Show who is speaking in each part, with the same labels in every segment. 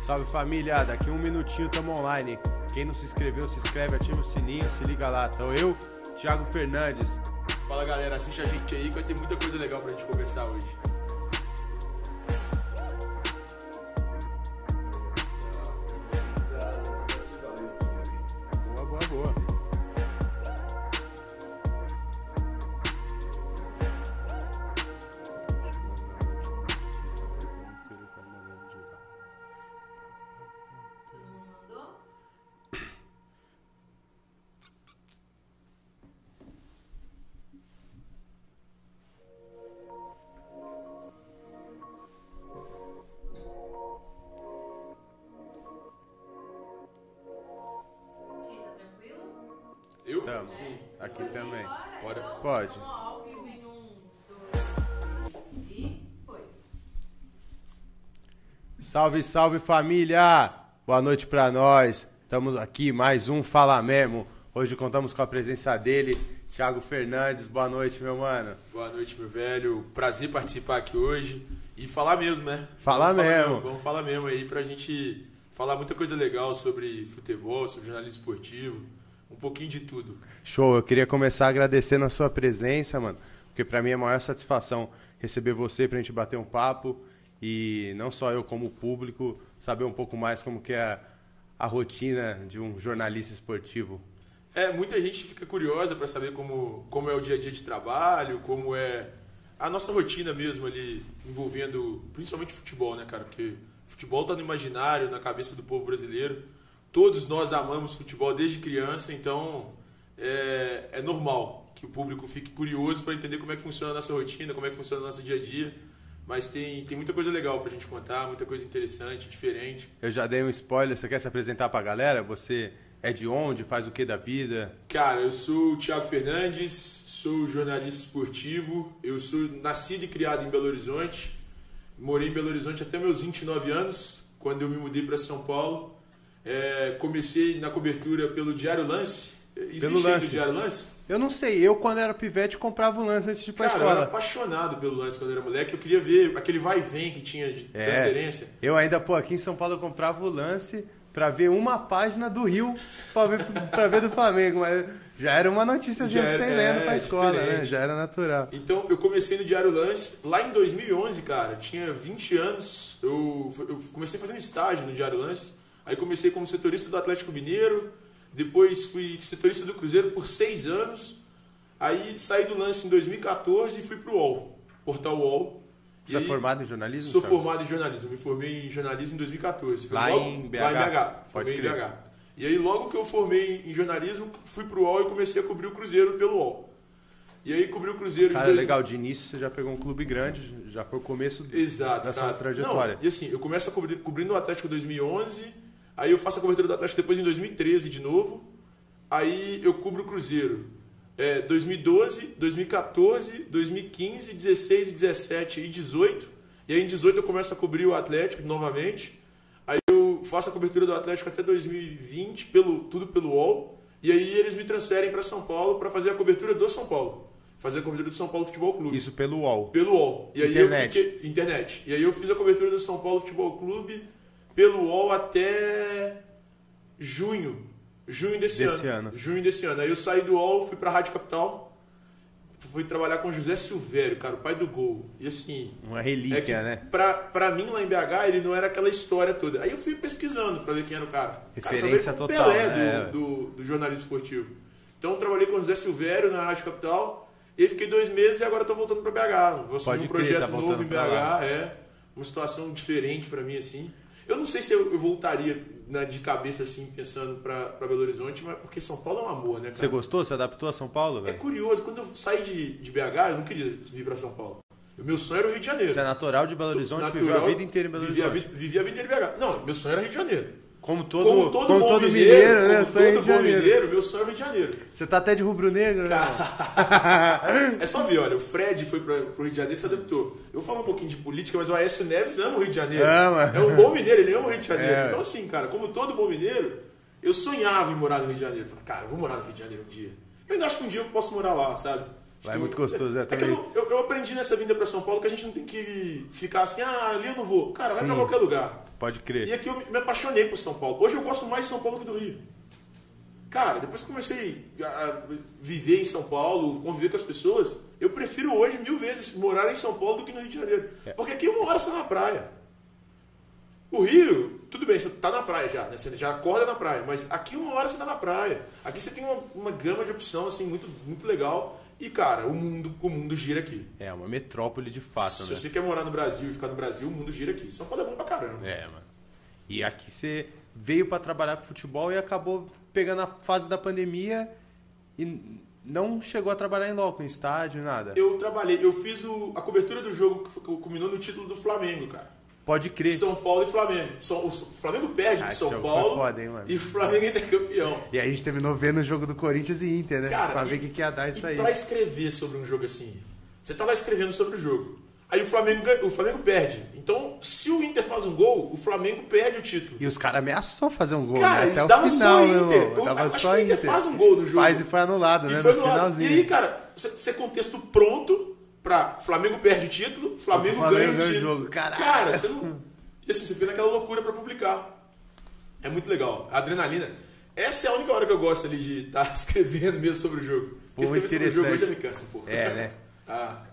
Speaker 1: Salve família, daqui um minutinho tamo online. Quem não se inscreveu, se inscreve, ativa o sininho, se liga lá. Então eu, Thiago Fernandes.
Speaker 2: Fala galera, assiste a gente aí que vai ter muita coisa legal pra gente conversar hoje.
Speaker 1: Boa, boa, boa.
Speaker 3: Todo mundo mandou? Ti, tá tranquilo?
Speaker 2: Eu?
Speaker 1: Tamo. Aqui
Speaker 3: Pode ir
Speaker 1: também.
Speaker 3: embora,
Speaker 2: Bora.
Speaker 1: Pode.
Speaker 3: então? Vamos lá, ao vivo em um, dois, e foi.
Speaker 1: Salve, salve família! Boa noite pra nós. Estamos aqui mais um Fala Memo. Hoje contamos com a presença dele, Thiago Fernandes. Boa noite, meu mano.
Speaker 2: Boa noite, meu velho. Prazer participar aqui hoje e falar mesmo, né?
Speaker 1: Falar
Speaker 2: Vamos
Speaker 1: mesmo.
Speaker 2: Vamos falar mesmo aí pra gente falar muita coisa legal sobre futebol, sobre jornalismo esportivo, um pouquinho de tudo.
Speaker 1: Show, eu queria começar agradecendo a sua presença, mano, porque pra mim é a maior satisfação receber você pra gente bater um papo e não só eu como o público saber um pouco mais como que é a rotina de um jornalista esportivo.
Speaker 2: É, muita gente fica curiosa pra saber como, como é o dia a dia de trabalho, como é a nossa rotina mesmo ali, envolvendo principalmente futebol, né, cara? Porque futebol tá no imaginário, na cabeça do povo brasileiro. Todos nós amamos futebol desde criança, então é, é normal que o público fique curioso pra entender como é que funciona a nossa rotina, como é que funciona o nosso dia a dia. Mas tem, tem muita coisa legal pra gente contar, muita coisa interessante, diferente.
Speaker 1: Eu já dei um spoiler, você quer se apresentar pra galera? Você é de onde? Faz o que da vida?
Speaker 2: Cara, eu sou o Thiago Fernandes, sou jornalista esportivo, eu sou nascido e criado em Belo Horizonte, morei em Belo Horizonte até meus 29 anos, quando eu me mudei para São Paulo. É, comecei na cobertura pelo Diário Lance. Existe
Speaker 1: Pelo
Speaker 2: ainda
Speaker 1: Lance.
Speaker 2: o Diário Lance?
Speaker 1: Eu não sei, eu quando era pivete comprava o lance antes de ir pra
Speaker 2: Cara, eu era
Speaker 1: escola.
Speaker 2: apaixonado pelo Lance quando eu era moleque, eu queria ver aquele vai e vem que tinha de
Speaker 1: É.
Speaker 2: transferência.
Speaker 1: Eu ainda, pô, aqui em São Paulo eu comprava o lance pra ver uma página do Rio pra ver, pra ver do Flamengo, mas já era uma notícia
Speaker 2: Já
Speaker 1: sempre
Speaker 2: era-
Speaker 1: sem lendo pra
Speaker 2: é,
Speaker 1: escola, né?
Speaker 2: diferente.
Speaker 1: Já era natural.
Speaker 2: Então, eu comecei no Diário Lance lá em 2011, cara. Tinha 20 anos. Eu, eu comecei fazendo estágio no Diário Lance. Aí comecei como setorista do Atlético Mineiro. Depois fui setorista do Cruzeiro por seis anos. Aí saí do Lance em 2014 e fui pro UOL, Portal UOL. E
Speaker 1: Você é
Speaker 2: aí,
Speaker 1: formado em jornalismo?
Speaker 2: Sou
Speaker 1: Thiago?
Speaker 2: formado em jornalismo. Me formei em jornalismo em 2014. Foi
Speaker 1: Lá
Speaker 2: logo-
Speaker 1: em
Speaker 2: Lá
Speaker 1: BH.
Speaker 2: em BH.
Speaker 1: Pode
Speaker 2: Formei em
Speaker 1: crer.
Speaker 2: BH. E aí, logo que eu formei em jornalismo, fui pro UOL e comecei a cobrir o Cruzeiro pelo UOL. E aí, cobri o Cruzeiro
Speaker 1: Cara,
Speaker 2: de dois...
Speaker 1: legal, de início você já pegou um clube grande, já foi o começo
Speaker 2: Exato,
Speaker 1: da sua
Speaker 2: cara.
Speaker 1: trajetória.
Speaker 2: Não, e assim, eu começo a cobrir, cobrindo o Atlético em 2011, aí eu faço a cobertura do Atlético depois em 2013 de novo, aí eu cubro o Cruzeiro. É, 2012, 2014, 2015, 16, 17 e 18. E aí em 18 eu começo a cobrir o Atlético novamente. Aí eu faço a cobertura do Atlético até 2020, pelo, tudo pelo UOL. E aí eles me transferem para São Paulo para fazer a cobertura do São Paulo. Fazer a cobertura do São Paulo Futebol Clube.
Speaker 1: Isso pelo UOL.
Speaker 2: Pelo UOL. E aí
Speaker 1: Internet.
Speaker 2: Eu fiquei, internet. E aí eu fiz a cobertura do São Paulo Futebol Clube pelo UOL até junho. Junho desse,
Speaker 1: Desse ano.
Speaker 2: Junho desse ano. Aí eu saí do UOL, fui pra Rádio Capital. Fui trabalhar com o José Silvério, cara, o pai do gol. E assim,
Speaker 1: Uma
Speaker 2: é que
Speaker 1: relíquia, né?
Speaker 2: pra, pra mim lá em BH ele não era aquela história toda. Aí eu fui pesquisando pra ver quem era o cara. O cara
Speaker 1: Referência
Speaker 2: trabalhou com
Speaker 1: total,
Speaker 2: o Pelé
Speaker 1: né?
Speaker 2: do, do, do jornalismo esportivo. Então eu trabalhei com o Zé Silvério na Rádio Capital e aí fiquei dois meses e agora tô voltando pra BH. Vou assumir
Speaker 1: Pode crer,
Speaker 2: um projeto
Speaker 1: tá voltando
Speaker 2: novo em BH,
Speaker 1: pra lá.
Speaker 2: é. Uma situação diferente pra mim, assim. Eu não sei se eu, eu voltaria né, de cabeça, assim, pensando pra, pra Belo Horizonte, mas porque São Paulo é um amor, né, cara?
Speaker 1: Você gostou? Você adaptou a São Paulo,
Speaker 2: É
Speaker 1: velho?
Speaker 2: curioso, quando eu saí de, de BH, eu não queria vir pra São Paulo. O meu sonho era o Rio de Janeiro.
Speaker 1: Você é natural de Belo Horizonte, viveu a
Speaker 2: Natural,
Speaker 1: vida inteira em Belo
Speaker 2: vivi a
Speaker 1: Horizonte.
Speaker 2: vi- vivi a vida inteira em BH. Não, meu sonho era Rio de Janeiro.
Speaker 1: Como todo,
Speaker 2: como todo, bom
Speaker 1: mineiro, né?
Speaker 2: Como
Speaker 1: Só em
Speaker 2: todo
Speaker 1: Rio de
Speaker 2: bom
Speaker 1: Janeiro.
Speaker 2: mineiro, meu sonho era Rio de Janeiro.
Speaker 1: Você tá até de rubro-negro, né? mano?
Speaker 2: É só ver, olha, o Fred foi pra, pro Rio de Janeiro e se adaptou. Eu vou falar um pouquinho de política, mas o Aécio Neves ama o Rio de Janeiro.
Speaker 1: Ama.
Speaker 2: É um bom mineiro, ele ama o Rio de Janeiro.
Speaker 1: É.
Speaker 2: Então, assim, cara, como todo bom mineiro, eu sonhava em morar no Rio de Janeiro. Falei, cara, eu vou morar no Rio de Janeiro um dia. Eu ainda acho que um dia eu posso morar lá, sabe?
Speaker 1: Lá é muito gostoso, né?
Speaker 2: É que eu,
Speaker 1: Também.
Speaker 2: não- eu, eu aprendi nessa vinda pra São Paulo que a gente não tem que ficar assim, ah, ali eu não vou. Cara, vai pra
Speaker 1: Sim.
Speaker 2: qualquer lugar.
Speaker 1: Pode
Speaker 2: E
Speaker 1: crer.
Speaker 2: aqui eu me- me apaixonei por São Paulo. Hoje eu gosto mais de São Paulo que do Rio. Cara, depois que comecei a viver em São Paulo, conviver com as pessoas, eu prefiro hoje mil vezes morar em São Paulo do que no Rio de Janeiro.
Speaker 1: É.
Speaker 2: Porque aqui uma hora você tá na praia. O Rio, tudo bem, você tá na praia já, né? Você já acorda na praia, mas aqui uma hora você tá na praia. Aqui você tem uma, uma gama de opção, assim, muito, muito legal. E, cara, o mundo, o mundo gira aqui.
Speaker 1: É uma metrópole de fato,
Speaker 2: Se
Speaker 1: né?
Speaker 2: você quer morar no Brasil e ficar no Brasil, o mundo gira aqui. São Paulo é bom pra caramba.
Speaker 1: É, mano. E aqui você veio pra trabalhar com futebol e acabou pegando a fase da pandemia e n- não chegou a trabalhar em loco, em estádio, nada.
Speaker 2: Eu trabalhei, eu fiz o- a cobertura do jogo que foi- culminou no título do Flamengo, cara.
Speaker 1: Pode crer.
Speaker 2: São Paulo e Flamengo. São- o Flamengo perde
Speaker 1: Ah,
Speaker 2: pro
Speaker 1: esse
Speaker 2: São
Speaker 1: jogo
Speaker 2: Paulo
Speaker 1: foi foda, hein, mano?
Speaker 2: e o Flamengo ainda é campeão.
Speaker 1: E aí a gente terminou vendo o jogo do Corinthians e Inter, né?
Speaker 2: Cara,
Speaker 1: pra
Speaker 2: e-
Speaker 1: ver o que, que ia dar
Speaker 2: E
Speaker 1: isso aí.
Speaker 2: pra escrever sobre um jogo assim, você tá lá escrevendo sobre o jogo. Aí o Flamengo, ganha- o Flamengo perde. Então, se o Inter faz um gol, o Flamengo perde o título.
Speaker 1: E os caras ameaçou fazer um gol,
Speaker 2: Cara,
Speaker 1: né? Até
Speaker 2: e
Speaker 1: o
Speaker 2: dava
Speaker 1: final,
Speaker 2: só
Speaker 1: né,
Speaker 2: Inter.
Speaker 1: irmão?
Speaker 2: O-
Speaker 1: Dava
Speaker 2: acho que
Speaker 1: só
Speaker 2: o Inter faz um gol no jogo.
Speaker 1: Faz e foi anulado,
Speaker 2: E
Speaker 1: né?
Speaker 2: foi
Speaker 1: no
Speaker 2: do lado.
Speaker 1: finalzinho.
Speaker 2: E aí, cara, você, você com o texto pronto pra Flamengo perde o título, Flamengo,
Speaker 1: Flamengo
Speaker 2: ganha o
Speaker 1: ganha o
Speaker 2: título.
Speaker 1: jogo. Caralho.
Speaker 2: Cara, você não. E assim, você fica naquela loucura pra publicar. É muito legal. A adrenalina. Essa é a única hora que eu gosto ali de estar escrevendo mesmo sobre o jogo.
Speaker 1: Pô,
Speaker 2: Porque escrever sobre o jogo hoje
Speaker 1: interessante.
Speaker 2: já me cansa um pouco.
Speaker 1: É, né?
Speaker 2: Ah,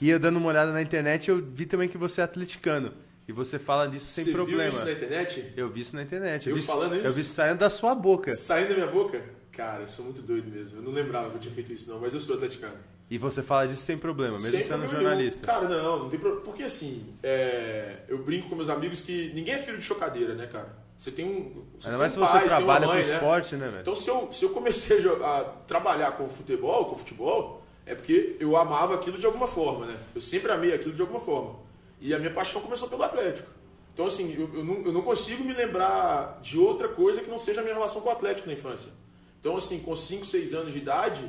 Speaker 1: E eu dando uma olhada na internet, eu vi também que você é atleticano. E você fala disso sem
Speaker 2: você
Speaker 1: problema.
Speaker 2: viu isso na internet?
Speaker 1: Eu vi isso na internet.
Speaker 2: Eu
Speaker 1: vi isso-
Speaker 2: falando isso?
Speaker 1: Eu vi isso saindo da sua boca.
Speaker 2: Saindo da minha boca? Cara, eu sou muito doido mesmo. Eu não lembrava que eu tinha feito isso, não, mas eu sou atleticano.
Speaker 1: E você fala disso sem problema, mesmo
Speaker 2: Sem
Speaker 1: sendo
Speaker 2: é problema nenhum.
Speaker 1: um jornalista.
Speaker 2: Cara, não, não tem problema. Porque assim, é, eu brinco com meus amigos que ninguém é filho de chocadeira, né, cara? Você tem um. Você
Speaker 1: Ainda
Speaker 2: tem
Speaker 1: mais se
Speaker 2: um
Speaker 1: você
Speaker 2: pai, tem uma
Speaker 1: trabalha
Speaker 2: mãe,
Speaker 1: com
Speaker 2: né?
Speaker 1: esporte, né, velho?
Speaker 2: Então se eu, se eu comecei a, jo- a trabalhar com futebol, com futebol, é porque eu amava aquilo de alguma forma, né? Eu sempre amei aquilo de alguma forma. E a minha paixão começou pelo Atlético. Então, assim, eu, eu não, eu não consigo me lembrar de outra coisa que não seja a minha relação com o Atlético na infância. Então, assim, com 5, 6 anos de idade,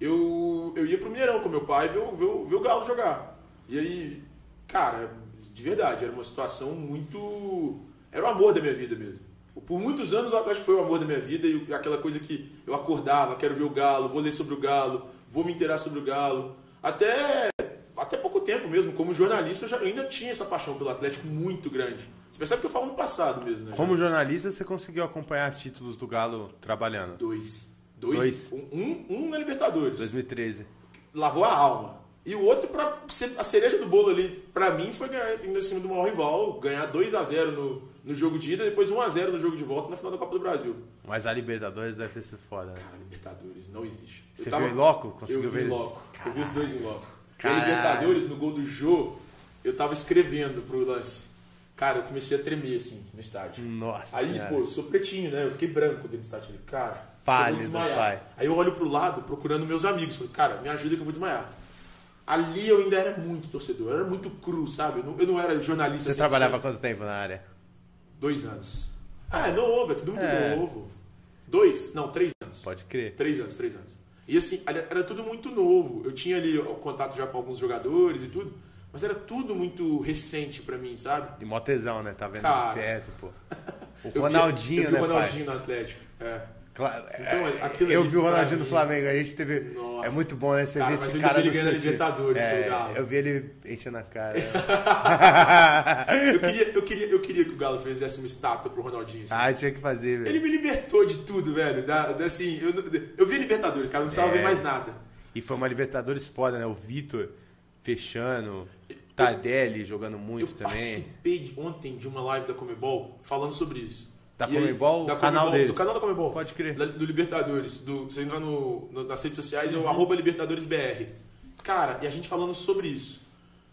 Speaker 2: eu, eu ia pro Mineirão com meu pai ver, o- ver, o- ver o Galo jogar. E aí, cara, de verdade, era uma situação muito. Era o amor da minha vida mesmo. Por muitos anos o Atlético foi o amor da minha vida e aquela coisa que eu acordava, quero ver o Galo, vou ler sobre o Galo, vou me inteirar sobre o Galo. Até, até pouco tempo mesmo, como jornalista, eu já ainda tinha essa paixão pelo Atlético muito grande. Você percebe que eu falo no passado mesmo, né?
Speaker 1: Como jornalista, você conseguiu acompanhar títulos do Galo trabalhando.
Speaker 2: Dois. Dois.
Speaker 1: Dois.
Speaker 2: Um, um na Libertadores.
Speaker 1: 2013.
Speaker 2: Lavou a alma. E o outro, pra, ser- a cereja do bolo ali, pra mim, foi ganhar ainda em cima do maior rival, ganhar 2x0 no, no jogo de ida, depois 1x0 no jogo de volta na final da Copa do Brasil.
Speaker 1: Mas a Libertadores deve ter sido foda, né?
Speaker 2: Cara, Libertadores não existe. Eu
Speaker 1: Você viu em loco? Conseguiu
Speaker 2: eu vi
Speaker 1: ver?
Speaker 2: em loco. Eu vi os dois em loco. E a
Speaker 1: Caralho.
Speaker 2: Libertadores, no gol do Jô, eu tava escrevendo pro lance. Cara, eu comecei a tremer, assim, no estádio.
Speaker 1: Nossa
Speaker 2: Aí,
Speaker 1: senhora.
Speaker 2: pô, eu sou pretinho, né? Eu fiquei branco dentro do estádio. Falei, cara, acho que eu vou
Speaker 1: Pálido,
Speaker 2: desmaiar.
Speaker 1: pai.
Speaker 2: Aí eu olho pro lado, procurando meus amigos. Falei, cara, me ajuda que eu vou desmaiar. Ali eu ainda era muito torcedor, eu era muito cru, sabe? Eu não, eu não era jornalista.
Speaker 1: Você
Speaker 2: 100%.
Speaker 1: trabalhava quanto tempo na área?
Speaker 2: Dois anos. Ah, é novo, é tudo muito
Speaker 1: É.
Speaker 2: novo. Dois? Não, três anos.
Speaker 1: Pode crer.
Speaker 2: Três anos, três anos. E assim, era era tudo muito novo. Eu tinha ali o contato já com alguns jogadores e tudo, mas era tudo muito recente pra mim, sabe?
Speaker 1: De mó tesão, né? Tá vendo
Speaker 2: Cara.
Speaker 1: de perto, pô.
Speaker 2: Eu
Speaker 1: O
Speaker 2: vi-
Speaker 1: Ronaldinho,
Speaker 2: eu vi
Speaker 1: né,
Speaker 2: o Ronaldinho no Atlético. É.
Speaker 1: pai? Claro, é,
Speaker 2: Então, aquilo
Speaker 1: eu
Speaker 2: ali,
Speaker 1: vi o Ronaldinho
Speaker 2: pra
Speaker 1: do
Speaker 2: mim-
Speaker 1: Flamengo. A gente teve...
Speaker 2: Nossa.
Speaker 1: É muito bom, né? Você
Speaker 2: Cara,
Speaker 1: vê
Speaker 2: mas
Speaker 1: esse
Speaker 2: eu
Speaker 1: cara
Speaker 2: vi ele
Speaker 1: do
Speaker 2: ganhando
Speaker 1: seu time.
Speaker 2: Libertadores pelo Galo.
Speaker 1: Eu vi ele enchendo a cara.
Speaker 2: Eu, queria, eu, queria, eu queria que o Galo fizesse uma estátua pro Ronaldinho. assim.
Speaker 1: ah, tinha que fazer, velho.
Speaker 2: Ele me libertou de tudo, velho. Da, da, assim, eu, não- eu vi Libertadores, cara, não precisava
Speaker 1: É.
Speaker 2: ver mais nada.
Speaker 1: E foi uma Libertadores foda, né? O Vitor fechando, Tardelli jogando muito
Speaker 2: eu
Speaker 1: também.
Speaker 2: participei de- ontem de uma live da Comebol falando sobre isso.
Speaker 1: Da
Speaker 2: E aí-
Speaker 1: Comebol,
Speaker 2: da
Speaker 1: o canal
Speaker 2: Comebol,
Speaker 1: deles.
Speaker 2: Do canal da Comebol.
Speaker 1: Pode crer.
Speaker 2: é Da- Do Libertadores. Do, você entra no, no- nas redes sociais, é o arroba LibertadoresBR. Cara, e a gente falando sobre isso.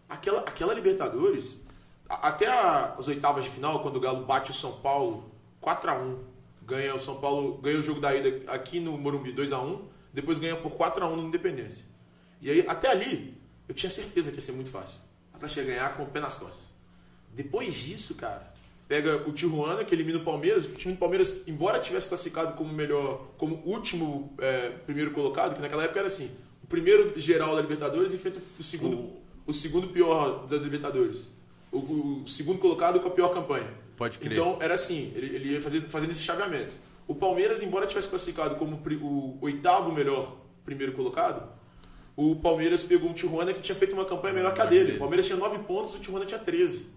Speaker 2: Aquela, aquela Libertadores, a- até a- as oitavas de final, quando o Galo bate o São Paulo, 4x1. Ganha o São Paulo, ganha o jogo da ida aqui no Morumbi 2x1, depois ganha por 4x1 no Independência. E aí, até ali, eu tinha certeza que ia ser muito fácil. O Atlético ia ganhar com o pé nas costas. Depois disso, cara, pega o Tijuana, que elimina o Palmeiras. O time do Palmeiras, embora tivesse classificado como melhor, como último é, primeiro colocado, que naquela época era assim: o primeiro geral da Libertadores enfrenta o segundo, o, segundo pior da Libertadores. O, o segundo colocado com a pior campanha.
Speaker 1: Pode crer.
Speaker 2: Então era assim: ele, ele ia fazer- fazendo esse chaveamento. O Palmeiras, embora tivesse classificado como pri- o oitavo melhor primeiro colocado, o Palmeiras pegou o Tijuana que tinha feito uma campanha melhor que a dele. O Palmeiras tinha 9 pontos, o Tijuana tinha 13.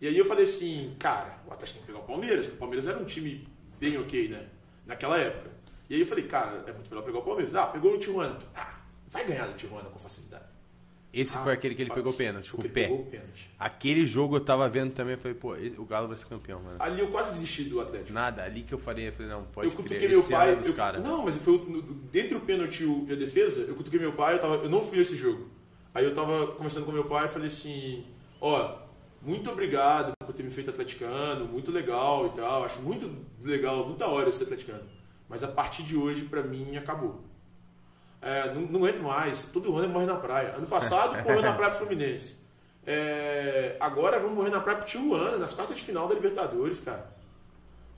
Speaker 2: E aí eu falei assim, cara, o Atlético tem que pegar o Palmeiras, porque o Palmeiras era um time bem ok, né? Naquela época. E aí eu falei, cara, é muito melhor pegar o Palmeiras. Ah, pegou o Tijuana. Ah, vai ganhar do Tijuana com facilidade.
Speaker 1: Esse
Speaker 2: Ah,
Speaker 1: foi aquele que ele pegou pênalti, com
Speaker 2: Porque
Speaker 1: o
Speaker 2: ele
Speaker 1: pé.
Speaker 2: Pegou o pênalti.
Speaker 1: Aquele jogo eu tava vendo também, eu falei, pô, ele- o Galo vai ser campeão, mano.
Speaker 2: Ali eu quase desisti do Atlético.
Speaker 1: Nada, ali que eu falei, eu falei, não, pode
Speaker 2: eu
Speaker 1: crer,
Speaker 2: cutuquei meu
Speaker 1: esse ano
Speaker 2: pai.
Speaker 1: é dos
Speaker 2: eu-
Speaker 1: caras.
Speaker 2: Não, mas foi o- no- dentre o pênalti e o- e a defesa, eu cutuquei meu pai, eu, tava- eu não fui esse jogo. Aí eu tava conversando com meu pai e falei assim, ó, muito obrigado por ter me feito atleticano, muito legal e tal, acho muito legal, muito da hora esse atleticano. Mas a partir de hoje, pra mim, acabou. É, não, não aguento mais, todo ano eu morro na praia. Ano passado, morreu na praia pro Fluminense. É, agora vamos morrer na praia pro Tijuana, nas quartas de final da Libertadores, cara.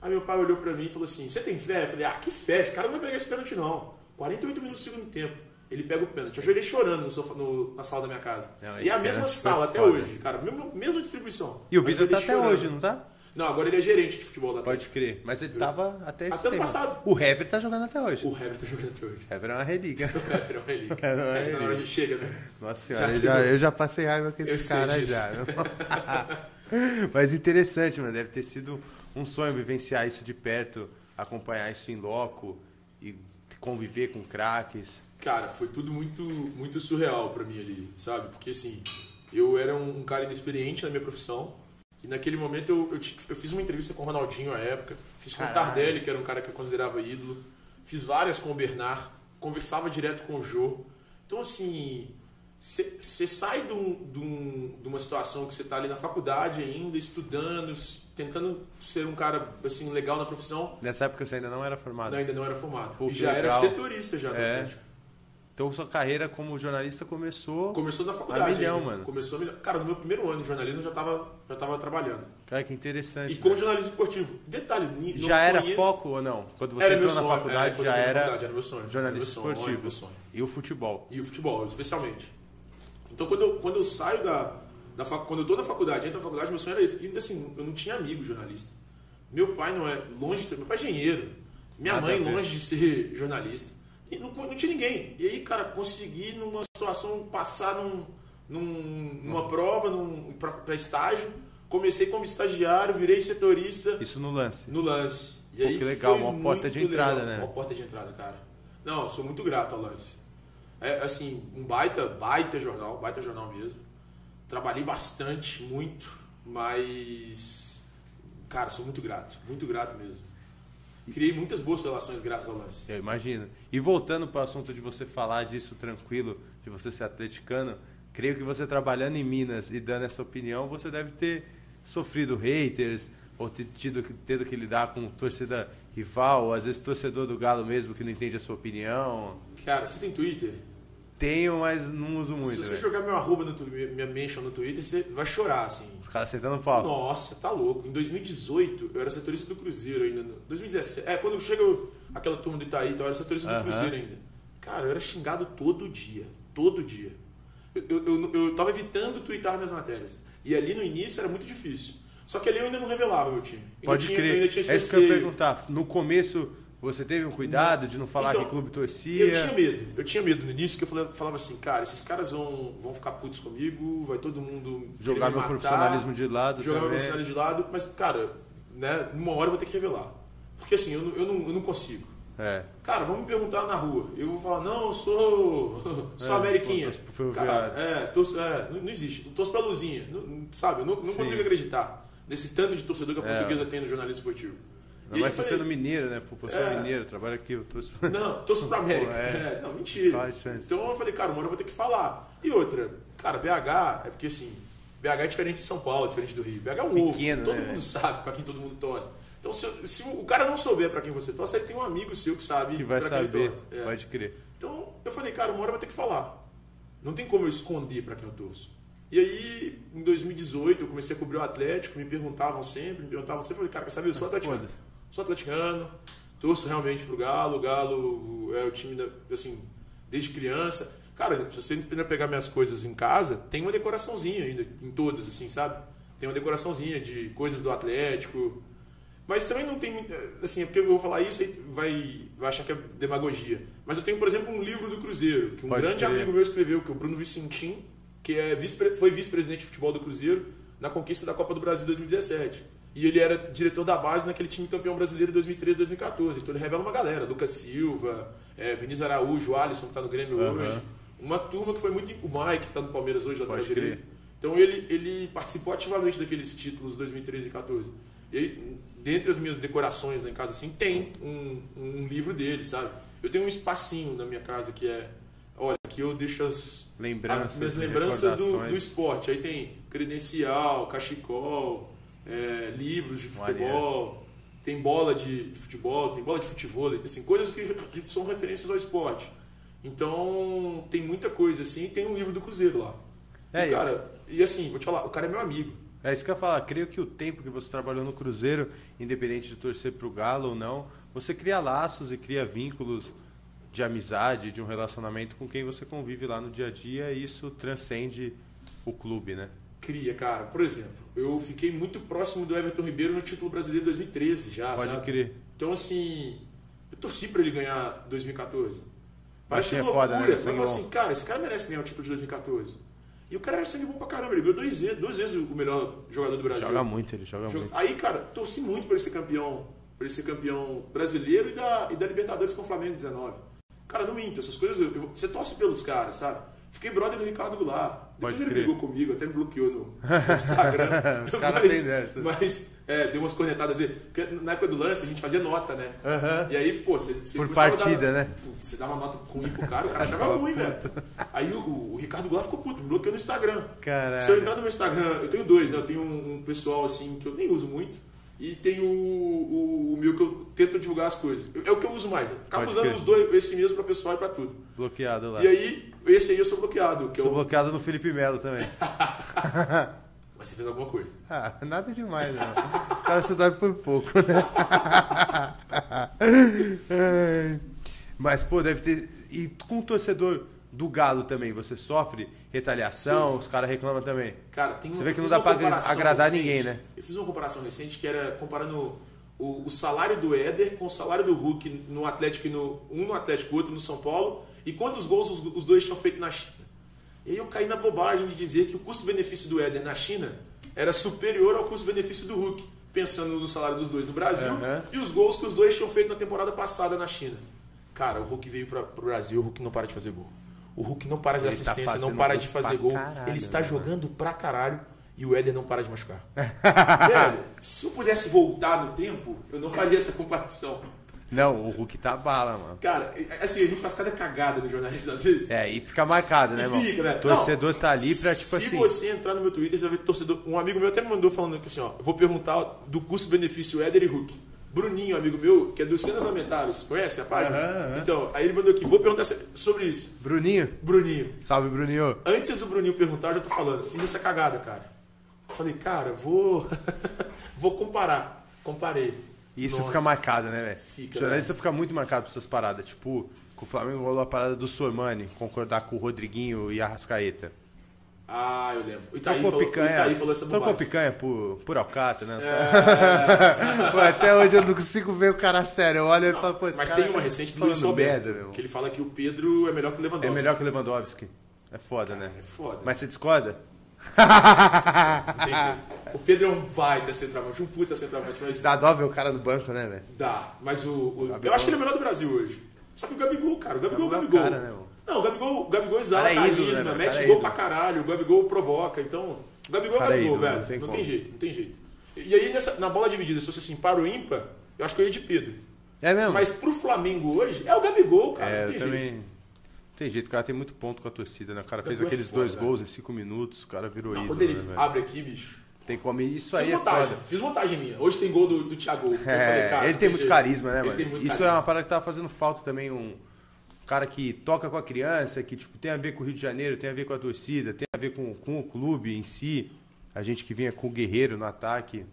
Speaker 2: Aí meu pai olhou pra mim e falou assim: Você tem fé? Eu falei: Ah, que fé, esse cara não vai pegar esse pênalti não. 48 minutos do segundo tempo, ele pega o pênalti. Eu ajoelhei chorando no sofá- no- na sala da minha casa.
Speaker 1: Não,
Speaker 2: e é a
Speaker 1: esse
Speaker 2: mesma
Speaker 1: pênalti foi
Speaker 2: sala até
Speaker 1: foda.
Speaker 2: hoje, cara, mesma, mesma distribuição.
Speaker 1: E o
Speaker 2: Eu
Speaker 1: Visa tá até
Speaker 2: ajoelhei chorando.
Speaker 1: hoje, não tá?
Speaker 2: Não, agora ele é gerente de futebol da
Speaker 1: Pode crer. Mas ele tava até esse
Speaker 2: Até ano
Speaker 1: tempo.
Speaker 2: passado.
Speaker 1: O Hever tá jogando até hoje.
Speaker 2: O Hever tá jogando até hoje.
Speaker 1: O Hever é uma relíquia.
Speaker 2: O Hever é uma relíquia.
Speaker 1: É, não é
Speaker 2: Acho que na hora
Speaker 1: relíquia.
Speaker 2: de chega, né?
Speaker 1: Nossa
Speaker 2: Já
Speaker 1: senhora, eu,
Speaker 2: ficou.
Speaker 1: já, eu já passei raiva com esse
Speaker 2: Eu sei
Speaker 1: cara
Speaker 2: disso.
Speaker 1: já. viu? Mas interessante, mano. Deve ter sido um sonho vivenciar isso de perto, acompanhar isso em loco e conviver com craques.
Speaker 2: Cara, foi tudo muito, muito surreal pra mim ali, sabe? Porque assim, eu era um cara inexperiente na minha profissão. E naquele momento eu, eu, ti- eu fiz uma entrevista com o Ronaldinho à época, fiz com o
Speaker 1: Caralho.
Speaker 2: Tardelli, que era um cara que eu considerava ídolo, fiz várias com o Bernard, conversava direto com o Jô. Então assim, você sai de, um- de um- de uma situação que você tá ali na faculdade ainda, estudando, s- tentando ser um cara assim legal na profissão,
Speaker 1: Nessa época você ainda não era formado.
Speaker 2: não, ainda não era formado.
Speaker 1: Pô,
Speaker 2: e
Speaker 1: que
Speaker 2: já era
Speaker 1: legal.
Speaker 2: setorista já né? Tipo, do
Speaker 1: É.
Speaker 2: Atlético.
Speaker 1: Então sua carreira como jornalista começou.
Speaker 2: Começou na faculdade.
Speaker 1: A milhão,
Speaker 2: ainda.
Speaker 1: mano.
Speaker 2: Começou a milhão. Cara, no meu primeiro ano de jornalismo eu já tava, já tava trabalhando.
Speaker 1: Cara, que interessante.
Speaker 2: E como
Speaker 1: mano.
Speaker 2: jornalismo esportivo. Detalhe, ni- não
Speaker 1: Já era
Speaker 2: conheço-
Speaker 1: foco ou não? Quando você
Speaker 2: Era meu
Speaker 1: entrou na
Speaker 2: sonho. é,
Speaker 1: faculdade,
Speaker 2: quando eu
Speaker 1: já
Speaker 2: entrei na
Speaker 1: era,
Speaker 2: faculdade, meu sonho.
Speaker 1: jornalista
Speaker 2: Era meu sonho,
Speaker 1: esportivo.
Speaker 2: era meu sonho.
Speaker 1: E o futebol.
Speaker 2: E o futebol, especialmente. Então quando eu, quando eu saio da, da fac- quando eu tô na faculdade, entro na faculdade, meu sonho era isso. E assim, eu não tinha amigo jornalista. Meu pai não é longe de ser, meu pai é engenheiro. Minha
Speaker 1: Nada
Speaker 2: mãe
Speaker 1: a ver.
Speaker 2: longe de ser jornalista. E não, não tinha ninguém. E aí, cara, consegui numa situação passar num, num- numa prova, num pra- pra estágio. Comecei como estagiário, virei setorista
Speaker 1: Isso no lance.
Speaker 2: no lance. E
Speaker 1: Pô,
Speaker 2: aí
Speaker 1: que legal,
Speaker 2: foi
Speaker 1: uma
Speaker 2: muito
Speaker 1: porta de entrada, né?
Speaker 2: Uma porta de entrada, cara. Não, eu sou muito grato ao lance. É assim, um baita, baita jornal, baita jornal mesmo. Trabalhei bastante, muito, mas cara, sou muito grato, muito grato mesmo. Criei muitas boas relações graças ao lance.
Speaker 1: Eu imagino. E voltando para o assunto de você falar disso tranquilo, de você ser atleticano, creio que você trabalhando em Minas e dando essa opinião, você deve ter sofrido haters ou ter tido, tendo que lidar com torcida rival, ou às vezes torcedor do Galo mesmo que não entende a sua opinião.
Speaker 2: Cara, você tem Twitter?
Speaker 1: Tenho, mas não uso muito.
Speaker 2: Se você
Speaker 1: velho.
Speaker 2: jogar meu arroba no Twitter, minha mention no Twitter, você vai chorar, assim.
Speaker 1: Os caras sentando pau.
Speaker 2: Nossa, tá louco. Em 2018, eu era setorista do Cruzeiro ainda. no- 2017. É, quando chega o- aquela turma do Itaí, então eu era setorista do
Speaker 1: Aham.
Speaker 2: Cruzeiro ainda. Cara, eu era xingado todo dia. Todo dia. Eu, eu, eu, eu tava evitando twittar minhas matérias. E ali no início era muito difícil. Só que ali eu ainda não revelava meu time. Ainda
Speaker 1: Pode
Speaker 2: tinha,
Speaker 1: crer.
Speaker 2: Ainda tinha esse
Speaker 1: é isso que eu ia
Speaker 2: receio.
Speaker 1: perguntar. No começo, você teve um cuidado de não falar
Speaker 2: Então,
Speaker 1: que clube torcia?
Speaker 2: Eu tinha medo, eu tinha medo no início, que eu falava, falava assim, cara, esses caras vão, vão ficar putos comigo, vai todo mundo querer
Speaker 1: Jogar
Speaker 2: me
Speaker 1: meu
Speaker 2: matar,
Speaker 1: profissionalismo de lado
Speaker 2: jogar meu
Speaker 1: também.
Speaker 2: profissionalismo de lado, mas, cara, né, numa hora eu vou ter que revelar. Porque assim, eu não, eu não, eu não consigo.
Speaker 1: É.
Speaker 2: Cara, vamos me perguntar na rua. Eu vou falar, não, eu sou. sou
Speaker 1: É,
Speaker 2: Ameriquinha.
Speaker 1: pô, torço pro Ferroviário.
Speaker 2: Cara, é, torço, é, não, não existe. Eu torço pra luzinha. Não- não- sabe, eu não, não
Speaker 1: Sim.
Speaker 2: consigo acreditar nesse tanto de torcedor que a
Speaker 1: É.
Speaker 2: portuguesa tem no jornalismo esportivo. E aí
Speaker 1: Mas
Speaker 2: eu
Speaker 1: você
Speaker 2: falei,
Speaker 1: sendo mineiro, né? Pô, eu sou
Speaker 2: É.
Speaker 1: mineiro, trabalho aqui, eu torço.
Speaker 2: não, torço pra América.
Speaker 1: Pô, é.
Speaker 2: É, não, mentira.
Speaker 1: Qual a chance?
Speaker 2: Então eu falei, cara, uma hora eu vou ter que falar. E outra, cara, BH é porque assim, BH é diferente de São Paulo, diferente do Rio. BH é um ovo,
Speaker 1: Pequeno,
Speaker 2: todo
Speaker 1: né,
Speaker 2: mundo
Speaker 1: velho?
Speaker 2: sabe pra quem todo mundo torce. Então se, se o cara não souber pra quem você torce, ele tem um amigo seu que sabe
Speaker 1: que vai
Speaker 2: pra quem ele
Speaker 1: saber,
Speaker 2: torce. É.
Speaker 1: pode crer.
Speaker 2: Então eu falei, cara, uma hora eu vou ter que falar. Não tem como eu esconder pra quem eu torço. E aí, em 2018, eu comecei a cobrir o Atlético, me perguntavam sempre, me perguntavam sempre, eu falei, cara, quer saber, eu sou atleticano.
Speaker 1: Ah, Foda-se.
Speaker 2: Sou atleticano, torço realmente pro Galo, o Galo é o time, da, assim, desde criança. Cara, se você ainda pegar minhas coisas em casa, tem uma decoraçãozinha ainda, em todas, assim, sabe? Tem uma decoraçãozinha de coisas do Atlético. Mas também não tem. muito- Assim, é porque eu vou falar isso e vai, vai achar que é demagogia. Mas eu tenho, por exemplo, um livro do Cruzeiro, que um
Speaker 1: Pode
Speaker 2: grande
Speaker 1: crer.
Speaker 2: amigo meu escreveu, que é o Bruno Vicentim, que é vice, foi vice-presidente de futebol do Cruzeiro na conquista da Copa do Brasil 2017. E ele era diretor da base naquele time campeão brasileiro em 2013, 2014. Então ele revela uma galera: Lucas Silva, eh, Vinícius Araújo, Alisson, que está no Grêmio
Speaker 1: Aham.
Speaker 2: hoje. Uma turma que foi muito. O Mike, que está no Palmeiras hoje, lateral
Speaker 1: Pode
Speaker 2: direito.
Speaker 1: crer.
Speaker 2: Então ele, ele participou ativamente daqueles títulos 2013 e 14. E aí, dentre as minhas decorações lá em casa, assim, tem um, um livro dele, sabe? Eu tenho um espacinho na minha casa que é. Olha, aqui eu deixo as.
Speaker 1: Lembranças,
Speaker 2: as minhas
Speaker 1: né?
Speaker 2: lembranças do,
Speaker 1: Recordações.
Speaker 2: do esporte. Aí tem credencial, cachecol, é, livros de
Speaker 1: Maneiro.
Speaker 2: futebol, tem bola de, de futebol, tem bola de futebol, assim, coisas que que são referências ao esporte. Então, tem muita coisa assim, e tem um livro do Cruzeiro lá.
Speaker 1: É,
Speaker 2: e, cara, e assim, vou te falar, o cara é meu amigo.
Speaker 1: É isso que eu ia falar. Creio que o tempo que você trabalhou no Cruzeiro, independente de torcer pro Galo ou não, você cria laços e cria vínculos de amizade, de um relacionamento com quem você convive lá no dia a dia e isso transcende o clube, né?
Speaker 2: Cria, cara. Por exemplo, eu fiquei muito próximo do Everton Ribeiro no título brasileiro 2013 já,
Speaker 1: Pode
Speaker 2: sabe?
Speaker 1: crer.
Speaker 2: Então, assim, eu torci pra ele ganhar 2014.
Speaker 1: Assim
Speaker 2: Parece
Speaker 1: é
Speaker 2: loucura.
Speaker 1: foda, né?
Speaker 2: Mas eu
Speaker 1: Sangue
Speaker 2: falo
Speaker 1: bom.
Speaker 2: assim, cara, esse cara merece ganhar o título de 2014. E o cara era sangue bom pra caramba. Ele ganhou duas vezes, duas vezes o melhor jogador do Brasil.
Speaker 1: Joga muito, ele joga
Speaker 2: Jogo-
Speaker 1: muito.
Speaker 2: Aí, cara, torci muito pra ele ser campeão. Pra ele ser campeão brasileiro e da, e da Libertadores com o Flamengo em 19. Cara, não minto, essas coisas. eu- eu- você torce pelos caras, sabe? Fiquei brother do Ricardo Goulart.
Speaker 1: Pode
Speaker 2: Depois ele
Speaker 1: crer.
Speaker 2: brigou comigo, até me bloqueou no no Instagram.
Speaker 1: Os caras
Speaker 2: Mas-
Speaker 1: têm dessa.
Speaker 2: Mas, é, deu umas cornetadas aí. Porque na época do lance a gente fazia nota, né?
Speaker 1: Aham.
Speaker 2: E aí, pô, você, você
Speaker 1: Por
Speaker 2: começava a
Speaker 1: partida,
Speaker 2: dar,
Speaker 1: né?
Speaker 2: Putz, Você dava nota ruim pro cara, o cara achava ruim, velho. Aí o, o Ricardo Goulart ficou puto, me bloqueou no Instagram.
Speaker 1: Caralho.
Speaker 2: Se eu entrar no meu Instagram, eu tenho dois, né? Eu tenho um, um pessoal assim que eu nem uso muito. E tem o, o- o meu que eu tento divulgar as coisas. Eu- É o que eu uso mais. Eu Acabo
Speaker 1: Pode
Speaker 2: usando
Speaker 1: crer.
Speaker 2: os dois, esse mesmo pra pessoal e pra tudo.
Speaker 1: Bloqueado lá.
Speaker 2: E aí, esse aí eu sou bloqueado. Que é
Speaker 1: Sou
Speaker 2: eu...
Speaker 1: bloqueado no Felipe Melo também.
Speaker 2: Mas você fez alguma coisa.
Speaker 1: Ah, nada demais, não. Os caras se dormem por pouco, né? Ai. Mas, pô, deve ter. E com o torcedor do Galo também, você sofre retaliação, os caras reclamam também.
Speaker 2: Cara, tem
Speaker 1: Você
Speaker 2: uma-
Speaker 1: vê
Speaker 2: eu
Speaker 1: que não
Speaker 2: fiz
Speaker 1: dá
Speaker 2: uma
Speaker 1: pra
Speaker 2: comparação
Speaker 1: agradar
Speaker 2: recente.
Speaker 1: ninguém, né?
Speaker 2: Eu fiz uma comparação recente que era comparando o, o salário do Éder com o salário do Hulk no Atlético, e no, um no Atlético, outro no São Paulo, e quantos gols os, os dois tinham feito na China. E aí eu caí na bobagem de dizer que o custo-benefício do Éder na China era superior ao custo-benefício do Hulk, pensando no salário dos dois no Brasil
Speaker 1: Aham.
Speaker 2: e os gols que os dois tinham feito na temporada passada na China. Cara, o Hulk veio para o Brasil, o Hulk não para de fazer gol. O Hulk não para de dar
Speaker 1: Ele tá
Speaker 2: assistência, não
Speaker 1: fazendo
Speaker 2: para
Speaker 1: gol
Speaker 2: de fazer
Speaker 1: pra
Speaker 2: gol.
Speaker 1: caralho,
Speaker 2: ele está
Speaker 1: né,
Speaker 2: jogando jogando pra caralho e o Éder não para de machucar. Velho, se eu pudesse voltar no tempo, eu não faria essa comparação.
Speaker 1: Não, o Hulk tá bala, mano.
Speaker 2: Cara, assim, a gente faz cada cagada no jornalismo às vezes.
Speaker 1: É, e fica marcado, né,
Speaker 2: E
Speaker 1: irmão?
Speaker 2: fica, né?
Speaker 1: O torcedor tá ali pra,
Speaker 2: se
Speaker 1: tipo assim.
Speaker 2: você entrar no meu Twitter, você vai ver torcedor. Um amigo meu até me mandou falando que assim, ó, eu vou perguntar do custo-benefício Éder e Hulk. Bruninho, amigo meu, que é do Cenas Lamentáveis, conhece a página?
Speaker 1: Aham, aham.
Speaker 2: Então, aí ele mandou aqui, vou perguntar sobre isso.
Speaker 1: Bruninho?
Speaker 2: Bruninho,
Speaker 1: Salve, Bruninho.
Speaker 2: antes do Bruninho perguntar, eu já tô falando, fiz essa cagada, cara. Eu falei, cara, vou. vou comparar. Comparei.
Speaker 1: Isso
Speaker 2: Nossa.
Speaker 1: fica marcado, né, velho?
Speaker 2: Fica,
Speaker 1: Jornalista fica muito marcado por essas paradas. Tipo, com o Flamengo rolou a parada do Sormani, concordar com o Rodriguinho e a Rascaeta.
Speaker 2: Ah, eu lembro. O Itaí,
Speaker 1: Trocou
Speaker 2: falou, o
Speaker 1: picanha.
Speaker 2: Itaí falou essa
Speaker 1: Trocou
Speaker 2: bobagem. É.
Speaker 1: picanha por, por alcatra, né? Os caras- Pô, até hoje eu não consigo ver o cara sério. Eu olho e falo, pô, esse
Speaker 2: Mas
Speaker 1: cara
Speaker 2: tem uma
Speaker 1: tá
Speaker 2: recente do
Speaker 1: falando
Speaker 2: Luiz Roberto,
Speaker 1: merda, meu.
Speaker 2: que ele fala que o Pedro é melhor que o Lewandowski.
Speaker 1: É melhor que o Lewandowski. É foda, né?
Speaker 2: É foda.
Speaker 1: Mas você discorda?
Speaker 2: Não tem jeito. o Pedro é um baita centroavante, um puta centroavante, mas dá.
Speaker 1: Dá dó ver o cara no banco, né, velho?
Speaker 2: Mas o. o- eu
Speaker 1: Gabigol.
Speaker 2: acho que ele é o melhor do Brasil hoje. Só que o Gabigol, cara, o Gabigol, é o
Speaker 1: Gabigol
Speaker 2: Gabigol.
Speaker 1: é o cara, né, mano?
Speaker 2: Não, o Gabigol, o Gabigol exala
Speaker 1: Cara é ídolo,
Speaker 2: carisma,
Speaker 1: né, mano?
Speaker 2: mete
Speaker 1: Cara é
Speaker 2: gol pra
Speaker 1: ídolo.
Speaker 2: caralho, o Gabigol provoca, então. O Gabigol é o
Speaker 1: Cara é
Speaker 2: Gabigol,
Speaker 1: ídolo,
Speaker 2: velho.
Speaker 1: não tem
Speaker 2: não
Speaker 1: como.
Speaker 2: tem jeito, não tem jeito. E aí, nessa, na bola dividida, se você assim, para o ímpar, eu acho que eu ia de Pedro.
Speaker 1: É mesmo?
Speaker 2: Mas pro Flamengo hoje, é o Gabigol, cara.
Speaker 1: é,
Speaker 2: não
Speaker 1: eu
Speaker 2: tem
Speaker 1: também.
Speaker 2: jeito.
Speaker 1: Não Tem jeito, o cara tem muito ponto com a torcida, né? O cara fez
Speaker 2: Gabigol é
Speaker 1: aqueles
Speaker 2: foda,
Speaker 1: dois
Speaker 2: velho.
Speaker 1: gols em cinco minutos, o cara virou
Speaker 2: Não, Ah,
Speaker 1: ídolo,
Speaker 2: quando ele
Speaker 1: né, velho?
Speaker 2: abre aqui, bicho.
Speaker 1: Tem como. Isso
Speaker 2: Fiz
Speaker 1: aí é
Speaker 2: montagem,
Speaker 1: foda.
Speaker 2: fiz montagem minha. Hoje tem gol do, do Thiago. Eu falei,
Speaker 1: É,
Speaker 2: cara, não
Speaker 1: ele tem muito
Speaker 2: jeito.
Speaker 1: carisma, né,
Speaker 2: Ele
Speaker 1: mano?
Speaker 2: tem muito
Speaker 1: Isso é
Speaker 2: carisma.
Speaker 1: uma parada que tava fazendo falta também, um cara que toca com a criança, que tipo, tem a ver com o Rio de Janeiro, tem a ver com a torcida, tem a ver com, com o clube em si. A gente que vinha com o Guerreiro no ataque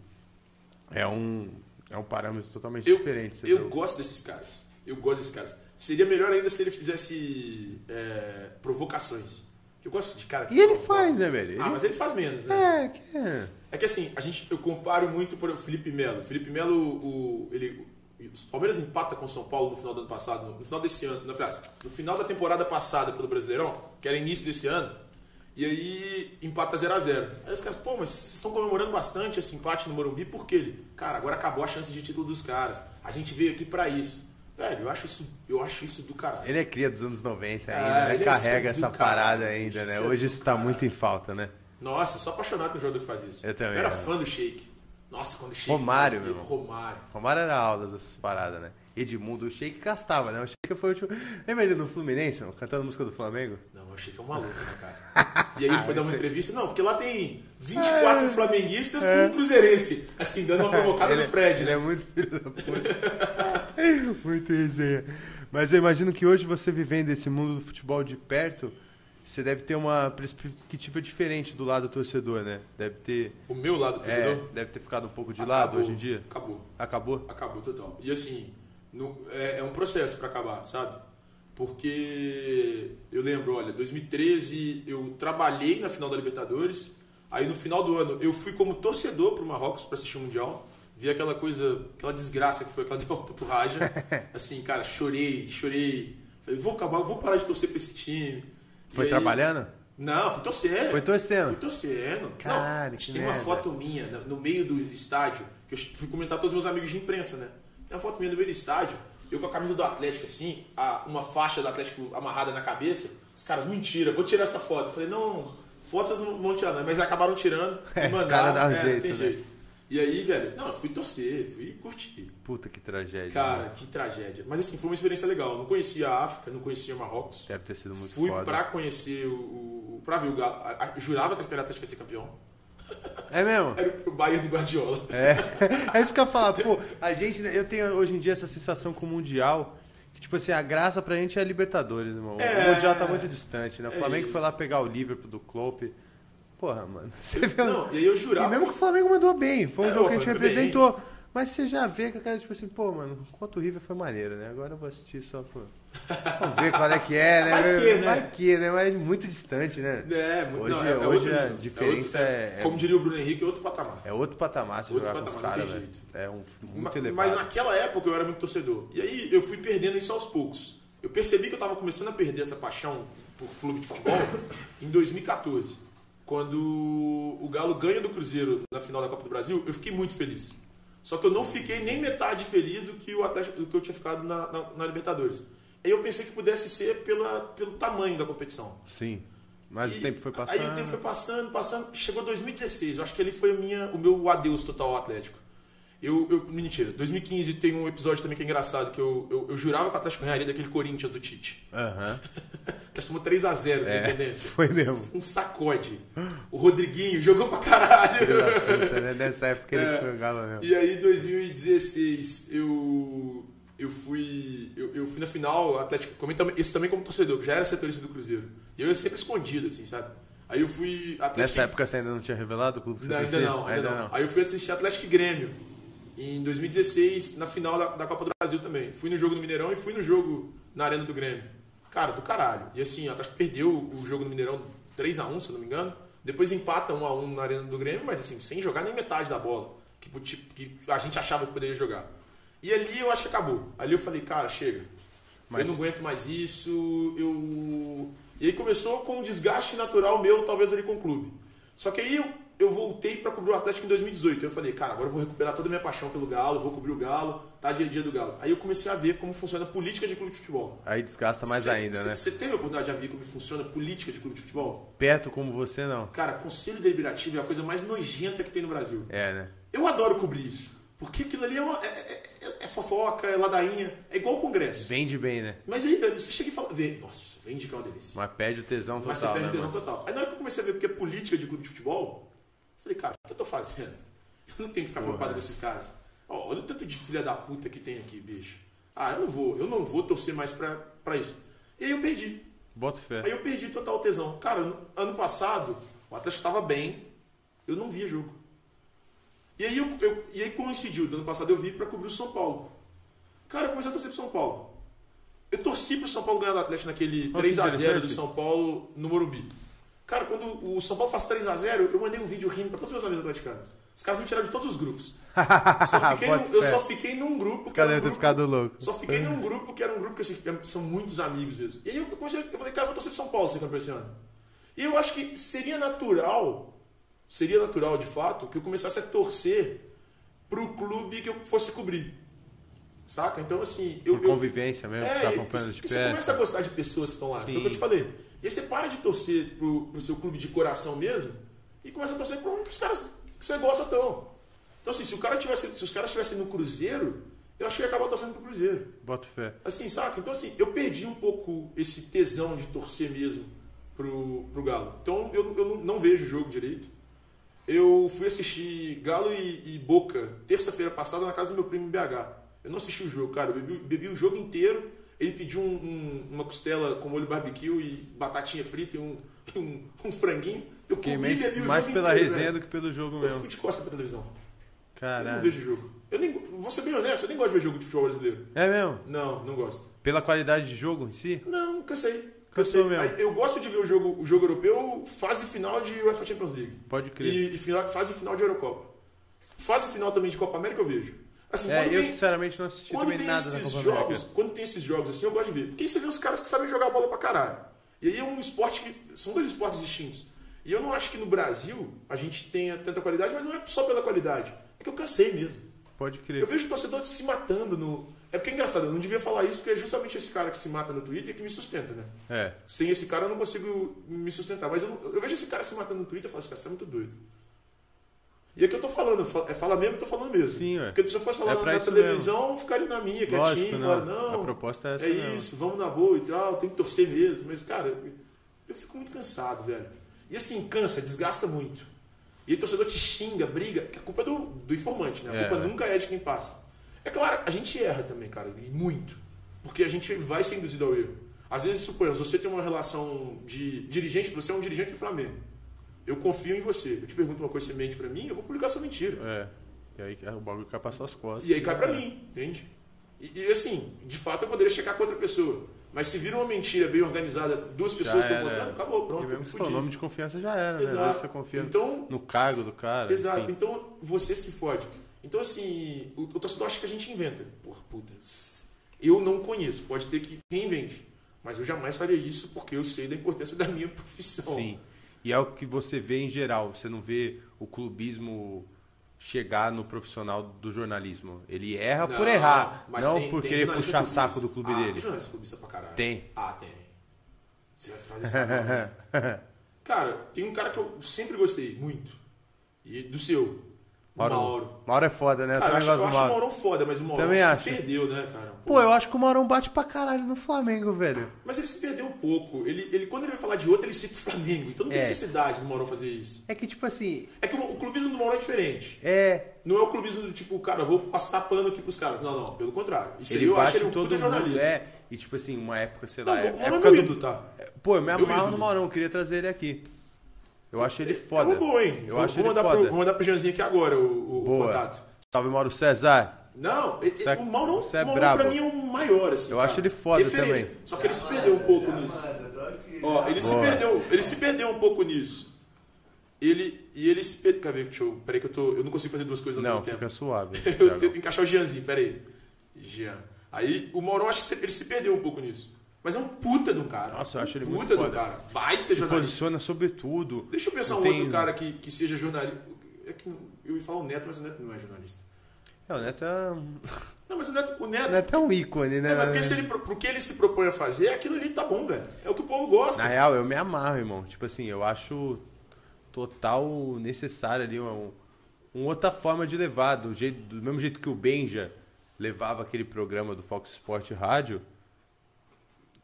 Speaker 1: é um, é um parâmetro totalmente
Speaker 2: Eu,
Speaker 1: diferente. você tá
Speaker 2: eu
Speaker 1: viu?
Speaker 2: gosto desses caras. Eu gosto desses caras. Seria melhor ainda se ele fizesse é, provocações. Eu gosto de cara que
Speaker 1: E ele
Speaker 2: fala
Speaker 1: faz,
Speaker 2: bola.
Speaker 1: né, velho?
Speaker 2: Ah,
Speaker 1: Ele-
Speaker 2: mas ele faz menos, né?
Speaker 1: É, que é.
Speaker 2: É que assim, a gente, eu comparo muito para o Felipe Melo. O Felipe Melo, o, ele, o Palmeiras empata com o São Paulo no final do ano passado, no, no final desse ano, na verdade, no final da temporada passada pelo Brasileirão, que era início desse ano, e aí empata 0 a 0 Aí os caras, pô, mas vocês estão comemorando bastante esse empate no Morumbi, por que ele? Cara, agora acabou a chance de título dos caras. A gente veio aqui para isso. Velho, eu acho isso, eu acho isso do caralho.
Speaker 1: Ele é cria dos anos 90 ainda,
Speaker 2: Ah,
Speaker 1: né?
Speaker 2: ele é
Speaker 1: Carrega
Speaker 2: sangue do
Speaker 1: essa
Speaker 2: caralho,
Speaker 1: parada
Speaker 2: bicho,
Speaker 1: ainda, né?
Speaker 2: sangue
Speaker 1: Hoje
Speaker 2: do
Speaker 1: isso tá muito em falta, né?
Speaker 2: Nossa, eu sou apaixonado pelo jogador que faz isso.
Speaker 1: Eu também,
Speaker 2: era
Speaker 1: né?
Speaker 2: fã do Shake. Nossa, quando o Shake
Speaker 1: Romário,
Speaker 2: fazia,
Speaker 1: meu irmão.
Speaker 2: Romário.
Speaker 1: Romário era aulas dessas paradas, né? Edmundo, o Sheik gastava, né? O Sheik foi o último. Lembra ele no Fluminense, mano, cantando música do Flamengo?
Speaker 2: Não, eu achei que é um maluco, né, cara? E aí ele foi dar uma
Speaker 1: Ah, Achei. É.
Speaker 2: entrevista. Não, porque lá tem 24 flamenguistas com um cruzeirense. Assim, dando uma provocada
Speaker 1: Ele-
Speaker 2: no Fred,
Speaker 1: Ele
Speaker 2: né?
Speaker 1: é muito filho da puta. muito resenha. Mas eu imagino que hoje você vivendo esse mundo do futebol de perto, você deve ter uma perspectiva diferente do lado do torcedor, né? Deve ter.
Speaker 2: O meu lado,
Speaker 1: É,
Speaker 2: torcedor,
Speaker 1: deve ter ficado um pouco de
Speaker 2: acabou.
Speaker 1: lado hoje em dia.
Speaker 2: Acabou.
Speaker 1: Acabou?
Speaker 2: Acabou total. E assim, no- é, é um processo pra acabar, sabe? Porque eu lembro, olha, 2013 eu trabalhei na final da Libertadores. Aí no final do ano eu fui como torcedor pro Marrocos pra assistir o Mundial. Vi aquela coisa, aquela desgraça que foi aquela derrota pro Raja. Assim, cara, chorei, chorei. Falei, vou acabar, vou parar de torcer pra esse time. E
Speaker 1: Foi
Speaker 2: aí-
Speaker 1: trabalhando?
Speaker 2: Não, fui torcendo.
Speaker 1: Foi
Speaker 2: Fui
Speaker 1: torcendo.
Speaker 2: torcendo.
Speaker 1: Cara,
Speaker 2: não,
Speaker 1: que
Speaker 2: tem uma
Speaker 1: merda.
Speaker 2: foto minha né, no- no meio do estádio, que eu fui comentar com os meus amigos de imprensa, né? Tem uma foto minha no meio do estádio, eu com a camisa do Atlético assim, a- uma faixa do Atlético amarrada na cabeça. Os caras, mentira, vou tirar essa foto. Eu falei, não, foto vocês não vão tirar, não. Mas acabaram tirando. me
Speaker 1: É, os caras
Speaker 2: mandaram,
Speaker 1: dão
Speaker 2: é, não
Speaker 1: jeito,
Speaker 2: tem
Speaker 1: né?
Speaker 2: jeito. E aí, velho, não, eu fui torcer, fui curtir.
Speaker 1: Puta que tragédia.
Speaker 2: Cara,
Speaker 1: né?
Speaker 2: que tragédia. Mas assim, foi uma experiência legal. Eu não conhecia a África, não conhecia Marrocos.
Speaker 1: Deve ter sido muito
Speaker 2: Fui
Speaker 1: foda.
Speaker 2: pra conhecer o, o. pra ver o Galo. A- a- Jurava que a Atlético ia ser campeão.
Speaker 1: É mesmo?
Speaker 2: Era o Bayern do Guardiola.
Speaker 1: É. é isso que eu ia falar, pô, a gente, né, eu tenho hoje em dia essa sensação com o Mundial, que tipo assim, a graça pra gente é Libertadores, irmão.
Speaker 2: É.
Speaker 1: O Mundial tá muito distante, né? O
Speaker 2: É
Speaker 1: Flamengo foi lá
Speaker 2: isso.
Speaker 1: pegar o Liverpool do Klopp. Porra, mano, você viu?
Speaker 2: Não, e aí eu
Speaker 1: E
Speaker 2: jurava.
Speaker 1: mesmo que o Flamengo mandou bem, foi um
Speaker 2: É,
Speaker 1: jogo
Speaker 2: o
Speaker 1: que a gente
Speaker 2: Flamengo foi bem.
Speaker 1: representou. Mas você já vê que a cara, tipo assim, pô, mano, quanto o River foi maneiro, né? Agora eu vou assistir só por. Vamos ver qual é que é, né?
Speaker 2: Vai que, né?
Speaker 1: Vai que, né? Mas muito distante, né?
Speaker 2: É, muito
Speaker 1: Hoje-
Speaker 2: não, é- é
Speaker 1: hoje
Speaker 2: outro
Speaker 1: a
Speaker 2: nível. outro-
Speaker 1: diferença é-
Speaker 2: Como diria o Bruno Henrique, é outro patamar.
Speaker 1: É outro patamar se
Speaker 2: Outro
Speaker 1: jogar com os
Speaker 2: patamar, não
Speaker 1: caras,
Speaker 2: tem
Speaker 1: velho. É um, muito
Speaker 2: Ma-
Speaker 1: elevado.
Speaker 2: Mas naquela época eu era muito torcedor. E aí eu fui perdendo isso aos poucos. Eu percebi que eu tava começando a perder essa paixão por clube de futebol em 2014. Quando o Galo ganha do Cruzeiro na final da Copa do Brasil, eu fiquei muito feliz. Só que eu não fiquei nem metade feliz do que, o Atlético, do que eu tinha ficado na, na- na Libertadores. Aí eu pensei que pudesse ser pela, pelo tamanho da competição.
Speaker 1: Sim. Mas
Speaker 2: E
Speaker 1: o tempo foi passando.
Speaker 2: Aí o tempo foi passando, passando. Chegou 2016. Eu acho que ele foi a minha, o meu adeus total ao Atlético. Eu, eu, mentira, 2015 tem um episódio também que é engraçado, que eu, eu, eu jurava que o Atlético ganharia daquele Corinthians do Tite.
Speaker 1: Aham.
Speaker 2: O Atlético tomou 3x0
Speaker 1: É.
Speaker 2: da Independência.
Speaker 1: Foi mesmo.
Speaker 2: Um sacode. O Rodriguinho jogou pra caralho.
Speaker 1: Filho da puta, né? Nessa época ele
Speaker 2: É.
Speaker 1: frangava mesmo.
Speaker 2: E aí, 2016, eu eu fui eu, eu fui na final, o Atlético, como também- isso também como torcedor, que já era setorista do Cruzeiro. E eu ia sempre escondido assim, sabe? Aí eu fui Atlético
Speaker 1: Nessa época você ainda não tinha revelado o clube que você
Speaker 2: Não, ainda
Speaker 1: torcia?
Speaker 2: não, ainda, não. Aí eu fui assistir Atlético e Grêmio em 2016, na final da, da Copa do Brasil também. Fui no jogo do Mineirão e fui no jogo na Arena do Grêmio. Cara, do caralho. E assim, o Atlético perdeu o jogo no Mineirão 3x1, se eu não me engano. Depois empata 1x1 na Arena do Grêmio, mas assim, sem jogar nem metade da bola. Que, tipo, que a gente achava que poderia jogar. E ali eu acho que acabou. Ali eu falei, cara, chega.
Speaker 1: Mas-
Speaker 2: Eu não aguento mais isso. Eu... E aí começou com um desgaste natural meu, talvez ali com o clube. Só que aí eu, eu voltei para cobrir o Atlético em 2018. Eu falei, cara, agora eu vou recuperar toda a minha paixão pelo Galo, vou cobrir o Galo, tá dia a dia do Galo. Aí eu comecei a ver como funciona a política de clube de futebol.
Speaker 1: Aí desgasta mais
Speaker 2: Cê-
Speaker 1: ainda,
Speaker 2: cê-
Speaker 1: né?
Speaker 2: Você teve a oportunidade de ver como funciona a política de clube de futebol?
Speaker 1: Perto como você, não.
Speaker 2: Cara, conselho deliberativo é a coisa mais nojenta que tem no Brasil.
Speaker 1: É, né?
Speaker 2: Eu adoro cobrir isso. Porque aquilo ali é, uma- é- é- é- é fofoca, é ladainha, é igual o Congresso.
Speaker 1: Vende bem, né?
Speaker 2: Mas aí, velho, você chega e fala, vê, nossa, vende que é uma delícia.
Speaker 1: Mas perde o tesão
Speaker 2: Mas você
Speaker 1: total,
Speaker 2: perde
Speaker 1: né,
Speaker 2: tesão
Speaker 1: mano?
Speaker 2: total. Aí na hora que eu comecei a ver o que é política de clube de futebol, eu falei, cara, o que eu tô fazendo? Eu não tenho que ficar
Speaker 1: né?
Speaker 2: preocupado com esses caras. Ó, olha o tanto de filha da puta que tem aqui, bicho. Ah, eu não vou, eu não vou torcer mais pra, pra isso. E aí eu perdi.
Speaker 1: Bota fé.
Speaker 2: Aí eu perdi total tesão. Cara, ano- ano passado, o Atlético tava bem, eu não via jogo. E aí, eu, eu- e aí coincidiu, do ano passado eu vi pra cobrir o São Paulo. Cara, eu comecei a torcer pro São Paulo. Eu torci pro São Paulo ganhar do Atlético naquele
Speaker 1: que
Speaker 2: 3x0 do
Speaker 1: interessante.
Speaker 2: São Paulo no Morumbi. Cara, quando o São Paulo faz 3x0, eu mandei um vídeo rindo pra todos os meus amigos atleticanos. Os caras me tiraram de todos os grupos. Só fiquei
Speaker 1: Bota
Speaker 2: num- eu
Speaker 1: fé.
Speaker 2: só fiquei num grupo.
Speaker 1: Os
Speaker 2: que
Speaker 1: caras
Speaker 2: era um
Speaker 1: devem ter
Speaker 2: grupo-
Speaker 1: ficado louco.
Speaker 2: Só fiquei num grupo que era um grupo que assim, que são muitos amigos mesmo. E aí eu comecei, eu falei, cara, eu vou torcer pro São Paulo ser campeão esse ano. E eu acho que seria natural, seria natural de fato, que eu começasse a torcer pro clube que eu fosse cobrir. Saca? Então assim, eu.
Speaker 1: Por
Speaker 2: eu-
Speaker 1: convivência mesmo, que tá
Speaker 2: É, e-
Speaker 1: acompanhando de
Speaker 2: porque Você começa a
Speaker 1: perto.
Speaker 2: gostar de pessoas que estão lá, foi o que eu te
Speaker 1: Sim.
Speaker 2: falei. E aí você para de torcer pro, pro seu clube de coração mesmo e começa a torcer pro- pros caras que você gosta tão. Então assim, se, o cara tivesse, se os caras estivessem no Cruzeiro, eu acho que eu ia acabar torcendo pro Cruzeiro.
Speaker 1: Bota fé.
Speaker 2: Assim, saca? Então, assim, eu perdi um pouco esse tesão de torcer mesmo pro, pro Galo. Então, eu, eu não, não vejo o jogo direito. Eu fui assistir Galo e, e Boca terça-feira passada na casa do meu primo em BH. Eu não assisti o jogo, cara. Eu bebi, bebi o jogo inteiro. Ele pediu um- um- uma costela com molho barbecue e batatinha frita e um, um, um franguinho. Eu
Speaker 1: Fiquei
Speaker 2: comi e bebi
Speaker 1: mais,
Speaker 2: o
Speaker 1: mais
Speaker 2: jogo
Speaker 1: pela
Speaker 2: inteiro,
Speaker 1: resenha
Speaker 2: velho.
Speaker 1: do que pelo jogo
Speaker 2: né? Eu
Speaker 1: mesmo.
Speaker 2: fico de costas pra televisão. Eu não
Speaker 1: Caralho.
Speaker 2: vejo o jogo. Eu nem, vou ser bem honesto, eu nem gosto de ver jogo de futebol brasileiro.
Speaker 1: É mesmo?
Speaker 2: Não, não gosto.
Speaker 1: Pela qualidade de jogo em si?
Speaker 2: Não, cansei.
Speaker 1: Cansou
Speaker 2: Cansei
Speaker 1: mesmo.
Speaker 2: Aí, Eu gosto de ver o jogo, o jogo europeu, fase final de UEFA Champions League.
Speaker 1: Pode crer.
Speaker 2: E, e fila- fase final de Eurocopa. Fase final também de Copa América eu vejo. Assim,
Speaker 1: É, eu
Speaker 2: quando tem,
Speaker 1: sinceramente não assisti
Speaker 2: quando
Speaker 1: também
Speaker 2: tem
Speaker 1: nada da
Speaker 2: esses
Speaker 1: Copa
Speaker 2: jogos,
Speaker 1: América.
Speaker 2: quando tem esses jogos assim, eu gosto de ver. Porque aí você vê os caras que sabem jogar bola pra caralho. E aí é um esporte que são dois esportes distintos. E eu não acho que no Brasil a gente tenha tanta qualidade, mas não é só pela qualidade. É que eu cansei mesmo.
Speaker 1: Pode
Speaker 2: Eu
Speaker 1: crer.
Speaker 2: vejo torcedor se matando no. É porque é engraçado, eu não devia falar isso, porque é justamente esse cara que se mata no Twitter que me sustenta, né?
Speaker 1: É.
Speaker 2: Sem esse cara eu não consigo me sustentar. Mas eu, não- eu vejo esse cara se matando no Twitter e falo, esse cara você é muito doido. E é que eu tô falando, eu falo- é fala mesmo, eu tô falando mesmo.
Speaker 1: Sim, ué.
Speaker 2: Porque se eu fosse falar
Speaker 1: É pra
Speaker 2: na
Speaker 1: isso
Speaker 2: televisão, eu ficaria na minha,
Speaker 1: Lógico,
Speaker 2: quietinho, falar,
Speaker 1: não.
Speaker 2: não,
Speaker 1: A proposta é essa
Speaker 2: é
Speaker 1: mesmo.
Speaker 2: isso, vamos na boa e tal, tem que torcer mesmo. Mas, cara, eu fico muito cansado, velho. E assim, cansa, desgasta muito. E o torcedor te xinga, briga, que a culpa é do, do informante, né? A
Speaker 1: É,
Speaker 2: culpa
Speaker 1: né?
Speaker 2: nunca é de quem passa. É claro, a gente erra também, cara, e muito. Porque a gente vai ser induzido ao erro. Às vezes, suponhamos, você tem uma relação de dirigente, você é um dirigente do Flamengo. Eu confio em você. Eu te pergunto uma coisa, você mente pra mim, eu vou publicar sua mentira.
Speaker 1: É. E aí o bagulho cai pra suas costas. É.
Speaker 2: E aí cai pra mim, entende? E, e, assim, de fato eu poderia checar com outra pessoa. Mas se vira uma mentira bem organizada, duas pessoas estão
Speaker 1: era,
Speaker 2: contando,
Speaker 1: é.
Speaker 2: acabou,
Speaker 1: E
Speaker 2: pronto, eu
Speaker 1: mesmo
Speaker 2: me
Speaker 1: se for
Speaker 2: fudi.
Speaker 1: nome de confiança já era, né? Às vezes você confia
Speaker 2: Então,
Speaker 1: no cargo do cara.
Speaker 2: exato.
Speaker 1: enfim.
Speaker 2: Então você se fode. Então, assim, o, o torcedor acha que a gente inventa. Porra, puta. Eu não conheço, pode ter que quem invente. Mas eu jamais faria isso porque eu sei da importância da minha profissão.
Speaker 1: Sim. E é o que você vê em geral. Você não vê o clubismo chegar no profissional do jornalismo. Ele erra É por
Speaker 2: Não,
Speaker 1: errar,
Speaker 2: mas
Speaker 1: não
Speaker 2: tem-
Speaker 1: por
Speaker 2: tem
Speaker 1: querer
Speaker 2: jornalista
Speaker 1: puxar
Speaker 2: clubista.
Speaker 1: saco do clube
Speaker 2: ah, Tem
Speaker 1: dele.
Speaker 2: jornalista clubista pra caralho.
Speaker 1: Tem.
Speaker 2: Ah, tem. Você vai fazer isso agora, né? Cara, tem um cara que eu sempre gostei muito. E do seu. O Mauro.
Speaker 1: Mauro é foda, né? Eu
Speaker 2: Cara, eu
Speaker 1: também
Speaker 2: acho, eu
Speaker 1: gosto do
Speaker 2: acho o
Speaker 1: Mauro.
Speaker 2: Maurão foda, mas o Maurão
Speaker 1: Também
Speaker 2: se
Speaker 1: acho.
Speaker 2: perdeu, né, cara?
Speaker 1: Pô, eu acho que o Maurão bate pra caralho no Flamengo, velho.
Speaker 2: Mas ele se perdeu um pouco. Ele, ele, quando ele vai falar de outro, ele cita o Flamengo. Então não tem
Speaker 1: É.
Speaker 2: necessidade do Maurão fazer isso.
Speaker 1: É que, tipo assim,
Speaker 2: É que o, o clubismo do Maurão é diferente.
Speaker 1: é.
Speaker 2: Não é o clubismo do tipo, cara, eu vou passar pano aqui pros caras. Não, não. Pelo contrário. Isso aí
Speaker 1: Ele
Speaker 2: eu
Speaker 1: bate
Speaker 2: acho ele
Speaker 1: em
Speaker 2: um
Speaker 1: todo
Speaker 2: todo
Speaker 1: mundo.
Speaker 2: jornalista.
Speaker 1: É. E, tipo assim, uma época, sei
Speaker 2: Não,
Speaker 1: lá. é-
Speaker 2: o Maurão é
Speaker 1: época
Speaker 2: meu
Speaker 1: do-
Speaker 2: ídolo, tá?
Speaker 1: Pô, eu me
Speaker 2: Meu
Speaker 1: amarro
Speaker 2: ídolo.
Speaker 1: no Maurão, eu queria trazer ele aqui. Eu acho ele
Speaker 2: É
Speaker 1: foda.
Speaker 2: uma boa, hein?
Speaker 1: Eu
Speaker 2: vou,
Speaker 1: acho
Speaker 2: vou
Speaker 1: ele
Speaker 2: mandar
Speaker 1: foda.
Speaker 2: Pro, vou mandar pro Janzinho aqui agora o, o- o
Speaker 1: Boa.
Speaker 2: contato.
Speaker 1: Salve, Mauro César.
Speaker 2: Não, e- e-
Speaker 1: Você é-
Speaker 2: o Maurão,
Speaker 1: você é
Speaker 2: o Maurão
Speaker 1: brabo.
Speaker 2: pra mim é o maior, assim.
Speaker 1: Eu
Speaker 2: cara.
Speaker 1: acho ele foda
Speaker 2: Referência.
Speaker 1: também.
Speaker 2: Só que ele se perdeu um pouco nisso. Ó, ele se
Speaker 1: Boa.
Speaker 2: perdeu, ele se perdeu um pouco nisso. Ele, e ele se perdeu. Cadê? Deixa eu. Peraí que eu tô. Eu não consigo fazer duas coisas ao
Speaker 1: Não,
Speaker 2: mesmo
Speaker 1: fica
Speaker 2: tempo.
Speaker 1: suave.
Speaker 2: um Eu
Speaker 1: Thiago.
Speaker 2: tenho que encaixar o Jeanzinho, peraí. Jean. Aí o Maurão acho que se- ele se perdeu um pouco nisso. Mas é um puta de um cara.
Speaker 1: Nossa, eu
Speaker 2: um
Speaker 1: acho ele
Speaker 2: puta
Speaker 1: muito
Speaker 2: de um
Speaker 1: foda.
Speaker 2: cara. Baita
Speaker 1: Se
Speaker 2: jornalista.
Speaker 1: posiciona sobre tudo.
Speaker 2: Deixa eu pensar
Speaker 1: Não
Speaker 2: um
Speaker 1: tem-
Speaker 2: outro cara que, que seja jornalista. É que não- eu ia falar o Neto, mas o Neto não é jornalista.
Speaker 1: É, o Neto é, um-
Speaker 2: Não, mas o Neto. O Neto
Speaker 1: o Neto é um ícone, né?
Speaker 2: é, mas porque se ele, pro pro que ele se propõe a fazer, aquilo ali tá bom, velho. É o que o povo gosta.
Speaker 1: Na real, eu me amarro, irmão. Tipo assim, eu acho total necessário ali uma, uma outra forma de levar. Do, jeito, do mesmo jeito que o Benja levava aquele programa do Fox Sport Rádio,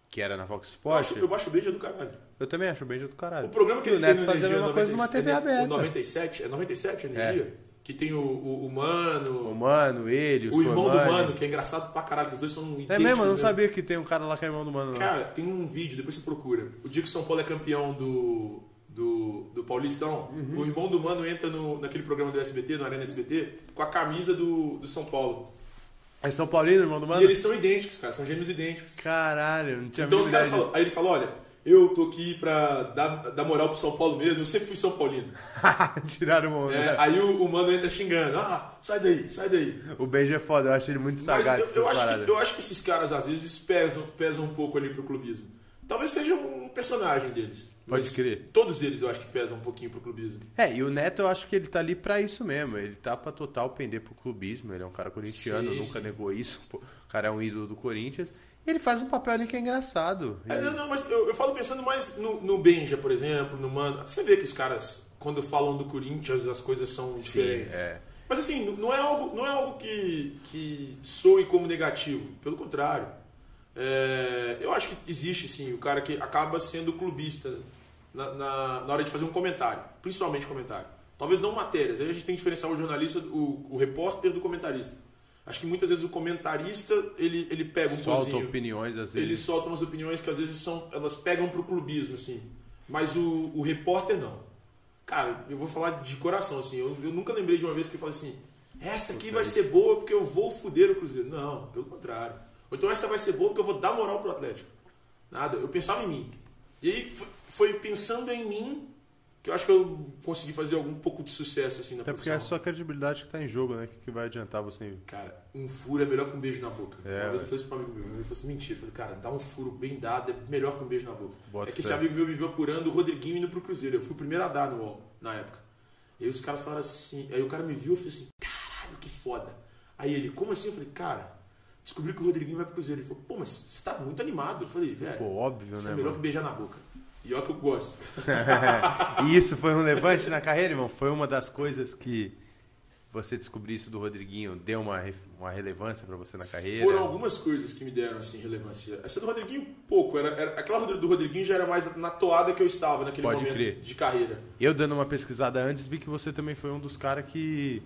Speaker 1: que era na Fox
Speaker 2: eu,
Speaker 1: Sport,
Speaker 2: acho,
Speaker 1: eu,
Speaker 2: eu acho o beijo do caralho.
Speaker 1: também acho o Benja do caralho.
Speaker 2: O programa que
Speaker 1: É. E o
Speaker 2: eles têm
Speaker 1: Neto
Speaker 2: no
Speaker 1: fazia a né?
Speaker 2: Energia
Speaker 1: mesma coisa numa
Speaker 2: 97,
Speaker 1: TV
Speaker 2: né? O
Speaker 1: aberta.
Speaker 2: 97, é 97 a Energia? Que tem o, o, o Mano,
Speaker 1: O Mano, ele, o,
Speaker 2: o irmão do
Speaker 1: Sormani.
Speaker 2: Mano, que é engraçado pra caralho, que os dois são idênticos.
Speaker 1: É mesmo, eu não
Speaker 2: né?
Speaker 1: sabia que tem um cara lá que é irmão do Mano. não.
Speaker 2: Cara, tem um vídeo, depois você procura. O dia que o São Paulo é campeão do, do, do Paulistão, o irmão do Mano entra no, naquele programa do SBT, na Arena SBT, com a camisa do, do São Paulo.
Speaker 1: É São Paulino, irmão do Mano? É
Speaker 2: E eles são idênticos, cara, são gêmeos idênticos.
Speaker 1: Caralho, não tinha
Speaker 2: Então os
Speaker 1: mínima
Speaker 2: caras
Speaker 1: ideia
Speaker 2: falam, aí ele fala, olha, eu tô aqui pra dar, dar moral pro São Paulo mesmo, eu sempre fui São Paulino.
Speaker 1: Tiraram o né? onda.
Speaker 2: É, aí o, o mano entra xingando, ah, sai daí, sai dai.
Speaker 1: O Benji é foda, eu acho ele muito
Speaker 2: Mas
Speaker 1: sagaz. com essas
Speaker 2: eu, eu acho
Speaker 1: paradas.
Speaker 2: que, eu acho que esses caras às vezes pesam, pesam um pouco ali pro clubismo. Talvez seja um personagem deles.
Speaker 1: Pode
Speaker 2: mas
Speaker 1: crer.
Speaker 2: Todos eles eu acho que pesam um pouquinho pro clubismo.
Speaker 1: É, e o Neto eu acho que ele tá ali pra isso mesmo. Ele tá pra total pender pro clubismo. Ele é um cara corintiano,
Speaker 2: Sim,
Speaker 1: nunca
Speaker 2: sim.
Speaker 1: negou isso. pô. O cara é um ídolo do Corinthians. E ele faz um papel ali que é engraçado.
Speaker 2: É,
Speaker 1: Ele-
Speaker 2: não, não, mas eu, eu falo pensando mais no, no Benja, por exemplo, no Mano. Você vê que os caras, quando falam do Corinthians, as coisas são diferentes.
Speaker 1: é.
Speaker 2: Mas assim, não- não é algo, não é algo que, que soe como negativo. Pelo contrário. É, eu acho que existe, sim, o cara que acaba sendo clubista na, na, na hora de fazer um comentário. Principalmente comentário. Talvez não matérias. Aí a gente tem que diferenciar o jornalista, o, o repórter do comentarista. Acho que muitas vezes o comentarista, ele, ele pega um
Speaker 1: solta
Speaker 2: pozinho
Speaker 1: opiniões às vezes.
Speaker 2: eles soltam umas opiniões que às vezes são, elas pegam pro clubismo, assim. Mas o, o repórter não. Cara, eu vou falar de coração, assim. Eu, eu nunca lembrei de uma vez que eu falei assim: essa aqui vai ser boa porque eu vou foder o Cruzeiro. Não, pelo contrário. Ou então essa vai ser boa porque eu vou dar moral pro Atlético. Nada, eu pensava em mim. E aí foi- foi pensando em mim que eu acho que eu consegui fazer algum pouco de sucesso, assim, na
Speaker 1: Até porque é a
Speaker 2: profissão.
Speaker 1: sua credibilidade que tá em jogo, né? O que, que vai adiantar você.
Speaker 2: Cara, um furo é melhor que um beijo na boca.
Speaker 1: É,
Speaker 2: uma vez
Speaker 1: ué.
Speaker 2: eu falei isso pra um amigo meu, ele falou assim, mentira. Eu falei, cara, dá um furo bem dado é melhor que um beijo na boca.
Speaker 1: Bota
Speaker 2: é que esse
Speaker 1: fé.
Speaker 2: amigo meu viveu apurando o Rodriguinho indo pro Cruzeiro. Eu fui o primeiro a dar no UOL, na época. E aí os caras falaram assim, aí o cara me viu e falou assim, caralho, que foda. Aí ele, como assim? Eu falei, cara, descobri que o Rodriguinho vai pro Cruzeiro. Ele falou, pô, mas você tá muito animado. Eu falei, velho,
Speaker 1: Pô, óbvio,
Speaker 2: isso
Speaker 1: né,
Speaker 2: é melhor
Speaker 1: mano?
Speaker 2: que beijar na boca. E olha que eu gosto.
Speaker 1: e isso foi um levante na carreira, irmão? Foi uma das coisas que você descobrir isso do Rodriguinho deu uma, re- uma relevância pra você na carreira?
Speaker 2: Foram algumas coisas que me deram assim relevância. Essa do Rodriguinho, pouco. Era, era- aquela do Rodriguinho já era mais na toada que eu estava naquele
Speaker 1: Pode
Speaker 2: momento
Speaker 1: crer.
Speaker 2: de carreira.
Speaker 1: Eu dando uma pesquisada antes, vi que você também foi um dos caras que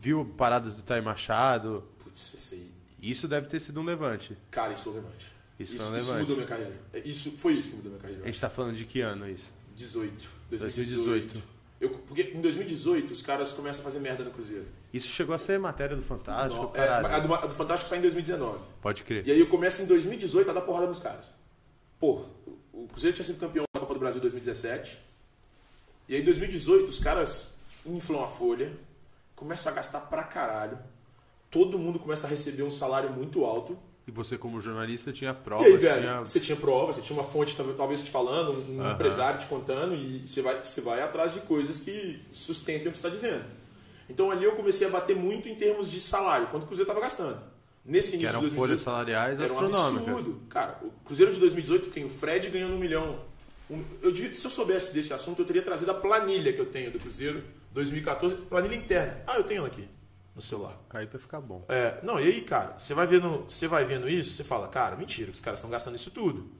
Speaker 1: viu paradas do Thay Machado.
Speaker 2: Putz, essa aí.
Speaker 1: Isso deve ter sido um levante.
Speaker 2: Cara, isso foi um levante.
Speaker 1: Isso foi um
Speaker 2: isso
Speaker 1: levante.
Speaker 2: mudou minha carreira. É, Isso, foi isso que mudou minha
Speaker 1: A
Speaker 2: carreira. eu acho.
Speaker 1: gente tá falando de que ano isso?
Speaker 2: 18.
Speaker 1: 2018.
Speaker 2: 2018. Eu, porque em 2018 os caras começam a fazer merda no Cruzeiro.
Speaker 1: Isso chegou a ser matéria do Fantástico,
Speaker 2: Não, é,
Speaker 1: caralho.
Speaker 2: a, do, a do Fantástico sai em 2019.
Speaker 1: Pode crer.
Speaker 2: E aí eu começo em 2018 a dar porrada nos caras. Pô, o Cruzeiro tinha sido campeão da Copa do Brasil em 2017. E aí em 2018 os caras inflam a folha, começam a gastar pra caralho. Todo mundo começa a receber um salário muito alto.
Speaker 1: E você, como jornalista, tinha
Speaker 2: E
Speaker 1: provas,
Speaker 2: aí, velho,
Speaker 1: tinha
Speaker 2: você tinha prova, você tinha uma fonte talvez- talvez te falando, um
Speaker 1: Aham.
Speaker 2: empresário te contando, e você vai, você vai atrás de coisas que sustentem o que você está dizendo. Então ali eu comecei a bater muito em termos de salário, quanto o Cruzeiro estava gastando. Nesse
Speaker 1: que
Speaker 2: início
Speaker 1: eram
Speaker 2: de
Speaker 1: folhas
Speaker 2: 2018,
Speaker 1: salariais
Speaker 2: era um
Speaker 1: astronômicas.
Speaker 2: absurdo. Cara, o Cruzeiro de 2018 tem o Fred ganhando um milhão. Um- eu devia- se eu soubesse desse assunto, eu teria trazido a planilha que eu tenho do Cruzeiro 2014, planilha interna. Ah, eu tenho ela aqui no celular.
Speaker 1: Aí pra ficar bom.
Speaker 2: É, não, e aí, cara, você vai vendo, você vai vendo isso, você fala, cara, mentira, que os caras estão gastando isso tudo.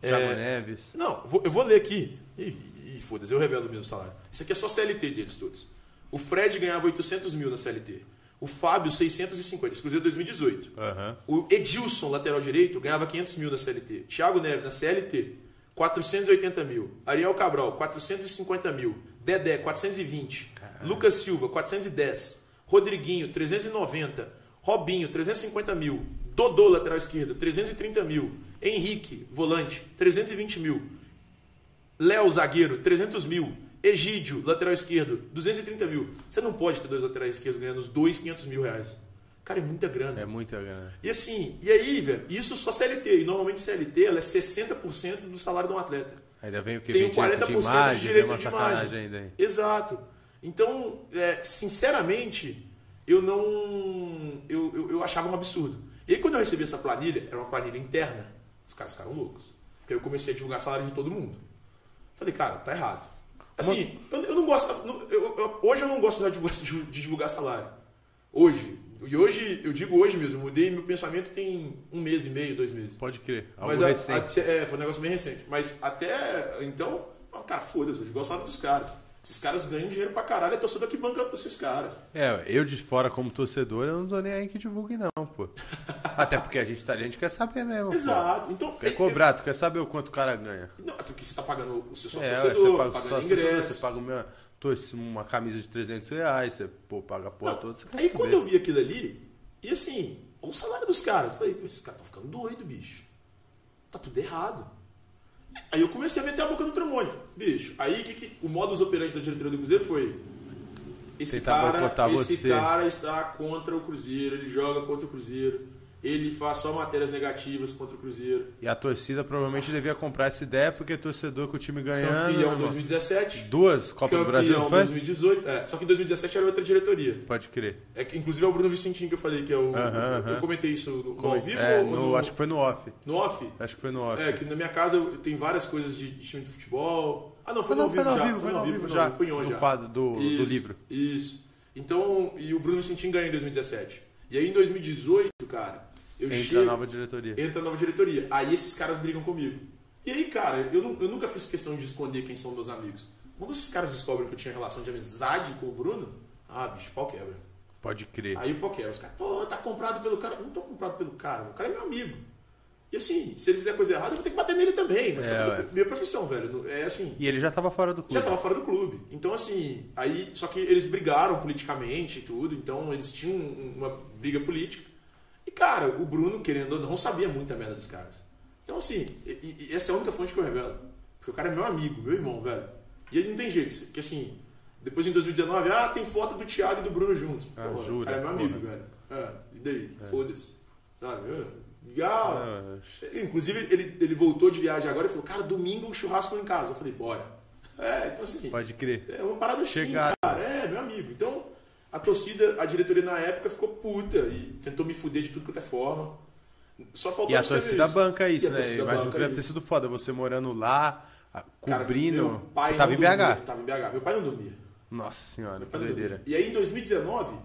Speaker 1: Thiago
Speaker 2: É,
Speaker 1: Neves.
Speaker 2: não, vou- eu vou ler aqui. E, foda-se, eu revelo o mesmo salário. Isso aqui é só CLT deles todos. O Fred ganhava 800 mil na CLT. O Fábio, 650. Esse Cruzeiro é 2018.
Speaker 1: Aham.
Speaker 2: O Edilson, lateral direito, ganhava 500 mil na CLT. Thiago Neves, na CLT, 480 mil. Ariel Cabral, 450 mil. Dedé, 420. Lucas Silva, 410. Rodriguinho, 390. Robinho, 350 mil. Dodô, lateral esquerdo, 330 mil. Henrique, volante, 320 mil. Léo, zagueiro, 300 mil. Egídio, lateral esquerdo, 230 mil. Você não pode ter dois laterais esquerdos ganhando os dois 500 mil reais. Cara, é muita grana.
Speaker 1: É muita grana.
Speaker 2: E assim, e aí, velho, isso só CLT. E normalmente CLT ela é 60% do salário de um atleta.
Speaker 1: Ainda vem o que?
Speaker 2: Tem um
Speaker 1: Vem
Speaker 2: o
Speaker 1: direito
Speaker 2: 40%
Speaker 1: de
Speaker 2: de
Speaker 1: imagem, vem
Speaker 2: direito
Speaker 1: uma
Speaker 2: de imagem.
Speaker 1: sacanagem ainda aí.
Speaker 2: Exato. Então, é, sinceramente, eu não. Eu, eu, eu achava um absurdo. E aí, quando eu recebi essa planilha, era uma planilha interna. Os caras ficaram loucos. Porque aí eu comecei a divulgar salário de todo mundo. Falei, cara, tá errado. Assim, eu, eu não gosto. não- eu- eu- hoje eu não gosto mais de divulgar- de divulgar salário. Hoje. E hoje, eu digo hoje mesmo, eu mudei meu pensamento tem um mês e meio, dois meses.
Speaker 1: Pode crer. Algo
Speaker 2: Mas a-
Speaker 1: recente.
Speaker 2: até- é, foi um negócio bem recente. Mas até então, eu falava, cara, foda-se, eu gostava dos caras. Esses caras ganham dinheiro pra caralho, é torcedor que banca esses caras.
Speaker 1: É, eu de fora como torcedor, eu não tô nem aí que divulgue não, pô. Até porque a gente tá ali, a gente quer saber mesmo. pô.
Speaker 2: Exato. Então,
Speaker 1: Quer cobrar, tu quer saber o quanto o cara ganha.
Speaker 2: Não, até porque você tá pagando o seu sócio
Speaker 1: é,
Speaker 2: torcedor, tá
Speaker 1: você paga o
Speaker 2: pagando
Speaker 1: sócio torcedor,
Speaker 2: ingresso.
Speaker 1: você paga uma, torce- uma camisa de 300 reais, você pô, paga a porra
Speaker 2: Não,
Speaker 1: toda, você quer
Speaker 2: aí
Speaker 1: saber.
Speaker 2: quando eu vi aquilo ali, e assim, olha o salário dos caras. Eu falei, esses caras estão ficando doido, bicho. Tá tudo errado. Aí eu comecei a meter a boca no tramônio, bicho. Aí que, que o modus operandi da diretoria do Cruzeiro foi. Esse,
Speaker 1: Tentar boicotar
Speaker 2: cara, esse
Speaker 1: você.
Speaker 2: cara está contra o Cruzeiro, ele joga contra o Cruzeiro, ele faz só matérias negativas contra o Cruzeiro.
Speaker 1: E a torcida provavelmente devia comprar essa ideia, porque torcedor com o time ganhando.
Speaker 2: Campeão
Speaker 1: É, irmão.
Speaker 2: 2017,
Speaker 1: Duas Copas
Speaker 2: campeão
Speaker 1: do Brasil, não foi?
Speaker 2: 2018. É, só que em 2017 era outra diretoria.
Speaker 1: Pode crer.
Speaker 2: É que, inclusive é o Bruno Vicentinho que eu falei, que é o.
Speaker 1: Aham, aham.
Speaker 2: Eu comentei isso no, no ao vivo
Speaker 1: É,
Speaker 2: ou
Speaker 1: no-
Speaker 2: no,
Speaker 1: acho que foi no off.
Speaker 2: no off?
Speaker 1: Acho que foi no off.
Speaker 2: É, que na minha casa eu tenho várias coisas de de time de futebol. Ah, não,
Speaker 1: Foi
Speaker 2: foi,
Speaker 1: no-
Speaker 2: no,
Speaker 1: foi
Speaker 2: ao
Speaker 1: no
Speaker 2: vivo,
Speaker 1: ao
Speaker 2: já.
Speaker 1: vivo, foi no ao vivo
Speaker 2: ao
Speaker 1: já.
Speaker 2: Foi em on
Speaker 1: Do
Speaker 2: já.
Speaker 1: quadro, do- do
Speaker 2: Isso,
Speaker 1: livro.
Speaker 2: Isso. Então, e o Bruno Vicentim ganhou em 2017. E aí em 2018, cara, eu
Speaker 1: Entra
Speaker 2: chego.
Speaker 1: a nova diretoria.
Speaker 2: Entra a nova diretoria. Aí esses caras brigam comigo. E aí, cara, eu, nu- eu nunca fiz questão de esconder quem são meus amigos. Quando esses caras descobrem que eu tinha relação de amizade com o Bruno, ah, bicho, pau quebra.
Speaker 1: Pode crer.
Speaker 2: Aí o Pokémon, os caras, pô, tá comprado pelo cara. Eu Não tô comprado pelo cara, o cara é meu amigo. E assim, se ele fizer coisa errada, eu vou ter que bater nele também. né? Mas
Speaker 1: É,
Speaker 2: sabe,
Speaker 1: ué.
Speaker 2: minha profissão, velho. não- É assim,
Speaker 1: E ele já tava fora do clube.
Speaker 2: já tava fora do clube. Então, assim, aí. Só que eles brigaram politicamente e tudo, então eles tinham um- uma briga política. E, cara, o Bruno, querendo ou não, sabia muita merda dos caras. Então, assim, e- e- e essa é a única fonte que eu revelo. Porque o cara é meu amigo, meu irmão, velho. E aí não tem jeito, que assim. Depois em 2019, ah, tem foto do Thiago e do Bruno juntos.
Speaker 1: Ah,
Speaker 2: Porra,
Speaker 1: jura,
Speaker 2: O cara é meu amigo,
Speaker 1: porra.
Speaker 2: velho. É, e daí? Foda-se. Sabe? Ah, Legal.
Speaker 1: Ah,
Speaker 2: Inclusive, ele, ele voltou de viagem agora e falou, cara, domingo um churrasco em casa. Eu falei, bora. É, então assim,
Speaker 1: Pode crer.
Speaker 2: é uma parada
Speaker 1: Chegaram.
Speaker 2: assim, cara. É, meu amigo. Então, a torcida, a diretoria na época ficou puta e tentou me fuder de tudo quanto é forma. Só faltou
Speaker 1: E a
Speaker 2: escrever
Speaker 1: torcida
Speaker 2: isso.
Speaker 1: banca
Speaker 2: E
Speaker 1: isso,
Speaker 2: a
Speaker 1: né?
Speaker 2: torcida
Speaker 1: Imagino que
Speaker 2: banca é
Speaker 1: deve ter
Speaker 2: isso.
Speaker 1: sido foda você morando lá, a-
Speaker 2: Cara,
Speaker 1: cobrindo.
Speaker 2: meu pai
Speaker 1: você tava em
Speaker 2: não
Speaker 1: BH.
Speaker 2: dormia, Tava em BH. Meu pai não dormia.
Speaker 1: Nossa senhora,
Speaker 2: Meu
Speaker 1: que
Speaker 2: pai não dormia.
Speaker 1: doideira.
Speaker 2: E aí, em 2019,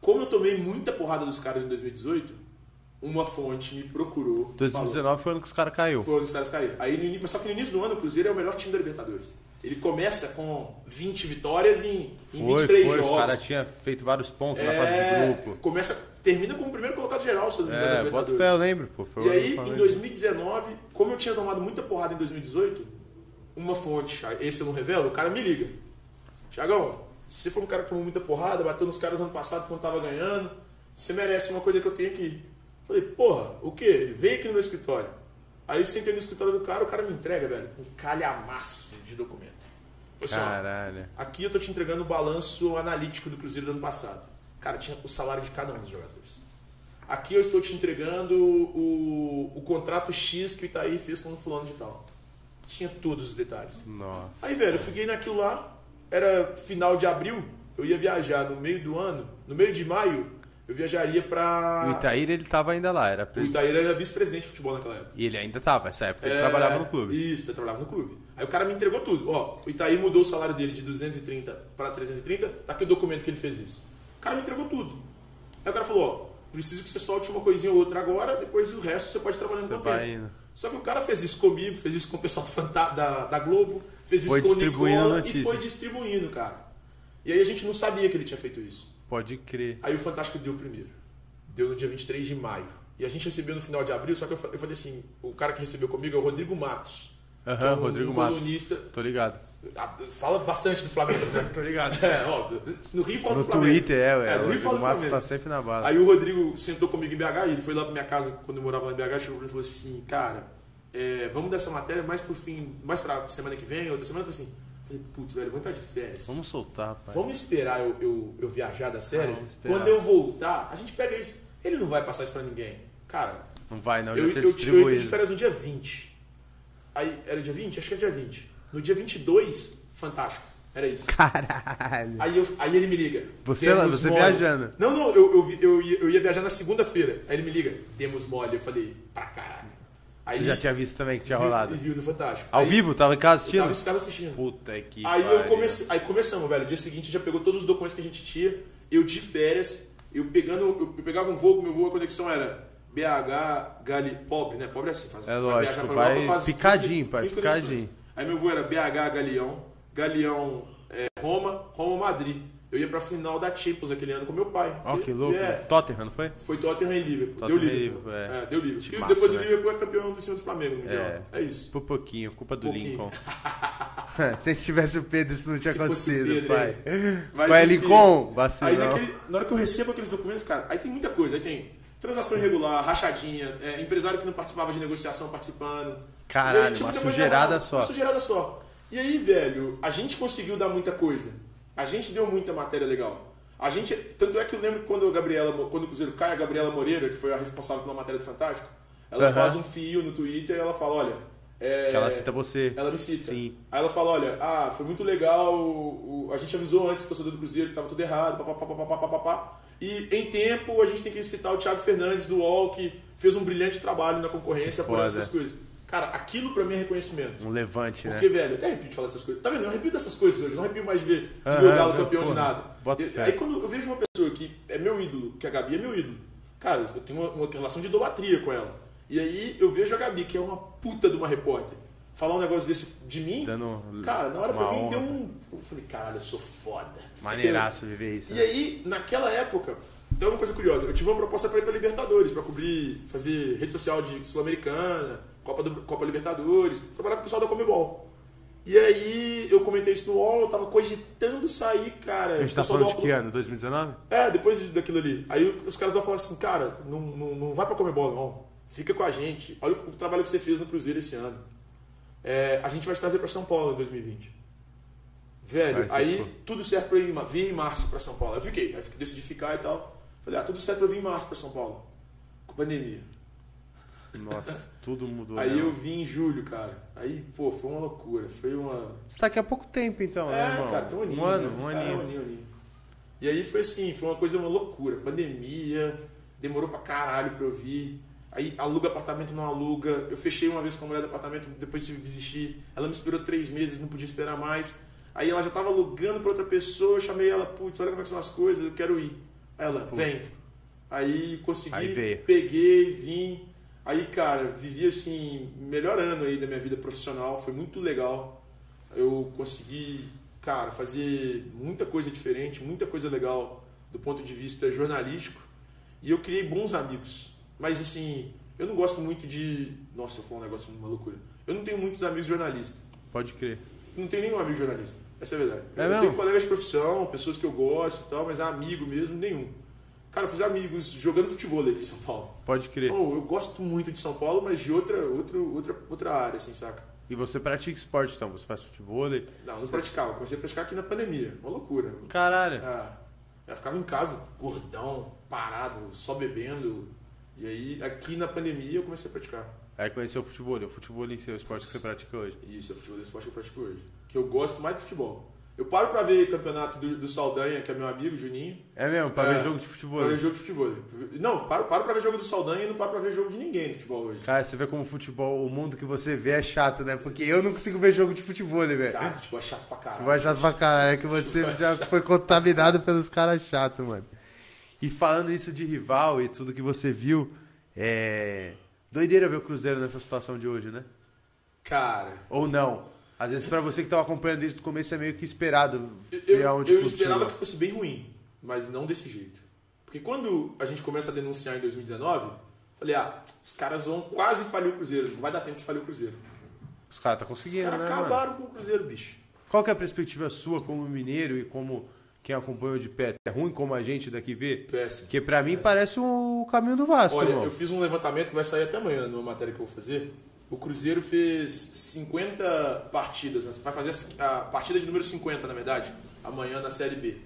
Speaker 2: como eu tomei muita porrada dos caras em 2018, uma fonte me procurou.
Speaker 1: 2019 foi o ano que os caras caiu.
Speaker 2: Foi onde os caras caíram. tá Aí, no início, só que no início do ano, o Cruzeiro é o melhor time da Libertadores. Ele começa com 20 vitórias em, em
Speaker 1: Foi,
Speaker 2: 23
Speaker 1: foi.
Speaker 2: jogos.
Speaker 1: Os caras tinham feito vários pontos na
Speaker 2: É,
Speaker 1: fase de grupo.
Speaker 2: Começa, termina como o primeiro colocado geral, se eu não me engano, da
Speaker 1: É, bota
Speaker 2: Libertadores.
Speaker 1: fé, eu lembro, pô. Foi o
Speaker 2: E
Speaker 1: ano
Speaker 2: aí,
Speaker 1: que eu
Speaker 2: em
Speaker 1: falei.
Speaker 2: 2019, como eu tinha tomado muita porrada em 2018, uma fonte, ah, esse eu não revelo, o cara me liga. Tiagão, você foi um cara que tomou muita porrada, bateu nos caras ano passado quando tava ganhando, você merece uma coisa que eu tenho aqui. Falei, porra, o quê? Ele veio aqui no meu escritório. Aí eu sentei no escritório do cara, o cara me entrega, velho, um calhamaço de documento. Falei assim, ó,
Speaker 1: Caralho.
Speaker 2: Aqui eu tô te entregando o balanço analítico do Cruzeiro do ano passado. Cara, tinha o salário de cada um dos jogadores. Aqui eu estou te entregando o, o contrato X que o Itaí fez com o fulano de tal. Tinha todos os detalhes.
Speaker 1: Nossa.
Speaker 2: Aí, velho, eu fiquei naquilo lá. Era final de abril, eu ia viajar no meio do ano. No meio de maio, eu viajaria pra...
Speaker 1: O Itaíra, ele tava ainda lá. Era
Speaker 2: Ah. O
Speaker 1: pre-
Speaker 2: Itaí era vice-presidente de futebol naquela época.
Speaker 1: E ele ainda tava, essa época. Ele
Speaker 2: É,
Speaker 1: trabalhava no clube.
Speaker 2: Isso, ele trabalhava no clube. Aí o cara me entregou tudo. Ó, o Itaí mudou o salário dele de 230 para 330. Tá aqui o documento que ele fez isso. O cara me entregou tudo. Aí o cara falou, ó, preciso que você solte uma coisinha ou outra agora, depois o resto você pode trabalhar no
Speaker 1: Você
Speaker 2: meu
Speaker 1: vai
Speaker 2: tempo.
Speaker 1: indo.
Speaker 2: Só que o cara fez isso comigo, fez isso com o pessoal do Fanta- da, da Globo, fez isso
Speaker 1: Foi
Speaker 2: com o
Speaker 1: distribuindo a
Speaker 2: Nicola
Speaker 1: notícia.
Speaker 2: e foi distribuindo, cara. E aí a gente não sabia que ele tinha feito isso.
Speaker 1: Pode crer.
Speaker 2: Aí o Fantástico deu primeiro. Deu no dia 23 de maio. E a gente recebeu no final de abril, só que eu fa- eu falei assim, o cara que recebeu comigo é o Rodrigo Matos. que
Speaker 1: Aham,
Speaker 2: é um
Speaker 1: Rodrigo
Speaker 2: um
Speaker 1: Matos.
Speaker 2: colunista.
Speaker 1: Tô ligado.
Speaker 2: ah, Fala bastante do Flamengo, né?
Speaker 1: Tô ligado.
Speaker 2: É, óbvio. No Rio fala
Speaker 1: No
Speaker 2: do Flamengo.
Speaker 1: Twitter, é, ué.
Speaker 2: É,
Speaker 1: o
Speaker 2: no Rio
Speaker 1: Rodrigo
Speaker 2: fala do
Speaker 1: Matos
Speaker 2: Flamengo.
Speaker 1: tá sempre na bala.
Speaker 2: Aí o Rodrigo sentou comigo em BH, e ele foi lá pra minha casa quando eu morava lá em BH, chegou pra mim e falou assim, cara, é, vamos dessa matéria mais pro fim, mais pra semana que vem, outra semana, eu falei assim, falei, putz, velho, eu vou entrar de férias.
Speaker 1: Vamos soltar, pai.
Speaker 2: Vamos esperar eu, eu, eu viajar das
Speaker 1: Ah,
Speaker 2: séries?
Speaker 1: vamos esperar.
Speaker 2: Quando eu voltar, a gente pega isso. Ele não vai passar isso pra ninguém. Cara,
Speaker 1: Não vai, não.
Speaker 2: eu,
Speaker 1: Já
Speaker 2: eu,
Speaker 1: tinha
Speaker 2: eu entrei de
Speaker 1: distribuído.
Speaker 2: férias no dia 20. Aí, era dia 20? Acho que era dia 20. No dia 22, fantástico. Era isso.
Speaker 1: Caralho.
Speaker 2: Aí, eu- aí ele me liga.
Speaker 1: Você
Speaker 2: "Temos
Speaker 1: lá, você
Speaker 2: mole."
Speaker 1: viajando.
Speaker 2: Não, não, eu, eu, vi- eu, ia, eu ia viajar na segunda-feira. Aí ele me liga, temos mole. Eu falei, pra caralho. Aí
Speaker 1: Você já tinha visto também que tinha
Speaker 2: viu-
Speaker 1: rolado.
Speaker 2: E viu no Fantástico.
Speaker 1: Ao
Speaker 2: Aí
Speaker 1: vivo? Tava em casa
Speaker 2: Eu tava
Speaker 1: assistindo?
Speaker 2: esse cara assistindo.
Speaker 1: Puta que
Speaker 2: Aí eu
Speaker 1: pariu.
Speaker 2: comecei, aí começamos, velho. Dia seguinte já pegou todos os documentos que a gente tinha. Eu de férias, eu pegando, eu, eu pegava um voo, meu voo a conexão era BH, Gali, pobre, né? Pobre é assim, faz.
Speaker 1: É lógico,
Speaker 2: viajar pra
Speaker 1: vai
Speaker 2: Europa, faz
Speaker 1: picadinho, pai,
Speaker 2: conexões.
Speaker 1: picadinho.
Speaker 2: Aí meu voo era BH, Galeão, Galeão, é, Roma, Roma, Madrid. Eu ia pra final da Champions aquele ano com meu pai.
Speaker 1: Ó, que
Speaker 2: E-
Speaker 1: louco.
Speaker 2: É,
Speaker 1: Tottenham, não foi?
Speaker 2: foi Tottenham e Liverpool.
Speaker 1: Tottenham
Speaker 2: deu
Speaker 1: e
Speaker 2: Liverpool.
Speaker 1: Liverpool, é.
Speaker 2: deu Liverpool.
Speaker 1: Timaço,
Speaker 2: e depois
Speaker 1: né?
Speaker 2: o Liverpool é campeão do cima do Flamengo no Mundial.
Speaker 1: É.
Speaker 2: É, isso.
Speaker 1: Por pouquinho, culpa do Lincoln.
Speaker 2: Pouquinho.
Speaker 1: Se a gente tivesse o Pedro, isso não tinha
Speaker 2: Se fosse o
Speaker 1: acontecido,
Speaker 2: Pedro, é.
Speaker 1: pai.
Speaker 2: Mas,
Speaker 1: Vai,
Speaker 2: enfim,
Speaker 1: Lincoln,
Speaker 2: Aí
Speaker 1: vacilão.
Speaker 2: naquele- na hora que eu recebo aqueles documentos, cara, aí tem muita coisa. Aí tem transação irregular, rachadinha, é, empresário que não participava de negociação participando, E aí
Speaker 1: Caralho,
Speaker 2: tinha
Speaker 1: uma
Speaker 2: muita coisa
Speaker 1: sujeirada
Speaker 2: errada,
Speaker 1: só.
Speaker 2: Uma sujeirada só. E aí, velho, a gente conseguiu dar muita coisa. A gente deu muita matéria legal. A gente, tanto é que eu lembro que quando a Gabriela, quando o Cruzeiro cai, a Gabriela Moreira, que foi a responsável pela matéria do Fantástico, ela
Speaker 1: Aham.
Speaker 2: faz um fio no Twitter e ela fala, olha, é,
Speaker 1: Que ela cita você.
Speaker 2: ela me cita.
Speaker 1: Sim.
Speaker 2: Aí ela fala, olha, ah, foi muito legal, o- a gente avisou antes o torcedor do Cruzeiro que tava tudo errado, papapá, papapá, papapá. E em tempo a gente tem que citar o Thiago Fernandes do UOL, que fez um brilhante trabalho na concorrência
Speaker 1: Que
Speaker 2: por
Speaker 1: foda.
Speaker 2: essas coisas. Cara, aquilo pra mim é reconhecimento.
Speaker 1: Um levante, né?
Speaker 2: É. Porque, velho, eu até arrepio de falar essas coisas. Tá vendo? Eu arrepio dessas coisas hoje. Não arrepio mais de ver, de
Speaker 1: Aham,
Speaker 2: ver o Galo
Speaker 1: velho,
Speaker 2: campeão de
Speaker 1: porra,
Speaker 2: nada.
Speaker 1: bota
Speaker 2: E-
Speaker 1: fé.
Speaker 2: aí quando eu vejo uma pessoa que é meu ídolo, que a Gabi é meu ídolo, cara, eu tenho uma, uma relação de idolatria com ela. E aí eu vejo a Gabi, que é uma puta de uma repórter, falar um negócio desse de mim.
Speaker 1: Dando
Speaker 2: cara, na hora pra
Speaker 1: uma
Speaker 2: mim
Speaker 1: honra.
Speaker 2: deu um. Eu falei, caralho, eu sou foda.
Speaker 1: Maneiraço viver isso.
Speaker 2: E
Speaker 1: né?
Speaker 2: aí, naquela época, tem uma coisa curiosa. Eu tive uma proposta pra ir pra Libertadores, pra cobrir, fazer rede social de Sul-Americana, Copa, do- Copa Libertadores, trabalhar com o pessoal da Comebol. E aí, eu comentei isso no UOL, eu tava cogitando sair, cara.
Speaker 1: A gente tá
Speaker 2: Pessoal
Speaker 1: falando
Speaker 2: do
Speaker 1: de
Speaker 2: UOL
Speaker 1: que ano? 2019?
Speaker 2: é, depois daquilo ali. Aí os caras vão falar assim, cara, não, não, não vai pra comer bola, não. Fica com a gente. Olha o trabalho que você fez no Cruzeiro esse ano. É, a gente vai te trazer pra São Paulo em 2020. Velho,
Speaker 1: Aí você
Speaker 2: aí
Speaker 1: ficou.
Speaker 2: tudo certo pra eu ir, em ma- vir em março pra São Paulo. Eu fiquei, aí fiquei- decidi ficar e tal. Falei, ah, tudo certo pra eu vir em março pra São Paulo. Com pandemia.
Speaker 1: Nossa, tudo mudou.
Speaker 2: Aí
Speaker 1: né?
Speaker 2: eu vim em julho, cara. Aí, pô, foi uma loucura. Foi uma.
Speaker 1: Você tá aqui há pouco tempo, então, né, irmão?
Speaker 2: cara, tem um aninho.
Speaker 1: Um ano,
Speaker 2: né?
Speaker 1: um
Speaker 2: É, um
Speaker 1: aninho.
Speaker 2: aninho, um aninho. E aí foi assim, foi uma coisa, uma loucura. Pandemia, demorou pra caralho pra eu vir. Aí aluga apartamento, não aluga. Eu fechei uma vez com a mulher do apartamento, depois tive que desistir. Ela me esperou três meses, não podia esperar mais. Aí ela já tava alugando pra outra pessoa, eu chamei ela, putz, olha como é que são as coisas, eu quero ir. Aí Ela, vem. Aí consegui,
Speaker 1: Aí veio.
Speaker 2: peguei, vim. Aí, cara, vivi assim, melhor ano aí da minha vida profissional, foi muito legal. Eu consegui, cara, fazer muita coisa diferente, muita coisa legal do ponto de vista jornalístico. E eu criei bons amigos. Mas assim, eu não gosto muito de. Nossa, eu falei um negócio, uma loucura. Eu não tenho muitos amigos jornalistas.
Speaker 1: Pode crer.
Speaker 2: Não tenho nenhum amigo jornalista. Essa é a verdade.
Speaker 1: É
Speaker 2: eu
Speaker 1: mesmo?
Speaker 2: tenho colegas de profissão, pessoas que eu gosto e tal, mas amigo mesmo, nenhum. Cara, eu fiz amigos jogando futebol aqui em São Paulo.
Speaker 1: Pode crer.
Speaker 2: Então, eu gosto muito de São Paulo, mas de outra, outra, outra, outra área, assim, saca?
Speaker 1: E você pratica esporte, então? Você faz futebol?
Speaker 2: Não, não praticava. Comecei a praticar aqui na pandemia. Uma loucura.
Speaker 1: Caralho.
Speaker 2: Ah, eu ficava em casa, gordão, parado, só bebendo. E aí, aqui na pandemia, eu comecei a praticar.
Speaker 1: Aí conheceu o futebol. O futebol em si é o esporte que você pratica hoje.
Speaker 2: E isso é futebol do esporte que eu pratico hoje. Que eu gosto mais de futebol. Eu paro pra ver campeonato do, do Saldanha, que é meu amigo, Juninho.
Speaker 1: É mesmo? Pra
Speaker 2: É.
Speaker 1: ver jogo de futebol.
Speaker 2: Pra ver jogo de futebol. Não, paro, paro pra ver jogo do Saldanha e não paro pra ver jogo de ninguém no futebol hoje.
Speaker 1: Cara, você vê como o futebol, o mundo que você vê é chato, né? Porque eu não consigo ver jogo de futebol, né, velho?
Speaker 2: Cara, futebol é chato pra
Speaker 1: Futebol
Speaker 2: caralho.
Speaker 1: é chato pra caralho. É que você já foi contaminado pelos caras chato, mano. E falando isso de rival e tudo que você viu, é. Doideira ver o Cruzeiro nessa situação de hoje, né?
Speaker 2: Cara,
Speaker 1: Ou não? Às vezes, pra você que tava acompanhando desde o começo, é meio que esperado
Speaker 2: eu,
Speaker 1: ver
Speaker 2: eu,
Speaker 1: aonde o
Speaker 2: eu
Speaker 1: clube
Speaker 2: esperava que
Speaker 1: chegou.
Speaker 2: fosse bem ruim, mas não desse jeito. Porque quando a gente começa a denunciar em 2019, falei, ah, os caras vão quase falir o Cruzeiro. Não vai dar tempo de falir o Cruzeiro.
Speaker 1: Os caras tá
Speaker 2: Os
Speaker 1: conseguindo,
Speaker 2: caras
Speaker 1: né, mano?
Speaker 2: acabaram com o Cruzeiro, bicho.
Speaker 1: Qual que é a perspectiva sua como mineiro e como quem acompanhou de perto? É ruim como a gente daqui vê?
Speaker 2: Péssimo.
Speaker 1: Porque pra mim parece o caminho do Vasco,
Speaker 2: Olha,
Speaker 1: irmão.
Speaker 2: eu fiz um levantamento que vai sair até amanhã numa matéria que eu vou fazer. O Cruzeiro fez 50 partidas, né? vai fazer a a partida de número 50, na verdade, amanhã na Série B.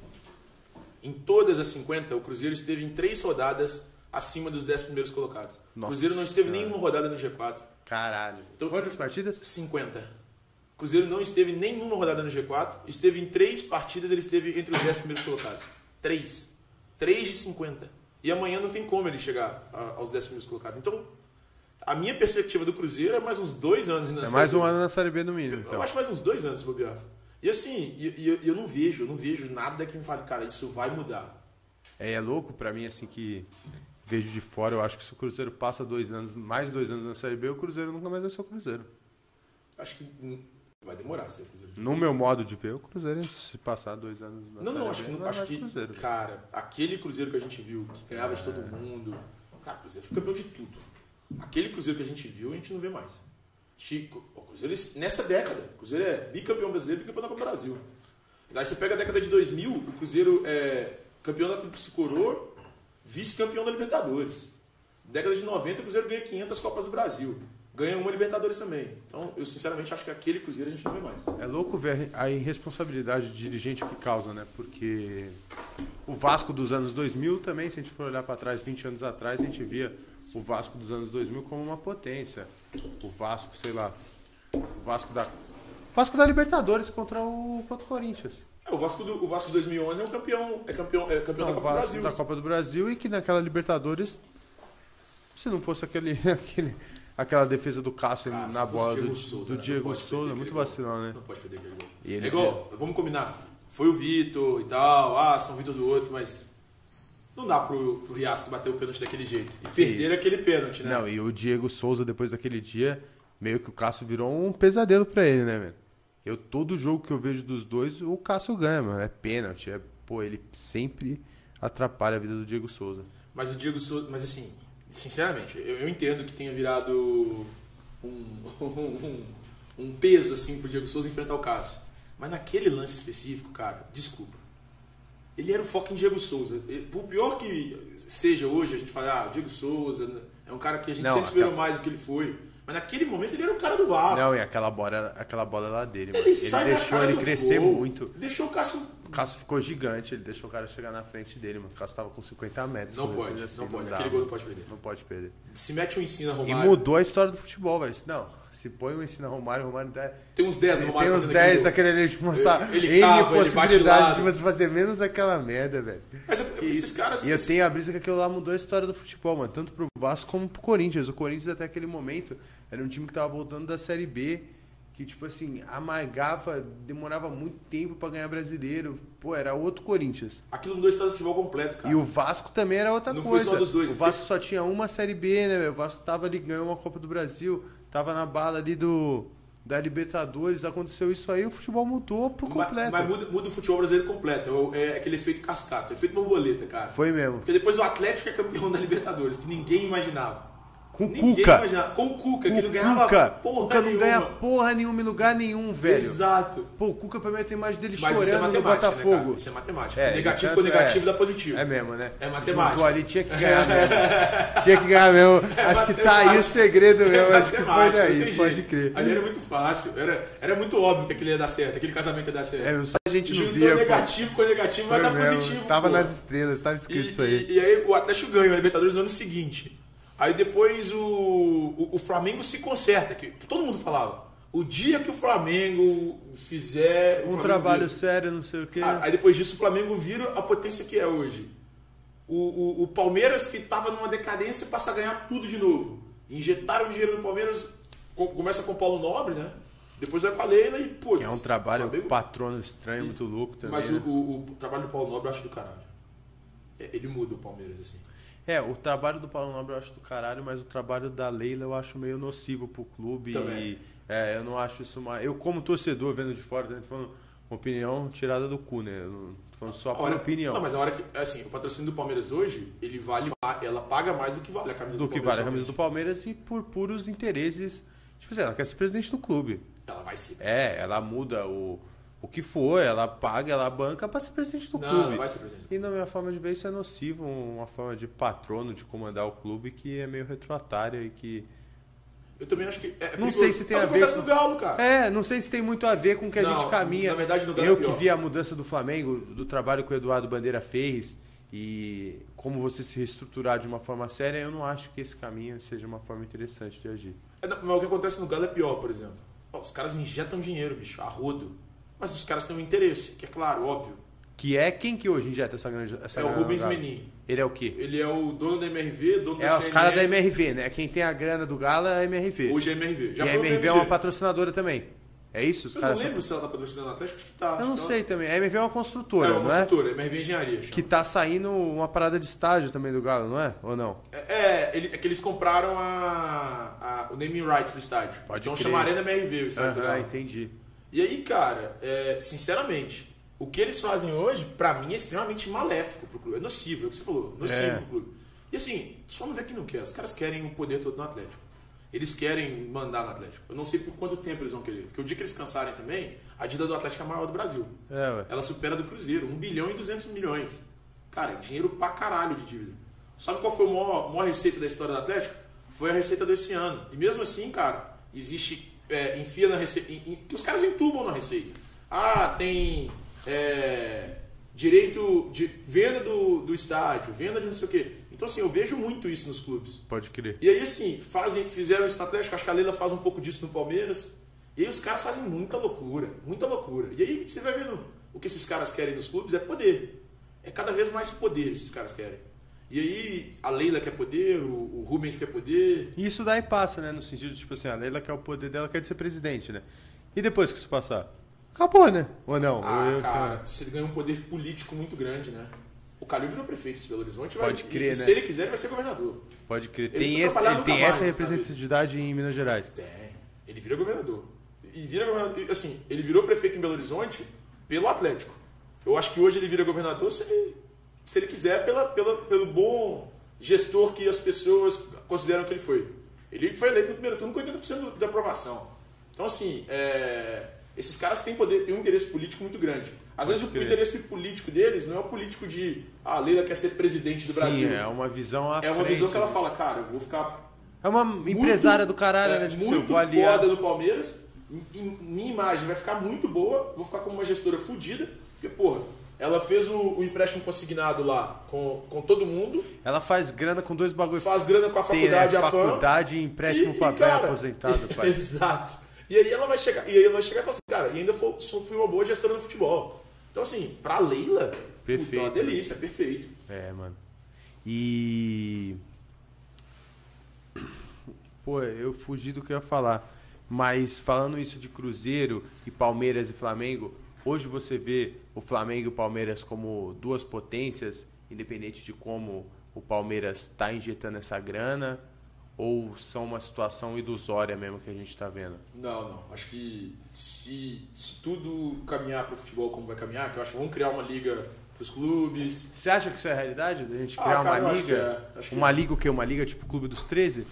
Speaker 2: Em todas as 50, o Cruzeiro esteve em três rodadas acima dos 10 primeiros colocados.
Speaker 1: Nossa
Speaker 2: o Cruzeiro não esteve
Speaker 1: Senhora.
Speaker 2: nenhuma rodada no G4.
Speaker 1: Caralho.
Speaker 2: Então-
Speaker 1: Quantas partidas?
Speaker 2: 50. O Cruzeiro não esteve em nenhuma rodada no G4, esteve em três partidas, ele esteve entre os 10 primeiros colocados. Três. Três de 50. E amanhã não tem como ele chegar a- aos 10 primeiros colocados. Então, a minha perspectiva do Cruzeiro é mais uns dois anos na
Speaker 1: É
Speaker 2: Série
Speaker 1: mais
Speaker 2: B.
Speaker 1: um ano na Série B no mínimo,
Speaker 2: Eu
Speaker 1: então.
Speaker 2: acho mais uns dois anos, se bobear. E assim, e, e eu- eu não vejo, eu não vejo nada que me fale, cara, isso vai mudar.
Speaker 1: É, é louco pra mim, assim, que vejo de fora. Eu acho que se o Cruzeiro passa dois anos, mais dois anos na Série B, o Cruzeiro nunca mais vai ser o Cruzeiro.
Speaker 2: Acho que hum, vai demorar ser Cruzeiro.
Speaker 1: No meu modo de ver, o Cruzeiro, se passar dois anos na
Speaker 2: Não,
Speaker 1: Série
Speaker 2: não,
Speaker 1: B,
Speaker 2: acho que,
Speaker 1: não
Speaker 2: não,
Speaker 1: vai
Speaker 2: acho
Speaker 1: mais
Speaker 2: que
Speaker 1: Cruzeiro.
Speaker 2: cara, aquele Cruzeiro que a gente viu, que ganhava de todo mundo, cara, o Cruzeiro foi campeão de tudo. Aquele Cruzeiro que a gente viu, a gente não vê mais. Chico, o Cruzeiro, nessa década, o Cruzeiro é bicampeão brasileiro e bicampeão da Copa do Brasil. Daí você pega a década de 2000, o Cruzeiro é campeão da Tríplice Coroa, vice-campeão da Libertadores. Década de 90, o Cruzeiro ganha 500 Copas do Brasil. ganha uma Libertadores também. Então, eu sinceramente acho que aquele Cruzeiro a gente não vê mais.
Speaker 1: É louco ver a irresponsabilidade de dirigente que causa, né? Porque o Vasco dos anos 2000 também, se a gente for olhar para trás, 20 anos atrás, a gente via o Vasco dos anos 2000 como uma potência. O Vasco, sei lá, o Vasco da o Vasco da Libertadores contra o contra o Corinthians.
Speaker 2: É, o, Vasco do, o Vasco de 2011 é um campeão, é campeão, é campeão
Speaker 1: Não, o
Speaker 2: da Copa do
Speaker 1: Vasco
Speaker 2: Brasil.
Speaker 1: da Copa do Brasil e que naquela Libertadores se não fosse aquele, aquele aquela defesa do Cássio
Speaker 2: Cara, Ah, se
Speaker 1: na
Speaker 2: fosse
Speaker 1: bola do,
Speaker 2: Souza,
Speaker 1: do
Speaker 2: né? Não
Speaker 1: Diego
Speaker 2: pode perder
Speaker 1: Souza,
Speaker 2: aquele
Speaker 1: muito
Speaker 2: gol.
Speaker 1: vacilão, né?
Speaker 2: Não pode perder aquele gol.
Speaker 1: E ele-
Speaker 2: é igual, vamos combinar. Foi o Vitor e tal, ah, São Vitor do outro, mas não dá pro, pro Riasco bater o pênalti daquele jeito. E perder
Speaker 1: isso.
Speaker 2: aquele pênalti, né?
Speaker 1: Não, e o Diego Souza, depois daquele dia, meio que o Cássio virou um pesadelo pra ele, né, velho? Eu, todo jogo que eu vejo dos dois, o Cássio ganha, mano. É pênalti. É, pô, ele sempre atrapalha a vida do Diego Souza.
Speaker 2: Mas o Diego Souza, mas assim, sinceramente, eu, eu entendo que tenha virado um, um, um peso assim pro Diego Souza enfrentar o Cássio. Mas naquele lance específico, cara, desculpa. Ele era o foco em Diego Souza. Ele- Por pior que seja hoje, a gente fala, ah, Diego Souza né, é um cara que a gente
Speaker 1: Não,
Speaker 2: sempre esperou
Speaker 1: aquela-
Speaker 2: mais do que ele foi. Mas naquele momento ele era o cara do Vasco.
Speaker 1: Não, e aquela bola, aquela bola é lá dele, mano.
Speaker 2: ele, sai da
Speaker 1: deixou
Speaker 2: cara
Speaker 1: ele
Speaker 2: do
Speaker 1: crescer
Speaker 2: gol.
Speaker 1: muito.
Speaker 2: Deixou o Cássio.
Speaker 1: O Cássio ficou gigante, ele deixou o cara chegar na frente dele, mano. O Cássio tava com 50 metros.
Speaker 2: Não
Speaker 1: uma
Speaker 2: pode,
Speaker 1: coisa
Speaker 2: não pode.
Speaker 1: dá,
Speaker 2: Aquele gol não
Speaker 1: mano.
Speaker 2: pode perder.
Speaker 1: Não pode perder.
Speaker 2: Se mete um ensino a
Speaker 1: E
Speaker 2: Romário.
Speaker 1: mudou a história do futebol, velho. Não, se põe um ensina Romário, Romário dá...
Speaker 2: Tem uns 10 no
Speaker 1: Ele
Speaker 2: Romário.
Speaker 1: tem uns
Speaker 2: fazendo aquele
Speaker 1: 10
Speaker 2: gol.
Speaker 1: daquele ali de mostrar
Speaker 2: Ele- ele
Speaker 1: N
Speaker 2: cava, ele bate
Speaker 1: possibilidades
Speaker 2: lado.
Speaker 1: de você fazer menos aquela merda, velho.
Speaker 2: Mas é- esses caras.
Speaker 1: E eu tenho a brisa que aquilo lá mudou a história do futebol, mano. Tanto pro Vasco como pro Corinthians. O Corinthians até aquele momento era um time que tava voltando da Série B. Que, tipo assim, amargava, demorava muito tempo pra ganhar brasileiro. Pô, era outro Corinthians.
Speaker 2: Aquilo mudou a história do futebol completo, cara.
Speaker 1: E o Vasco também era outra
Speaker 2: Não foi
Speaker 1: coisa.
Speaker 2: só dos dois,
Speaker 1: o Vasco só tinha uma Série B, né? velho? O Vasco tava ali, ganhou uma Copa do Brasil, tava na bala ali do da Libertadores, aconteceu isso aí, o futebol mudou por
Speaker 2: Ma-
Speaker 1: completo.
Speaker 2: Mas, muda, muda o futebol brasileiro completo. É o- É, aquele efeito cascata, é efeito borboleta, cara.
Speaker 1: Foi mesmo.
Speaker 2: Porque depois o Atlético é campeão da Libertadores, que ninguém imaginava.
Speaker 1: Com o
Speaker 2: Ninguém
Speaker 1: Cuca.
Speaker 2: imaginava. Com o Cuca, que
Speaker 1: O
Speaker 2: não ganhava
Speaker 1: Cuca,
Speaker 2: porra
Speaker 1: o Cuca não
Speaker 2: nenhuma.
Speaker 1: ganha porra nenhuma em lugar nenhum, velho.
Speaker 2: Exato.
Speaker 1: Pô, o Cuca pra mim tem imagem dele
Speaker 2: Mas isso é
Speaker 1: chorando no
Speaker 2: matemática, né,
Speaker 1: Botafogo.
Speaker 2: cara? Isso é matemática.
Speaker 1: É,
Speaker 2: negativo
Speaker 1: tanto
Speaker 2: com negativo
Speaker 1: é.
Speaker 2: dá positivo.
Speaker 1: É mesmo, né?
Speaker 2: É matemática.
Speaker 1: Juntou ali, tinha que ganhar mesmo. tinha que ganhar mesmo. Acho que tá aí o segredo mesmo. Acho que foi
Speaker 2: É matemática, não tem
Speaker 1: daí, pode
Speaker 2: jeito.
Speaker 1: crer.
Speaker 2: Ali era muito fácil, era, era muito óbvio que aquele ia dar certo, aquele casamento ia dar certo.
Speaker 1: É, meu, só a gente não
Speaker 2: Juntou
Speaker 1: via, pô.
Speaker 2: negativo com negativo vai
Speaker 1: Foi
Speaker 2: dar
Speaker 1: mesmo,
Speaker 2: positivo.
Speaker 1: Tava
Speaker 2: pô.
Speaker 1: nas estrelas, tava escrito
Speaker 2: E-
Speaker 1: isso aí.
Speaker 2: E, e aí o Atlético ganha a Libertadores no ano seguinte. Aí depois o, o, o Flamengo se conserta, que todo mundo falava. O dia que o Flamengo fizer. o
Speaker 1: um
Speaker 2: Flamengo
Speaker 1: trabalho
Speaker 2: vira.
Speaker 1: sério, não sei o quê.
Speaker 2: Ah, Aí depois disso o Flamengo vira a potência que é hoje. O, o, o Palmeiras, que estava numa decadência, passa a ganhar tudo de novo. Injetaram dinheiro no Palmeiras, co- começa com o Paulo Nobre, né? Depois vai com a Leila e, pô.
Speaker 1: Que é um trabalho
Speaker 2: Flamengo-
Speaker 1: patrono estranho, muito louco também.
Speaker 2: Mas o,
Speaker 1: né?
Speaker 2: o- o trabalho do Paulo Nobre eu acho do caralho. É, Ele muda o Palmeiras, assim.
Speaker 1: É, o trabalho do Paulo Nobre eu acho do caralho, mas o trabalho da Leila eu acho meio nocivo pro clube.
Speaker 2: Também.
Speaker 1: E, é, eu não acho isso mais. Eu, como torcedor, vendo de fora, tô falando uma opinião tirada do cu, né? Eu não tô falando só
Speaker 2: A
Speaker 1: por
Speaker 2: hora-
Speaker 1: opinião.
Speaker 2: Não, mas a hora que. Assim, o patrocínio do Palmeiras hoje, ele vale. ma- Ela paga mais do que vale a camisa do,
Speaker 1: Do que
Speaker 2: Palmeiras.
Speaker 1: vale a camisa do Palmeiras e por puros interesses. Tipo assim, ela quer ser presidente do clube.
Speaker 2: Ela vai ser.
Speaker 1: É, ela muda o, o que for, ela paga, ela banca pra ser presidente do
Speaker 2: não,
Speaker 1: clube.
Speaker 2: ela vai ser presidente.
Speaker 1: E na minha forma de ver, isso é nocivo, uma forma de patrono, de comandar o clube que é meio retroatária e que.
Speaker 2: Eu também acho que. É, é
Speaker 1: Não
Speaker 2: perigoso.
Speaker 1: sei se tem
Speaker 2: é o
Speaker 1: a
Speaker 2: que
Speaker 1: ver
Speaker 2: acontece
Speaker 1: com-
Speaker 2: no Galo, cara.
Speaker 1: É, não sei se tem muito a ver com o que a
Speaker 2: Não,
Speaker 1: gente caminha.
Speaker 2: na verdade, no Galo é
Speaker 1: Eu que
Speaker 2: pior.
Speaker 1: vi a mudança do Flamengo, do trabalho que o Eduardo Bandeira fez e como você se reestruturar de uma forma séria, eu não acho que esse caminho seja uma forma interessante de agir.
Speaker 2: É, não, mas o que acontece no Galo é pior, por exemplo. Ó, os caras injetam dinheiro, bicho, a rodo. Mas os caras têm um interesse, que é claro, óbvio.
Speaker 1: Que é quem que hoje injeta essa grande. Essa
Speaker 2: é o
Speaker 1: grana no
Speaker 2: Rubens
Speaker 1: Galo?
Speaker 2: Menin.
Speaker 1: Ele é o quê?
Speaker 2: Ele é o dono da MRV, dono
Speaker 1: É
Speaker 2: da
Speaker 1: os
Speaker 2: CNN,
Speaker 1: caras da MRV, né? Quem tem a grana do Galo é a MRV.
Speaker 2: Hoje é MRV.
Speaker 1: e
Speaker 2: Já
Speaker 1: a
Speaker 2: foi o
Speaker 1: MRV é uma patrocinadora também. É isso? Os
Speaker 2: Eu não
Speaker 1: caras são-
Speaker 2: lembro se ela tá patrocinando o Atlético, acho que tá.
Speaker 1: Eu não
Speaker 2: acho que
Speaker 1: sei também. A MV é uma
Speaker 2: Ela...
Speaker 1: construtora,
Speaker 2: É uma
Speaker 1: não é?
Speaker 2: construtora, MRV Engenharia. chama.
Speaker 1: Que tá saindo uma parada de estádio também do Galo, não é? Ou não?
Speaker 2: É, é, ele- é que eles compraram a, a- o naming rights do estádio.
Speaker 1: Pode
Speaker 2: então
Speaker 1: crer.
Speaker 2: chama Arena MRV o estádio é do
Speaker 1: Aham,
Speaker 2: Galo.
Speaker 1: Ah, entendi.
Speaker 2: E aí, cara, é, sinceramente, o que eles fazem hoje, pra mim, é extremamente maléfico pro clube. É nocivo, é o que você falou, nocivo
Speaker 1: É.
Speaker 2: pro clube. E assim, só não vê quem não quer. Os caras querem o poder todo no Atlético. Eles querem mandar no Atlético. Eu não sei por quanto tempo eles vão querer. Porque o dia que eles cansarem também, a dívida do Atlético é a maior do Brasil.
Speaker 1: É, ué.
Speaker 2: Ela supera a do Cruzeiro, 1 bilhão e 200 milhões. Cara, é dinheiro pra caralho de dívida. Sabe qual foi a maior, maior receita da história do Atlético? Foi a receita desse ano. E mesmo assim, cara, existe. É, enfia na receita. em- em- que os caras entubam na receita. Ah, tem. é, direito. De, venda do, do estádio, venda de não sei o quê. Então, assim, eu vejo muito isso nos clubes.
Speaker 1: Pode crer.
Speaker 2: E aí, assim, fazem, fizeram isso no Atlético, acho que a Leila faz um pouco disso no Palmeiras. E aí os caras fazem muita loucura, muita loucura. E aí você vai vendo o que esses caras querem nos clubes é poder. É cada vez mais poder esses caras querem. E aí a Leila quer poder, o, o Rubens quer poder.
Speaker 1: E isso daí passa, né? No sentido de, tipo assim, a Leila quer o poder dela, quer de ser presidente, né? E depois que isso passar? Acabou, né? Ou não?
Speaker 2: Ah,
Speaker 1: Eu- eu-
Speaker 2: cara, você ganha um poder político muito grande, né? O Calil virou prefeito de Belo Horizonte vai,
Speaker 1: Pode crer,
Speaker 2: e, e
Speaker 1: né?
Speaker 2: se ele quiser, ele vai ser governador.
Speaker 1: Pode crer.
Speaker 2: Ele
Speaker 1: Tem,
Speaker 2: precisa
Speaker 1: esse,
Speaker 2: trabalhar
Speaker 1: ele
Speaker 2: no
Speaker 1: tem
Speaker 2: trabalho,
Speaker 1: essa
Speaker 2: sabe?
Speaker 1: representatividade em Minas Gerais.
Speaker 2: Tem. Ele vira governador. E vira governador. e, Assim, ele virou prefeito em Belo Horizonte pelo Atlético. Eu acho que hoje ele vira governador se ele, se ele quiser, pela, pela, pelo bom gestor que as pessoas consideram que ele foi. Ele foi eleito no primeiro turno com 80% de aprovação. Então, assim, é, esses caras têm poder, têm um interesse político muito grande. Às vezes, o
Speaker 1: crer.
Speaker 2: interesse político deles não é o político de. Ah, a Leila quer ser presidente do
Speaker 1: Sim,
Speaker 2: Brasil.
Speaker 1: é uma visão à
Speaker 2: É uma
Speaker 1: frente,
Speaker 2: visão que ela
Speaker 1: né?
Speaker 2: fala, cara, eu vou ficar
Speaker 1: É uma empresária do caralho,
Speaker 2: é,
Speaker 1: né? Tipo, assim, eu
Speaker 2: muito
Speaker 1: vou aliar...
Speaker 2: foda no Palmeiras. E minha imagem vai ficar muito boa. Vou ficar como uma gestora fodida. Porque, porra, ela fez o, o empréstimo consignado lá com, com todo mundo.
Speaker 1: Ela faz grana com dois bagulho.
Speaker 2: Faz grana com a
Speaker 1: Tem, né?
Speaker 2: faculdade, a fã.
Speaker 1: faculdade e empréstimo
Speaker 2: E- e,
Speaker 1: pra velho
Speaker 2: cara,
Speaker 1: aposentado, pai.
Speaker 2: Exato. E aí ela vai chegar, e aí ela vai chegar e falar assim, cara, e ainda fo- sou- fui uma boa gestora no futebol. Então, assim, pra Leila,
Speaker 1: Perfeito,
Speaker 2: puta, é uma
Speaker 1: né?
Speaker 2: delícia, perfeito.
Speaker 1: É, mano. E. Pô, eu fugi do que eu ia falar. Mas falando isso de Cruzeiro e Palmeiras e Flamengo, hoje você vê o Flamengo e o Palmeiras como duas potências, independente de como o Palmeiras está injetando essa grana, ou são uma situação ilusória mesmo que a gente está vendo?
Speaker 2: Não, não. Acho que se, se tudo caminhar pro futebol como vai caminhar, que eu acho que vão criar uma liga pros clubes,
Speaker 1: Você acha que isso é a realidade? Da gente
Speaker 2: Ah,
Speaker 1: criar
Speaker 2: cara, eu
Speaker 1: uma
Speaker 2: acho
Speaker 1: liga?
Speaker 2: que é, acho que
Speaker 1: Uma liga o quê? Uma liga tipo Clube dos 13?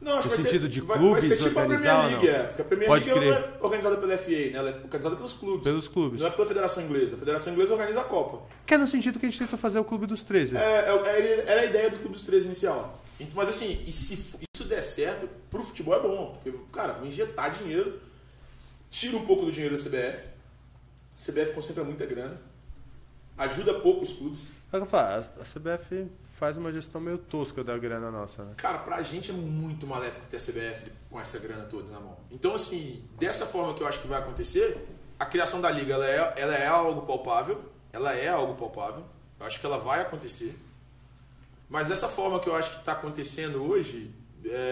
Speaker 2: Não, acho
Speaker 1: No
Speaker 2: que vai
Speaker 1: sentido
Speaker 2: ser-
Speaker 1: de
Speaker 2: vai-
Speaker 1: clubes
Speaker 2: vai ser tipo a
Speaker 1: organizar ou
Speaker 2: Premier League,
Speaker 1: não?
Speaker 2: é, porque a Premier
Speaker 1: Pode
Speaker 2: League ela
Speaker 1: crer.
Speaker 2: não é organizada pela FA, né? Ela é organizada pelos clubes.
Speaker 1: Pelos clubes.
Speaker 2: Não é pela Federação Inglesa. A Federação Inglesa organiza a Copa.
Speaker 1: Que é no sentido que a gente tenta fazer o Clube dos 13.
Speaker 2: É, é- era a ideia do Clube dos Três inicial. Então, Mas assim, e se f- isso der certo, pro futebol é bom. Porque, cara, vou injetar dinheiro, tira um pouco do dinheiro da CBF. CBF concentra muita grana, ajuda pouco os clubes.
Speaker 1: É o que eu falo, a CBF faz uma gestão meio tosca da grana nossa, né?
Speaker 2: Cara, pra gente é muito maléfico ter a CBF com essa grana toda na mão. Então, assim, dessa forma que eu acho que vai acontecer, a criação da liga ela é, ela é algo palpável. Ela é algo palpável. Eu acho que ela vai acontecer. Mas dessa forma que eu acho que está acontecendo hoje,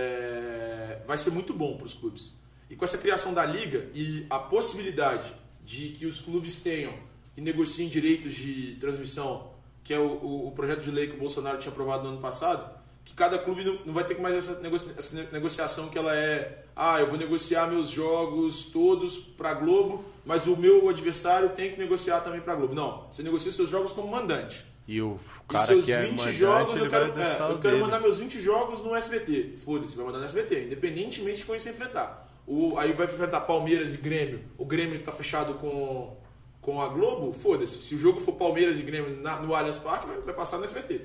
Speaker 2: é, vai ser muito bom para os clubes. E com essa criação da liga e a possibilidade de que os clubes tenham e negociem direitos de transmissão, que é o, o- o projeto de lei que o Bolsonaro tinha aprovado no ano passado, que cada clube não, não vai ter mais essa, negocia- essa ne- negociação que ela é, ah, eu vou negociar meus jogos todos para Globo, mas o meu adversário tem que negociar também para Globo. Não, você negocia seus jogos como mandante.
Speaker 1: E o
Speaker 2: E
Speaker 1: cara
Speaker 2: seus
Speaker 1: que é
Speaker 2: 20
Speaker 1: mandante,
Speaker 2: jogos,
Speaker 1: ele
Speaker 2: eu quero,
Speaker 1: vai testar
Speaker 2: é,
Speaker 1: o
Speaker 2: eu quero
Speaker 1: dele.
Speaker 2: mandar meus 20 jogos no SBT. Foda-se, vai mandar no SBT, independentemente de quem você enfrentar. O, aí vai enfrentar Palmeiras e Grêmio. O Grêmio tá fechado com, com a Globo, foda-se. Se o jogo for Palmeiras e Grêmio na- no Allianz Parque, vai, vai passar no SBT.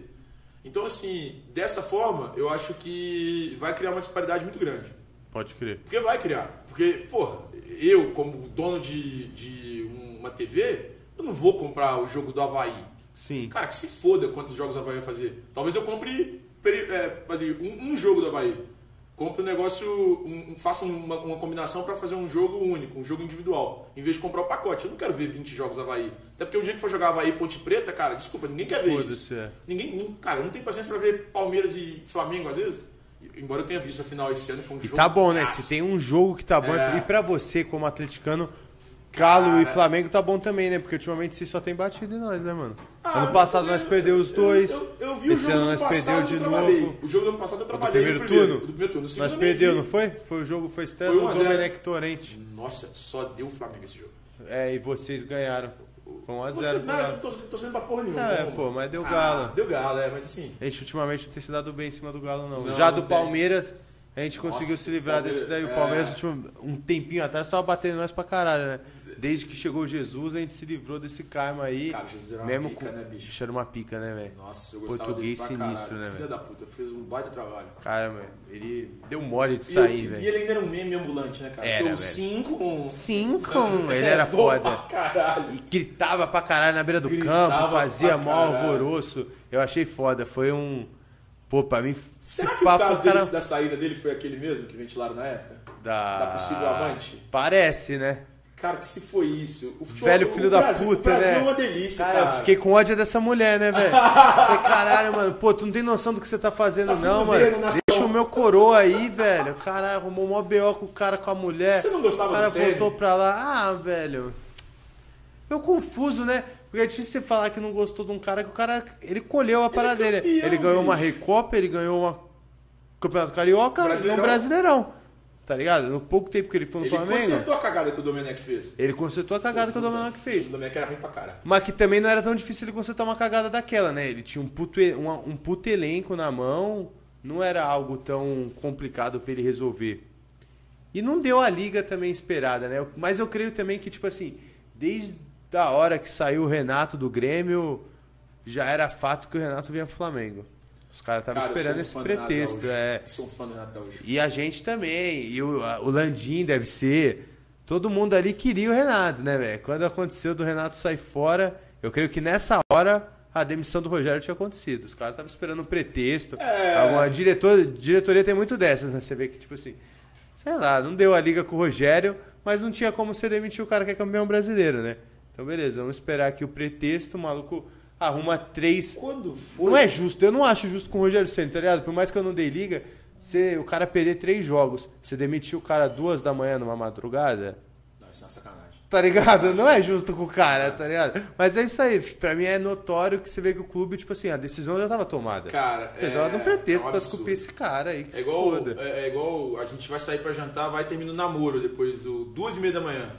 Speaker 2: Então, assim, dessa forma, eu acho que vai criar uma disparidade muito grande.
Speaker 1: Pode crer.
Speaker 2: Porque vai criar. Porque, porra, eu, como dono de, de uma TV, eu não vou comprar o jogo do Havaí.
Speaker 1: Sim.
Speaker 2: Cara, que se foda quantos jogos o Havaí vai fazer. Talvez eu compre peri- é, ali, um, um jogo do Havaí. Compre um negócio, um, um- faça uma, uma combinação pra fazer um jogo único, um jogo individual. Em vez de comprar o pacote. Eu não quero ver 20 jogos do Havaí. Até porque o dia que for jogar Havaí e Ponte Preta, cara, desculpa, ninguém quer ver isso.
Speaker 1: Foda-se, é.
Speaker 2: Ninguém, nin- cara, eu não tenho paciência pra ver Palmeiras e Flamengo às vezes. E- Embora eu tenha visto a final esse ano, foi um
Speaker 1: E
Speaker 2: jogo.
Speaker 1: tá bom, né? Se tem um jogo que tá bom.
Speaker 2: É.
Speaker 1: E pra você, como atleticano, Galo e
Speaker 2: Cara.
Speaker 1: Flamengo tá bom também, né? Porque ultimamente você só tem batido em nós, né, mano?
Speaker 2: Ah,
Speaker 1: ano passado
Speaker 2: eu-
Speaker 1: nós perdemos os
Speaker 2: eu-
Speaker 1: dois.
Speaker 2: Eu, eu vi
Speaker 1: Esse
Speaker 2: o
Speaker 1: ano
Speaker 2: jogo do ano
Speaker 1: nós perdeu
Speaker 2: passado,
Speaker 1: de
Speaker 2: eu
Speaker 1: novo.
Speaker 2: trabalhei. O jogo do ano passado eu
Speaker 1: Do
Speaker 2: trabalhei
Speaker 1: primeiro,
Speaker 2: no
Speaker 1: turno?
Speaker 2: Do primeiro turno. No segundo
Speaker 1: Nós
Speaker 2: eu nem
Speaker 1: perdeu,
Speaker 2: vi.
Speaker 1: não foi? Foi o jogo, foi Stella,
Speaker 2: Foi um a zero.
Speaker 1: Domenech Torrente.
Speaker 2: Nossa, só deu o Flamengo esse jogo.
Speaker 1: É, e vocês ganharam. Foi 1 a 0
Speaker 2: Vocês nada, não tô tô torcendo pra porra nenhuma.
Speaker 1: É,
Speaker 2: Vamos.
Speaker 1: pô, mas deu galo.
Speaker 2: Ah, deu galo, é, mas assim.
Speaker 1: A gente ultimamente não tem se dado bem em cima do Galo, não.
Speaker 2: Não,
Speaker 1: Já
Speaker 2: não
Speaker 1: do
Speaker 2: tem.
Speaker 1: Palmeiras, a gente
Speaker 2: Nossa,
Speaker 1: conseguiu se livrar
Speaker 2: Palmeiras-
Speaker 1: desse daí. O tipo,
Speaker 2: é.
Speaker 1: Palmeiras, ultim- um tempinho atrás, tava batendo em nós pra caralho, né? desde que chegou Jesus, a gente se livrou desse karma aí.
Speaker 2: Cara, Jesus era uma
Speaker 1: mesmo
Speaker 2: pica,
Speaker 1: com-
Speaker 2: né, bicho?
Speaker 1: era uma pica, né, velho?
Speaker 2: Nossa, eu gostava
Speaker 1: Português
Speaker 2: dele pra
Speaker 1: sinistro,
Speaker 2: caralho.
Speaker 1: né,
Speaker 2: Filha
Speaker 1: velho?
Speaker 2: da puta, fez um baita trabalho.
Speaker 1: Cara, mano, ele deu mole de
Speaker 2: E
Speaker 1: sair,
Speaker 2: ele- E
Speaker 1: velho.
Speaker 2: ele ainda era um meme ambulante, né, cara?
Speaker 1: Era,
Speaker 2: Porque o
Speaker 1: velho.
Speaker 2: 5...
Speaker 1: Cinco! Ele era foda.
Speaker 2: é Caralho.
Speaker 1: E gritava pra caralho na beira do
Speaker 2: Gritava
Speaker 1: campo, fazia
Speaker 2: pra
Speaker 1: mó
Speaker 2: caralho.
Speaker 1: alvoroço. Eu achei foda. Foi um. Pô, pra mim, esse
Speaker 2: Será que o
Speaker 1: papo,
Speaker 2: caso
Speaker 1: cara-
Speaker 2: dele- da saída dele foi aquele mesmo que ventilaram na época?
Speaker 1: da...
Speaker 2: da possível amante?
Speaker 1: Parece, né?
Speaker 2: Cara, que se foi isso? O futebol-
Speaker 1: Velho
Speaker 2: o
Speaker 1: filho da
Speaker 2: Brasil-
Speaker 1: puta,
Speaker 2: O Brasil
Speaker 1: né?
Speaker 2: é uma delícia,
Speaker 1: Cara,
Speaker 2: cara.
Speaker 1: eu fiquei com ódio dessa mulher, né, velho? Falei, caralho, mano, pô, tu não tem noção do que você tá fazendo,
Speaker 2: Tá
Speaker 1: não, mano.
Speaker 2: fudendo, nação.
Speaker 1: Deixa o meu coroa aí, velho. Caralho, arrumou um mó BO com o cara, com a mulher.
Speaker 2: Você não gostava
Speaker 1: O cara
Speaker 2: do Ceni?
Speaker 1: voltou pra lá. Ah, velho. Eu confuso, né? Porque é difícil você falar que não gostou de um cara que o cara. Ele colheu a parada dele.
Speaker 2: é campeão,
Speaker 1: ele ganhou uma
Speaker 2: bicho.
Speaker 1: Recopa, ele ganhou uma Campeonato Carioca e um
Speaker 2: Brasileirão.
Speaker 1: Brasileirão. Tá ligado? No pouco tempo que ele foi no
Speaker 2: Ele
Speaker 1: Flamengo.
Speaker 2: consertou a cagada que o Domenech fez.
Speaker 1: Ele consertou a cagada que o Domenech fez.
Speaker 2: é O Domenech era ruim pra caralho.
Speaker 1: Mas que também não era tão difícil ele consertar uma cagada daquela, né? Ele tinha um puto, e- uma- um puto elenco na mão, não era algo tão complicado pra ele resolver. E não deu a liga também esperada, né? Mas eu creio também que, tipo assim, desde a hora que saiu o Renato do Grêmio, já era fato que o Renato vinha pro Flamengo. Os caras estavam
Speaker 2: Cara, eu
Speaker 1: esperando
Speaker 2: sou um
Speaker 1: esse
Speaker 2: fã do Renato
Speaker 1: pretexto,
Speaker 2: Gaúcho.
Speaker 1: é.
Speaker 2: Eu sou um fã do Renato Gaúcho.
Speaker 1: E a gente também, e o, a- o Landim deve ser. Todo mundo ali queria o Renato, né, velho? Quando aconteceu do Renato sair fora, eu creio que nessa hora a demissão do Rogério tinha acontecido. Os caras estavam esperando um pretexto. Alguma diretor, diretoria tem muito dessas, né? Você vê que, tipo assim, sei lá, não deu a liga com o Rogério, mas não tinha como você demitir o cara que é campeão brasileiro, né? Então, beleza, vamos esperar aqui o pretexto, o maluco arruma três
Speaker 2: Quando foi?
Speaker 1: não é justo, eu não acho justo com o Rogério Senna, tá ligado? Por mais que eu não dei liga, você, o cara perder três jogos, você demitir o cara duas da manhã numa madrugada,
Speaker 2: Não, isso é uma sacanagem.
Speaker 1: tá ligado? Não é justo com o cara, tá ligado? Mas é isso aí, pra mim é notório que você vê que o clube, tipo assim, a decisão já tava tomada.
Speaker 2: Cara,
Speaker 1: Apesar
Speaker 2: é-
Speaker 1: de um pretexto
Speaker 2: é um
Speaker 1: pra
Speaker 2: absurdo.
Speaker 1: esculpir esse cara aí que
Speaker 2: É
Speaker 1: se
Speaker 2: igual,
Speaker 1: foda.
Speaker 2: é, é igual a gente vai sair pra jantar, vai terminar o namoro depois do duas e meia da manhã.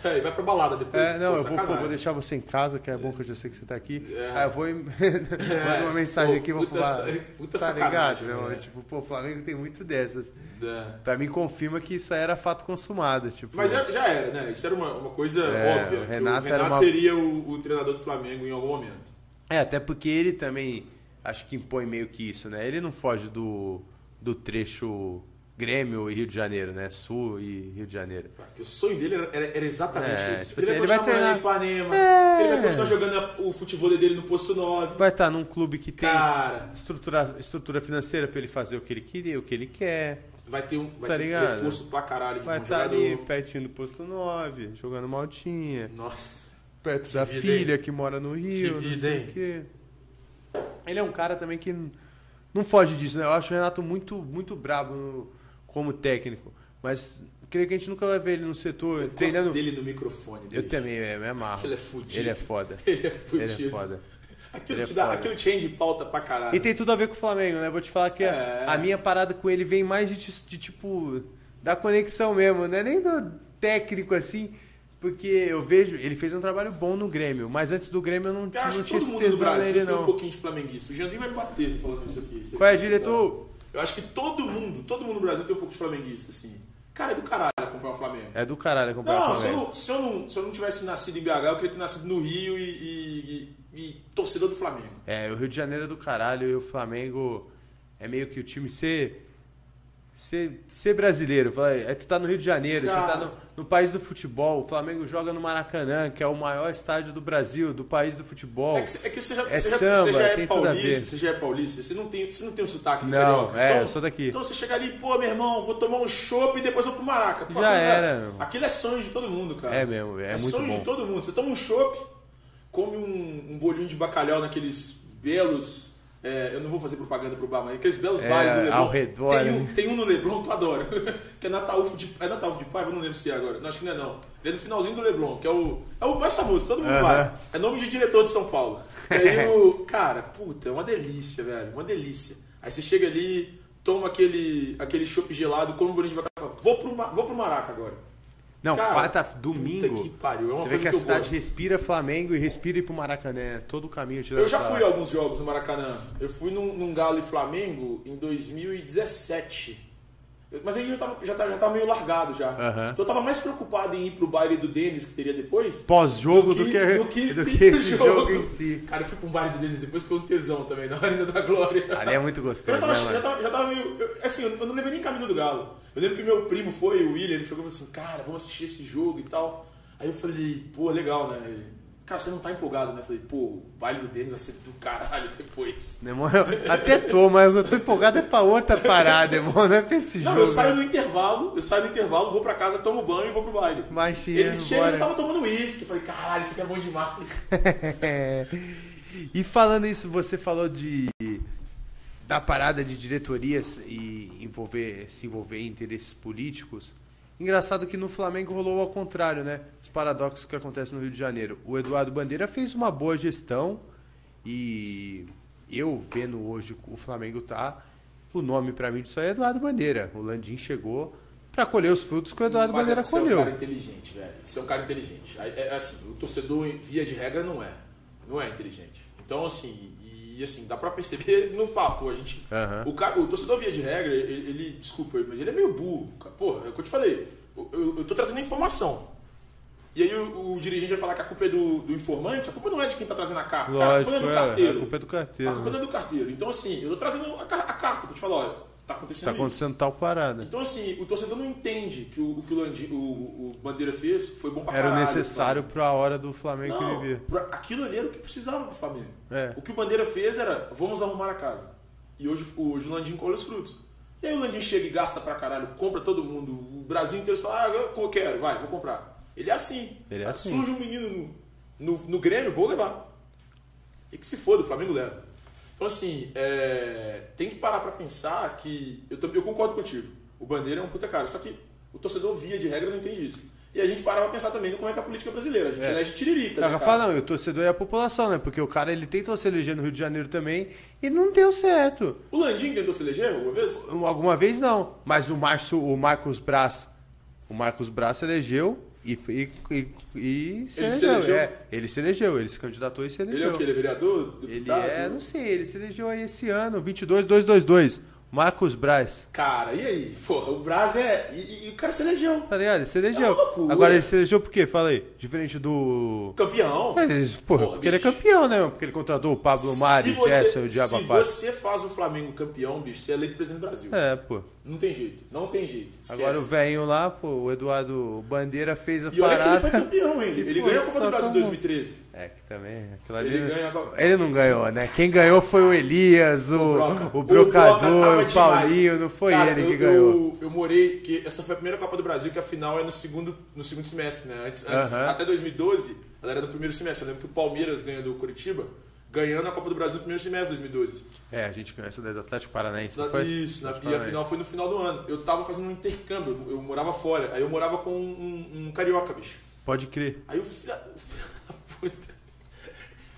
Speaker 1: É.
Speaker 2: e vai pra balada depois.
Speaker 1: É, não,
Speaker 2: Pô,
Speaker 1: eu vou, pô,
Speaker 2: sacanagem.
Speaker 1: vou deixar você em casa, que é bom que eu já sei que você tá aqui.
Speaker 2: É.
Speaker 1: Aí eu vou e mando uma mensagem
Speaker 2: pô,
Speaker 1: aqui, vou
Speaker 2: puta
Speaker 1: falar.
Speaker 2: sa- puta
Speaker 1: tá
Speaker 2: sacanagem,
Speaker 1: ligado? meu?
Speaker 2: né?
Speaker 1: Tipo, pô, o Flamengo tem muito dessas.
Speaker 2: É.
Speaker 1: Pra mim confirma que isso aí era fato consumado, tipo.
Speaker 2: Mas era- já era, né? Isso era uma, uma coisa
Speaker 1: É,
Speaker 2: óbvia.
Speaker 1: o
Speaker 2: que
Speaker 1: Renato
Speaker 2: o
Speaker 1: era
Speaker 2: Renato
Speaker 1: uma-
Speaker 2: seria o, o treinador do Flamengo em algum momento.
Speaker 1: É, até porque ele também acho que impõe meio que isso, né? Ele não foge do, do trecho Grêmio e Rio de Janeiro, né? Sul e Rio de Janeiro.
Speaker 2: Porque o sonho dele era, era- era exatamente
Speaker 1: É,
Speaker 2: isso.
Speaker 1: tipo
Speaker 2: ele,
Speaker 1: assim, ele
Speaker 2: vai
Speaker 1: vai
Speaker 2: continuar
Speaker 1: treinar-
Speaker 2: morando em Ipanema.
Speaker 1: É.
Speaker 2: Ele vai continuar jogando a- o futebol dele no posto 9.
Speaker 1: Vai estar num clube que tem
Speaker 2: Cara,
Speaker 1: estrutura, estrutura financeira pra ele fazer o que ele queria, o que ele quer.
Speaker 2: vai ter um, vai
Speaker 1: Tá
Speaker 2: ter um
Speaker 1: ligado?
Speaker 2: reforço pra caralho de
Speaker 1: Vai
Speaker 2: bom
Speaker 1: estar
Speaker 2: jogador.
Speaker 1: ali pertinho do posto 9, jogando maltinha.
Speaker 2: Nossa.
Speaker 1: Perto da
Speaker 2: vida,
Speaker 1: filha que mora no Rio,
Speaker 2: Que
Speaker 1: não
Speaker 2: vida,
Speaker 1: sei
Speaker 2: hein?
Speaker 1: o quê. Ele é um cara também que n- não foge disso, né? Eu acho o Renato muito, muito brabo no- como técnico. Mas creio que a gente nunca vai ver ele no setor
Speaker 2: Eu
Speaker 1: treinando.
Speaker 2: gosto dele no microfone.
Speaker 1: Eu
Speaker 2: bicho.
Speaker 1: também, é, me amarro.
Speaker 2: Ele é fudido.
Speaker 1: Ele é foda.
Speaker 2: Ele é
Speaker 1: Ele é
Speaker 2: fudido.
Speaker 1: foda.
Speaker 2: Aquilo,
Speaker 1: Ele é
Speaker 2: te dá,
Speaker 1: foda.
Speaker 2: aquilo change pauta pra caralho.
Speaker 1: E tem tudo a ver com o Flamengo, né? Vou te falar que
Speaker 2: É.
Speaker 1: a, a minha parada com ele vem mais de, ti- de, tipo da conexão mesmo, né? Nem do técnico assim, porque eu vejo, ele fez um trabalho bom no Grêmio, mas antes do Grêmio eu não,
Speaker 2: Eu acho
Speaker 1: não
Speaker 2: que
Speaker 1: tinha
Speaker 2: todo
Speaker 1: esse
Speaker 2: mundo no
Speaker 1: tesão
Speaker 2: Brasil
Speaker 1: nele
Speaker 2: tem um
Speaker 1: não.
Speaker 2: pouquinho de flamenguista. O Janzinho vai me bater falando isso aqui. Isso
Speaker 1: Qual é,
Speaker 2: aqui.
Speaker 1: diretor?
Speaker 2: Eu acho que todo mundo, todo mundo no Brasil tem um pouco de flamenguista, assim. Cara, é do caralho comprar um Flamengo.
Speaker 1: É do caralho comprar
Speaker 2: Não,
Speaker 1: o
Speaker 2: se eu
Speaker 1: Flamengo.
Speaker 2: não, se, eu não, se eu não tivesse nascido em BH, eu queria ter nascido no Rio e, e- e- e torcedor do Flamengo.
Speaker 1: É, o Rio de Janeiro é do caralho e o Flamengo é meio que o time ser ser, ser brasileiro. Fala, É, tu tá no Rio de Janeiro,
Speaker 2: Cara.
Speaker 1: você tá no, no país do futebol. O Flamengo joga no Maracanã, que é o maior estádio do Brasil, do país do futebol.
Speaker 2: É que, cê- é que você já
Speaker 1: É
Speaker 2: você já-
Speaker 1: samba,
Speaker 2: você já é
Speaker 1: tem tudo a
Speaker 2: paulista,
Speaker 1: ver.
Speaker 2: você já é paulista, você não tem, você não tem um sotaque do
Speaker 1: Não,
Speaker 2: carioca.
Speaker 1: é, eu sou daqui.
Speaker 2: Então você chega ali, pô, meu irmão, vou tomar um chopp e depois vou pro Maraca. Pô,
Speaker 1: Já
Speaker 2: aquilo é-
Speaker 1: era, meu.
Speaker 2: Aquilo é sonho de todo mundo, cara.
Speaker 1: É mesmo, é muito
Speaker 2: sonho
Speaker 1: bom.
Speaker 2: de todo mundo. Você toma um chopp, come um, um bolinho de bacalhau naqueles belos. é, eu não vou fazer propaganda pro bar, mas aqueles belos
Speaker 1: É,
Speaker 2: bares do Leblon.
Speaker 1: ao redor,
Speaker 2: tem,
Speaker 1: né?
Speaker 2: um, tem um no Leblon que eu adoro. que é Natalfo de É Natalfo de Paiva, eu não lembro se é agora. Não, acho que não é não. Ele é no finalzinho do Leblon, que é o. É o mais famoso, todo mundo
Speaker 1: Aham.
Speaker 2: vai. É nome de diretor de São Paulo. E aí o. Cara, puta, é uma delícia, velho. Uma delícia. Aí você chega ali, toma aquele, aquele chopp gelado, come um bolinho de bacalhau e fala, vou pro, Ma- vou pro Maraca agora.
Speaker 1: Não,
Speaker 2: Cara,
Speaker 1: quarta, domingo.
Speaker 2: Puta que pariu, é uma
Speaker 1: você vê
Speaker 2: coisa
Speaker 1: que a
Speaker 2: que eu
Speaker 1: cidade
Speaker 2: gosto.
Speaker 1: respira Flamengo e respira ir pro Maracanã. é Todo o caminho te leva
Speaker 2: Eu já
Speaker 1: pra
Speaker 2: fui
Speaker 1: lá.
Speaker 2: a alguns jogos no Maracanã. Eu fui num, num Galo e Flamengo em 2017. Eu- Mas aí eu já tava, já tava, já tava meio largado já.
Speaker 1: Aham.
Speaker 2: Então eu tava mais preocupado em ir pro baile do Denis, que teria depois,
Speaker 1: Pós-jogo do
Speaker 2: do
Speaker 1: que,
Speaker 2: que,
Speaker 1: do que,
Speaker 2: do que
Speaker 1: esse jogo em si.
Speaker 2: Cara, eu fui pra um baile do Denis depois com um tesão também, na Arena da Glória.
Speaker 1: Ali é muito
Speaker 2: Eu
Speaker 1: gostoso,
Speaker 2: já tava,
Speaker 1: né,
Speaker 2: já
Speaker 1: mano?
Speaker 2: tava, já tava meio. eu- assim, eu não levei nem camisa do Galo. Eu lembro que meu primo foi, o William, ele chegou e falou assim: Cara, vamos assistir esse jogo e tal. Aí eu falei: Pô, legal, né? Ele, Cara, você não tá empolgado, né? Eu falei: Pô, o baile do Denis vai ser do caralho depois.
Speaker 1: Demorou. Até tô, mas eu tô empolgado é pra outra parada, mano. Não é pra esse
Speaker 2: Não,
Speaker 1: jogo.
Speaker 2: eu saio no intervalo, eu saio no intervalo, vou pra casa, tomo banho e vou pro baile.
Speaker 1: Imagina,
Speaker 2: Eles chegam e
Speaker 1: bora.
Speaker 2: já tava tomando uísque. Eu Falei, caralho, isso aqui é bom demais.
Speaker 1: É. E falando isso, você falou de da parada de diretorias e envolver, se envolver em interesses políticos. Engraçado que no Flamengo rolou ao contrário, né? Os paradoxos que acontecem no Rio de Janeiro. O Eduardo Bandeira fez uma boa gestão e eu vendo hoje o Flamengo tá, o nome pra mim disso aí é Eduardo Bandeira. O Landim chegou pra colher os frutos que o Eduardo
Speaker 2: Mas
Speaker 1: Bandeira
Speaker 2: é, você é um
Speaker 1: colheu.
Speaker 2: cara inteligente, velho. Você é um cara inteligente. Aí, É, é assim, o torcedor, via de regra, não é. Não é inteligente. Então, assim, e assim, dá pra perceber no papo. A gente.
Speaker 1: Aham.
Speaker 2: O, cara, o torcedor, via de regra, ele, ele- desculpa, mas ele é meio burro. cara. Porra, é o que eu te falei. Eu, eu, eu tô trazendo informação. E aí o, o dirigente vai falar que a culpa é do, do informante, a culpa não é de quem tá trazendo a carta, cara, a
Speaker 1: Lógico,
Speaker 2: culpa é do
Speaker 1: é,
Speaker 2: carteiro.
Speaker 1: a culpa é do
Speaker 2: A
Speaker 1: carteiro.
Speaker 2: culpa não
Speaker 1: né?
Speaker 2: é do carteiro. Então, assim, eu tô trazendo a, ca- a carta pra te falar, olha, tá acontecendo
Speaker 1: Tá
Speaker 2: isso.
Speaker 1: acontecendo tal parada.
Speaker 2: Então, assim, o torcedor não entende que o, o que o, Landi- o- o Bandeira fez foi bom pra
Speaker 1: Era o
Speaker 2: caralho.
Speaker 1: necessário pra hora do Flamengo que
Speaker 2: Não,
Speaker 1: vivia.
Speaker 2: pra- aquilo ali era o que precisava do Flamengo.
Speaker 1: É.
Speaker 2: O que o Bandeira fez era, vamos arrumar a casa. E hoje, hoje o Landim colhe os frutos. E aí o Landim chega e gasta pra caralho, compra todo mundo. O Brasil inteiro fala, ah, eu quero, vai, vou comprar. Ele é assim.
Speaker 1: Ele é assim.
Speaker 2: Surge um menino no, no, no Grêmio, vou levar. E que se foda, o Flamengo leva. Então, assim, é, tem que parar pra pensar que. Eu, também- eu concordo contigo. O Bandeira é um puta cara. Só que o torcedor, via de regra, não entende isso. E a gente para pra pensar também no como é que é a política brasileira. A gente
Speaker 1: É.
Speaker 2: elege tiririca. né,
Speaker 1: Ela
Speaker 2: cara?
Speaker 1: fala, não, e o torcedor é a população, né? Porque o cara ele tentou se eleger no Rio de Janeiro também e não deu certo. Um,
Speaker 2: O Landim tentou se eleger alguma vez?
Speaker 1: Alguma vez não, mas o, Março, o Marcos Braz, o Marcos Braz se elegeu e, e, e, e se,
Speaker 2: Ele se
Speaker 1: elegeu.
Speaker 2: elegeu?
Speaker 1: É, ele se elegeu, ele se candidatou e se
Speaker 2: Ele
Speaker 1: elegeu.
Speaker 2: é o quê? Ele é vereador?
Speaker 1: Ele
Speaker 2: Deputado?
Speaker 1: é, não sei, ele se elegeu aí esse ano, 22222, Marcos Braz.
Speaker 2: Cara, e aí? Porra, o Braz é. E, e- e o cara se elegeu.
Speaker 1: Tá ligado? Ele se elegeu.
Speaker 2: É uma loucura.
Speaker 1: Agora ele se elegeu por quê? Fala aí. Diferente do.
Speaker 2: Campeão.
Speaker 1: Mas, porra,
Speaker 2: Porra,
Speaker 1: porque ele é
Speaker 2: bicho.
Speaker 1: campeão, né? mano? Porque ele contratou o Pablo Mari,
Speaker 2: se você,
Speaker 1: Gerson, o Diabo
Speaker 2: se
Speaker 1: Fácil.
Speaker 2: você faz o Flamengo campeão, bicho, você é eleito presidente do Brasil.
Speaker 1: É, pô.
Speaker 2: Não tem jeito. Não tem jeito. Esquece.
Speaker 1: Agora o velhinho lá, pô, o Eduardo Bandeira fez a
Speaker 2: E olha que ele
Speaker 1: parada.
Speaker 2: foi campeão, hein? Ele, ele
Speaker 1: Pô,
Speaker 2: ganhou a Copa
Speaker 1: só
Speaker 2: do Brasil em
Speaker 1: como-
Speaker 2: 2013.
Speaker 1: É, que também. Aquilo ali.
Speaker 2: Ele ganha agora.
Speaker 1: Ele não ganhou, né? Quem ganhou foi o Elias, o,
Speaker 2: Broca.
Speaker 1: o
Speaker 2: O Broca
Speaker 1: Brocador,
Speaker 2: tava
Speaker 1: o,
Speaker 2: demais.
Speaker 1: Paulinho, não foi
Speaker 2: Cara,
Speaker 1: ele
Speaker 2: eu-
Speaker 1: que ganhou.
Speaker 2: Eu, eu morei, porque essa foi a primeira Copa do Brasil que a final é no segundo, no segundo semestre, né? Antes, antes-
Speaker 1: Aham.
Speaker 2: até 2012, ela era no primeiro semestre. Eu lembro que o Palmeiras ganhou do Curitiba, ganhando a Copa do Brasil no primeiro semestre de 2012.
Speaker 1: É, a gente ganhou essa daí do Atlético Paranaense.
Speaker 2: Na-
Speaker 1: Não foi?
Speaker 2: Isso, na-
Speaker 1: Atlético
Speaker 2: e a
Speaker 1: Paranaense.
Speaker 2: final foi no final do ano. Eu tava fazendo um intercâmbio, eu, eu morava fora. Aí eu morava com um, um carioca, bicho.
Speaker 1: Pode crer.
Speaker 2: Aí o filho, da- o filho da puta.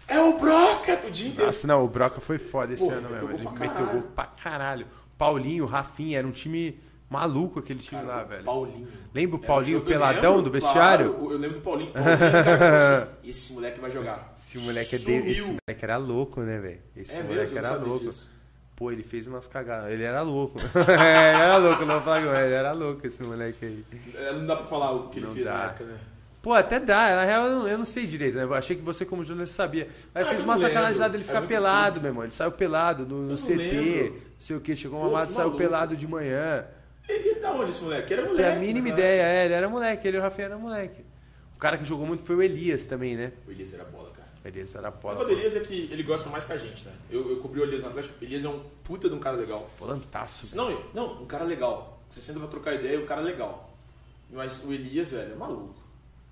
Speaker 2: É o Broca do dia inteiro.
Speaker 1: Nossa, não, o Broca foi foda esse
Speaker 2: Porra,
Speaker 1: ano
Speaker 2: meteu
Speaker 1: mesmo. Ele
Speaker 2: gol pra
Speaker 1: meteu gol
Speaker 2: caralho.
Speaker 1: pra caralho. Paulinho, Rafinha, era um time maluco aquele time lá, velho.
Speaker 2: Paulinho.
Speaker 1: Lembra o
Speaker 2: É,
Speaker 1: Paulinho
Speaker 2: eu- eu
Speaker 1: Peladão
Speaker 2: lembro,
Speaker 1: do vestiário?
Speaker 2: claro, eu lembro do Paulinho. Paulinho cara, que falou assim, esse moleque vai jogar.
Speaker 1: Esse moleque, é de-
Speaker 2: Sumiu.
Speaker 1: esse moleque era louco, né, velho? Esse
Speaker 2: É
Speaker 1: moleque
Speaker 2: mesmo, eu
Speaker 1: era
Speaker 2: não sabia
Speaker 1: louco.
Speaker 2: disso.
Speaker 1: Pô, ele fez umas cagadas. Ele era louco. É, ele era louco, não falo, ele era louco esse moleque aí.
Speaker 2: É, Não dá pra falar o que ele
Speaker 1: Não
Speaker 2: fez
Speaker 1: dá.
Speaker 2: na época, né?
Speaker 1: Pô, até dá. Na real, eu não, eu não sei direito, né? Eu achei que você, como jornalista, sabia. Mas
Speaker 2: Ah,
Speaker 1: fez
Speaker 2: eu
Speaker 1: uma
Speaker 2: não
Speaker 1: sacanagem
Speaker 2: lembro.
Speaker 1: lá dele
Speaker 2: É
Speaker 1: ficar
Speaker 2: muito
Speaker 1: pelado, meu irmão. Ele saiu pelado no, no
Speaker 2: não
Speaker 1: CT,
Speaker 2: lembro.
Speaker 1: não sei o que. Chegou um
Speaker 2: Pô, que
Speaker 1: amado, saiu
Speaker 2: maluco.
Speaker 1: pelado de manhã.
Speaker 2: Ele, ele tá onde esse moleque? Era
Speaker 1: Não
Speaker 2: moleque.
Speaker 1: tem a mínima
Speaker 2: né?
Speaker 1: ideia. É, ele era moleque, ele e o Rafinha era moleque. O cara que jogou muito foi o Elias também, né?
Speaker 2: O Elias era bola, cara.
Speaker 1: O Elias era
Speaker 2: O
Speaker 1: bola.
Speaker 2: negócio do Elias é que ele gosta mais que a gente, né? Eu, eu cobri o Elias no Atlético. O Elias é um puta de um cara legal.
Speaker 1: Volantaço. velho.
Speaker 2: Não, eu- não, um cara legal. Você senta pra trocar ideia, um cara legal. Mas o Elias, velho, é maluco.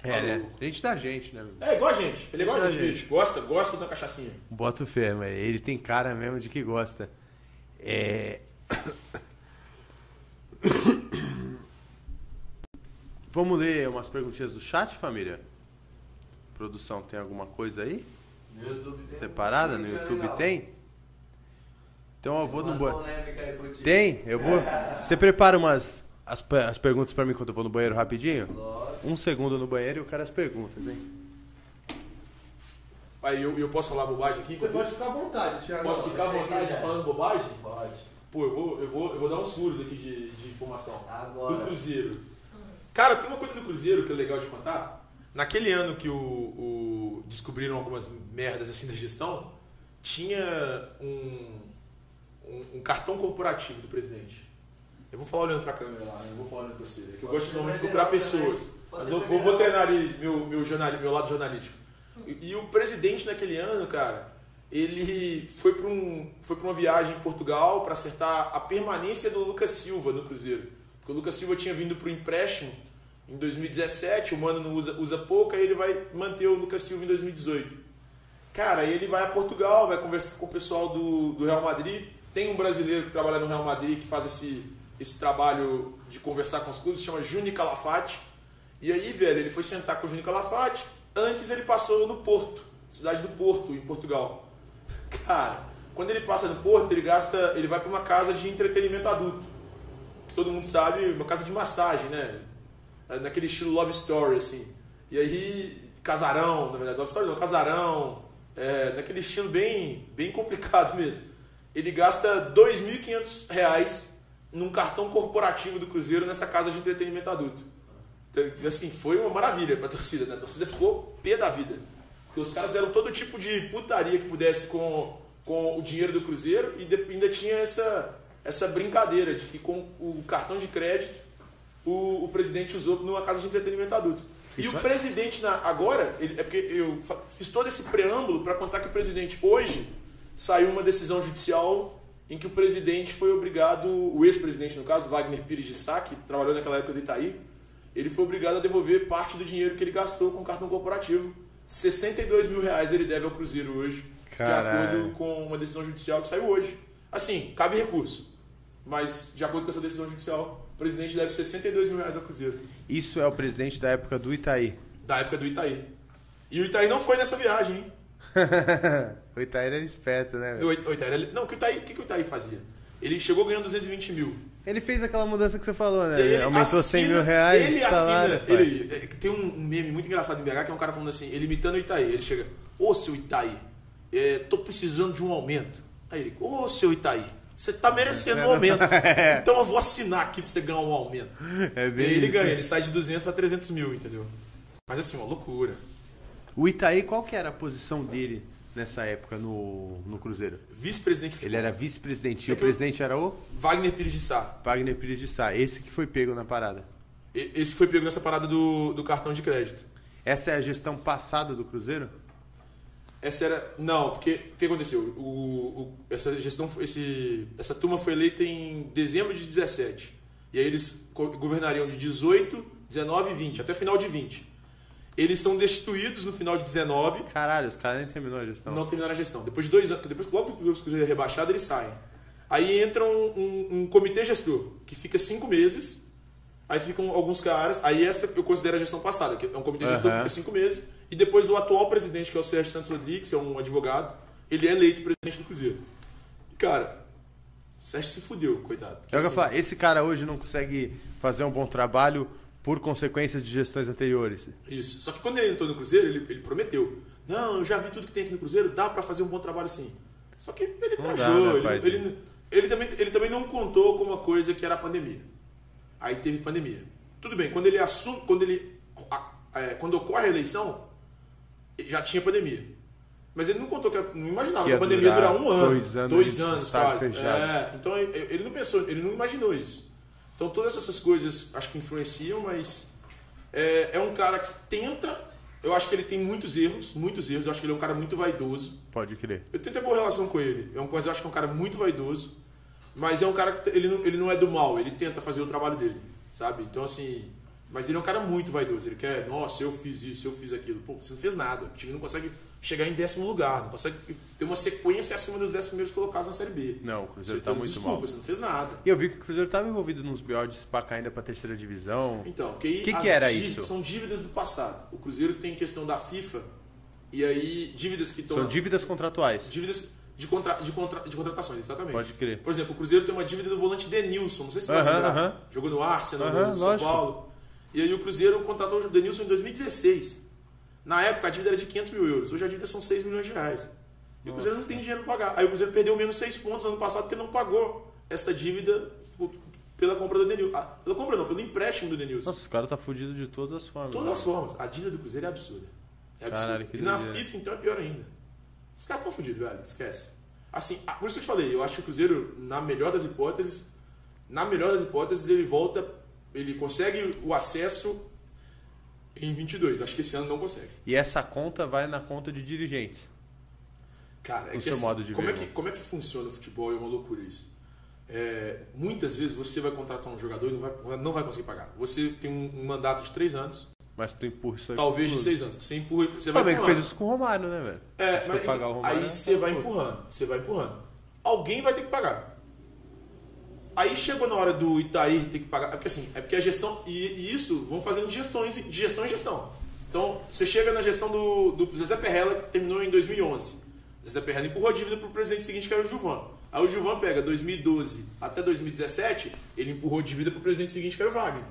Speaker 1: É, né?
Speaker 2: Maluco.
Speaker 1: Gente da gente, né? meu irmão?
Speaker 2: É igual a gente. Ele é igual a
Speaker 1: Igual
Speaker 2: gente,
Speaker 1: a gente.
Speaker 2: bicho. Gosta, gosta de uma cachaçinha.
Speaker 1: Bota o fé, mas ele tem cara mesmo de que gosta. É. Vamos ler umas perguntinhas do chat, família? Produção, tem alguma coisa aí?
Speaker 4: No YouTube tem.
Speaker 1: Separada? No YouTube tem? Então eu vou no
Speaker 4: Umas
Speaker 1: banheiro.
Speaker 4: polêmicas aí contigo.
Speaker 1: Tem? Eu vou. Você prepara umas as, pe- as perguntas pra mim quando eu vou no banheiro rapidinho?
Speaker 4: Lógico.
Speaker 1: Um segundo no banheiro e o cara as perguntas, hein?
Speaker 2: Aí eu, eu posso falar bobagem aqui? enquanto isso?
Speaker 1: ficar à vontade, Thiago.
Speaker 2: Posso ficar à vontade falando bobagem?
Speaker 4: Pode.
Speaker 2: Pô, eu vou, eu vou, eu vou dar uns furos aqui de, de informação. Do
Speaker 4: Agora.
Speaker 2: Cruzeiro. Cara, tem uma coisa do Cruzeiro que é legal de contar. Naquele ano que o, o- descobriram algumas merdas assim da gestão, tinha um, um, um cartão corporativo do presidente. Eu vou falar olhando pra câmera lá, né? eu vou falar olhando pra você. É que eu
Speaker 4: Pode
Speaker 2: gosto
Speaker 4: ser
Speaker 2: normalmente de
Speaker 4: pra
Speaker 2: procurar
Speaker 4: geral também.
Speaker 2: pessoas.
Speaker 4: Pode
Speaker 2: Mas
Speaker 4: ser
Speaker 2: eu
Speaker 4: pra
Speaker 2: vou, vou
Speaker 4: geral.
Speaker 2: treinar ali meu, meu, jornali, meu lado jornalístico. E, e o presidente naquele ano, cara, ele foi pra, um, foi pra uma viagem em Portugal pra acertar a permanência do Lucas Silva no Cruzeiro. Porque o Lucas Silva tinha vindo pro empréstimo em 2017, o Mano não usa, usa pouco, aí ele vai manter o Lucas Silva em 2018. Cara, aí ele vai a Portugal, vai conversar com o pessoal do, do Real Madrid. Tem um brasileiro que trabalha no Real Madrid que faz esse, esse trabalho de conversar com os clubes, chama Juni Calafate. E aí, velho, ele foi sentar com o Juni Calafate. Antes ele passou no Porto, cidade do Porto, em Portugal. Cara, quando ele passa no Porto, ele gasta, ele vai para uma casa de entretenimento adulto. Que todo mundo sabe, uma casa de massagem, né? Naquele estilo Love Story, assim. E aí, casarão, na verdade, Love Story não, casarão, é, naquele estilo bem, bem complicado mesmo. Ele gasta R$ 2.500 reais num cartão corporativo do Cruzeiro nessa casa de entretenimento adulto. Então, assim, foi uma maravilha pra torcida, né? A torcida ficou pé da vida. Porque os caras fizeram todo tipo de putaria que pudesse com, com o dinheiro do Cruzeiro e de- ainda tinha essa, essa brincadeira de que com o cartão de crédito o, o presidente usou numa casa de entretenimento adulto. E
Speaker 1: Isso
Speaker 2: o
Speaker 1: é-
Speaker 2: presidente na, agora, ele- é porque eu fa- fiz todo esse preâmbulo para contar que o presidente hoje saiu uma decisão judicial em que o presidente foi obrigado, o ex-presidente no caso, Wagner Pires de Sá, que trabalhou naquela época do Itaí, ele foi obrigado a devolver parte do dinheiro que ele gastou com o cartão corporativo. 62 mil reais ele deve ao Cruzeiro hoje, de
Speaker 1: Caralho.
Speaker 2: acordo com uma decisão judicial que saiu hoje. Assim, cabe recurso, mas de acordo com essa decisão judicial, o presidente deve 62 mil reais ao Cruzeiro.
Speaker 1: Isso é o presidente da época do Itaí.
Speaker 2: Da época do Itaí. E o Itaí não foi nessa viagem, hein?
Speaker 1: o Itaí era esperto, né? velho?
Speaker 2: O Ita- o Itaí, era- não, o que o Itaí, o que que o Itaí fazia? Ele chegou ganhando 220 mil.
Speaker 1: Ele fez aquela mudança que você falou, né?
Speaker 2: E aí
Speaker 1: Ele aumentou 100 mil reais. tá né,
Speaker 2: Ele
Speaker 1: de
Speaker 2: assina.
Speaker 1: salário, pai.
Speaker 2: ele, é, que tem um meme muito engraçado em BH que é um cara falando assim, ele imitando o Itaí. Ele chega, ô seu Itaí, é, tô precisando de um aumento. Aí ele, ô seu Itaí, você tá merecendo um aumento. Então eu vou assinar aqui pra você ganhar um aumento.
Speaker 1: É
Speaker 2: E
Speaker 1: bem
Speaker 2: aí ele
Speaker 1: isso.
Speaker 2: ganha, ele sai de 200 pra 300 mil, entendeu? Mas assim, uma loucura.
Speaker 1: O Itaí, qual que era a posição dele nessa época no, no Cruzeiro?
Speaker 2: Vice-presidente de futebol.
Speaker 1: Ele era vice-presidente e
Speaker 2: É
Speaker 1: o
Speaker 2: que eu-
Speaker 1: presidente era o
Speaker 2: Wagner Pires de Sá.
Speaker 1: Wagner Pires de Sá. Esse que foi pego na parada.
Speaker 2: E- Esse foi pego nessa parada do, do cartão de crédito.
Speaker 1: Essa é a gestão passada do Cruzeiro?
Speaker 2: Essa era. Não, porque o que aconteceu? O, o- essa gestão, foi- esse, essa turma foi eleita em dezembro de 17. E aí eles co- governariam de 18, 19 e 20, até final de 20. Eles são destituídos no final de 19,
Speaker 1: Caralho, os caras nem terminou a gestão. É
Speaker 2: não terminaram a gestão. Depois de dois anos, depois que logo que o Cruzeiro é rebaixado, eles saem. Aí entra um, um- um comitê gestor, que fica cinco meses, aí ficam alguns caras, aí essa eu considero a gestão passada, que é um comitê gestor que
Speaker 1: Aham.
Speaker 2: fica cinco meses, e depois o atual presidente, que é o Sérgio Santos Rodrigues, que é um advogado, ele é eleito presidente do Cruzeiro. E, cara, o Sérgio se fudeu, coitado.
Speaker 1: É o que eu
Speaker 2: Assim,
Speaker 1: falo, esse cara hoje não consegue fazer um bom trabalho por consequências de gestões anteriores.
Speaker 2: Isso. Só que quando ele entrou no Cruzeiro, ele, ele prometeu. Não, eu já vi tudo que tem aqui no Cruzeiro, dá pra fazer um bom trabalho sim. Só que ele
Speaker 1: Não dá, né,
Speaker 2: viajou, ele,
Speaker 1: paizinho?
Speaker 2: ele, ele também, ele também não contou com uma coisa que era a pandemia. Aí teve pandemia. Tudo bem, quando ele assume, quando ele a- é, quando ocorre a eleição, já tinha pandemia. Mas ele não contou que a- não imaginava
Speaker 1: Que
Speaker 2: que a
Speaker 1: ia
Speaker 2: pandemia ia durar
Speaker 1: durar
Speaker 2: um ano,
Speaker 1: dois anos,
Speaker 2: dois anos
Speaker 1: estado
Speaker 2: quase.
Speaker 1: fechado.
Speaker 2: É, então ele- ele não pensou, ele não imaginou isso. Então todas essas coisas acho que influenciam, mas é, é um cara que tenta. Eu acho que ele tem muitos erros, muitos erros. Eu acho que ele é um cara muito vaidoso.
Speaker 1: Pode crer.
Speaker 2: Eu tenho até boa relação com ele. É um, mas eu acho que é um cara muito vaidoso. Mas é um cara que t- ele não, ele não é do mal, ele tenta fazer o trabalho dele, sabe? Então, assim. Mas ele é um cara muito vaidoso. Ele quer, nossa, eu fiz isso, eu fiz aquilo. Pô, você não fez nada. O time não consegue chegar em décimo lugar, não consegue ter uma sequência acima dos dez primeiros colocados na Série B.
Speaker 1: Não, o Cruzeiro
Speaker 2: Você-
Speaker 1: tá muito
Speaker 2: Desculpa,
Speaker 1: mal.
Speaker 2: você não fez nada.
Speaker 1: E eu vi que o Cruzeiro estava envolvido nos BODs pra cá ainda pra terceira divisão.
Speaker 2: Então, que aí
Speaker 1: Que que
Speaker 2: as
Speaker 1: era
Speaker 2: dívidas-
Speaker 1: isso?
Speaker 2: São dívidas do passado. O Cruzeiro tem questão da FIFA e aí dívidas que estão
Speaker 1: São dívidas contratuais.
Speaker 2: dívidas de, contra, de, contra, de contratações, exatamente.
Speaker 1: Pode crer.
Speaker 2: Por exemplo, o Cruzeiro tem uma dívida do volante Denilson, não sei se você vai
Speaker 1: Aham,
Speaker 2: lembrar.
Speaker 1: aham.
Speaker 2: Jogou no Arsenal,
Speaker 1: Aham,
Speaker 2: no São
Speaker 1: lógico.
Speaker 2: Paulo. E aí o Cruzeiro contratou o Denilson em 2016. Na época a dívida era de 500 mil euros, hoje a dívida são 6 milhões de reais. E o Cruzeiro não tem dinheiro para pagar. Aí o Cruzeiro perdeu menos 6 pontos no ano passado porque não pagou essa dívida por- pela compra do Denilson. Ah, Pela compra não, pelo empréstimo do Denilson.
Speaker 1: Nossa, os caras tá fudido de todas as formas.
Speaker 2: De todas as formas, a dívida do Cruzeiro é absurda. É absurda.
Speaker 1: Caralho, que
Speaker 2: e na
Speaker 1: doideira.
Speaker 2: FIFA, então, é pior ainda. Os caras estão fodidos, velho. Esquece. Assim, ah, por isso que eu te falei, eu acho que o Cruzeiro, na melhor das hipóteses, na melhor das hipóteses, ele volta, ele consegue o acesso em 22. Acho que esse ano não consegue.
Speaker 1: E essa conta vai na conta de dirigentes.
Speaker 2: Cara, é
Speaker 1: O
Speaker 2: que
Speaker 1: seu
Speaker 2: assim,
Speaker 1: modo de
Speaker 2: como
Speaker 1: ver,
Speaker 2: É que,
Speaker 1: né?
Speaker 2: como é que funciona o futebol? É uma loucura isso. É, muitas vezes você vai contratar um jogador e não vai, não vai conseguir pagar. Você tem um, um mandato de três anos,
Speaker 1: Mas tu empurra isso aí. Ah,
Speaker 2: talvez
Speaker 1: pro
Speaker 2: de
Speaker 1: clube.
Speaker 2: seis anos. Você empurra, você
Speaker 1: O
Speaker 2: vai
Speaker 1: Flamengo
Speaker 2: empurrando.
Speaker 1: é fez isso com o Romário, né, velho?
Speaker 2: É,
Speaker 1: Se for
Speaker 2: mas
Speaker 1: pagar o
Speaker 2: então,
Speaker 1: Romário, né? é
Speaker 2: aí você vai
Speaker 1: acabou.
Speaker 2: empurrando, você vai empurrando. Alguém vai ter que pagar. Aí chegou na hora do Itaí ter que pagar, é porque assim, é porque a gestão, e, e isso vão fazendo de gestões, de gestão em gestão. Então, você chega na gestão do, do Zezé Perrella, que terminou em 2011. Zezé Perrella empurrou a dívida para o presidente seguinte, que era o Gilvan. Aí o Gilvan pega 2012 até 2017, ele empurrou a dívida para o presidente seguinte, que era o Wagner.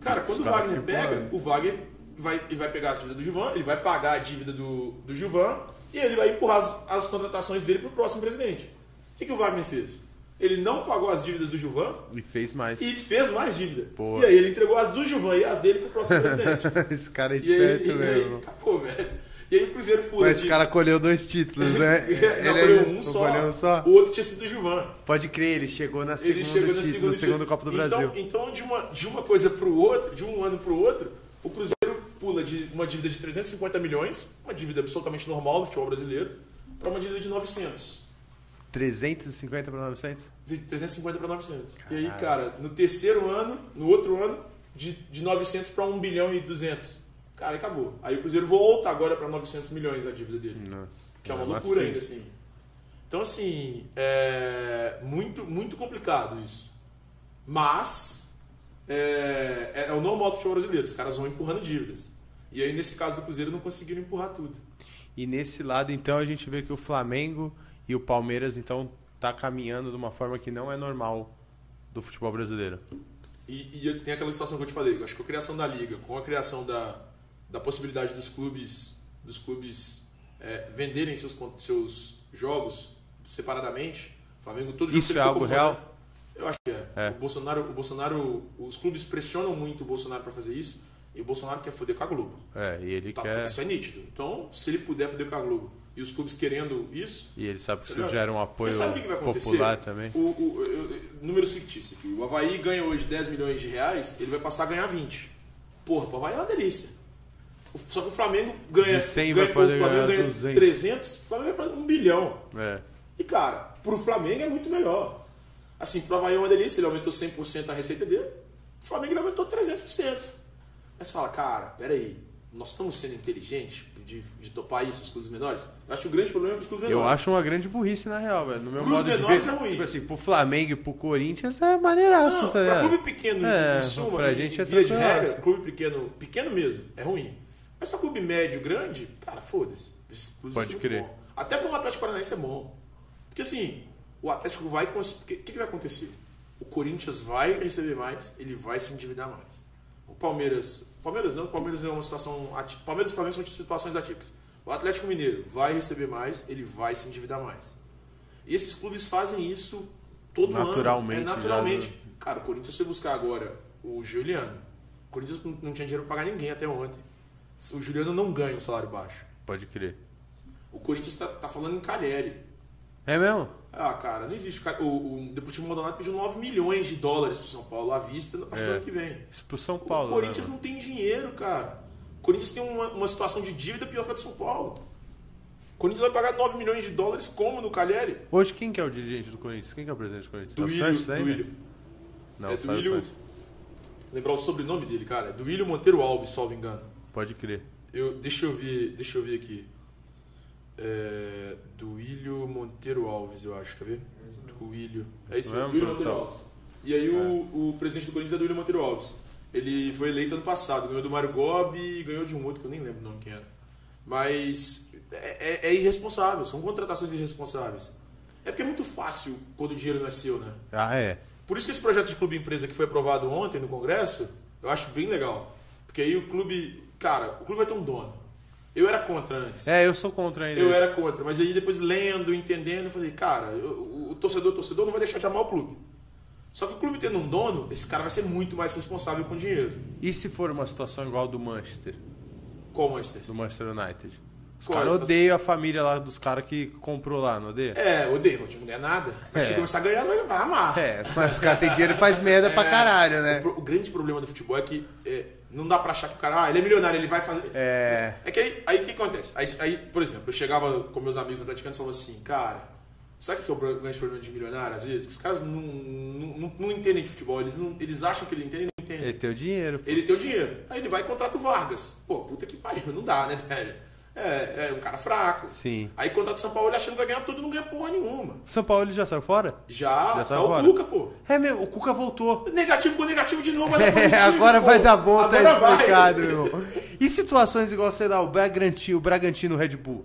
Speaker 2: Cara, quando o
Speaker 1: caras
Speaker 2: Wagner
Speaker 1: ficam
Speaker 2: pega,
Speaker 1: empurrando.
Speaker 2: o Wagner vai, ele vai pegar a dívida do Gilvan, ele vai pagar a dívida do, do Gilvan e ele vai empurrar as, as contratações dele pro próximo presidente. O que, que o Wagner fez? Ele não pagou as dívidas do Gilvan
Speaker 1: E fez mais.
Speaker 2: e fez mais dívida.
Speaker 1: Boa.
Speaker 2: E aí ele entregou as do Gilvan e as dele pro próximo presidente.
Speaker 1: Esse cara é
Speaker 2: e aí,
Speaker 1: esperto
Speaker 2: e aí
Speaker 1: mesmo.
Speaker 2: acabou, velho. E aí o Cruzeiro pula
Speaker 1: Mas esse cara colheu dois títulos, né?
Speaker 2: Ele
Speaker 1: é-
Speaker 2: um só,
Speaker 1: colheu um só.
Speaker 2: O outro tinha sido do Gilvan.
Speaker 1: Pode crer, ele chegou na segunda
Speaker 2: Ele chegou na
Speaker 1: título,
Speaker 2: segunda,
Speaker 1: no segundo Copa do
Speaker 2: então,
Speaker 1: Brasil.
Speaker 2: Então, de uma, de uma coisa pro outro, de um ano pro outro, o Cruzeiro pula de uma dívida de 350 milhões, uma dívida absolutamente normal do futebol brasileiro, para uma dívida de 900.
Speaker 1: 350 para 900?
Speaker 2: De 350 para 900. E aí,
Speaker 1: Caralho.
Speaker 2: cara, no terceiro ano, no outro ano, de, de 900 para 1 bilhão e 200. Cara, acabou. Aí o Cruzeiro volta agora para 900 milhões a dívida dele.
Speaker 1: Nossa.
Speaker 2: Que é uma
Speaker 1: Mesmo
Speaker 2: loucura
Speaker 1: assim.
Speaker 2: ainda, assim. Então, assim, é muito, muito complicado isso. Mas é, é o normal do futebol brasileiro. Os caras vão empurrando dívidas. E aí, nesse caso do Cruzeiro, não conseguiram empurrar tudo.
Speaker 1: E nesse lado, então, a gente vê que o Flamengo e o Palmeiras, então, tá caminhando de uma forma que não é normal do futebol brasileiro.
Speaker 2: E, e tem aquela situação que eu te falei. Eu acho que a criação da liga, com a criação da, da possibilidade dos clubes, dos clubes é, venderem seus, con- seus jogos separadamente, o Flamengo todo jogo
Speaker 1: Isso
Speaker 2: ele
Speaker 1: é
Speaker 2: ficou
Speaker 1: algo
Speaker 2: com-
Speaker 1: real?
Speaker 2: Eu acho que é.
Speaker 1: É.
Speaker 2: O Bolsonaro, o Bolsonaro, os clubes pressionam muito o Bolsonaro para fazer isso e o Bolsonaro quer foder com a Globo.
Speaker 1: É, e ele
Speaker 2: Tá,
Speaker 1: quer.
Speaker 2: Isso é nítido. Então, se ele puder foder com a Globo e os clubes querendo isso,
Speaker 1: E ele sabe que isso
Speaker 2: Entendeu?
Speaker 1: gera um
Speaker 2: porque
Speaker 1: apoio
Speaker 2: sabe o que que vai acontecer?
Speaker 1: popular também.
Speaker 2: O, o- eu- eu- números fictícios aqui. O Havaí ganha hoje 10 milhões de reais, ele vai passar a ganhar 20. Porra, o Havaí é uma delícia. O- Só que o Flamengo ganha.
Speaker 1: De 100
Speaker 2: ganha
Speaker 1: vai poder
Speaker 2: o Flamengo
Speaker 1: ganhar
Speaker 2: ganha
Speaker 1: 200.
Speaker 2: 300, o Flamengo vai para 1 bilhão.
Speaker 1: É.
Speaker 2: E, cara, pro Flamengo é muito melhor. Assim, pro Havaí é uma delícia, ele aumentou 100% a receita dele, o Flamengo ele aumentou 300%. Aí você fala, cara, peraí, nós estamos sendo inteligentes de, de topar isso, os clubes menores? Eu acho que o grande problema é os clubes menores.
Speaker 1: Eu acho uma grande burrice, na real, velho. No meu
Speaker 2: Pros
Speaker 1: modo de
Speaker 2: menores
Speaker 1: ver,
Speaker 2: é ruim.
Speaker 1: tipo assim, pro Flamengo e pro Corinthians é maneiraço,
Speaker 2: Não,
Speaker 1: tá
Speaker 2: pra
Speaker 1: ligado?
Speaker 2: clube pequeno,
Speaker 1: É,
Speaker 2: em suma,
Speaker 1: pra
Speaker 2: em-
Speaker 1: gente é
Speaker 2: via de
Speaker 1: tranquilaço.
Speaker 2: regra, clube pequeno, pequeno mesmo, é ruim. Mas só clube médio, grande, cara, foda-se. Esse clube
Speaker 1: Pode
Speaker 2: é muito
Speaker 1: crer.
Speaker 2: bom. Até para um Atlético Paranaense é bom. Porque assim, o Atlético vai... O que, que vai acontecer? O Corinthians vai receber mais, ele vai se endividar mais. O Palmeiras... Palmeiras não, o Palmeiras é uma situação... ati- Palmeiras e Flamengo são situações atípicas. O Atlético Mineiro vai receber mais, ele vai se endividar mais. E esses clubes fazem isso todo
Speaker 1: Naturalmente,
Speaker 2: ano.
Speaker 1: já
Speaker 2: É naturalmente.
Speaker 1: do-
Speaker 2: Cara, o Corinthians foi buscar agora o Juliano. O Corinthians não não tinha dinheiro pra pagar ninguém até ontem. O Juliano não ganha um salário baixo.
Speaker 1: Pode crer.
Speaker 2: O Corinthians tá, tá falando em Calheri.
Speaker 1: É mesmo?
Speaker 2: Ah, cara, não existe. O Ca- O, o Deportivo Maldonado pediu 9 milhões de dólares pro São Paulo à vista na partir do
Speaker 1: É.
Speaker 2: ano que vem.
Speaker 1: Isso pro São
Speaker 2: o
Speaker 1: Paulo.
Speaker 2: Corinthians
Speaker 1: né,
Speaker 2: não tem dinheiro, cara. O Corinthians tem uma, uma situação de dívida pior que a do São Paulo. O Corinthians vai pagar 9 milhões de dólares como no Calheri?
Speaker 1: mano? Hoje quem que é o dirigente do Corinthians? Quem que é o presidente do Corinthians? é o Sanches ainda?
Speaker 2: Duílio.
Speaker 1: Não,
Speaker 2: É
Speaker 1: sai o
Speaker 2: Duílio.
Speaker 1: Sanches.
Speaker 2: Lembrar o sobrenome dele, cara. É Duílio Monteiro Alves, salvo engano.
Speaker 1: Pode crer.
Speaker 2: Eu, deixa eu ver, deixa eu ver aqui. É, Duílio Monteiro Alves, eu acho, quer ver? Duílio. É isso
Speaker 1: Isso mesmo,
Speaker 2: mesmo, Duílio Monteiro
Speaker 1: produção?
Speaker 2: Alves. E aí o, o presidente do Corinthians é Duílio Monteiro Alves. Ele foi eleito ano passado, ganhou do Mário Gobi e ganhou de um outro que eu nem lembro o nome quem era. Mas é, é- é irresponsável, são contratações irresponsáveis. É porque é muito fácil quando o dinheiro não é seu, né?
Speaker 1: Ah, é.
Speaker 2: Por isso que esse projeto de clube empresa que foi aprovado ontem no Congresso, eu acho bem legal. Porque aí o clube, cara, o clube vai ter um dono. Eu era contra antes.
Speaker 1: É, eu sou contra ainda.
Speaker 2: eu
Speaker 1: isso.
Speaker 2: era contra, mas aí depois lendo, entendendo, eu falei, cara, eu- o, torcedor, torcedor, não vai deixar de amar o clube. Só que o clube tendo um dono, esse cara vai ser muito mais responsável com o dinheiro.
Speaker 1: E se for uma situação igual a do Manchester?
Speaker 2: Qual, Manchester?
Speaker 1: Do Manchester United? Os
Speaker 2: Qual é
Speaker 1: caras
Speaker 2: a situação?
Speaker 1: odeiam a família lá dos caras que comprou lá, não odeia?
Speaker 2: É, odeio, o time não ganha nada. Mas
Speaker 1: É.
Speaker 2: se começar a ganhar, vai, vai amar.
Speaker 1: É, mas os caras têm dinheiro e faz merda pra caralho,
Speaker 2: É. O,
Speaker 1: né?
Speaker 2: pro- o grande problema do futebol é que é, não dá pra achar que o cara, ah, ele é milionário, ele vai fazer.
Speaker 1: É.
Speaker 2: É que aí, aí o que acontece? Aí, aí, por exemplo, eu chegava com meus amigos atleticanos e falava assim, cara, sabe o que é o br- grande problema de milionário às vezes? Que os caras não, não, não- não entendem de futebol, eles, não- eles acham que ele entende e não entendem.
Speaker 1: Ele tem o dinheiro.
Speaker 2: Ele tem o dinheiro. Aí ele vai e contrata o Vargas. Pô, puta que pariu, não dá, né, velho? É, é um cara fraco.
Speaker 1: Sim.
Speaker 2: Aí contrata o São Paulo ele achando que vai ganhar tudo e não ganha porra nenhuma.
Speaker 1: São Paulo ele já saiu fora?
Speaker 2: Já,
Speaker 1: Já
Speaker 2: já
Speaker 1: saiu
Speaker 2: tá o
Speaker 1: fora?
Speaker 2: Cuca, pô.
Speaker 1: É mesmo, o Cuca voltou.
Speaker 2: Negativo com negativo de novo, vai dar
Speaker 1: É,
Speaker 2: positivo,
Speaker 1: agora
Speaker 2: pô.
Speaker 1: vai dar bom, tá
Speaker 2: Agora vai.
Speaker 1: explicado, meu irmão. E situações igual, sei lá, o Bragantino, o Bragantino Red Bull?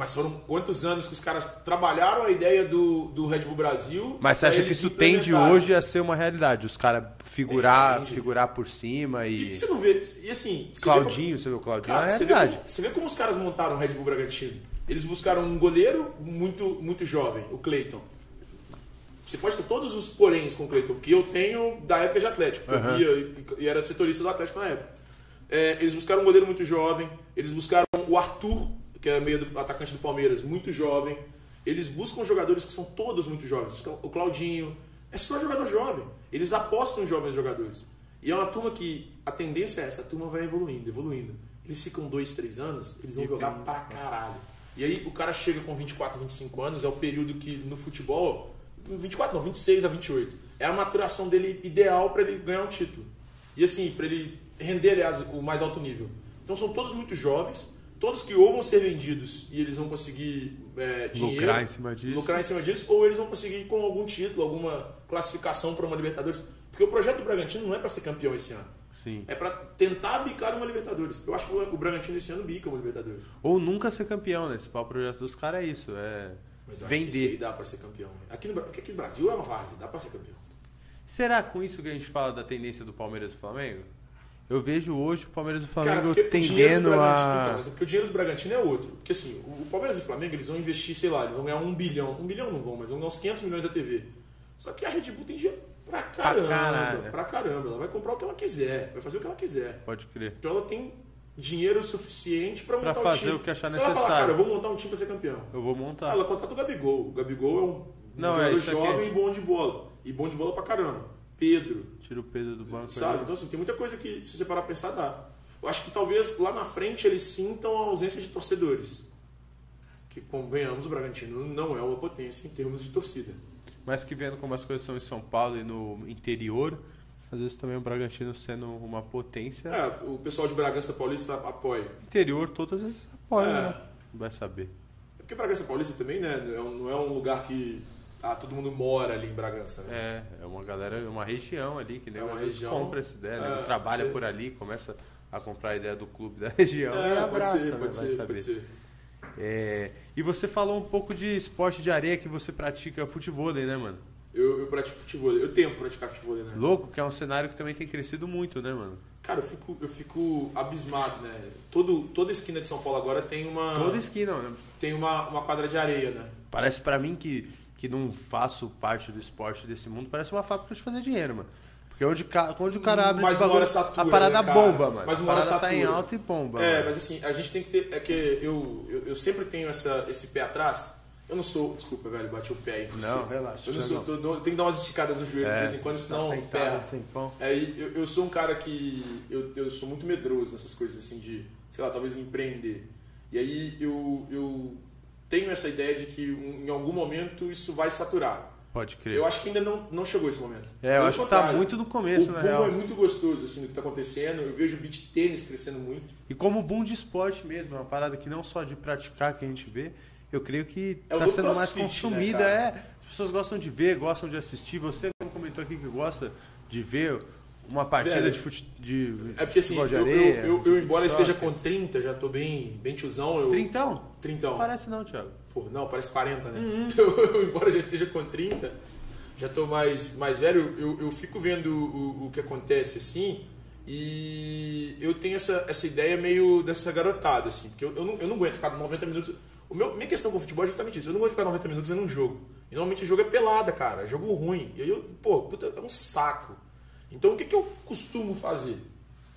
Speaker 2: Mas foram quantos anos que os caras trabalharam a ideia do, do Red Bull Brasil?
Speaker 1: Mas você
Speaker 2: pra
Speaker 1: acha que
Speaker 2: É, eles
Speaker 1: isso tende
Speaker 2: implementarem.
Speaker 1: hoje a ser uma realidade? Os caras figurar,
Speaker 2: Entende.
Speaker 1: figurar por cima
Speaker 2: E
Speaker 1: e.
Speaker 2: você não vê. E assim. você vê
Speaker 1: Claudinho, você viu o
Speaker 2: como-
Speaker 1: Claudinho?
Speaker 2: Cara,
Speaker 1: é
Speaker 2: você, vê como,
Speaker 1: realidade.
Speaker 2: você vê como os caras montaram o Red Bull Bragantino. Eles buscaram um goleiro muito, muito jovem, o Cleiton. Você pode ter todos os poréns com o Cleiton, que eu tenho da época de Atlético. que Eu via e- e era setorista do Atlético na época. É, eles buscaram um goleiro muito jovem. Eles buscaram o Arthur, que é meio do, atacante do Palmeiras, muito jovem. Eles buscam jogadores que são todos muito jovens. O Claudinho. É só jogador jovem. Eles apostam em jovens jogadores. E é uma turma que a tendência é essa: a turma vai evoluindo, evoluindo. Eles ficam dois, três anos, eles vão jogar pra caralho. E aí o cara chega com 24, 25 anos, é o período que no futebol. 24 não, 26 a 28. É a maturação dele ideal pra ele ganhar um título. E assim, para ele render, aliás, o mais alto nível. Então são todos muito jovens, todos que ou vão ser vendidos e eles vão conseguir é, dinheiro,
Speaker 1: Lucrar em cima disso.
Speaker 2: lucrar em cima disso, ou eles vão conseguir com algum título, alguma classificação para uma Libertadores. Porque o projeto do Bragantino não é para ser campeão esse ano.
Speaker 1: Sim.
Speaker 2: É para tentar bicar uma Libertadores. Eu acho que o Bragantino esse ano bica uma Libertadores.
Speaker 1: Ou nunca ser campeão, né? Esse pau projeto dos caras é isso. É
Speaker 2: Mas eu acho que esse aí
Speaker 1: vender.
Speaker 2: dá para ser campeão. Aqui no, Bra- porque aqui no Brasil é uma várzea, dá para ser campeão.
Speaker 1: Será com isso que a gente fala da tendência do Palmeiras e do Flamengo? Eu vejo hoje o Palmeiras e o Flamengo
Speaker 2: porque o dinheiro do
Speaker 1: tendendo
Speaker 2: Bragantino-
Speaker 1: a.
Speaker 2: então, mas é porque o dinheiro do Bragantino é outro. Porque assim, o o Palmeiras e o Flamengo eles vão investir, sei lá, eles vão ganhar um bilhão. Um bilhão não vão, mas vão ganhar uns 500 milhões da TV. Só que a Red Bull tem dinheiro pra caramba.
Speaker 1: caralho.
Speaker 2: pra caramba. Ela vai comprar o que ela quiser, vai fazer o que ela quiser.
Speaker 1: Pode crer.
Speaker 2: Então ela tem dinheiro suficiente pra
Speaker 1: Pra
Speaker 2: montar
Speaker 1: fazer
Speaker 2: o time.
Speaker 1: o que achar
Speaker 2: Se ela
Speaker 1: necessário.
Speaker 2: falar, cara, eu vou montar um time pra ser campeão.
Speaker 1: Eu vou montar.
Speaker 2: Ela contrata o Gabigol. O Gabigol é um, um
Speaker 1: Não, é,
Speaker 2: jogador
Speaker 1: isso é
Speaker 2: jovem
Speaker 1: quente.
Speaker 2: e bom de bola. E bom de bola pra caramba. Pedro,
Speaker 1: Tira o Pedro do banco.
Speaker 2: Sabe?
Speaker 1: ali.
Speaker 2: Então, assim, tem muita coisa que, se você parar pra pensar, dá. Eu acho que talvez lá na frente eles sintam a ausência de torcedores. Que, convenhamos, o Bragantino não é uma potência em termos de torcida.
Speaker 1: Mas que vendo como as coisas são em São Paulo e no interior, às vezes também o Bragantino sendo uma potência.
Speaker 2: É, o pessoal de Bragança Paulista apoia.
Speaker 1: Interior, todas as apoiam,
Speaker 2: É.
Speaker 1: né? Vai saber.
Speaker 2: É porque Bragança Paulista também, né? Não é um- não é um lugar que ah, todo mundo mora ali em Bragança, né?
Speaker 1: É, é uma galera, é uma região ali que nem
Speaker 2: uma
Speaker 1: às vezes
Speaker 2: região.
Speaker 1: compra essa ideia, né?
Speaker 2: É,
Speaker 1: trabalha
Speaker 2: pode ser.
Speaker 1: por ali, começa a comprar a ideia do clube da região e abraça,
Speaker 2: É, pode ser,
Speaker 1: né?
Speaker 2: pode
Speaker 1: vai
Speaker 2: ser,
Speaker 1: saber.
Speaker 2: pode ser.
Speaker 1: É, e você falou um pouco de esporte de areia que você pratica futebol, né, mano?
Speaker 2: Eu, eu pratico futebol, eu tento praticar futebol, né?
Speaker 1: Louco, que é um cenário que também tem crescido muito, né, mano?
Speaker 2: Cara, eu fico, eu fico abismado, né? Todo, toda esquina de São Paulo agora tem uma,
Speaker 1: Toda esquina, né?
Speaker 2: tem uma, uma quadra de areia, né?
Speaker 1: Parece pra mim que, que não faço parte do esporte desse mundo, parece uma fábrica de fazer dinheiro, mano. Porque onde, ca- onde o cara abre
Speaker 2: Hum, Mas
Speaker 1: esse
Speaker 2: uma
Speaker 1: bagulho,
Speaker 2: hora satura,
Speaker 1: a parada
Speaker 2: né, cara?
Speaker 1: bomba, mano.
Speaker 2: Mas
Speaker 1: a
Speaker 2: uma hora
Speaker 1: parada tá em
Speaker 2: satura.
Speaker 1: alta e bomba.
Speaker 2: É,
Speaker 1: mano.
Speaker 2: mas assim, a gente tem que ter. É que eu, eu, eu sempre tenho essa, esse pé atrás. Eu não sou. Desculpa, velho, bati o pé aí. em você.
Speaker 1: Não, relaxa,
Speaker 2: Eu não
Speaker 1: não.
Speaker 2: sou. tô- tô- tenho que dar umas esticadas no joelho de vez em quando, senão
Speaker 1: sentado
Speaker 2: ferra.
Speaker 1: um tempão.
Speaker 2: Aí eu, eu sou um cara que. Eu, eu sou muito medroso nessas coisas assim de, sei lá, talvez empreender. E aí eu, eu tenho essa ideia de que um- em algum momento isso vai saturar.
Speaker 1: Pode crer.
Speaker 2: Eu acho que ainda não, não chegou esse momento.
Speaker 1: É, eu
Speaker 2: Pelo
Speaker 1: acho que tá
Speaker 2: contrário,
Speaker 1: muito no começo,
Speaker 2: o
Speaker 1: na
Speaker 2: boom
Speaker 1: real.
Speaker 2: é muito gostoso, assim, do que tá acontecendo. Eu vejo o beat tênis crescendo muito.
Speaker 1: E como boom de esporte mesmo, é uma parada que não só de praticar que a gente vê, eu creio que
Speaker 2: É o
Speaker 1: tá
Speaker 2: do
Speaker 1: sendo mais
Speaker 2: crossfit, né,
Speaker 1: consumida,
Speaker 2: cara?
Speaker 1: é. As pessoas gostam de ver, gostam de assistir. Você mesmo comentou aqui que gosta de ver uma partida
Speaker 2: Velho,
Speaker 1: de, fute... de
Speaker 2: É porque assim,
Speaker 1: futebol
Speaker 2: eu,
Speaker 1: de
Speaker 2: eu,
Speaker 1: areia. tipo
Speaker 2: eu- eu, embora
Speaker 1: de
Speaker 2: esteja
Speaker 1: soccer.
Speaker 2: com 30, já tô bem, bem tiozão. Eu,
Speaker 1: é.
Speaker 2: um.
Speaker 1: Trintão?
Speaker 2: Trintão.
Speaker 1: Parece não, Thiago.
Speaker 2: Pô, não, parece 40, né? Eu, eu, embora já esteja com 30, já tô mais, mais velho, eu, eu fico vendo o, o que acontece assim. E eu tenho essa, essa ideia meio dessa garotada, assim, porque eu, eu, não, eu não aguento ficar 90 minutos. O meu, minha questão com o futebol é justamente isso. Eu não gosto de ficar 90 minutos vendo um jogo. E normalmente o jogo é pelada, cara. É jogo ruim. E aí eu, pô, puta, é um saco. Então o que, que eu costumo fazer?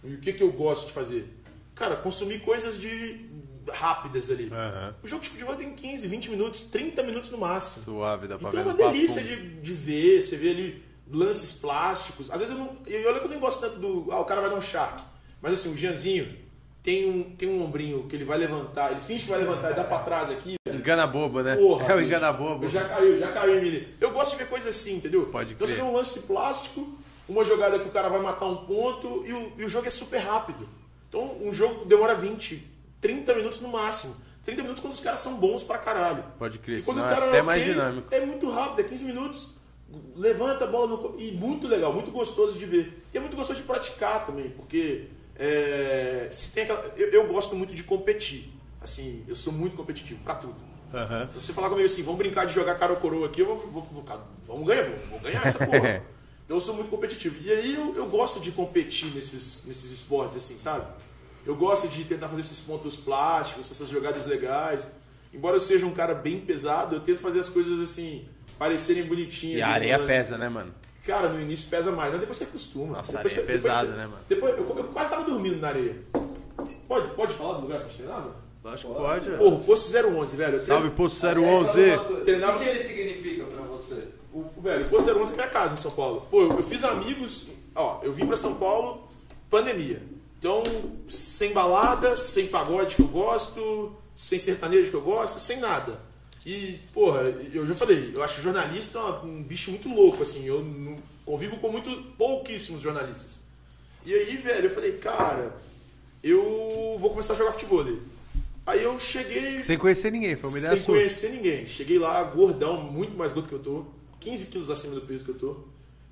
Speaker 2: E o que, que eu gosto de fazer? Cara, consumir coisas de rápidas ali.
Speaker 1: Aham.
Speaker 2: O jogo de futebol tem 15, 20 minutos, 30 minutos no máximo.
Speaker 1: Suave, dá pra
Speaker 2: Então é
Speaker 1: ver
Speaker 2: uma
Speaker 1: no Tá papo.
Speaker 2: delícia de, de ver, você vê ali lances plásticos. Às vezes eu não. E olha que eu nem gosto tanto do. Ah, o cara vai dar um charque. Mas assim, o Gianzinho tem um, tem um ombrinho que ele vai levantar, ele finge que vai levantar e dá pra trás aqui.
Speaker 1: Engana bobo, né?
Speaker 2: Porra,
Speaker 1: é o
Speaker 2: bicho.
Speaker 1: engana bobo.
Speaker 2: Eu já caiu, já caiu, Emílio. Eu gosto de ver coisas assim, entendeu?
Speaker 1: Pode
Speaker 2: Então você vê
Speaker 1: crer.
Speaker 2: um lance plástico, uma jogada que o cara vai matar um ponto e o, e o jogo é super rápido. Então um jogo demora 20, 30 minutos no máximo. 30 minutos quando os caras são bons pra caralho.
Speaker 1: Pode crer,
Speaker 2: E quando
Speaker 1: senão
Speaker 2: o cara
Speaker 1: é até
Speaker 2: ok,
Speaker 1: mais dinâmico.
Speaker 2: É muito rápido, é 15 minutos. Levanta a bola no co- e muito legal, muito gostoso de ver. E é muito gostoso de praticar também, porque é, se tem aquela- eu, eu gosto muito de competir. Assim, eu sou muito competitivo pra tudo.
Speaker 1: Aham.
Speaker 2: Se você falar comigo assim, vamos brincar de jogar cara ou coroa aqui, eu vou, vou, vou- cara, vamos ganhar, vou, vou ganhar essa porra. então eu sou muito competitivo. E aí eu, eu gosto de competir nesses, nesses esportes, assim, sabe? Eu gosto de tentar fazer esses pontos plásticos, essas jogadas legais. Embora eu seja um cara bem pesado, eu tento fazer as coisas assim, parecerem bonitinhas.
Speaker 1: E a
Speaker 2: no
Speaker 1: areia
Speaker 2: lance.
Speaker 1: pesa, né, mano?
Speaker 2: Cara, no início pesa mais, mas depois você acostuma.
Speaker 1: Nossa,
Speaker 2: Depois
Speaker 1: areia é
Speaker 2: você- depois
Speaker 1: pesada,
Speaker 2: você-
Speaker 1: né, mano?
Speaker 2: Depois, eu, eu quase tava dormindo na areia. Pode, pode falar do lugar que a gente treinava?
Speaker 1: Lógico que pode. velho.
Speaker 2: Porra, o Posto 011, velho. eu
Speaker 1: Salve,
Speaker 2: treino-
Speaker 1: Poço
Speaker 4: Aliás, só
Speaker 1: 011.
Speaker 4: uma coisa.
Speaker 2: Treinava-
Speaker 4: O que ele significa pra você?
Speaker 2: O, velho, o Poço 011 é minha casa em São Paulo. Pô, eu, eu fiz amigos, ó, eu vim pra São Paulo, pandemia. Então, sem balada, sem pagode que eu gosto, sem sertanejo que eu gosto, sem nada. E, porra, eu já falei, eu acho jornalista uma- um bicho muito louco, assim, eu não- convivo com muito pouquíssimos jornalistas. E aí, velho, eu falei, cara, eu vou começar a jogar futebol. Aí eu cheguei
Speaker 1: Sem conhecer ninguém, foi uma ideia
Speaker 2: sem
Speaker 1: sua.
Speaker 2: conhecer ninguém. Cheguei lá gordão, muito mais gordo que eu tô, 15 quilos acima do peso que eu tô.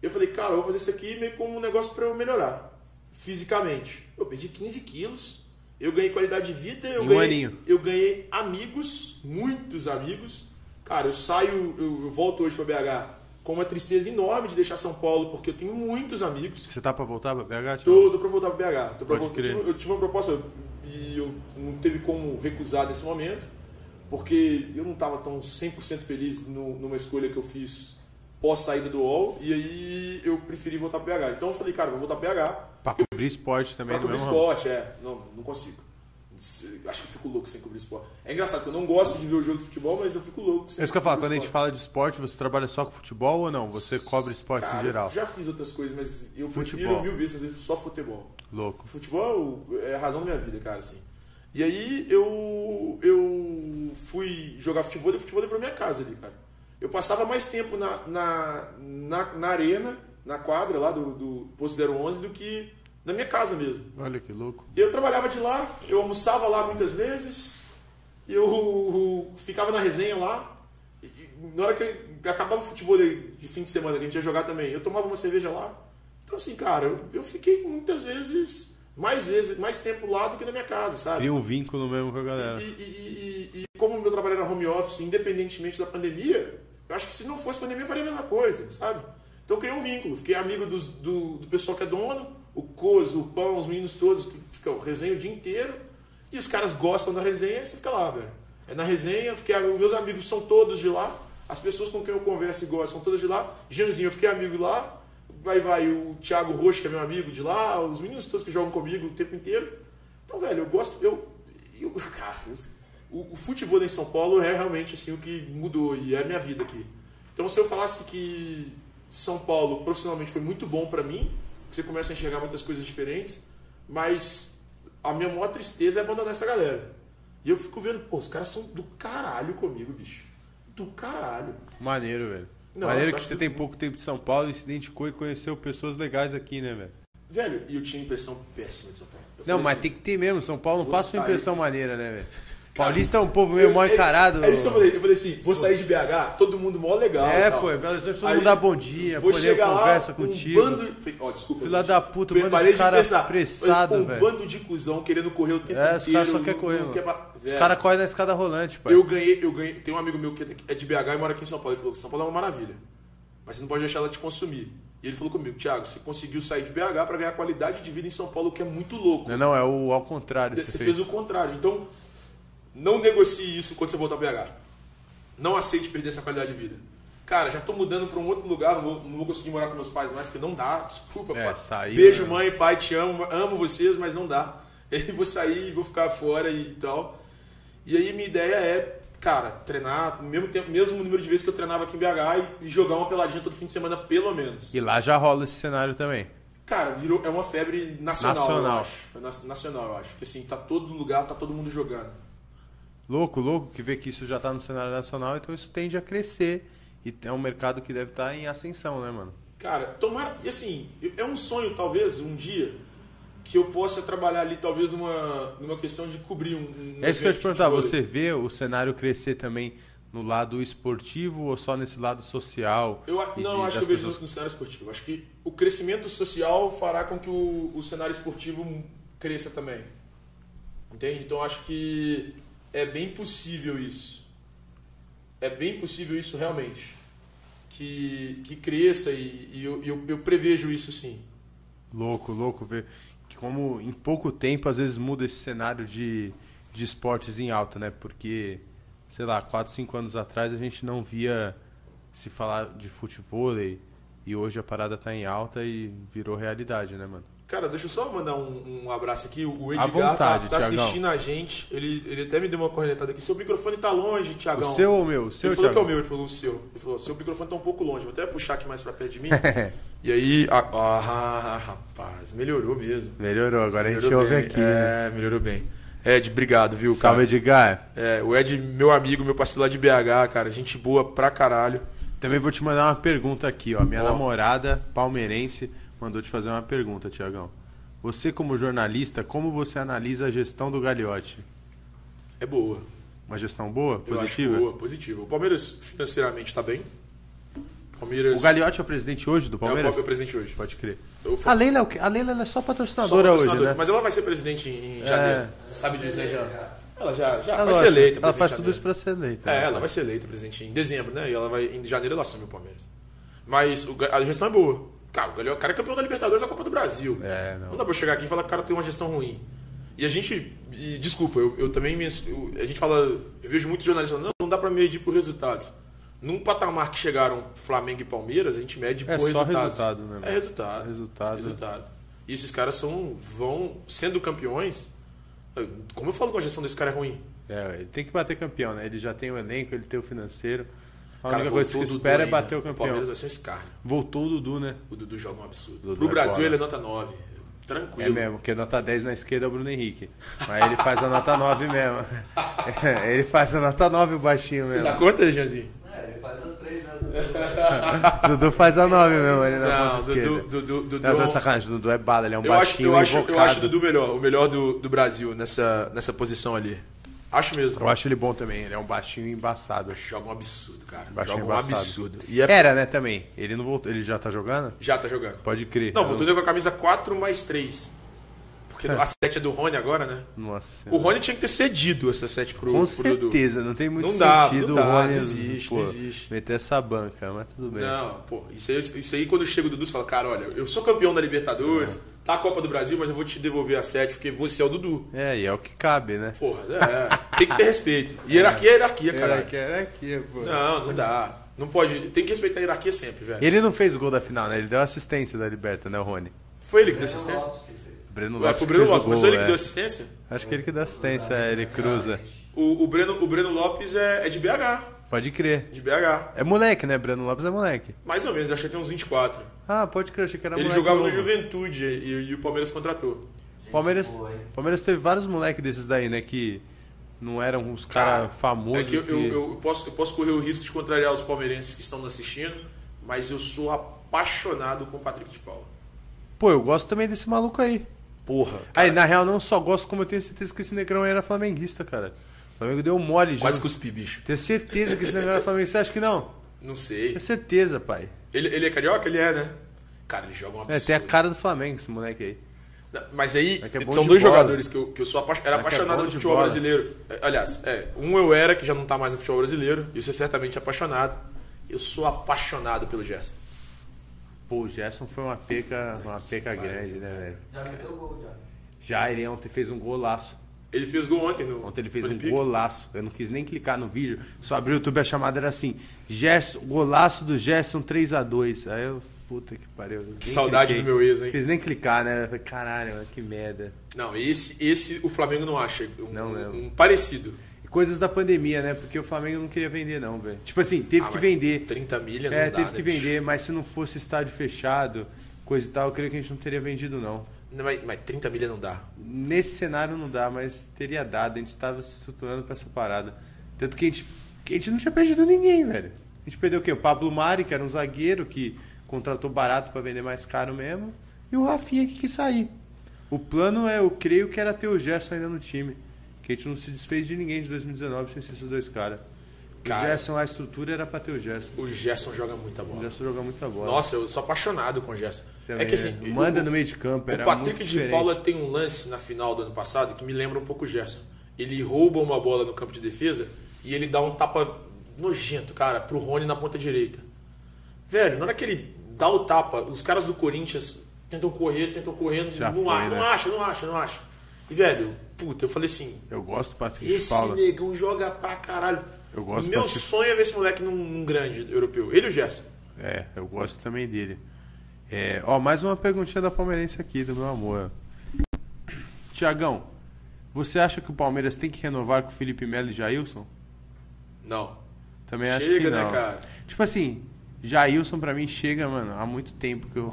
Speaker 2: Eu falei, cara, eu vou fazer isso aqui meio como um negócio pra eu melhorar fisicamente. Eu perdi 15 quilos, eu ganhei qualidade de vida, eu
Speaker 1: Em um
Speaker 2: ganhei,
Speaker 1: aninho.
Speaker 2: eu ganhei amigos, muitos amigos. Cara, eu saio, eu, eu volto hoje pra BH com uma tristeza enorme de deixar São Paulo, porque eu tenho muitos amigos.
Speaker 1: Você tá pra voltar pra BH? Thiago?
Speaker 2: Tô, tô pra voltar pro BH. Tô pra
Speaker 1: Pode
Speaker 2: voltar. Eu,
Speaker 1: crer.
Speaker 2: tive, eu tive uma proposta e eu não teve como recusar nesse momento, porque eu não tava tão 100% feliz no- numa escolha que eu fiz pós saída do UOL, e aí eu preferi voltar pro BH. Então eu falei, cara, eu vou voltar pro BH,
Speaker 1: Pra cobrir esporte também
Speaker 2: pra
Speaker 1: no
Speaker 2: cobrir
Speaker 1: mesmo ramo.
Speaker 2: esporte, é. Não, não consigo. Se- Acho que eu fico louco sem cobrir esporte. É engraçado que eu não gosto de ver o jogo de futebol, mas eu fico louco sem
Speaker 1: É isso que eu falo,
Speaker 2: cobrir
Speaker 1: quando a gente
Speaker 2: esporte.
Speaker 1: fala de esporte, você trabalha só com futebol ou não? Você cobre esportes
Speaker 2: Cara,
Speaker 1: em
Speaker 2: eu
Speaker 1: geral?
Speaker 2: já fiz outras coisas, mas eu prefiro
Speaker 1: Futebol.
Speaker 2: mil vezes fazer só futebol.
Speaker 1: Louco.
Speaker 2: Futebol é a razão da minha vida, cara, assim. E aí eu, eu fui jogar futebol e o futebol foi minha casa ali, cara. Eu passava mais tempo na, na, na, na arena, na quadra lá do, do Posto 011 do que na minha casa mesmo.
Speaker 1: Olha que louco.
Speaker 2: E eu trabalhava de lá, eu almoçava lá muitas vezes, eu ficava na resenha lá. E- e na hora que acabava o futebol de fim de semana, que a gente ia jogar também, eu tomava uma cerveja lá. Então, assim, cara, eu, eu fiquei muitas vezes, mais vezes, mais tempo lá do que na minha casa, sabe?
Speaker 1: Cria um vínculo mesmo com a galera.
Speaker 2: E, e- e- e- e como o meu trabalho era home office, independentemente da pandemia, eu acho que se não fosse pandemia eu faria a mesma coisa, sabe? Então eu criei um vínculo, fiquei amigo dos- do, do pessoal que é dono, o Cozo, o Pão, os meninos todos, que ficam resenha o dia inteiro, e os caras gostam da resenha, você fica lá, velho. É na resenha, eu fiquei, amigo- meus amigos são todos de lá, as pessoas com quem eu converso e gosto são todas de lá, Jeanzinho, eu fiquei amigo lá, vai vai o Thiago Rocha, que é meu amigo de lá, os meninos todos que jogam comigo o tempo inteiro. Então, velho, eu gosto. Eu, eu, cara, o, o futebol em São Paulo é realmente assim, o que mudou e é a minha vida aqui. Então, se eu falasse que São Paulo profissionalmente foi muito bom pra mim, que você começa a enxergar muitas coisas diferentes, mas a minha maior tristeza é abandonar essa galera. E eu fico vendo, pô, os caras são do caralho comigo, bicho. Do caralho.
Speaker 1: Maneiro, velho.
Speaker 2: Não, eu
Speaker 1: Maneiro que
Speaker 2: acho
Speaker 1: você
Speaker 2: que-
Speaker 1: tem pouco tempo de São Paulo e se identificou e conheceu pessoas legais aqui, né, velho?
Speaker 2: Velho, e eu tinha impressão péssima de São Paulo. Eu
Speaker 1: Não,
Speaker 2: falei
Speaker 1: mas
Speaker 2: assim,
Speaker 1: tem que ter mesmo. São Paulo não
Speaker 2: vou
Speaker 1: passa
Speaker 2: sair.
Speaker 1: uma impressão maneira, né, velho? Paulista é um povo meio mal
Speaker 2: é-
Speaker 1: encarado.
Speaker 2: É isso que eu falei. Eu falei assim, vou sair de BH, todo mundo mó legal. e
Speaker 1: É,
Speaker 2: tal.
Speaker 1: pô, em Belo Horizonte todo
Speaker 2: Aí,
Speaker 1: mundo dá bom dia, pô, nego
Speaker 2: Vou chegar lá,
Speaker 1: conversa
Speaker 2: um
Speaker 1: contigo.
Speaker 2: Bando... Ó, desculpa.
Speaker 1: Filha
Speaker 2: gente.
Speaker 1: da puta, um
Speaker 2: Pe-
Speaker 1: bando de
Speaker 2: parei
Speaker 1: cara
Speaker 2: pensar.
Speaker 1: apressado,
Speaker 2: Mas, pô,
Speaker 1: velho.
Speaker 2: Um bando de cuzão querendo correr o tempo
Speaker 1: É, os
Speaker 2: inteiro.
Speaker 1: caras só
Speaker 2: não-
Speaker 1: querem correr,
Speaker 2: não
Speaker 1: mano.
Speaker 2: quer ba-
Speaker 1: Os
Speaker 2: Velho,
Speaker 1: caras correm na escada rolante, pai.
Speaker 2: Eu ganhei, eu ganhei. Tem um amigo meu que é daqui- é de BH e mora aqui em São Paulo. Ele falou que São Paulo é uma maravilha. Mas você não pode deixar ela te consumir. E ele falou comigo, Thiago, você conseguiu sair de BH pra ganhar qualidade de vida em São Paulo, o que é muito louco.
Speaker 1: Não, não, é o ao contrário.
Speaker 2: Você fez o contrário. Então, Não negocie isso quando você voltar ao BH. Não aceite perder essa qualidade de vida. Cara, já tô mudando para um outro lugar, não vou, não vou conseguir morar com meus pais mais, porque não dá. Desculpa,
Speaker 1: É,
Speaker 2: pai.
Speaker 1: sair,
Speaker 2: Beijo,
Speaker 1: né?
Speaker 2: mãe, pai, te amo, amo vocês, mas não dá. E vou sair, vou ficar fora e tal. E aí minha ideia é, cara, treinar mesmo tempo, mesmo número de vezes que eu treinava aqui em BH e, e jogar uma peladinha todo fim de semana, pelo menos.
Speaker 1: E lá já rola esse cenário também.
Speaker 2: Cara, virou, é uma febre nacional,
Speaker 1: Nacional.
Speaker 2: eu acho. É nas- Nacional, eu acho. Porque assim, tá todo lugar, tá todo mundo jogando.
Speaker 1: Louco, louco que vê que isso já está no cenário nacional, então isso tende a crescer. E é um mercado que deve estar em ascensão, né, mano?
Speaker 2: Cara, tomara. E assim, é um sonho, talvez, um dia, que eu possa trabalhar ali, talvez, numa, numa questão de cobrir um. um
Speaker 1: É isso que eu ia te
Speaker 2: evento de
Speaker 1: perguntar,
Speaker 2: vôlei.
Speaker 1: você vê o cenário crescer também no lado esportivo ou só nesse lado social?
Speaker 2: Eu, a-
Speaker 1: E de-
Speaker 2: não, acho que
Speaker 1: das
Speaker 2: eu vejo
Speaker 1: pessoas-
Speaker 2: no, no cenário esportivo. Acho que o crescimento social fará com que o, o cenário esportivo cresça também. Entende? Então acho que é bem possível isso. É bem possível isso realmente. Que, que cresça e, e eu, eu, eu prevejo isso sim.
Speaker 1: Louco, louco ver que como em pouco tempo às vezes muda esse cenário de, de esportes em alta, né? Porque, sei lá, 4, 5 anos atrás a gente não via se falar de futebol e hoje a parada tá em alta e virou realidade, né, mano?
Speaker 2: Cara, deixa eu só mandar um, um abraço aqui. O
Speaker 1: À
Speaker 2: Edgar
Speaker 1: vontade,
Speaker 2: tá, tá
Speaker 1: Thiagão.
Speaker 2: assistindo a gente. Ele, ele até me deu uma cornetada aqui. Seu microfone tá
Speaker 1: O
Speaker 2: longe, Tiagão.
Speaker 1: seu ou o meu? O seu,
Speaker 2: ele falou que é o
Speaker 1: Thiago?
Speaker 2: meu, ele falou o seu. Ele falou, seu microfone tá um pouco longe, vou até puxar aqui mais pra perto de mim. e aí, ah, ah, rapaz, melhorou mesmo.
Speaker 1: Melhorou, agora a gente
Speaker 2: Melhorou
Speaker 1: ouve
Speaker 2: bem.
Speaker 1: aqui. né?
Speaker 2: É, melhorou bem. Ed, obrigado, viu, cara?
Speaker 1: Salve, Edgar.
Speaker 2: É, o Ed, meu amigo, meu parceiro lá de BH, cara, gente boa pra caralho.
Speaker 1: Também vou te mandar uma pergunta aqui, ó. Minha
Speaker 2: Ó.
Speaker 1: namorada palmeirense mandou te fazer uma pergunta, Tiagão. Você, como jornalista, como você analisa a gestão do Gagliotti?
Speaker 2: É boa.
Speaker 1: Uma gestão boa?
Speaker 2: Eu acho
Speaker 1: Positiva?
Speaker 2: boa, positiva. O Palmeiras financeiramente tá bem. Palmeiras
Speaker 1: O Gagliotti é o presidente hoje do
Speaker 2: é o
Speaker 1: Palmeiras?
Speaker 2: próprio presidente hoje.
Speaker 1: Pode crer.
Speaker 2: Eu fui-
Speaker 1: A Leila, é o quê? a Leila ela é só
Speaker 2: Só
Speaker 1: patrocinadora hoje,
Speaker 2: patrocinador.
Speaker 1: né?
Speaker 2: Mas ela vai ser presidente em em janeiro. Sabe disso, né, Jean? Ela já, já
Speaker 1: É
Speaker 2: vai
Speaker 1: lógico,
Speaker 2: ser eleita.
Speaker 1: Ela
Speaker 2: presidente
Speaker 1: faz
Speaker 2: em
Speaker 1: tudo
Speaker 2: janeiro.
Speaker 1: isso pra ser eleita. né?
Speaker 2: É, ela vai ser eleita presidente em dezembro, né? E ela vai em janeiro ela assume o Palmeiras. Mas o Ga- a gestão é boa. Cara, o Galhão- o cara é campeão da Libertadores da Copa do Brasil.
Speaker 1: É, não.
Speaker 2: não. dá pra eu chegar aqui e falar que o cara tem uma gestão ruim. E a gente. e desculpa, eu, eu também me. eu- a gente fala. Eu vejo muitos jornalistas falando, não, não dá pra medir por resultados. Num patamar que chegaram Flamengo e Palmeiras, a gente mede
Speaker 1: É
Speaker 2: por
Speaker 1: só
Speaker 2: resultados.
Speaker 1: resultado, né, mano?
Speaker 2: É resultado.
Speaker 1: Resultado.
Speaker 2: Resultado. E esses caras são. vão. sendo campeões. Como eu falo que a gestão desse cara é ruim?
Speaker 1: É, ele tem que bater campeão, né? Ele já tem o elenco, ele tem o financeiro. A
Speaker 2: Cara,
Speaker 1: única coisa que
Speaker 2: voltou o Dudu
Speaker 1: espera é
Speaker 2: ainda.
Speaker 1: bater o campeão.
Speaker 2: Palmeiras vai ser um escárnio.
Speaker 1: Voltou o Dudu, né?
Speaker 2: O Dudu joga um absurdo.
Speaker 1: Dudu
Speaker 2: Pro
Speaker 1: é
Speaker 2: Brasil
Speaker 1: foda.
Speaker 2: ele é nota 9.
Speaker 1: É
Speaker 2: Tranquilo.
Speaker 1: mesmo, porque nota 10 na esquerda é o Bruno Henrique. Mas ele faz a nota 9 mesmo. É, ele faz a nota 9 o baixinho
Speaker 2: Você tá dá
Speaker 1: é mesmo.
Speaker 2: conta, Janzinho?
Speaker 4: É, ele faz as três, né?
Speaker 1: Dudu faz a 9 mesmo ali na
Speaker 2: Não,
Speaker 1: É ponta
Speaker 2: Dudu,
Speaker 1: esquerda.
Speaker 2: Dudu, Dudu.
Speaker 1: Não, tô de sacanagem, Dudu é bala, ele é um
Speaker 2: eu, acho,
Speaker 1: baixinho
Speaker 2: eu, acho, eu acho o
Speaker 1: invocado.
Speaker 2: Dudu melhor, o melhor do, do Brasil nessa, nessa posição ali. Acho mesmo.
Speaker 1: Eu acho ele bom também, ele é um baixinho embaçado.
Speaker 2: Joga um absurdo, cara.
Speaker 1: Baixinho
Speaker 2: joga um
Speaker 1: embaçado.
Speaker 2: absurdo. E é-
Speaker 1: Era, né, também. Ele não voltou, ele já tá jogando?
Speaker 2: já tá jogando.
Speaker 1: Pode crer.
Speaker 2: Não,
Speaker 1: Eu
Speaker 2: voltou com a camisa 4 mais 3. Porque a 7 é do Rony agora, né?
Speaker 1: Nossa
Speaker 2: O
Speaker 1: Senhora.
Speaker 2: Rony tinha que ter cedido essa 7 pro,
Speaker 1: Com
Speaker 2: pro Dudu.
Speaker 1: certeza, não tem muito
Speaker 2: Não dá, não
Speaker 1: sentido
Speaker 2: dá,
Speaker 1: o Rony
Speaker 2: não existe,
Speaker 1: pô,
Speaker 2: não existe.
Speaker 1: meter essa banca, mas tudo bem.
Speaker 2: Não, pô, isso aí, isso aí quando chega o Dudu, você fala, cara, olha, eu sou campeão da Libertadores, tá a Copa do Brasil, mas eu vou te devolver a sete porque você é o Dudu.
Speaker 1: É, e é o que cabe, né?
Speaker 2: Porra, é, tem que ter respeito. Hierarquia é hierarquia, cara.
Speaker 1: era aqui, é, pô.
Speaker 2: Não, não dá. Não pode. Tem que respeitar a hierarquia sempre, velho.
Speaker 1: Ele não fez o gol da final, né? Ele deu assistência da Liberta, né, o Rony?
Speaker 2: Foi ele que deu
Speaker 4: Breno
Speaker 2: assistência?
Speaker 4: Lopes que fez.
Speaker 1: Breno
Speaker 2: Ué,
Speaker 1: Lopes.
Speaker 2: foi o Breno
Speaker 1: que fez
Speaker 2: Lopes,
Speaker 1: o
Speaker 2: mas
Speaker 1: gol,
Speaker 2: foi ele que
Speaker 1: é.
Speaker 2: deu assistência?
Speaker 1: Acho que ele que deu assistência, é, ele cruza.
Speaker 2: O, o, Breno, o Breno Lopes é, é de BH.
Speaker 1: Pode crer.
Speaker 2: De BH.
Speaker 1: É moleque, né? Breno Lopes é moleque.
Speaker 2: Mais ou menos, acho que tem uns 24.
Speaker 1: Ah, pode crer, achei que era
Speaker 2: Ele
Speaker 1: moleque
Speaker 2: jogava no
Speaker 1: novo.
Speaker 2: Juventude e, e o Palmeiras contratou.
Speaker 1: Palmeiras,
Speaker 4: Boa, hein?
Speaker 1: Palmeiras teve vários moleques desses daí, né? Que não eram os caras
Speaker 2: Cara,
Speaker 1: famosos.
Speaker 2: É que eu, eu- eu posso, eu posso correr o risco de contrariar os palmeirenses que estão nos assistindo, mas eu sou apaixonado com o Patrick de Paula.
Speaker 1: Pô, eu gosto também desse maluco aí.
Speaker 2: Porra.
Speaker 1: Aí, na real, não só gosto, como eu tenho certeza que esse negrão aí era flamenguista, cara. O Flamengo deu mole,
Speaker 2: Quase
Speaker 1: gente.
Speaker 2: cuspi, bicho.
Speaker 1: Tenho certeza que esse negrão era flamenguista. Você acha que não?
Speaker 2: Não sei.
Speaker 1: Tenho certeza, pai.
Speaker 2: Ele, ele é carioca? Ele é, né? Cara, ele joga um
Speaker 1: É,
Speaker 2: absurdo.
Speaker 1: tem a cara do Flamengo, esse moleque aí.
Speaker 2: Não, Mas aí,
Speaker 1: É que é bom
Speaker 2: são
Speaker 1: de
Speaker 2: dois
Speaker 1: bola.
Speaker 2: jogadores que eu, que eu sou apa- era
Speaker 1: É que é
Speaker 2: apaixonado
Speaker 1: bom
Speaker 2: no
Speaker 1: de
Speaker 2: futebol
Speaker 1: bola.
Speaker 2: brasileiro. É, Aliás, é, um eu era, que já não tá mais no futebol brasileiro, e você é certamente apaixonado. Eu sou apaixonado pelo Gerson.
Speaker 1: Pô, o Gerson foi uma peca, uma peca grande, né, velho?
Speaker 4: Já meteu o gol, já.
Speaker 1: Já ele ontem fez um golaço.
Speaker 2: Ele fez gol ontem no.
Speaker 1: Ontem ele fez um
Speaker 2: Olympique.
Speaker 1: golaço. Eu não quis nem clicar no vídeo. Só abri o YouTube a chamada era assim: Gerson, golaço do Gerson 3x2. Aí eu, puta que pariu. nem
Speaker 2: saudade
Speaker 1: cliquei.
Speaker 2: do meu ex, hein?
Speaker 1: Quis nem clicar, né? Eu falei, Caralho, mano, que merda.
Speaker 2: Não, esse, esse o Flamengo não acha. Um,
Speaker 1: Não mesmo.
Speaker 2: um parecido.
Speaker 1: E coisas da pandemia, né? Porque o Flamengo não queria vender, não, velho. Tipo assim, teve
Speaker 2: Ah,
Speaker 1: que
Speaker 2: mas
Speaker 1: vender.
Speaker 2: 30 milha, não
Speaker 1: É,
Speaker 2: dá,
Speaker 1: teve
Speaker 2: né,
Speaker 1: que
Speaker 2: bicho?
Speaker 1: vender, mas se não fosse estádio fechado, coisa e tal, eu creio que a gente não teria vendido, não.
Speaker 2: Não, mas, mas 30 milha não dá.
Speaker 1: Nesse cenário não dá, mas teria dado. A gente tava se estruturando pra essa parada. Tanto que a gente, que a gente não tinha perdido ninguém, velho. A gente perdeu o quê? O Pablo Mari, que era um zagueiro que contratou barato pra vender mais caro mesmo. E o Rafinha que quis sair. O plano é, eu creio que era ter o Gerson ainda no time. Que a gente não se desfez de ninguém de 2019 sem ser esses dois caras. O
Speaker 2: Cara.
Speaker 1: Gerson, a estrutura era pra ter o Gerson.
Speaker 2: O Gerson joga muita
Speaker 1: O
Speaker 2: bola.
Speaker 1: Gerson joga muita bola.
Speaker 2: Nossa, eu sou apaixonado com o Gerson.
Speaker 1: Também,
Speaker 2: é que assim,
Speaker 1: né? manda
Speaker 2: o-
Speaker 1: no meio de campo, era
Speaker 2: O Patrick
Speaker 1: muito
Speaker 2: de
Speaker 1: diferente.
Speaker 2: Paula tem um lance na final do ano passado que me lembra um pouco o Gerson. Ele rouba uma bola no campo de defesa e ele dá um tapa nojento, cara, pro Rony na ponta direita. Velho, na hora que ele dá o tapa, os caras do Corinthians tentam correr, tentam correr,
Speaker 1: Já
Speaker 2: não,
Speaker 1: foi,
Speaker 2: a-
Speaker 1: né?
Speaker 2: não acha, não acha, não acha. E, velho, puta, eu falei assim,
Speaker 1: Eu gosto do Patrick de
Speaker 2: esse
Speaker 1: Paula.
Speaker 2: negão joga pra caralho.
Speaker 1: Eu gosto do
Speaker 2: Meu
Speaker 1: Patrick.
Speaker 2: sonho é ver esse moleque num, num grande europeu. Ele e o Gerson.
Speaker 1: É, eu gosto também dele. É, ó, mais uma perguntinha da palmeirense aqui, do meu amor. Tiagão, você acha que o Palmeiras tem que renovar com o Felipe Melo e Jailson?
Speaker 2: Não.
Speaker 1: Também acho que
Speaker 2: Chega,
Speaker 1: não.
Speaker 2: né, cara?
Speaker 1: Tipo assim, Jailson pra mim chega, mano, há muito tempo que eu...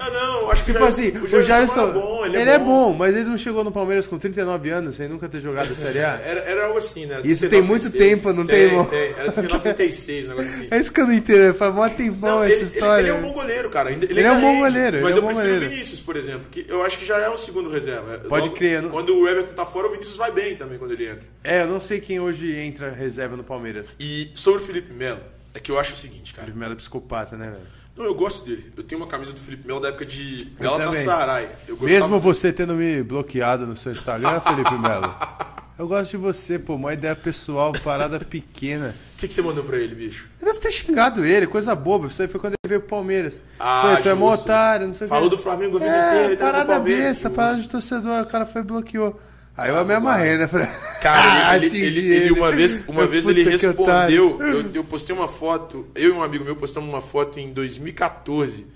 Speaker 2: Ah, não, acho que
Speaker 1: Tipo
Speaker 2: o
Speaker 1: assim,
Speaker 2: Jair-
Speaker 1: o
Speaker 2: Jairson
Speaker 1: Jailson,
Speaker 2: era bom, ele,
Speaker 1: é bom, mas ele não chegou no Palmeiras com 39 anos, sem nunca ter jogado a Série A.
Speaker 2: Era, era algo assim, né? Era
Speaker 1: Isso tem muito
Speaker 2: 39,
Speaker 1: tempo, não tem, irmão?
Speaker 2: tem. Era 39, 36, um negócio assim.
Speaker 1: É isso que eu não entendo, faz mó tempão
Speaker 2: Não, ele,
Speaker 1: essa
Speaker 2: ele-
Speaker 1: história. né?
Speaker 2: ele é um bom goleiro, cara. Ele,
Speaker 1: Ele é um
Speaker 2: ainda
Speaker 1: bom
Speaker 2: rende,
Speaker 1: goleiro, ele
Speaker 2: Mas
Speaker 1: é um
Speaker 2: eu
Speaker 1: bom
Speaker 2: prefiro
Speaker 1: goleiro.
Speaker 2: o Vinícius, por exemplo, que eu acho que já é um segundo reserva.
Speaker 1: Pode crer, né? eu não-
Speaker 2: Quando o Everton tá fora, o Vinícius vai bem também quando ele entra.
Speaker 1: É, eu não sei quem hoje entra reserva no Palmeiras.
Speaker 2: E sobre o Felipe Melo, é que eu acho o seguinte, cara.
Speaker 1: Felipe Melo é psicopata, né, velho?
Speaker 2: Não, eu gosto dele. Eu tenho uma camisa do Felipe Melo da época de
Speaker 1: Eu também.
Speaker 2: Galatasaray. Eu gostava-
Speaker 1: Mesmo você tendo me bloqueado no seu Instagram, Felipe Melo. Eu gosto de você, pô, uma ideia pessoal, parada pequena.
Speaker 2: O que, que você mandou pra ele, bicho?
Speaker 1: Eu deve ter xingado ele, coisa boba. Isso aí foi quando ele veio pro Palmeiras.
Speaker 2: Ah,
Speaker 1: foi, tu é mó
Speaker 2: justo.
Speaker 1: otário, não sei o
Speaker 2: Falou
Speaker 1: quê.
Speaker 2: do Flamengo a vida
Speaker 1: é,
Speaker 2: inteira, ele tava no
Speaker 1: Parada
Speaker 2: Palmeiras,
Speaker 1: besta,
Speaker 2: justo.
Speaker 1: parada de torcedor, o cara foi e bloqueou. Aí eu me amarrei, né? Falei,
Speaker 2: Cara, ele,
Speaker 1: atingi
Speaker 2: ele, ele- ele uma vez, uma
Speaker 1: Eu,
Speaker 2: vez ele
Speaker 1: puta que
Speaker 2: respondeu.
Speaker 1: otário.
Speaker 2: Eu, eu postei uma foto, eu e um amigo meu postamos uma foto em 2014.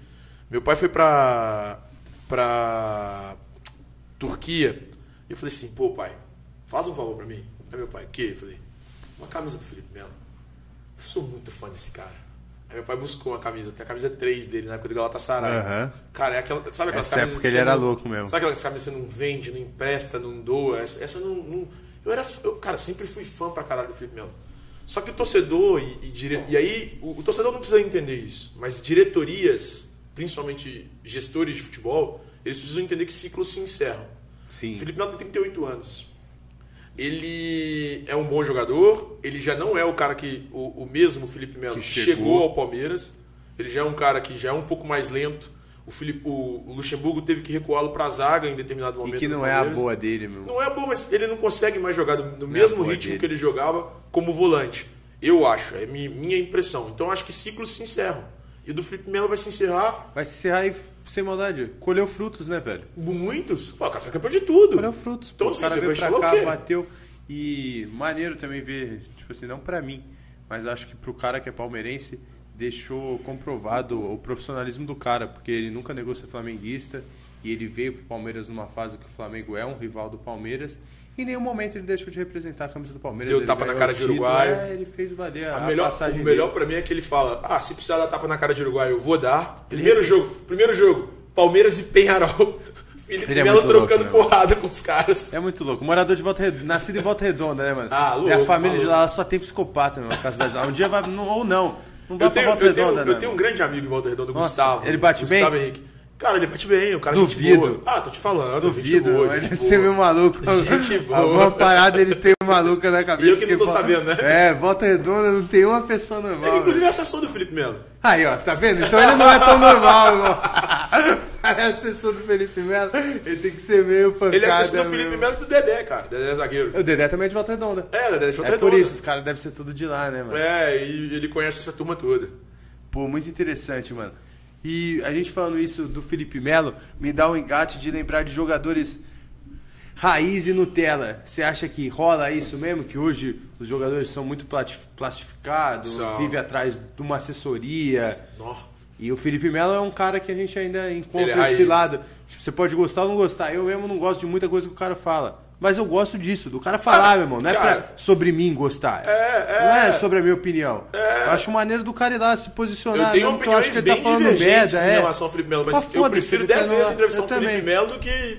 Speaker 2: Meu pai foi pra. pra. Turquia. E eu falei assim, pô, pai, faz um favor pra mim. Aí meu pai, o quê? Eu falei, uma camisa do Felipe Melo. Eu sou muito fã desse cara. Aí meu pai buscou uma camisa, tem a camisa 3 dele né, na época do Galatasaray.
Speaker 1: Aham.
Speaker 2: Cara, é aquela. Sabe aquelas
Speaker 1: Essa
Speaker 2: camisas.
Speaker 1: época
Speaker 2: que
Speaker 1: ele
Speaker 2: você
Speaker 1: era
Speaker 2: não-
Speaker 1: louco mesmo.
Speaker 2: Sabe aquelas camisas que você não vende, não empresta, não doa? Essa, essa não, não- Eu era. Eu, cara, sempre fui fã pra caralho do Felipe Melo. Só que o torcedor e, e dire- e aí o, o torcedor não precisa entender isso, mas diretorias, principalmente gestores de futebol, eles precisam entender que ciclos se encerram.
Speaker 1: Sim.
Speaker 2: O Felipe Melo tem 38 anos. Ele é um bom jogador, ele já não é o cara que o, o mesmo Felipe Melo
Speaker 1: Que
Speaker 2: chegou.
Speaker 1: chegou.
Speaker 2: ao Palmeiras. Ele já é um cara que já é um pouco mais lento. O, Felipe, o o Luxemburgo teve que recuá-lo para a zaga em determinado
Speaker 1: E
Speaker 2: momento.
Speaker 1: que
Speaker 2: do
Speaker 1: não é a
Speaker 2: Palmeiras.
Speaker 1: boa dele, meu.
Speaker 2: Não é bom, mas ele não consegue mais jogar do-
Speaker 1: é
Speaker 2: no
Speaker 1: a
Speaker 2: mesmo
Speaker 1: boa
Speaker 2: ritmo
Speaker 1: dele.
Speaker 2: que ele jogava como volante. Eu acho, é mi- minha impressão. Então acho que ciclos se encerram. E o do Felipe Melo vai se encerrar
Speaker 1: Vai se encerrar aí sem maldade. Colheu frutos, né, velho?
Speaker 2: muitos. Fala, cara, foi campeão de tudo.
Speaker 1: Colheu frutos. pô.
Speaker 2: Então,
Speaker 1: o
Speaker 2: assim,
Speaker 1: cara
Speaker 2: você
Speaker 1: veio
Speaker 2: vai
Speaker 1: pra
Speaker 2: falar o
Speaker 1: cá,
Speaker 2: quê?
Speaker 1: bateu. E maneiro também ver, tipo assim, não pra mim, mas acho que pro cara que é palmeirense, deixou comprovado o profissionalismo do cara, porque ele nunca negou ser flamenguista e ele veio pro Palmeiras numa fase que o Flamengo é um rival do Palmeiras. e Em nenhum momento ele deixou de representar a camisa do Palmeiras.
Speaker 2: Deu
Speaker 1: ele
Speaker 2: tapa na
Speaker 1: ganhou
Speaker 2: cara
Speaker 1: o
Speaker 2: de
Speaker 1: título,
Speaker 2: uruguaio.
Speaker 1: é, ele fez valer a,
Speaker 2: A melhor,
Speaker 1: passagem
Speaker 2: o melhor
Speaker 1: dele.
Speaker 2: pra mim é que ele fala: Ah, se precisar dar tapa na cara de Uruguai, eu vou dar.
Speaker 1: é-
Speaker 2: Primeiro jogo, primeiro jogo, Palmeiras e Penharol. Felipe
Speaker 1: Ele é
Speaker 2: Melo
Speaker 1: muito louco,
Speaker 2: trocando
Speaker 1: né, mano?
Speaker 2: porrada com os caras.
Speaker 1: É muito louco. Morador de Volta Redonda, nascido em Volta Redonda, né, mano?
Speaker 2: Ah, louco,
Speaker 1: E a família de
Speaker 2: maluco.
Speaker 1: lá ela só tem psicopata, meu, na cidade de lá. Um dia vai, não- ou não. Não vai
Speaker 2: Eu tenho,
Speaker 1: pra Volta
Speaker 2: eu, tenho,
Speaker 1: Redonda, né?
Speaker 2: eu tenho um grande amigo em Volta Redonda, o
Speaker 1: Nossa,
Speaker 2: Gustavo.
Speaker 1: ele bate
Speaker 2: Gustavo
Speaker 1: bem?
Speaker 2: Henrique. Cara, ele bate bem, o cara é gente
Speaker 1: Duvido.
Speaker 2: boa. Ah, tô te falando.
Speaker 1: Duvido,
Speaker 2: gente boa,
Speaker 1: mas
Speaker 2: gente
Speaker 1: deve ser
Speaker 2: boa.
Speaker 1: meio maluco.
Speaker 2: Gente boa.
Speaker 1: Alguma parada ele tem um maluco na cabeça.
Speaker 2: E eu que não tô
Speaker 1: vo-
Speaker 2: sabendo, né?
Speaker 1: É, volta redonda não tem uma pessoa
Speaker 2: Ele,
Speaker 1: normal.
Speaker 2: inclusive,
Speaker 1: velho.
Speaker 2: é assessor do Felipe Melo.
Speaker 1: Aí, ó, tá vendo? Então ele não é tão normal, irmão. É assessor do Felipe Melo, ele tem que ser meio pancada.
Speaker 2: Ele é assessor do Felipe
Speaker 1: mesmo.
Speaker 2: Melo e do Dedé, cara. Dedé é zagueiro.
Speaker 1: O Dedé também é de volta redonda.
Speaker 2: É, Dedé de Volta
Speaker 1: É por
Speaker 2: Redonda.
Speaker 1: isso, os caras devem ser tudo de lá, né, mano?
Speaker 2: É, e ele conhece essa turma toda.
Speaker 1: Pô, muito interessante, mano. E a gente falando isso do Felipe Melo, me dá um engate de lembrar de jogadores Raiz e Nutella, você acha que rola isso mesmo? Que hoje os jogadores são muito plati- plastificados,
Speaker 2: São.
Speaker 1: vive atrás de uma assessoria.
Speaker 2: Nó.
Speaker 1: E o Felipe Melo é um cara que a gente ainda
Speaker 2: Ele é
Speaker 1: encontra
Speaker 2: raiz.
Speaker 1: esse lado. Você pode gostar ou não gostar. Eu mesmo não gosto de muita coisa que o cara fala. Mas eu gosto disso, do cara falar, meu irmão. Não é
Speaker 2: Ah, cara.
Speaker 1: pra sobre mim gostar. Não é sobre a minha opinião. Eu acho maneiro do cara ir lá se
Speaker 2: É. Eu
Speaker 1: posicionar.
Speaker 2: tenho
Speaker 1: não, porque eu
Speaker 2: opiniões
Speaker 1: acho que ele
Speaker 2: bem
Speaker 1: tá falando
Speaker 2: divergentes
Speaker 1: merda.
Speaker 2: em
Speaker 1: É.
Speaker 2: relação ao Felipe Melo, mas
Speaker 1: Ah,
Speaker 2: eu
Speaker 1: foda-se,
Speaker 2: prefiro
Speaker 1: ele
Speaker 2: 10
Speaker 1: tá
Speaker 2: vezes
Speaker 1: lá.
Speaker 2: entrevistar
Speaker 1: Eu
Speaker 2: o Felipe
Speaker 1: também.
Speaker 2: Melo do que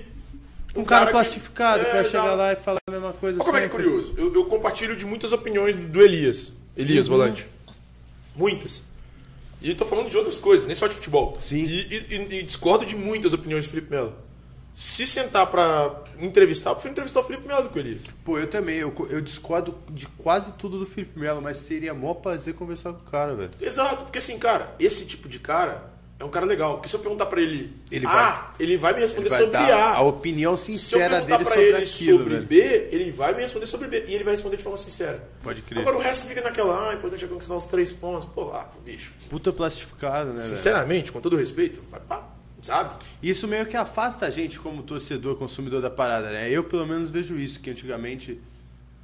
Speaker 1: Um cara,
Speaker 2: que-
Speaker 1: plastificado
Speaker 2: É,
Speaker 1: pra chegar
Speaker 2: exato.
Speaker 1: lá e falar a mesma coisa.
Speaker 2: Olha como é que é
Speaker 1: sempre.
Speaker 2: curioso. Eu, eu compartilho de muitas opiniões do, do Elias. Elias, volante. Muitas. E eu tô falando de outras coisas, nem só de futebol.
Speaker 1: Sim.
Speaker 2: E, e- e- e discordo de muitas opiniões do Felipe Melo. Se sentar pra entrevistar, eu prefiro entrevistar o Felipe Melo do que o Elias.
Speaker 1: Pô, eu também. Eu, eu discordo de quase tudo do Felipe Melo, mas seria mó prazer conversar com o cara, velho.
Speaker 2: Exato, porque assim, cara, esse tipo de cara é um cara legal. Porque se eu perguntar pra ele,
Speaker 1: Ele
Speaker 2: ah,
Speaker 1: vai-
Speaker 2: ele vai me responder
Speaker 1: Ele vai
Speaker 2: sobre
Speaker 1: dar
Speaker 2: A.
Speaker 1: a opinião
Speaker 2: Se eu
Speaker 1: sincera
Speaker 2: perguntar
Speaker 1: dele
Speaker 2: pra
Speaker 1: sobre
Speaker 2: ele
Speaker 1: aquilo,
Speaker 2: sobre
Speaker 1: velho.
Speaker 2: B, ele vai me responder sobre B. E ele vai responder de forma sincera.
Speaker 1: Pode crer.
Speaker 2: Agora o resto fica naquela, ah, importante é conquistar os três pontos. Pô, lá, pro bicho.
Speaker 1: Puta plastificado, né, velho?
Speaker 2: Sinceramente, com todo respeito, vai pá, sabe?
Speaker 1: Isso meio que afasta a gente como torcedor, consumidor da parada, né? Eu pelo menos vejo isso, que antigamente.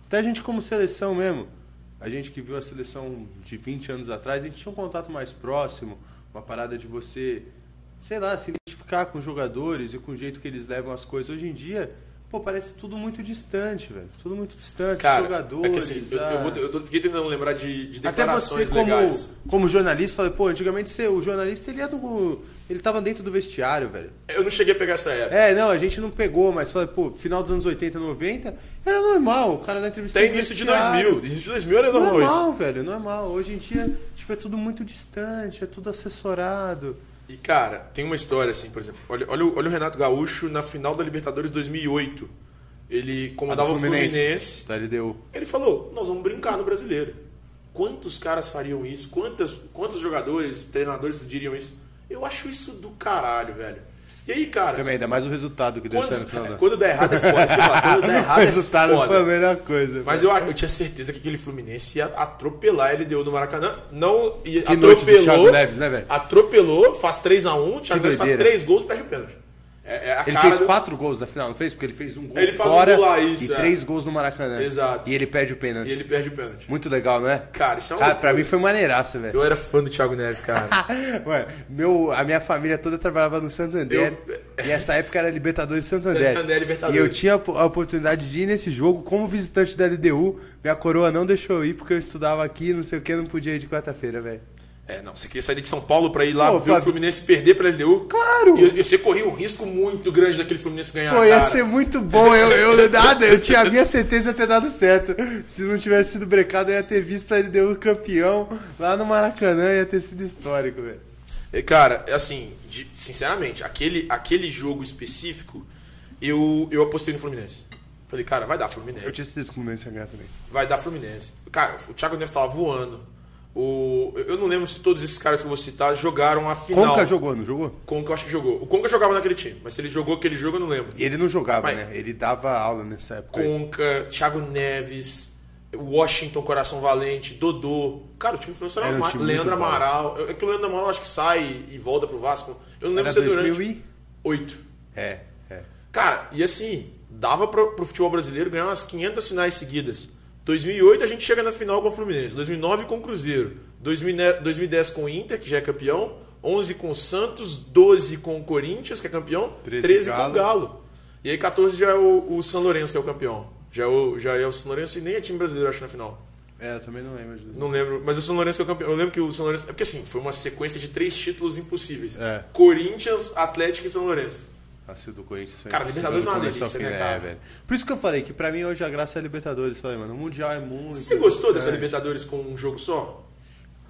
Speaker 1: Até a gente como seleção mesmo. A gente que viu a seleção de 20 anos atrás, a gente tinha um contato mais próximo, uma parada de você, sei lá, se identificar com os jogadores e com o jeito que eles levam as coisas. Hoje em dia, pô, parece tudo muito distante, velho. Tudo muito distante, os
Speaker 2: Cara, é que
Speaker 1: jogadores.
Speaker 2: assim, eu,
Speaker 1: a-
Speaker 2: eu, vou- eu tô- fiquei tentando lembrar de, de
Speaker 1: até você
Speaker 2: declarações
Speaker 1: como,
Speaker 2: legais.
Speaker 1: como jornalista, falei, pô, antigamente você, o jornalista ele era do. Ele tava dentro do vestiário, velho.
Speaker 2: Eu não cheguei a pegar essa época.
Speaker 1: É, não, a gente não pegou, mas falei, pô, final dos anos 80, 90, era normal, o cara da entrevista.
Speaker 2: Até
Speaker 1: no
Speaker 2: início de
Speaker 1: vestiário.
Speaker 2: 2000. Início de 2000 era normal, isso.
Speaker 1: É Normal, velho, normal. Hoje em dia, tipo, é tudo muito distante, é tudo assessorado.
Speaker 2: E, cara, tem uma história assim, por exemplo. Olha, olha, o- olha o Renato Gaúcho na final da Libertadores 2008. Ele comandava o Fluminense.
Speaker 1: Da LDU.
Speaker 2: Ele falou: nós vamos brincar no brasileiro. Quantos caras fariam isso? Quantas, quantos jogadores, treinadores diriam isso? Eu acho isso do caralho, velho. E aí, cara,
Speaker 1: Também, ainda mais o resultado que deu certo no final. da-
Speaker 2: quando, quando dá errado é foda. isso que eu falo, Quando dá
Speaker 1: o
Speaker 2: errado é
Speaker 1: resultado
Speaker 2: foda.
Speaker 1: foi a melhor coisa.
Speaker 2: Mas eu, eu tinha certeza que aquele Fluminense ia atropelar ele deu no Maracanã. Não, e
Speaker 1: Que
Speaker 2: atropelou.
Speaker 1: noite do Thiago Neves, né, velho?
Speaker 2: Atropelou, faz 3x1, o Thiago
Speaker 1: Que
Speaker 2: Neves faz
Speaker 1: doideira.
Speaker 2: 3 gols, perde o pênalti. É, é a
Speaker 1: Ele
Speaker 2: cara
Speaker 1: fez
Speaker 2: do-
Speaker 1: quatro gols na final, não fez? Porque ele fez um gol
Speaker 2: Ele faz um
Speaker 1: fora
Speaker 2: gol lá, isso,
Speaker 1: e
Speaker 2: é.
Speaker 1: três gols no Maracanã.
Speaker 2: Exato.
Speaker 1: E ele perde o pênalti.
Speaker 2: E ele perde o pênalti.
Speaker 1: Muito legal, não é?
Speaker 2: Cara, isso é uma
Speaker 1: Cara, pra
Speaker 2: loucura.
Speaker 1: mim foi maneiraço, velho.
Speaker 2: Eu era fã do Thiago Neves, cara.
Speaker 1: Ué, meu, a minha família toda trabalhava no Santander.
Speaker 2: Eu-
Speaker 1: E essa época era Libertadores e Santander.
Speaker 2: Santander e Libertadores.
Speaker 1: E eu tinha a po- a oportunidade de ir nesse jogo como visitante da LDU. Minha coroa não deixou eu ir porque eu estudava aqui, não sei o que, não podia ir de quarta-feira, velho.
Speaker 2: é, não, você queria sair de São Paulo pra ir lá
Speaker 1: Pô,
Speaker 2: ver
Speaker 1: Flávio-
Speaker 2: o Fluminense perder pra LDU?
Speaker 1: Claro!
Speaker 2: E, e você corria um risco muito grande daquele Fluminense ganhar,
Speaker 1: Pô, ia
Speaker 2: cara.
Speaker 1: ser muito bom. Eu, eu, nada, eu tinha a minha certeza de ter dado certo. Se não tivesse sido brecado, eu ia ter visto a LDU campeão lá no Maracanã, ia ter sido histórico, velho.
Speaker 2: É, Cara, é assim, de- sinceramente, aquele, aquele jogo específico, eu, eu apostei no Fluminense. Falei, cara, vai dar Fluminense.
Speaker 1: Eu tinha certeza que o Fluminense ia ganhar também.
Speaker 2: Vai dar Fluminense. Cara, o Thiago Neves tava voando. O, eu não lembro se todos esses caras que eu vou citar jogaram a final.
Speaker 1: Conca jogou, não jogou?
Speaker 2: Conca eu acho que jogou. O Conca jogava naquele time, mas se ele jogou aquele jogo eu não lembro.
Speaker 1: Ele não jogava,
Speaker 2: Mas-
Speaker 1: né? Ele dava aula nessa época. aí.
Speaker 2: Conca, Thiago Neves, Washington Coração Valente, Dodô. Cara, o time do Fluminense era,
Speaker 1: Era um
Speaker 2: ma-
Speaker 1: time muito
Speaker 2: Leandro
Speaker 1: bom.
Speaker 2: Amaral. É que o Leandro Amaral acho que sai e volta pro Vasco. Eu não lembro
Speaker 1: Era
Speaker 2: se é
Speaker 1: 2000
Speaker 2: durante.
Speaker 1: e...
Speaker 2: Oito.
Speaker 1: É, é.
Speaker 2: Cara, e assim, dava pro, pro futebol brasileiro ganhar umas 500 finais seguidas. 2008 a gente chega na final com o Fluminense, 2009 com o Cruzeiro, 2000 2010 com o Inter, que já é campeão, 11 com o Santos, 12 com o Corinthians, que é campeão,
Speaker 1: 13
Speaker 2: 13,
Speaker 1: Galo.
Speaker 2: com o Galo. E aí 14 já é o, o São Lourenço que é o campeão. Já é o, já é o São Lourenço e nem é time brasileiro, acho, na final.
Speaker 1: É, eu também não lembro. de-
Speaker 2: Não lembro, mas o São Lourenço que é o campeão. Eu lembro que o São Lourenço. É porque assim, foi uma sequência de três títulos impossíveis:
Speaker 1: É.
Speaker 2: Corinthians, Atlético e São Lourenço.
Speaker 1: Assim, do Corinthians foi
Speaker 2: Cara,
Speaker 1: impossível
Speaker 2: Libertadores
Speaker 1: do
Speaker 2: é uma
Speaker 1: começo ao
Speaker 2: delícia,
Speaker 1: fim,
Speaker 2: né,
Speaker 1: é,
Speaker 2: cara?
Speaker 1: velho. Por isso que eu falei que pra mim hoje a graça é a Libertadores. Falei, mano, o Mundial é muito. É.
Speaker 2: Você gostou dessa
Speaker 1: importante.
Speaker 2: Libertadores com um jogo só?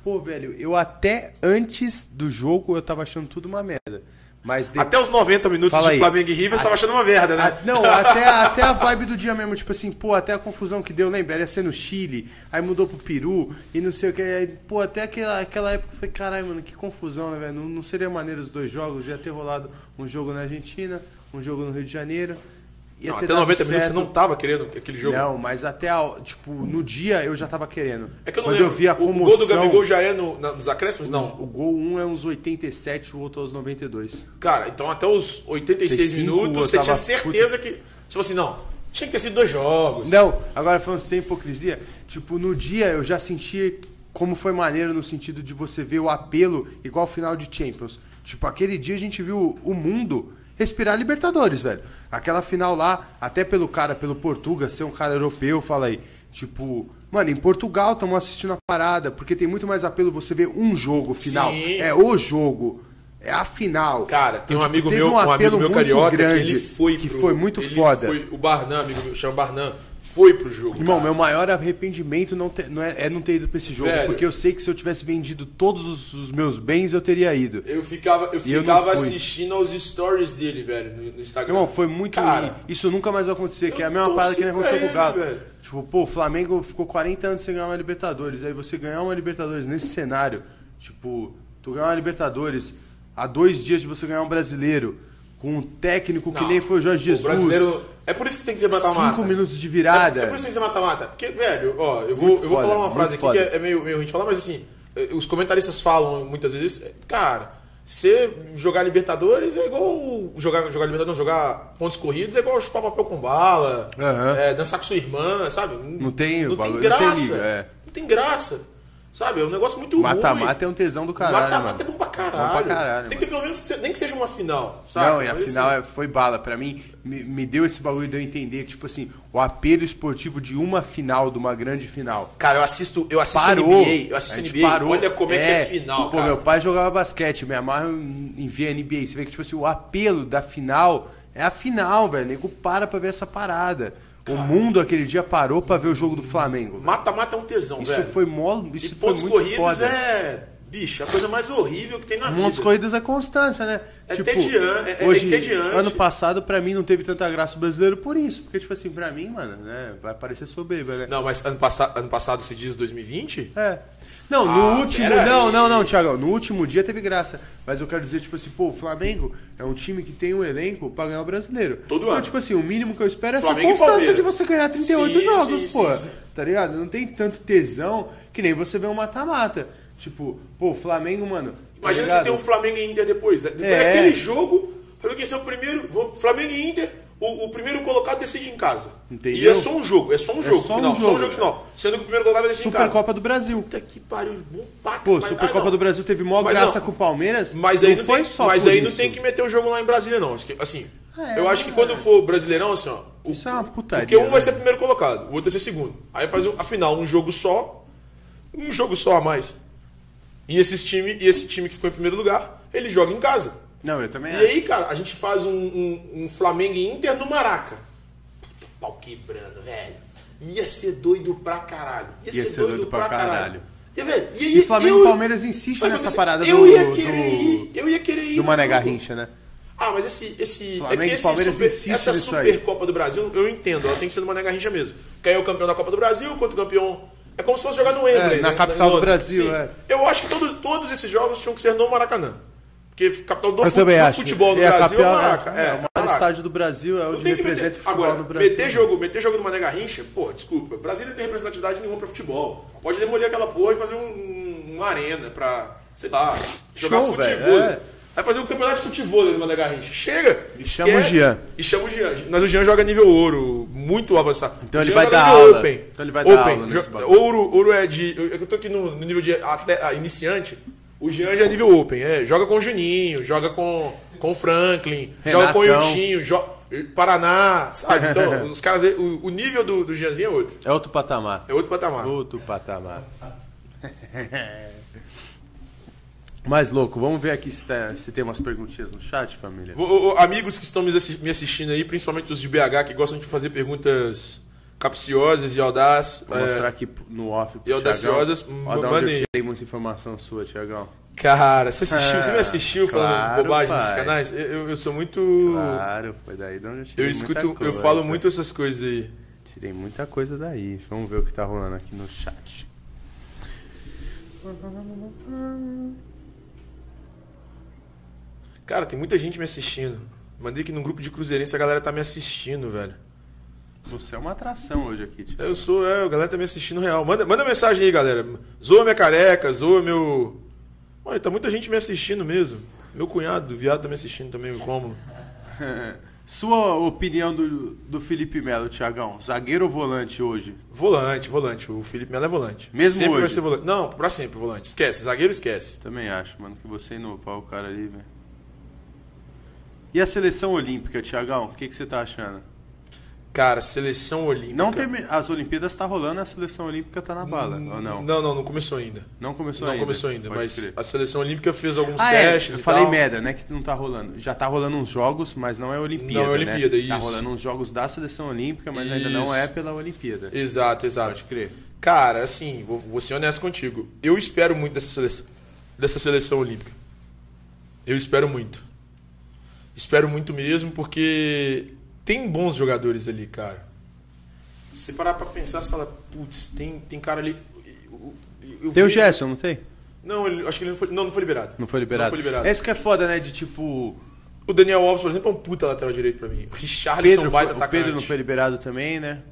Speaker 1: Pô, velho, eu até antes do jogo eu tava achando tudo uma merda. Mas depois.
Speaker 2: Até os 90 minutos
Speaker 1: Fala aí.
Speaker 2: de
Speaker 1: Ah,
Speaker 2: Flamengo e River, você tava achando uma merda, né?
Speaker 1: A- não, até, até a vibe do dia mesmo, tipo assim, pô, até a confusão que deu, lembra? Ia ser no Chile, aí mudou pro Peru e não sei o que. Aí, pô, até aquela, aquela época eu falei, caralho, mano, que confusão, né, velho? Não, não seria maneiro os dois jogos, ia ter rolado um jogo na Argentina, um jogo no Rio de Janeiro. Ia
Speaker 2: Não,
Speaker 1: ter
Speaker 2: até
Speaker 1: dado
Speaker 2: 90 minutos você
Speaker 1: certo.
Speaker 2: não tava querendo aquele jogo.
Speaker 1: Não, mas até, a- tipo, no dia eu já tava querendo.
Speaker 2: É que eu não
Speaker 1: Quando
Speaker 2: lembro.
Speaker 1: eu vi a
Speaker 2: o
Speaker 1: comoção...
Speaker 2: gol do Gabigol já é no- na- nos acréscimos? Não.
Speaker 1: O gol 1 um é uns 87, o outro é aos 92.
Speaker 2: Cara, então até os 86
Speaker 1: 85,
Speaker 2: minutos
Speaker 1: eu
Speaker 2: você
Speaker 1: tava
Speaker 2: tinha certeza que. Você falou assim, não, tinha que ter sido dois jogos.
Speaker 1: Não, agora falando sem hipocrisia, tipo, no dia eu já senti como foi maneiro no sentido de você ver o apelo igual ao final de Champions. Tipo, aquele dia a gente viu o mundo respirar Libertadores, velho. Aquela final lá, até pelo cara, pelo Portuga, ser um cara europeu, fala aí. Tipo, mano, em Portugal estamos assistindo a parada, porque tem muito mais apelo você ver um jogo final.
Speaker 2: Sim.
Speaker 1: É o jogo. É a final.
Speaker 2: Cara, tem um
Speaker 1: Então, tipo,
Speaker 2: amigo
Speaker 1: teve
Speaker 2: meu, um,
Speaker 1: apelo
Speaker 2: amigo meu
Speaker 1: muito
Speaker 2: carioca
Speaker 1: grande,
Speaker 2: que ele foi
Speaker 1: que
Speaker 2: pro-
Speaker 1: foi muito
Speaker 2: ele
Speaker 1: foda.
Speaker 2: foi- o Barnan, amigo meu, chama Barnan, foi pro jogo.
Speaker 1: Irmão,
Speaker 2: cara.
Speaker 1: meu maior arrependimento não ter- não é, é não ter ido pra esse jogo,
Speaker 2: Velho.
Speaker 1: porque eu sei que se eu tivesse vendido todos os, os meus bens, eu teria ido.
Speaker 2: Eu ficava, eu
Speaker 1: E eu não
Speaker 2: ficava
Speaker 1: fui.
Speaker 2: assistindo aos stories dele, velho, no, no Instagram.
Speaker 1: Irmão, foi muito
Speaker 2: Cara,
Speaker 1: ruim. Isso nunca mais vai acontecer, que é a
Speaker 2: eu
Speaker 1: mesma parada que nem
Speaker 2: torci
Speaker 1: aconteceu com o
Speaker 2: pra
Speaker 1: Galo.
Speaker 2: ele, velho.
Speaker 1: Tipo, pô, o Flamengo ficou 40 anos sem ganhar uma Libertadores. Aí você ganhar uma Libertadores nesse cenário, tipo, tu ganhar uma Libertadores há dois dias de você ganhar um brasileiro, com um técnico que
Speaker 2: Não,
Speaker 1: nem foi o Jorge Jesus.
Speaker 2: O brasileiro. É por isso que tem que ser mata-mata.
Speaker 1: Cinco minutos de
Speaker 2: É,
Speaker 1: virada.
Speaker 2: é por isso que tem que ser mata-mata. Porque, velho, ó, eu vou,
Speaker 1: Muito
Speaker 2: eu vou
Speaker 1: foda,
Speaker 2: falar uma
Speaker 1: muito
Speaker 2: frase aqui que
Speaker 1: foda.
Speaker 2: é, é meio, meio ruim de falar, mas assim, eh, os comentaristas falam muitas vezes, eh, cara, você jogar Libertadores é igual. Jogar, jogar Libertadores, não, jogar pontos corridos é igual chupar papel com bala,
Speaker 1: Aham.
Speaker 2: eh, dançar com sua irmã, sabe?
Speaker 1: Não tem
Speaker 2: não tem
Speaker 1: bagulho, não
Speaker 2: graça.
Speaker 1: tem liga, é.
Speaker 2: Não tem graça. Sabe? É um negócio muito ruim.
Speaker 1: Mata-mata é um tesão do caralho.
Speaker 2: Mata-mata é
Speaker 1: mano.
Speaker 2: bom pra caralho.
Speaker 1: Bom pra caralho,
Speaker 2: Tem que ter pelo menos que se- nem que seja uma final, sabe?
Speaker 1: Não, e afinal é, foi bala. Pra mim, me, me deu esse bagulho de eu entender que, tipo assim, o apelo esportivo de uma final, de uma grande final.
Speaker 2: Cara, eu assisto, eu assisto
Speaker 1: Parou.
Speaker 2: NBA, eu assisto
Speaker 1: A gente
Speaker 2: NBA, olha como é, que é final,
Speaker 1: Pô,
Speaker 2: cara.
Speaker 1: meu pai jogava basquete, me amarro em em ver NBA. Você vê que, tipo assim, o apelo da final é a final, velho. O nego para pra ver essa parada. O mundo aquele dia parou pra ver o jogo do Flamengo.
Speaker 2: Mata-mata é um tesão,
Speaker 1: Isso
Speaker 2: velho.
Speaker 1: foi mó. Isso
Speaker 2: e
Speaker 1: foi
Speaker 2: pontos
Speaker 1: muito
Speaker 2: corridos
Speaker 1: foda.
Speaker 2: é, bicho, a coisa mais horrível que tem na
Speaker 1: Montes
Speaker 2: vida.
Speaker 1: corridas é constância, né?
Speaker 2: É entedian- é- é entediante.
Speaker 1: ano passado, pra mim, não teve tanta graça o brasileiro por isso. Porque, tipo assim, pra mim, mano, né? Vai parecer soberba, né?
Speaker 2: Não, mas ano, passa- ano passado se diz 2020?
Speaker 1: É. Não,
Speaker 2: Ah,
Speaker 1: no último.
Speaker 2: pera
Speaker 1: Não,
Speaker 2: aí.
Speaker 1: não, não, Thiago. No último dia teve graça. Mas eu quero dizer, tipo assim, pô, o Flamengo é um time que tem um elenco pra ganhar o brasileiro.
Speaker 2: Todo
Speaker 1: então,
Speaker 2: ano.
Speaker 1: tipo assim, o mínimo que eu espero é essa
Speaker 2: Flamengo e
Speaker 1: constância
Speaker 2: Palmeiras.
Speaker 1: de você ganhar 38
Speaker 2: Sim,
Speaker 1: jogos,
Speaker 2: sim, sim,
Speaker 1: pô.
Speaker 2: sim.
Speaker 1: Tá ligado? Não tem tanto tesão que nem você vê um mata-mata. Tipo, pô, o Flamengo, mano. tá
Speaker 2: Imagina se
Speaker 1: ligado?
Speaker 2: tem um Flamengo e Inter depois. né? Depois
Speaker 1: É.
Speaker 2: daquele jogo, eu que esse é o primeiro. vou- Flamengo e Inter, o, o primeiro colocado decide em casa.
Speaker 1: Entendeu?
Speaker 2: E é só um jogo, é só um
Speaker 1: É
Speaker 2: jogo,
Speaker 1: só um
Speaker 2: final, só um
Speaker 1: jogo,
Speaker 2: jogo
Speaker 1: é.
Speaker 2: final. Sendo que o primeiro colocado decide em casa.
Speaker 1: Supercopa do Brasil.
Speaker 2: Puta que pariu, bom pra
Speaker 1: Pô,
Speaker 2: mas-
Speaker 1: Supercopa
Speaker 2: ah, não.
Speaker 1: do Brasil teve maior
Speaker 2: Mas
Speaker 1: graça
Speaker 2: não.
Speaker 1: com o Palmeiras.
Speaker 2: Mas aí não,
Speaker 1: foi
Speaker 2: tem,
Speaker 1: só
Speaker 2: mas
Speaker 1: por
Speaker 2: aí não
Speaker 1: isso.
Speaker 2: tem que meter o jogo lá em Brasília, não. Acho que- Assim,
Speaker 1: É,
Speaker 2: eu acho que quando
Speaker 1: é.
Speaker 2: for brasileirão, assim, ó. o-
Speaker 1: Isso é uma putaria,
Speaker 2: Porque um
Speaker 1: né?
Speaker 2: vai ser primeiro colocado, o outro vai ser segundo. Aí faz um- afinal um jogo só, um jogo só a mais. E esses time, e esse time que ficou em primeiro lugar, ele joga em casa.
Speaker 1: Não, eu também
Speaker 2: E
Speaker 1: acho.
Speaker 2: aí, cara, a gente faz um, um- um Flamengo e Inter no Maraca. Puta, pau quebrando, velho. Ia ser doido pra caralho.
Speaker 1: Ia ser doido pra caralho.
Speaker 2: E, velho, e, aí,
Speaker 1: E Flamengo
Speaker 2: eu-
Speaker 1: e Palmeiras insistem
Speaker 2: Sabe,
Speaker 1: nessa
Speaker 2: mas
Speaker 1: parada
Speaker 2: eu
Speaker 1: do,
Speaker 2: ia querer ir,
Speaker 1: do,
Speaker 2: eu ia querer ir
Speaker 1: do
Speaker 2: no
Speaker 1: Mané
Speaker 2: jogo.
Speaker 1: Garrincha, né?
Speaker 2: Ah, mas esse. esse
Speaker 1: Flamengo
Speaker 2: é
Speaker 1: e
Speaker 2: que esse
Speaker 1: Palmeiras
Speaker 2: super,
Speaker 1: insistem
Speaker 2: essa
Speaker 1: nisso aí.
Speaker 2: Supercopa do Brasil, eu entendo, ela tem que ser do Mané Garrincha mesmo. Que aí é o campeão da Copa do Brasil contra o campeão. É como se fosse jogar no Wembley.
Speaker 1: na
Speaker 2: né?
Speaker 1: capital do
Speaker 2: Londres.
Speaker 1: Brasil,
Speaker 2: Sim.
Speaker 1: é.
Speaker 2: Eu acho que todo- todos esses jogos tinham que ser no Maracanã. Porque capital do,
Speaker 1: eu
Speaker 2: fu-
Speaker 1: também
Speaker 2: do
Speaker 1: acho.
Speaker 2: futebol no
Speaker 1: é a
Speaker 2: Brasil é o
Speaker 1: capital-
Speaker 2: Maraca.
Speaker 1: é, é, o maior
Speaker 2: Maraca.
Speaker 1: estádio do Brasil, é
Speaker 2: Não
Speaker 1: onde
Speaker 2: tem que
Speaker 1: representa
Speaker 2: meter.
Speaker 1: o futebol
Speaker 2: Agora,
Speaker 1: no Brasil.
Speaker 2: meter jogo, meter jogo do Mané Garrincha, porra, desculpa. Brasília não tem representatividade nenhuma pra futebol. Pode demolir aquela porra e fazer um- uma arena pra, sei lá, jogar
Speaker 1: Show, velho,
Speaker 2: futebol.
Speaker 1: é.
Speaker 2: Vai fazer um campeonato de futebol do Mané Garrincha. Chega!
Speaker 1: E chama o Jean.
Speaker 2: E chama o Jean. Mas o Jean joga nível ouro, muito avançado.
Speaker 1: Então ele
Speaker 2: Jean
Speaker 1: vai
Speaker 2: joga
Speaker 1: dar
Speaker 2: nível
Speaker 1: aula. Então ele vai dar aula nesse
Speaker 2: Jo-
Speaker 1: bagulho.
Speaker 2: Ouro, ouro é de. Eu eu tô aqui no, no nível de até, ah, iniciante. O Jean já é nível open, é. Joga com o Juninho, joga com, com o Franklin, joga com o
Speaker 1: Renatão.
Speaker 2: Yutinho, jo- eh, Paraná, sabe? Então, os caras. O, o nível do, do Jeanzinho é outro.
Speaker 1: É outro patamar.
Speaker 2: É outro patamar.
Speaker 1: Outro patamar. Mas, louco, vamos ver aqui se, tá- se tem umas perguntinhas no chat, família.
Speaker 2: Ô, ô, amigos que estão me assi- me assistindo aí, principalmente os de BH, que gostam de fazer perguntas capciosas e audaz.
Speaker 1: Vou
Speaker 2: é,
Speaker 1: mostrar aqui no off pro
Speaker 2: e audaciosas,
Speaker 1: Thiagão. Ó, da onde
Speaker 2: mandem.
Speaker 1: eu tirei muita informação sua, Thiagão.
Speaker 2: Cara, você assistiu,
Speaker 1: Ah,
Speaker 2: você me assistiu falando
Speaker 1: claro,
Speaker 2: bobagem nesses
Speaker 1: pai.
Speaker 2: canais? Eu, eu- eu sou muito.
Speaker 1: Claro, foi daí de onde eu tirei
Speaker 2: eu
Speaker 1: muita
Speaker 2: escuto, eu
Speaker 1: coisa.
Speaker 2: falo muito essas coisas aí.
Speaker 1: Tirei muita coisa daí. Vamos ver o que tá rolando aqui no chat.
Speaker 2: Cara, tem muita gente me assistindo. Mandei que no grupo de Cruzeirense a galera tá me assistindo, velho.
Speaker 1: Você é uma atração hoje aqui, Thiago.
Speaker 2: Eu sou, é, a galera tá me assistindo real. Manda, manda mensagem aí, galera. Zoa minha careca, zoa meu. Olha, tá muita gente me assistindo mesmo. Meu cunhado, o viado, tá me assistindo também, o Rômulo.
Speaker 1: Sua opinião do, do Felipe Melo, Tiagão? Zagueiro ou volante hoje?
Speaker 2: Volante, volante. O Felipe Melo é volante.
Speaker 1: Mesmo
Speaker 2: sempre
Speaker 1: hoje?
Speaker 2: vai ser volante. Não, pra sempre volante. Esquece, zagueiro esquece.
Speaker 1: Também acho, mano, que você inovar o cara ali, velho. E a seleção olímpica, Tiagão? O que, que você tá achando?
Speaker 2: Cara, seleção olímpica.
Speaker 1: Não termi- As Olimpíadas tá rolando, a seleção olímpica tá na bala, ou não?
Speaker 2: Hum, Não, não, não começou ainda.
Speaker 1: Não começou
Speaker 2: não
Speaker 1: ainda.
Speaker 2: começou ainda,
Speaker 1: pode
Speaker 2: mas
Speaker 1: crer.
Speaker 2: a seleção olímpica fez alguns
Speaker 1: Ah, é,
Speaker 2: testes.
Speaker 1: eu
Speaker 2: e
Speaker 1: falei
Speaker 2: tal.
Speaker 1: merda, né? Que não tá rolando. Já tá rolando uns jogos, mas não é Olimpíada.
Speaker 2: Não é Olimpíada,
Speaker 1: né? Tá
Speaker 2: isso.
Speaker 1: rolando uns jogos da seleção olímpica, mas ainda não
Speaker 2: Isso.
Speaker 1: é pela Olimpíada.
Speaker 2: Exato, exato.
Speaker 1: Pode crer.
Speaker 2: Cara, assim, vou, vou ser honesto contigo. Eu espero muito dessa seleção, dessa seleção olímpica. Eu espero muito. Espero muito mesmo, porque tem bons jogadores ali, cara. Se você parar pra pensar, você fala, putz, tem, tem cara ali. eu- eu- eu
Speaker 1: Tem o
Speaker 2: vi-
Speaker 1: Gerson, não tem?
Speaker 2: Não, ele- acho que ele não foi, não, não foi liberado.
Speaker 1: Não foi liberado.
Speaker 2: Não foi liberado.
Speaker 1: É isso que é foda, né? De tipo.
Speaker 2: O Daniel Alves, por exemplo, é um puta lateral direito pra mim. O Richarlison é um
Speaker 1: Pedro,
Speaker 2: baita
Speaker 1: foi- o
Speaker 2: atacante.
Speaker 1: Pedro não foi liberado também, né?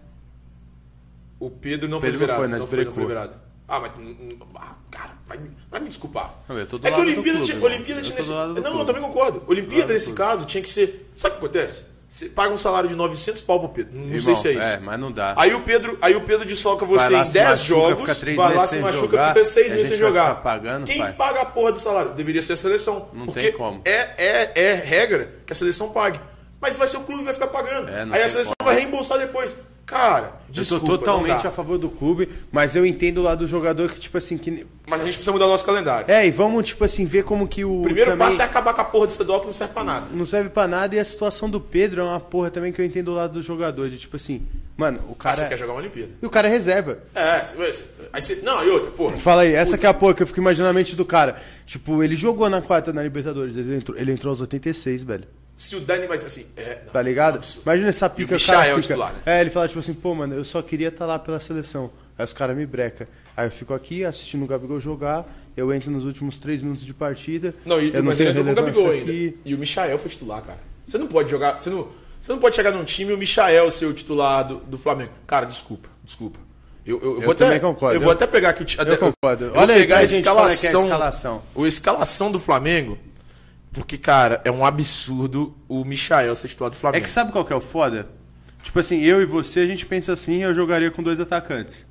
Speaker 2: O Pedro não
Speaker 1: Pedro
Speaker 2: foi
Speaker 1: não
Speaker 2: liberado.
Speaker 1: foi, né? nós
Speaker 2: foi, não
Speaker 1: brecou.
Speaker 2: foi liberado. Ah, mas. hum, hum, ah, Cara, vai, me- vai me desculpar.
Speaker 1: Não, eu tô do
Speaker 2: é que
Speaker 1: lado do
Speaker 2: Olimpíada,
Speaker 1: clube,
Speaker 2: tinha-
Speaker 1: irmão.
Speaker 2: Olimpíada
Speaker 1: Eu
Speaker 2: tinha
Speaker 1: tô do
Speaker 2: nesse.
Speaker 1: lado do
Speaker 2: Não, eu
Speaker 1: clube.
Speaker 2: também concordo. Olimpíada
Speaker 1: do
Speaker 2: nesse
Speaker 1: clube.
Speaker 2: caso tinha que ser. Sabe o que acontece? Você paga um salário de 900 pau pro Pedro. Não sei
Speaker 1: Irmão,
Speaker 2: se é isso.
Speaker 1: É, mas não dá.
Speaker 2: Aí o Pedro, aí o Pedro desloca
Speaker 1: Vai
Speaker 2: você
Speaker 1: lá,
Speaker 2: em
Speaker 1: se
Speaker 2: 10
Speaker 1: machuca,
Speaker 2: jogos,
Speaker 1: fica três
Speaker 2: vai lá,
Speaker 1: meses
Speaker 2: se
Speaker 1: sem
Speaker 2: machuca,
Speaker 1: jogar,
Speaker 2: fica 6
Speaker 1: e a
Speaker 2: meses sem
Speaker 1: gente vai
Speaker 2: jogar.
Speaker 1: ficar pagando,
Speaker 2: Quem
Speaker 1: pai?
Speaker 2: paga a porra do salário? Deveria ser a seleção.
Speaker 1: Não
Speaker 2: porque
Speaker 1: tem como.
Speaker 2: É, é, é regra que a seleção pague. Mas vai ser o clube que vai ficar pagando.
Speaker 1: É, não
Speaker 2: aí a
Speaker 1: tem
Speaker 2: seleção
Speaker 1: como.
Speaker 2: vai reembolsar depois. Cara, desculpa,
Speaker 1: eu tô totalmente
Speaker 2: não
Speaker 1: a
Speaker 2: dá.
Speaker 1: favor do clube, mas eu entendo lá do jogador que, tipo assim, que.
Speaker 2: Mas a gente precisa mudar o nosso calendário.
Speaker 1: É, e vamos, tipo assim, ver como que o.
Speaker 2: o primeiro
Speaker 1: também
Speaker 2: passo é acabar com a porra do estadual que não serve pra nada.
Speaker 1: Não serve pra nada e a situação do Pedro é uma porra também que eu entendo do lado do jogador. De tipo assim, mano, o
Speaker 2: Aí Ah, você quer
Speaker 1: cara.
Speaker 2: jogar uma Olimpíada.
Speaker 1: E o cara é reserva.
Speaker 2: É, você- você- aí você... Não, e outra, porra.
Speaker 1: Fala aí, essa que é a porra que eu fico imaginando a mente do cara. Tipo, ele jogou na quarta na Libertadores, ele entrou, ele entrou aos 86, velho.
Speaker 2: Se o Dani vai assim... É, não,
Speaker 1: Tá ligado?
Speaker 2: absurdo.
Speaker 1: Imagina essa
Speaker 2: E
Speaker 1: pica
Speaker 2: o
Speaker 1: o cara
Speaker 2: Michael
Speaker 1: fica-
Speaker 2: titular, né?
Speaker 1: É, ele fala tipo assim, pô, mano, eu só queria estar lá pela seleção. Aí os caras me breca. Aí eu fico aqui assistindo o Gabigol jogar, eu entro nos últimos três minutos de partida.
Speaker 2: Não, e,
Speaker 1: eu
Speaker 2: mas ele entrou com o
Speaker 1: relevância
Speaker 2: Gabigol
Speaker 1: aqui.
Speaker 2: ainda. E o Michael foi titular, cara. Você não pode jogar. Você não, você não pode chegar num time e o Michael ser o titular do, do Flamengo. Cara, desculpa, desculpa. Eu, eu, vou
Speaker 1: também
Speaker 2: até,
Speaker 1: concordo.
Speaker 2: Eu vou
Speaker 1: Eu-
Speaker 2: até pegar aqui. o ti- Até,
Speaker 1: Eu concordo.
Speaker 2: eu vou
Speaker 1: Olha aí,
Speaker 2: pegar
Speaker 1: pra
Speaker 2: a
Speaker 1: gente falar que é a
Speaker 2: escalação,
Speaker 1: escalação.
Speaker 2: O escalação do Flamengo. Porque, cara, é um absurdo o Michael ser titular do
Speaker 1: É
Speaker 2: Flamengo.
Speaker 1: que sabe qual que é o foda? Tipo assim, eu e você, a gente pensa assim, eu jogaria com dois atacantes.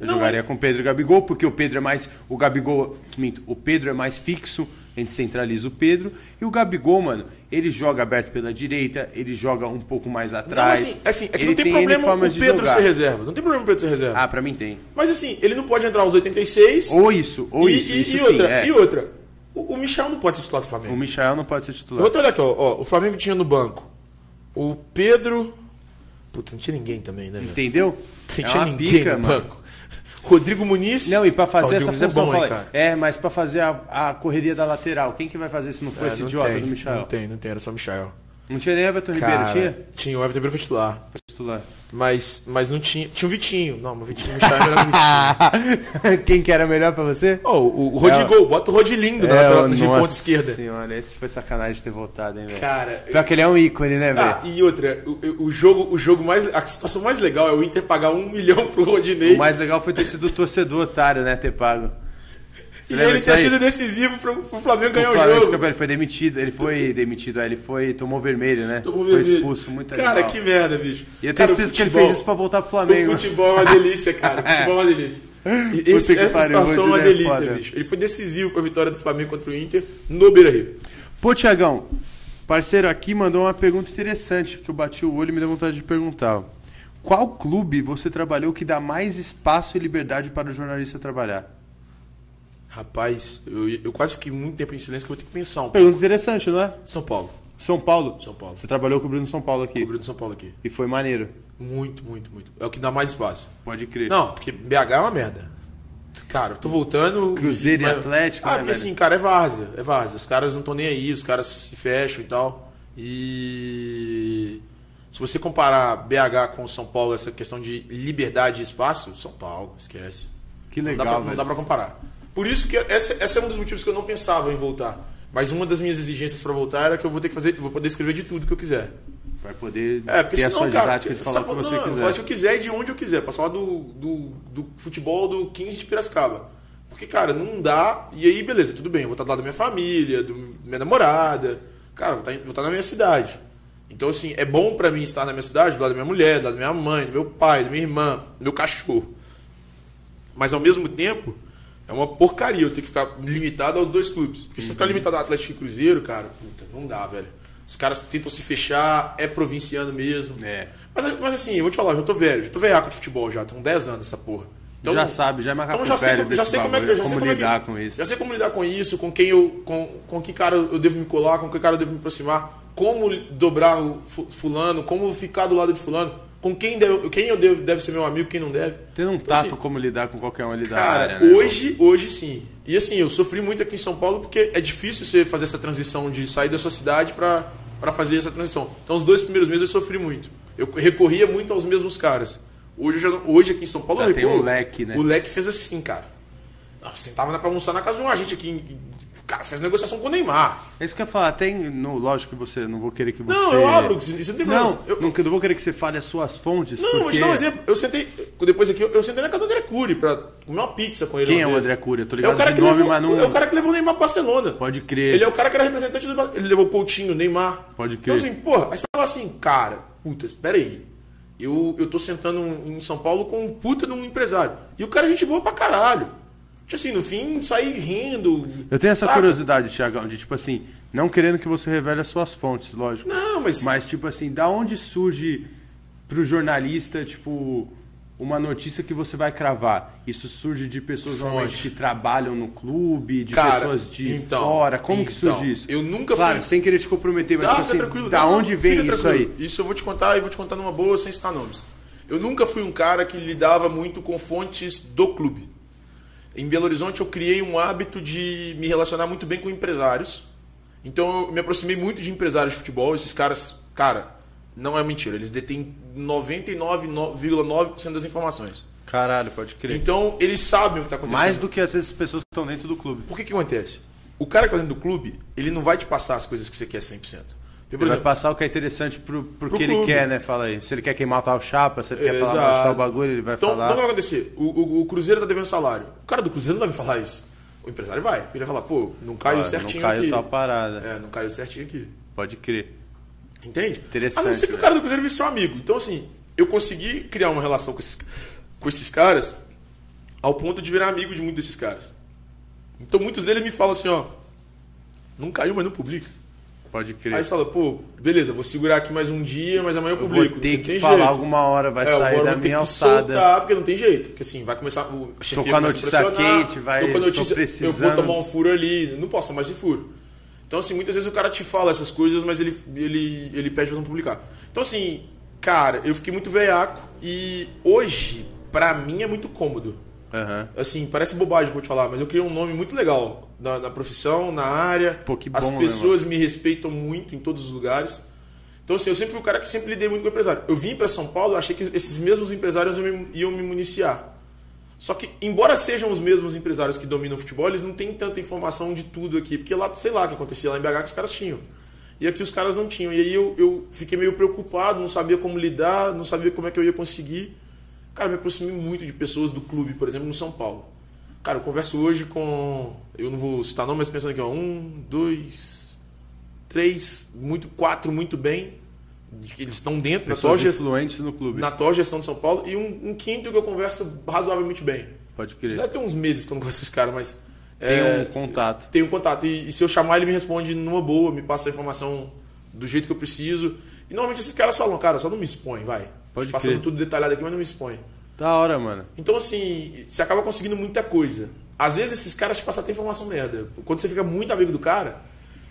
Speaker 1: Eu
Speaker 2: Não, é.
Speaker 1: jogaria com Pedro e Gabigol, porque o Pedro é mais. O Gabigol. Minto, o Pedro é mais fixo, a gente centraliza o Pedro. E o Gabigol, mano, ele joga aberto pela direita, ele joga um pouco mais
Speaker 2: não,
Speaker 1: atrás.
Speaker 2: assim, assim, é que
Speaker 1: ele
Speaker 2: não tem,
Speaker 1: N
Speaker 2: problema o
Speaker 1: formas de
Speaker 2: Pedro
Speaker 1: jogar.
Speaker 2: ser reserva. Não tem problema o Pedro ser reserva.
Speaker 1: Ah, pra mim tem.
Speaker 2: Mas assim, ele não pode entrar aos 86.
Speaker 1: Ou isso, ou
Speaker 2: e,
Speaker 1: isso,
Speaker 2: e-
Speaker 1: isso
Speaker 2: e
Speaker 1: sim.
Speaker 2: outra,
Speaker 1: é.
Speaker 2: e outra. O, o Michael não pode ser titular do Flamengo.
Speaker 1: O Michael não pode ser
Speaker 2: Eu
Speaker 1: titular.
Speaker 2: vou até olhar aqui, ó, ó. O Flamengo tinha no banco o Pedro. Puta, não tinha ninguém também, né? velho?
Speaker 1: Entendeu?
Speaker 2: Não
Speaker 1: É
Speaker 2: tinha
Speaker 1: uma
Speaker 2: ninguém
Speaker 1: pica,
Speaker 2: no
Speaker 1: mano.
Speaker 2: banco. Rodrigo Muniz.
Speaker 1: Não, e pra fazer
Speaker 2: Ah, o
Speaker 1: essa
Speaker 2: Rodrigo Muniz
Speaker 1: função,
Speaker 2: é bom, hein,
Speaker 1: fala,
Speaker 2: cara.
Speaker 1: é, mas pra fazer a, a correria da lateral, quem que vai fazer se não for
Speaker 2: É,
Speaker 1: esse
Speaker 2: não
Speaker 1: idiota
Speaker 2: tem,
Speaker 1: do
Speaker 2: Não
Speaker 1: Michael?
Speaker 2: tem, não tem, era só o Michael.
Speaker 1: Não tinha nem Everton
Speaker 2: Cara,
Speaker 1: Ribeiro, tinha?
Speaker 2: Tinha, o Everton Ribeiro foi titular.
Speaker 1: Titular.
Speaker 2: Mas, mas não tinha. Tinha o Vitinho. Não, mas o Vitinho o Michael era o Vitinho.
Speaker 1: Quem que era melhor pra você?
Speaker 2: Ó, o, o Rodrigo, bota o Rodilindo na lateral de ponta esquerda.
Speaker 1: É. senhora, esse foi sacanagem de ter voltado, hein, velho.
Speaker 2: Cara,
Speaker 1: Pior que ele é um ícone, né, velho?
Speaker 2: Ah, e outra, o, o jogo, o jogo mais. A situação mais legal é o Inter pagar um milhão pro Rodinei.
Speaker 1: O mais legal foi ter sido o torcedor otário, né, ter pago. Você
Speaker 2: E
Speaker 1: lembra
Speaker 2: ele
Speaker 1: disso
Speaker 2: tinha
Speaker 1: aí?
Speaker 2: sido decisivo pro, pro Flamengo ganhar
Speaker 1: O
Speaker 2: o,
Speaker 1: Flamengo
Speaker 2: jogo.
Speaker 1: campeão, ele foi demitido, ele foi demitido, aí ele foi, tomou vermelho, né?
Speaker 2: Tomou
Speaker 1: foi
Speaker 2: vermelho.
Speaker 1: expulso, muito
Speaker 2: Cara,
Speaker 1: legal.
Speaker 2: que merda, bicho.
Speaker 1: E eu tenho
Speaker 2: Cara, o
Speaker 1: certeza que ele
Speaker 2: futebol-
Speaker 1: fez isso pra voltar pro
Speaker 2: O
Speaker 1: Flamengo.
Speaker 2: futebol é uma delícia, cara. O futebol é uma delícia. E
Speaker 1: Puta
Speaker 2: esse-
Speaker 1: que
Speaker 2: essa
Speaker 1: pariu,
Speaker 2: situação é uma
Speaker 1: Rodinei é
Speaker 2: delícia,
Speaker 1: foda.
Speaker 2: bicho. Ele foi decisivo pra vitória do Flamengo contra o Inter no Beira Rio.
Speaker 1: Pô, Tiagão, parceiro aqui mandou uma pergunta interessante que eu bati o olho e me deu vontade de perguntar. ó. Qual clube você trabalhou que dá mais espaço e liberdade para o jornalista trabalhar?
Speaker 2: Rapaz, eu, eu quase fiquei muito tempo em silêncio que eu vou ter que pensar um pouco.
Speaker 1: Pergunta interessante, não é?
Speaker 2: São Paulo.
Speaker 1: São Paulo?
Speaker 2: São Paulo.
Speaker 1: Você trabalhou cobrindo São Paulo aqui.
Speaker 2: Cobriu do São Paulo aqui.
Speaker 1: E foi maneiro.
Speaker 2: Muito, muito, muito. É o que dá mais espaço.
Speaker 1: Pode crer.
Speaker 2: Não, porque BH é uma merda. Cara, eu tô voltando.
Speaker 1: Cruzeiro e Atlético,
Speaker 2: Ah,
Speaker 1: né,
Speaker 2: porque
Speaker 1: velho?
Speaker 2: assim, cara, é várzea. É várzea. Os caras não estão nem aí, os caras se fecham e tal. E. Se você comparar BH com São Paulo, essa questão de liberdade e espaço, São Paulo, esquece.
Speaker 1: Que
Speaker 2: não, dá pra,
Speaker 1: legal,
Speaker 2: não
Speaker 1: velho.
Speaker 2: dá pra comparar. Por isso que essa, essa é um dos motivos que eu não pensava em voltar. Mas uma das minhas exigências pra voltar era que eu vou ter que fazer, vou poder escrever de tudo que eu quiser.
Speaker 1: Vai poder
Speaker 2: É, porque
Speaker 1: ter a
Speaker 2: senão,
Speaker 1: sua
Speaker 2: cara,
Speaker 1: didática de falar o que
Speaker 2: sabe-
Speaker 1: você
Speaker 2: não, eu
Speaker 1: quiser.
Speaker 2: falo o que eu quiser e de onde eu quiser. Posso falar do, do, do futebol do 15 de Piracicaba. Porque, cara, não dá. E aí, beleza, tá tudo bem. Eu vou estar do lado da minha família, do, da minha namorada. Cara, vou estar, em- vou estar na minha cidade. Então, assim, é bom pra mim estar na minha cidade, do lado da minha mulher, do lado da minha mãe, do meu pai, da minha irmã, do meu cachorro. Mas, ao mesmo tempo, é uma porcaria eu ter que ficar limitado aos dois clubes. Porque se eu ficar
Speaker 1: Uhum.
Speaker 2: limitado ao Atlético e Cruzeiro, cara, puta, não dá, velho. Os caras tentam se fechar, é provinciano mesmo.
Speaker 1: É.
Speaker 2: Mas, mas assim, eu vou te falar, eu já tô velho, já tô velhaco de futebol já, tem 10 anos essa porra. Então,
Speaker 1: já sabe, já é macaco
Speaker 2: então já sei,
Speaker 1: velho
Speaker 2: como-
Speaker 1: desse
Speaker 2: já sei como é que
Speaker 1: bagulho,
Speaker 2: já sei
Speaker 1: como
Speaker 2: é que-
Speaker 1: lidar com isso.
Speaker 2: Já sei como lidar com isso, com quem eu com, com que cara eu devo me colar, com que cara eu devo me aproximar, como dobrar o fu- fulano, como ficar do lado de fulano, com quem deve, quem eu devo deve ser meu amigo, quem não deve.
Speaker 1: Tendo um
Speaker 2: Então,
Speaker 1: tato
Speaker 2: assim,
Speaker 1: como lidar com qualquer um ali da
Speaker 2: Cara,
Speaker 1: área, né?
Speaker 2: hoje, hoje sim. E assim, eu sofri muito aqui em São Paulo porque é difícil você fazer essa transição de sair da sua cidade pra pra fazer essa transição. Então, os dois primeiros meses eu sofri muito. Eu recorria muito aos mesmos caras. Hoje, eu já não- hoje aqui em São Paulo
Speaker 1: Já
Speaker 2: eu
Speaker 1: tem um
Speaker 2: recorro.
Speaker 1: leque, né?
Speaker 2: O leque fez assim, cara. Eu sentava pra almoçar na casa de um agente aqui. em- O cara fez negociação com o Neymar.
Speaker 1: É isso que eu ia falar, tem. No, lógico que você. Não vou querer que você.
Speaker 2: Não, eu abro, isso não tem problema.
Speaker 1: Não,
Speaker 2: Eu-
Speaker 1: não, que- não vou querer que você fale as suas fontes.
Speaker 2: Não,
Speaker 1: porque...
Speaker 2: vou te dar um exemplo. Eu sentei, depois aqui, eu, eu sentei na casa do André Cury pra comer uma pizza com ele.
Speaker 1: Quem é
Speaker 2: uma
Speaker 1: o
Speaker 2: vez.
Speaker 1: André Cury? Eu tô
Speaker 2: É
Speaker 1: ligado
Speaker 2: o, cara
Speaker 1: de
Speaker 2: que
Speaker 1: nome,
Speaker 2: levou,
Speaker 1: mas não.
Speaker 2: é o cara que levou o Neymar pro Barcelona.
Speaker 1: Pode crer.
Speaker 2: Ele é o cara que era representante do Bar- Ele levou o Coutinho, o Neymar.
Speaker 1: Pode
Speaker 2: Então
Speaker 1: crer.
Speaker 2: assim, porra, aí você fala assim, cara, puta, espera aí. Eu, eu tô sentando em São Paulo com um puta de um empresário. E o cara é gente boa pra caralho. Tipo assim, no fim, saí rindo.
Speaker 1: Eu tenho essa
Speaker 2: saca?
Speaker 1: curiosidade, Thiagão, de tipo assim, não querendo que você revele as suas fontes, lógico.
Speaker 2: Não, mas...
Speaker 1: Mas tipo assim, da onde surge pro jornalista, tipo, uma notícia que você vai cravar? Isso surge de pessoas normalmente que trabalham no clube, de
Speaker 2: Cara,
Speaker 1: pessoas de
Speaker 2: então,
Speaker 1: fora. Como que
Speaker 2: então,
Speaker 1: surge isso?
Speaker 2: eu nunca
Speaker 1: Claro,
Speaker 2: fui-
Speaker 1: sem querer te comprometer, mas
Speaker 2: Tá,
Speaker 1: tipo
Speaker 2: fica
Speaker 1: assim,
Speaker 2: tranquilo.
Speaker 1: da
Speaker 2: Não,
Speaker 1: onde
Speaker 2: não,
Speaker 1: vem
Speaker 2: fica
Speaker 1: isso
Speaker 2: tranquilo.
Speaker 1: aí?
Speaker 2: Isso eu vou te contar e vou te contar numa boa sem citar nomes. Eu nunca fui um cara que lidava muito com fontes do clube. Em Belo Horizonte eu criei um hábito de me relacionar muito bem com empresários. Então eu me aproximei muito de empresários de futebol. Esses caras, cara, não é mentira. Eles detêm 99,9% das informações.
Speaker 1: Caralho, pode crer.
Speaker 2: Então eles sabem o que está acontecendo.
Speaker 1: Mais do que às vezes as pessoas que estão dentro do clube.
Speaker 2: Por que que acontece? O cara que está dentro do clube, ele não vai te passar as coisas que você quer 100%. Porque, por
Speaker 1: Ele vai
Speaker 2: exemplo,
Speaker 1: passar o que é interessante pro, pro,
Speaker 2: Pro
Speaker 1: que ele
Speaker 2: clube.
Speaker 1: quer, né? Fala aí. Se ele quer queimar tal chapa, se ele quer falar mal de
Speaker 2: Exato.
Speaker 1: tal bagulho, ele vai
Speaker 2: Então, então o
Speaker 1: falar.
Speaker 2: que vai acontecer? O, o- o Cruzeiro tá devendo salário. O cara do Cruzeiro não vai me falar isso. O empresário vai. Ele vai falar, pô, não caiu
Speaker 1: Ah,
Speaker 2: certinho
Speaker 1: não caiu
Speaker 2: aqui.
Speaker 1: tal parada.
Speaker 2: É, não caiu certinho aqui.
Speaker 1: Pode crer.
Speaker 2: Entende?
Speaker 1: Interessante,
Speaker 2: A não ser que o
Speaker 1: né?
Speaker 2: cara do Cruzeiro visse seu amigo. Então, assim, eu consegui criar uma relação com esses, com esses caras ao ponto de virar amigo de muitos desses caras. Então, muitos deles me falam assim, ó, não caiu, mas não publica.
Speaker 1: Pode crer.
Speaker 2: Aí você fala, pô, beleza, vou segurar aqui mais um dia, mas amanhã eu
Speaker 1: Eu
Speaker 2: publico.
Speaker 1: vou ter
Speaker 2: não
Speaker 1: que
Speaker 2: tem
Speaker 1: falar
Speaker 2: jeito.
Speaker 1: alguma hora, vai
Speaker 2: É, agora
Speaker 1: sair
Speaker 2: eu
Speaker 1: da
Speaker 2: vou ter
Speaker 1: minha
Speaker 2: que
Speaker 1: alçada.
Speaker 2: Soltar, porque não tem jeito. Porque assim, vai começar. O a chefia
Speaker 1: Tô com a
Speaker 2: começa
Speaker 1: notícia
Speaker 2: pressionar,
Speaker 1: quente, vai-
Speaker 2: Tô com a
Speaker 1: tô
Speaker 2: notícia. eu vou
Speaker 1: precisando.
Speaker 2: tomar um furo ali. Não posso tomar esse furo. Então, assim, muitas vezes o cara te fala essas coisas, mas ele, ele, ele pede pra não publicar. Então, assim, cara, eu fiquei muito veiaco e hoje, pra mim, é muito cômodo.
Speaker 1: Aham.
Speaker 2: Assim, parece bobagem que eu vou te falar, mas eu criei um nome muito legal na, na profissão, na área.
Speaker 1: Pô, que
Speaker 2: As
Speaker 1: bom, né,
Speaker 2: pessoas me respeitam muito em todos os lugares. Então, assim, eu sempre fui o cara que sempre lidei muito com empresário. Eu vim para São Paulo, achei que esses mesmos empresários iam me, iam me municiar. Só que, embora sejam os mesmos empresários que dominam o futebol, eles não têm tanta informação de tudo aqui. Porque lá, sei lá, o que acontecia lá em BH que os caras tinham. E aqui os caras não tinham. E aí eu, eu fiquei meio preocupado, não sabia como lidar, não sabia como é que eu ia conseguir. Cara, eu me aproximei muito de pessoas do clube, por exemplo, no São Paulo. Cara, eu converso hoje com. Eu não vou citar nome, mas pensando aqui, ó. Um, dois, três, muito, quatro, muito bem. Eles estão dentro, na atual,
Speaker 1: Pessoas
Speaker 2: gestão,
Speaker 1: influentes no clube.
Speaker 2: na atual gestão de São Paulo. E um, um quinto que eu converso razoavelmente bem.
Speaker 1: Pode crer.
Speaker 2: Deve ter uns meses que eu não converso com esse cara, mas.
Speaker 1: Tem
Speaker 2: é,
Speaker 1: um contato.
Speaker 2: tenho contato. E, e se eu chamar, ele me responde numa boa, me passa a informação do jeito que eu preciso. E normalmente esses caras falam, cara, só não me expõe, vai.
Speaker 1: Pode
Speaker 2: Passando
Speaker 1: crer.
Speaker 2: tudo detalhado aqui, mas não me expõe.
Speaker 1: Da hora, mano.
Speaker 2: Então, assim, você acaba conseguindo muita coisa. Às vezes esses caras te passam até informação merda. Quando você fica muito amigo do cara.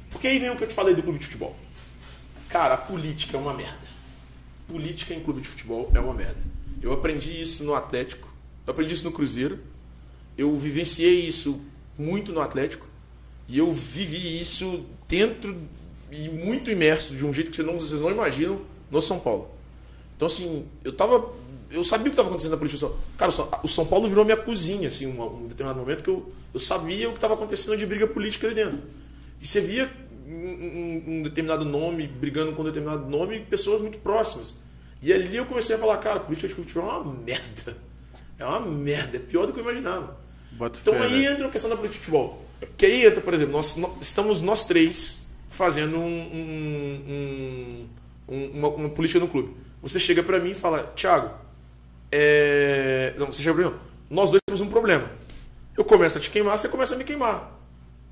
Speaker 2: Porque aí vem o que eu te falei do clube de futebol. Cara, a política é uma merda. Política em clube de futebol é uma merda. Eu aprendi isso no Atlético. Eu aprendi isso no Cruzeiro. Eu vivenciei isso muito no Atlético. E eu vivi isso dentro e muito imerso, de um jeito que vocês não, vocês não imaginam, no São Paulo. Então, assim, eu tava. Eu sabia o que estava acontecendo na política. do São- Cara, o São- o São Paulo virou minha cozinha, assim, um, um determinado momento que eu, eu sabia o que estava acontecendo de briga política ali dentro. E você via um, um- um determinado nome brigando com um determinado nome e pessoas muito próximas. E ali eu comecei a falar, cara, política de futebol é uma merda. É uma merda, é pior do que eu imaginava.
Speaker 1: Bota
Speaker 2: Então
Speaker 1: fé,
Speaker 2: aí
Speaker 1: né?
Speaker 2: entra a questão da política de futebol. Que aí entra, por exemplo, nós, nó- estamos nós três fazendo um, um, um- um- uma, uma política no clube. Você chega pra mim e fala, Thiago, é... não, você chega pra mim, não. nós dois temos um problema. Eu começo a te queimar, você começa a me queimar.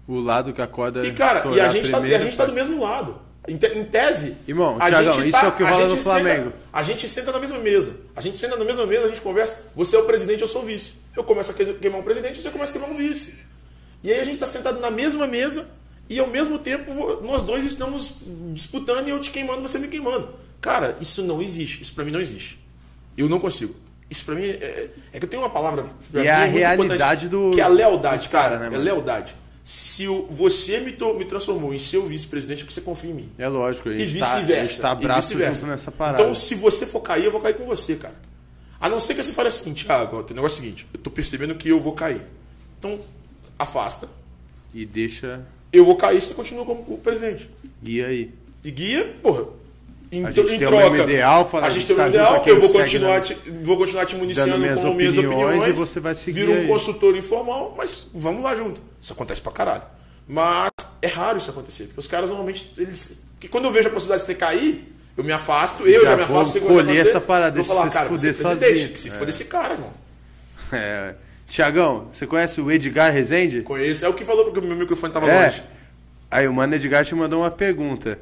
Speaker 1: O lado que a corda
Speaker 2: E, cara, e a
Speaker 1: estourar
Speaker 2: gente, tá, e a
Speaker 1: primeiro,
Speaker 2: gente tá
Speaker 1: pai.
Speaker 2: do mesmo lado. Em, te- em tese.
Speaker 1: Irmão,
Speaker 2: a
Speaker 1: Thiagão,
Speaker 2: gente tá-
Speaker 1: isso é o que
Speaker 2: a
Speaker 1: rola no
Speaker 2: gente senta-
Speaker 1: Flamengo.
Speaker 2: a gente senta na mesma mesa. A gente senta na mesma mesa, a gente conversa. Você é o presidente, eu sou o vice. Eu começo a que- queimar um presidente, você começa a queimar um vice. E aí a gente tá sentado na mesma mesa e ao mesmo tempo vo- nós dois estamos disputando e eu te queimando, você me queimando. Cara, isso não existe. Isso pra mim não existe. Eu não consigo. Isso pra mim é, é que eu tenho uma palavra. pra
Speaker 1: E
Speaker 2: mim
Speaker 1: é a
Speaker 2: muito importante,
Speaker 1: realidade do-
Speaker 2: Que é a lealdade, cara.
Speaker 1: né,
Speaker 2: é
Speaker 1: mano?
Speaker 2: lealdade. Se o- você me, to- me transformou em seu vice-presidente, é porque você confia em mim.
Speaker 1: É lógico, a
Speaker 2: E
Speaker 1: gente tá- a gente
Speaker 2: vice-versa.
Speaker 1: tá
Speaker 2: e
Speaker 1: braço
Speaker 2: vice-versa.
Speaker 1: junto nessa parada.
Speaker 2: Então, se você for cair, eu vou cair com você, cara. A não ser que você fale assim, Thiago, ó, tem um negócio seguinte, eu tô percebendo que eu vou cair. Então, afasta.
Speaker 1: E deixa.
Speaker 2: Eu vou cair, você continua como o presidente.
Speaker 1: E aí?
Speaker 2: E guia, porra. Em,
Speaker 1: A
Speaker 2: tro-
Speaker 1: gente
Speaker 2: em
Speaker 1: tem o
Speaker 2: troca,
Speaker 1: mesmo ideal, fala,
Speaker 2: a gente tem o mesmo
Speaker 1: tá junto,
Speaker 2: ideal,
Speaker 1: aquele
Speaker 2: eu vou
Speaker 1: segue
Speaker 2: continuar,
Speaker 1: dando-
Speaker 2: te, vou continuar te municiando
Speaker 1: dando minhas
Speaker 2: com minhas
Speaker 1: opiniões
Speaker 2: opiniões,
Speaker 1: e você vai seguir
Speaker 2: Vira um
Speaker 1: aí.
Speaker 2: consultor informal, mas vamos lá junto. Isso acontece pra caralho. Mas é raro isso acontecer, porque os caras normalmente. Eles, porque quando eu vejo a possibilidade de você cair, eu me afasto, eu
Speaker 1: Já
Speaker 2: já, me
Speaker 1: vou
Speaker 2: afasto, você
Speaker 1: colher
Speaker 2: gosta de você,
Speaker 1: essa parada,
Speaker 2: vou
Speaker 1: deixa
Speaker 2: falar,
Speaker 1: você se
Speaker 2: cara,
Speaker 1: fuder
Speaker 2: você,
Speaker 1: sozinho.
Speaker 2: Você deixa, que se
Speaker 1: É.
Speaker 2: foda esse cara, irmão.
Speaker 1: É. Tiagão, você conhece o Edgar Rezende?
Speaker 2: Conheço. É o que falou porque o meu microfone tava longe.
Speaker 1: É. Aí o Mano Edgar te mandou uma pergunta.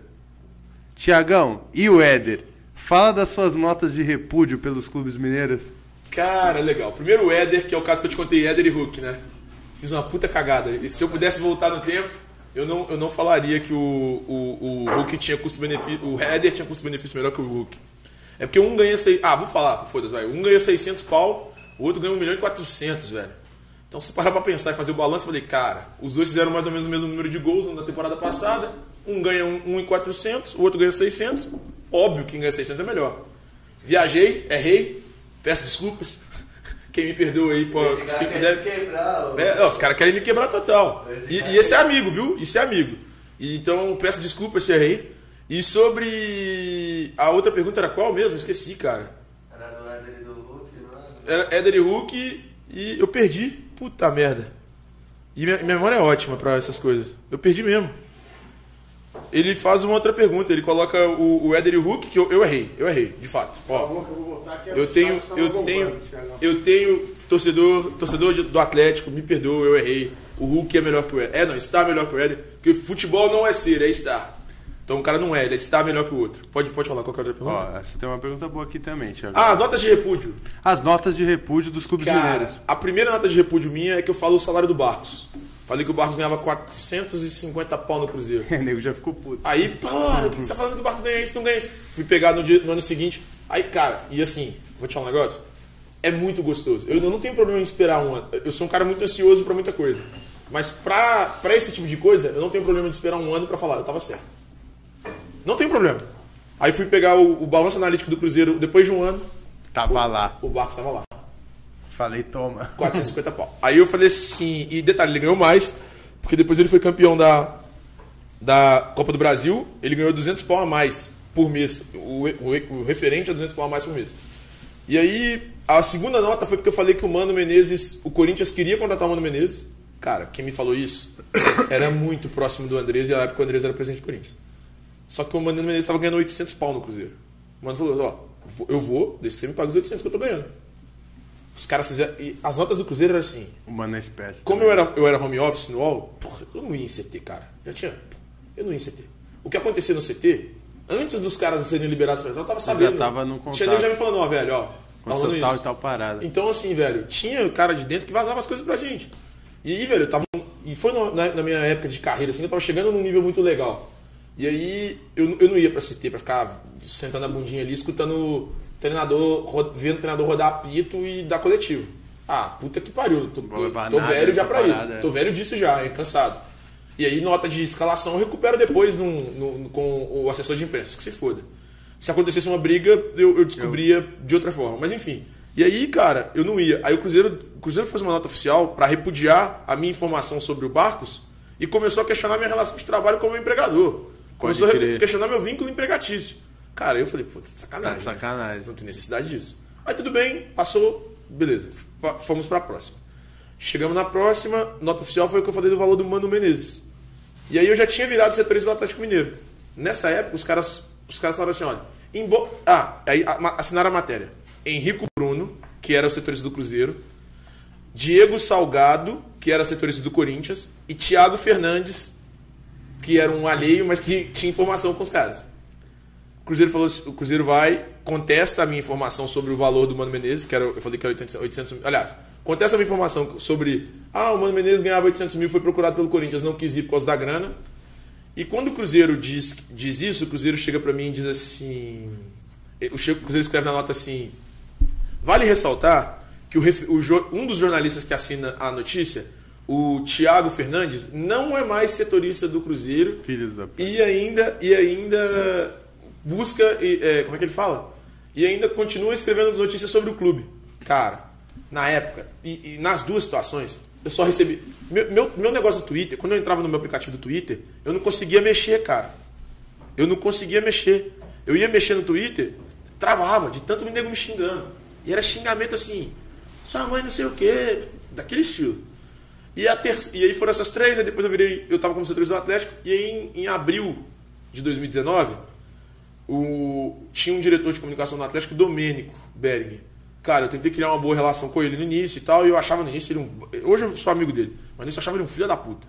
Speaker 1: Tiagão, e o Éder? Fala das suas notas de repúdio pelos clubes mineiros.
Speaker 2: Cara, legal. Primeiro o Éder, que é o caso que eu te contei, Éder e Hulk, né? Fiz uma puta cagada. E se eu pudesse voltar no tempo, eu não, eu não falaria que o, o, o Hulk tinha custo-benefício. O Éder tinha custo-benefício melhor que o Hulk. É porque um ganha. Sei, ah, vou falar, foda-se, vai. Um ganha 600 pau, o outro ganha 1 milhão e 400, velho. Então se parar pra pensar e fazer o balanço, eu falei, cara, os dois fizeram mais ou menos o mesmo número de gols na temporada passada. Um ganha 1 e 400, o outro ganha 600. Óbvio que quem ganha 600 é melhor. Viajei, errei, peço desculpas. Quem me perdoa aí, pô, os que puder-
Speaker 4: quebrar, ó.
Speaker 2: é, não, os caras querem me quebrar total. E, e esse é amigo, viu? Isso é amigo. E, então eu peço desculpa se errei. E sobre. A outra pergunta era qual mesmo? Esqueci, cara.
Speaker 4: Era do Éder e do Hulk, né? não era?
Speaker 2: Era Éder e Hulk é e eu perdi. Puta merda. E minha, minha memória é ótima pra essas coisas. Eu perdi mesmo. Ele faz uma outra pergunta, ele coloca o, o Éder e o Hulk, que eu, eu errei, eu errei, de fato. Ó, eu tenho, eu tenho, eu tenho torcedor, torcedor de- do Atlético, me perdoa, eu errei. O Hulk é melhor que o Éder. É, não, está melhor que o Éder, porque futebol não é ser, é estar. Então o cara não é, ele está melhor que o outro. Pode, pode falar qual que é a outra pergunta?
Speaker 1: Ó, você tem uma pergunta boa aqui também, Tiagão.
Speaker 2: Ah, notas de repúdio.
Speaker 1: As notas de repúdio dos clubes
Speaker 2: Cara,
Speaker 1: mineiros.
Speaker 2: a primeira nota de repúdio minha é que eu falo o salário do Barcos. Falei que o Barcos ganhava 450 pau no Cruzeiro.
Speaker 1: O nego já ficou puto.
Speaker 2: Aí, pô, você tá falando que o Barcos ganha isso, não ganha isso. Fui pegar no, dia- no ano seguinte. Aí, cara, e assim, vou te falar um negócio. É muito gostoso. Eu não tenho problema em esperar um ano. Eu sou um cara muito ansioso pra muita coisa. Mas pra, pra esse tipo de coisa, eu não tenho problema de esperar um ano pra falar, eu tava certo. Não tem problema. Aí fui pegar o, o balanço analítico do Cruzeiro depois de um ano,
Speaker 1: Tava lá.
Speaker 2: o Barcos tava lá.
Speaker 1: Falei, toma.
Speaker 2: 450 pau. Aí eu falei assim, e detalhe, ele ganhou mais, porque depois ele foi campeão da, da Copa do Brasil, ele ganhou 200 pau a mais por mês, o, o- o referente a 200 pau a mais por mês. E aí, a segunda nota foi porque eu falei que o Mano Menezes, o Corinthians queria contratar o Mano Menezes. Cara, quem me falou isso era muito próximo do Andrés, e na época o Andrés era presidente do Corinthians. Só que o Mano Menezes estava ganhando 800 pau no Cruzeiro. O Mano falou, ó, vou- eu vou, desde que você me pague os 800 que eu tô ganhando. Os caras fizeram... E as notas do Cruzeiro eram assim,
Speaker 1: Uma na espécie.
Speaker 2: como
Speaker 1: é também.
Speaker 2: eu era, eu era home office no UOL, porra, eu não ia em CT, cara. Já tinha. Eu não ia em CT. O que acontecia no CT, antes dos caras serem liberados pra entrar, eu tava sabendo.
Speaker 1: tava no
Speaker 2: Tinha
Speaker 1: contato.
Speaker 2: nego já me falando, ó, velho, ó. Tá
Speaker 1: Aconteceu
Speaker 2: rolando
Speaker 1: tal
Speaker 2: isso.
Speaker 1: e tal parada.
Speaker 2: Então, assim, velho, tinha o cara de dentro que vazava as coisas pra gente. E aí, velho, eu tava. E foi no- na, na minha época de carreira, assim, eu tava chegando num nível muito legal. E aí, eu, n- eu não ia pra CT pra ficar sentando a bundinha ali, escutando o treinador, ro- vendo o treinador rodar apito e dar coletivo. Ah, puta que pariu, tô,
Speaker 1: Vou levar
Speaker 2: tô
Speaker 1: nada
Speaker 2: velho já
Speaker 1: dessa
Speaker 2: pra isso.
Speaker 1: parada, é.
Speaker 2: Tô velho disso já, é cansado. E aí, nota de escalação eu recupero depois num- num- com o assessor de imprensa, que se foda. Se acontecesse uma briga, eu, eu descobria de outra forma. Mas enfim. E aí, cara, eu não ia. Aí o Cruzeiro, o Cruzeiro fez uma nota oficial pra repudiar a minha informação sobre o Barcos e começou a questionar minha relação de trabalho como empregador. Começou a
Speaker 1: crer.
Speaker 2: re- questionar meu vínculo empregatício. Cara, eu falei, puta,
Speaker 1: Tá
Speaker 2: sacanagem.
Speaker 1: de
Speaker 2: né?
Speaker 1: sacanagem.
Speaker 2: Não tem necessidade disso. Aí tudo bem, passou, beleza. F- Fomos pra próxima. Chegamos na próxima, nota oficial foi o que eu falei do valor do Mano Menezes. E aí eu já tinha virado setorista do Atlético Mineiro. Nessa época, os caras Os caras falaram assim, olha. embo- Ah, aí a- ma- assinaram a matéria. Henrico Bruno, que era o setorista do Cruzeiro, Diego Salgado, que era setorista do Corinthians, e Thiago Fernandes, que era um alheio, mas que tinha informação com os caras. O Cruzeiro falou, assim- o Cruzeiro vai, contesta a minha informação sobre o valor do Mano Menezes, que era, eu falei que era 800, 800 mil. Aliás, contesta a minha informação sobre, ah, o Mano Menezes ganhava 800 mil, foi procurado pelo Corinthians, não quis ir por causa da grana. E quando o Cruzeiro diz, diz isso, o Cruzeiro chega pra mim e diz assim, o Che- o Cruzeiro escreve na nota assim, Vale ressaltar que o ref- o jo- um dos jornalistas que assina a notícia, o Thiago Fernandes, não é mais setorista do Cruzeiro
Speaker 1: Filhos da.
Speaker 2: e ainda, e ainda busca. e, é, como é que ele fala? E ainda continua escrevendo notícias sobre o clube. Cara, na época, e, e nas duas situações, eu só recebi. Meu, meu, meu negócio do Twitter, quando eu entrava no meu aplicativo do Twitter, eu não conseguia mexer, cara. Eu não conseguia mexer. Eu ia mexer no Twitter, travava, de tanto o nego me xingando. E era xingamento assim, sua mãe não sei o quê, daquele estilo. E, a ter... e aí foram essas três, aí depois eu virei, eu tava como setorista do Atlético, e aí em, em abril de 2019, o... tinha um diretor de comunicação do Atlético, Domênico Bering. Cara, eu tentei criar uma boa relação com ele no início e tal, e eu achava no início ele um. Hoje eu sou amigo dele, mas no início eu achava ele um filho da puta.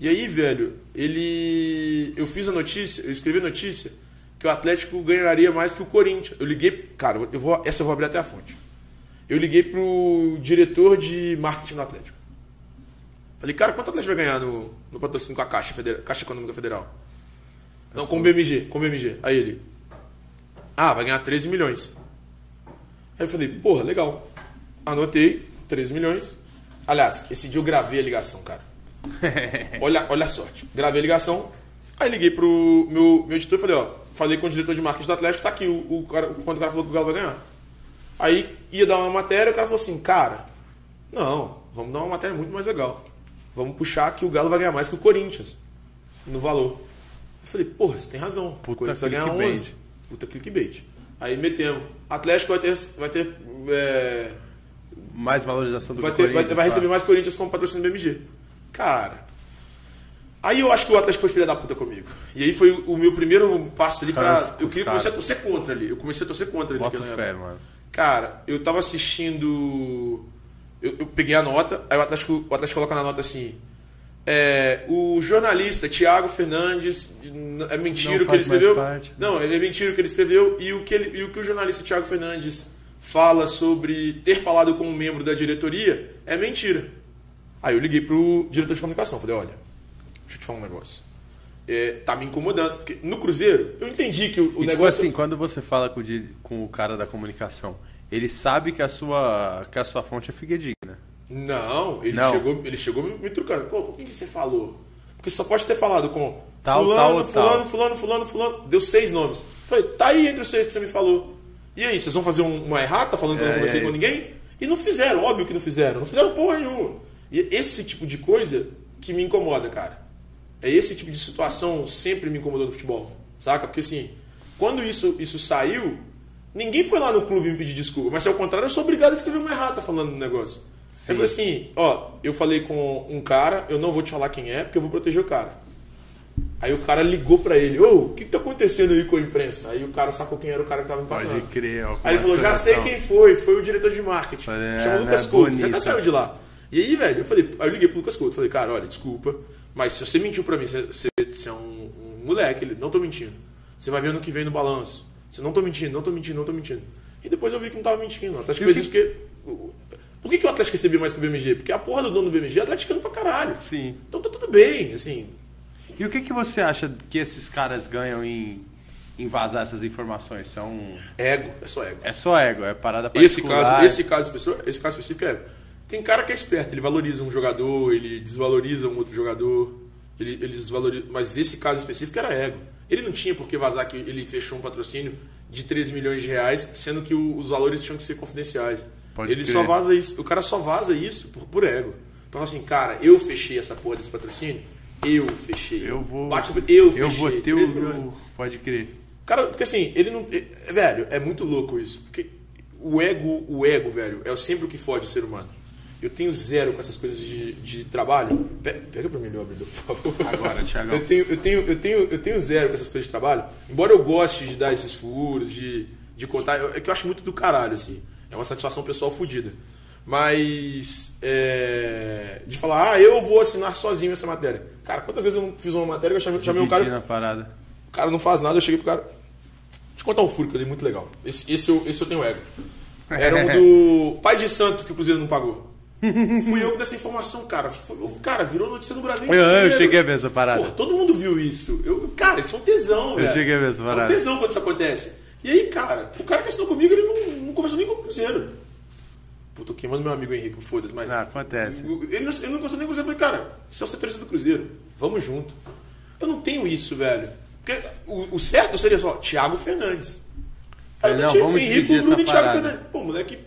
Speaker 2: E aí, velho, ele. Eu fiz a notícia, eu escrevi a notícia que o Atlético ganharia mais que o Corinthians. Eu liguei. Cara, eu vou... essa eu vou abrir até a fonte. Eu liguei pro diretor de marketing do Atlético. Falei, cara, quanto o Atlético vai ganhar no, no patrocínio com a Caixa, Federal, Caixa Econômica Federal? Não, com o BMG, com o BMG. Aí ele. Ah, vai ganhar 13 milhões. Aí eu falei, porra, legal. Anotei, 13 milhões. Aliás, esse dia eu gravei a ligação, cara. Olha, olha a sorte. Gravei a ligação, aí liguei pro meu, meu editor e falei, ó, falei com o diretor de marketing do Atlético, tá aqui o, o cara, quando o cara falou que o Galo vai ganhar. Aí ia dar uma matéria, o cara falou assim, cara, não, vamos dar uma matéria muito mais legal. Vamos puxar que o Galo vai ganhar mais que o Corinthians no valor. Eu falei, porra, você tem razão. o
Speaker 1: Puta
Speaker 2: Corinthians vai ganhar
Speaker 1: clickbait.
Speaker 2: 11. Puta clickbait. Aí metemos. Atlético vai ter. Vai ter. é,
Speaker 1: Mais valorização do
Speaker 2: vai,
Speaker 1: que
Speaker 2: ter, vai,
Speaker 1: Corinthians,
Speaker 2: ter- vai
Speaker 1: tá?
Speaker 2: receber mais Corinthians como patrocínio do BMG. Cara. Aí eu acho que o Atlético foi filha da puta comigo. E aí foi o meu primeiro passo ali pra.
Speaker 1: Rasco,
Speaker 2: eu queria
Speaker 1: cara.
Speaker 2: começar a torcer contra ali. Eu comecei a torcer contra ali.
Speaker 1: tá? Bota
Speaker 2: naquela
Speaker 1: fé,
Speaker 2: época.
Speaker 1: mano.
Speaker 2: Cara, eu tava assistindo. Eu, eu peguei a nota, aí o Atlético, o Atlético coloca na nota assim. é, o jornalista Tiago Fernandes n- é mentira
Speaker 1: Não
Speaker 2: o que ele
Speaker 1: faz mais
Speaker 2: escreveu.
Speaker 1: parte. né?
Speaker 2: Não, ele é mentira o que ele escreveu e o que, ele- e o, que o jornalista Tiago Fernandes fala sobre ter falado com um membro da diretoria é mentira. Aí eu liguei pro diretor de comunicação, falei, olha, deixa eu te falar um negócio. É, tá me incomodando. Porque no Cruzeiro, eu entendi que o, o
Speaker 1: e,
Speaker 2: negócio.
Speaker 1: tipo assim, quando você fala com o, di- com o cara da comunicação, ele sabe que a sua, que a sua fonte é fidedigna.
Speaker 2: Não, ele
Speaker 1: Não.
Speaker 2: chegou, ele chegou me, me trucando. Pô, o que, que você falou? Porque só pode ter falado com
Speaker 1: Tal,
Speaker 2: fulano,
Speaker 1: tal,
Speaker 2: fulano,
Speaker 1: tal.
Speaker 2: fulano, fulano, fulano. Deu seis nomes. Falei, tá aí entre os seis que você me falou. E aí, vocês vão fazer um- uma errata falando que eu
Speaker 1: É,
Speaker 2: não conversei
Speaker 1: é.
Speaker 2: com ninguém? E não fizeram, óbvio que não fizeram. Não fizeram porra nenhuma. E esse tipo de coisa que me incomoda, cara. É esse tipo de situação sempre me incomodou no futebol, saca? Porque assim, quando isso, isso saiu, ninguém foi lá no clube me pedir desculpa, mas se é o contrário, eu sou obrigado a escrever uma errata falando do negócio. Eu falei assim, ó, eu falei com um cara, eu não vou te falar quem é, porque eu vou proteger o cara. Aí o cara ligou pra ele, ô, o que, que tá acontecendo aí com a imprensa? Aí o cara sacou quem era o cara que tava me passando.
Speaker 1: Pode crer. ó,
Speaker 2: Aí ele falou, já
Speaker 1: coração.
Speaker 2: sei quem foi, foi o diretor de marketing.
Speaker 1: Falei, ah,
Speaker 2: Chamou o
Speaker 1: não
Speaker 2: Lucas
Speaker 1: é
Speaker 2: Couto,
Speaker 1: bonito.
Speaker 2: já até saiu de lá. E aí, velho, eu falei, aí eu liguei pro Lucas Couto, falei, cara, olha, desculpa, mas se você mentiu pra mim, você, você- você é um, um moleque, ele, não tô mentindo. Você vai ver ano que vem no balanço. Você não tô mentindo, não tô mentindo, não tô mentindo. E depois eu vi que não tava mentindo. O Atlético
Speaker 1: E o
Speaker 2: fez isso porque. Por que, que o Atlético recebia mais que o BMG? Porque a porra do dono do BMG é atleticano pra caralho.
Speaker 1: Sim.
Speaker 2: Então tá tudo bem, assim.
Speaker 1: E o que, que você acha que esses caras ganham em, em vazar essas informações? São...
Speaker 2: Ego, é só ego.
Speaker 1: É só ego, é parada
Speaker 2: Esse
Speaker 1: particular,
Speaker 2: caso, esse caso, específico- esse caso específico é. Tem cara que é esperto, ele valoriza um jogador, ele desvaloriza um outro jogador, ele, ele desvaloriza. Mas esse caso específico era ego. Ele não tinha por que vazar que ele fechou um patrocínio de 13 milhões de reais, sendo que o- os valores tinham que ser confidenciais.
Speaker 1: Pode
Speaker 2: ele
Speaker 1: crer.
Speaker 2: só vaza isso. O cara só vaza isso por, por ego. Então assim, cara, eu fechei essa porra desse patrocínio, eu fechei.
Speaker 1: Eu vou.
Speaker 2: Bate, eu fechei.
Speaker 1: eu vou ter
Speaker 2: 13 milhões.
Speaker 1: o. Pode crer.
Speaker 2: Cara, porque assim, ele não. é- Velho, é muito louco isso. Porque o ego, o ego, velho, é sempre o que fode o ser humano. Eu tenho zero com essas coisas de, de trabalho. Pe- Pega pra mim o abridor, por favor.
Speaker 1: Agora, Thiagão.
Speaker 2: Eu tenho, eu, tenho, eu, tenho, eu tenho zero com essas coisas de trabalho. Embora eu goste de dar esses furos, de, de contar, eu- é que eu acho muito do caralho, assim. É uma satisfação pessoal fodida. Mas. é, de falar, ah, eu vou assinar sozinho essa matéria. Cara, quantas vezes eu não fiz uma matéria que eu chamei, chamei um cara.
Speaker 1: Dividir na parada.
Speaker 2: O cara não faz nada, eu cheguei pro cara. Deixa eu contar um furo que eu dei muito legal. Esse, esse, eu, esse eu tenho ego. Era um do pai de santo que o Cruzeiro não pagou. Fui eu que dei essa informação, cara. Foi- cara, virou notícia no Brasil
Speaker 1: Eu, É, eu
Speaker 2: inteiro.
Speaker 1: cheguei a ver essa parada.
Speaker 2: Pô, todo mundo viu isso. Eu, cara, isso é um tesão, velho.
Speaker 1: cheguei a ver essa
Speaker 2: É um
Speaker 1: parada.
Speaker 2: tesão quando isso acontece. E aí, cara, o cara que assinou comigo, ele não, não conversou nem com o Cruzeiro. Pô, tô queimando meu amigo Henrique, foda-se, mas.
Speaker 1: Ah, acontece.
Speaker 2: Ele não, ele não conversou nem com o Cruzeiro. Eu falei, cara, você é o setorista do Cruzeiro, vamos junto. Eu não tenho isso, velho. Porque o, o certo seria só Thiago Fernandes. Aí eu
Speaker 1: Não,
Speaker 2: meti
Speaker 1: vamos
Speaker 2: Henrique,
Speaker 1: dividir
Speaker 2: Bruno
Speaker 1: essa
Speaker 2: e Thiago
Speaker 1: parada.
Speaker 2: Fernandes. Pô, moleque.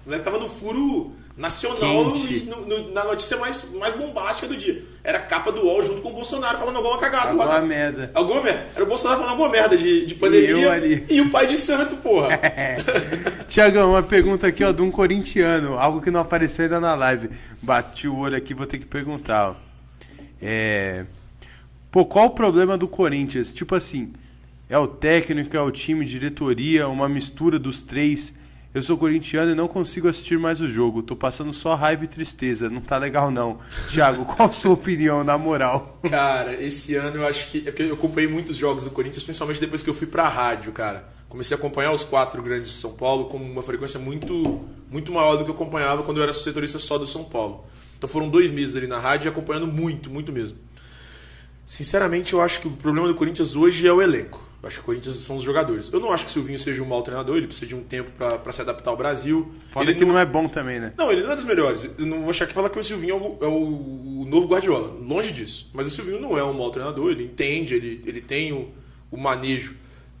Speaker 2: moleque tava no furo nacional
Speaker 1: Quente.
Speaker 2: e no- no- na notícia mais, mais bombástica do dia. Era a capa do UOL junto com o Bolsonaro falando alguma cagada lá.
Speaker 1: Alguma
Speaker 2: né?
Speaker 1: merda.
Speaker 2: Alguma merda. Era o Bolsonaro falando alguma merda de, de pandemia.
Speaker 1: eu ali.
Speaker 2: E o pai de santo, porra.
Speaker 1: Tiagão, uma pergunta aqui, ó, de um corintiano. Algo que não apareceu ainda na live. Bati o olho aqui, vou ter que perguntar, ó. É... Pô, qual o problema do Corinthians? Tipo assim, é o técnico, é o time, diretoria, uma mistura dos três. Eu sou corintiano e não consigo assistir mais o jogo. Tô passando só raiva e tristeza. Não tá legal, não. Thiago, qual a sua opinião, na moral?
Speaker 2: Cara, esse ano eu acho que. é porque Eu acompanhei muitos jogos do Corinthians, principalmente depois que eu fui pra rádio, cara. Comecei a acompanhar os quatro grandes de São Paulo com uma frequência muito, muito maior do que eu acompanhava quando eu era setorista só do São Paulo. Então foram dois meses ali na rádio e acompanhando muito, muito mesmo. Sinceramente, eu acho que o problema do Corinthians hoje é o elenco. Eu acho que o Corinthians são os jogadores. Eu não acho que o Silvinho seja um mau treinador, ele precisa de um tempo pra pra se adaptar ao Brasil.
Speaker 1: Foda que não é bom também, né?
Speaker 2: Não, ele não é dos melhores. Eu não vou achar que falar que o Silvinho é o, é o- o novo Guardiola. Longe disso. Mas o Silvinho não é um mau treinador, ele entende, ele, ele tem o, o manejo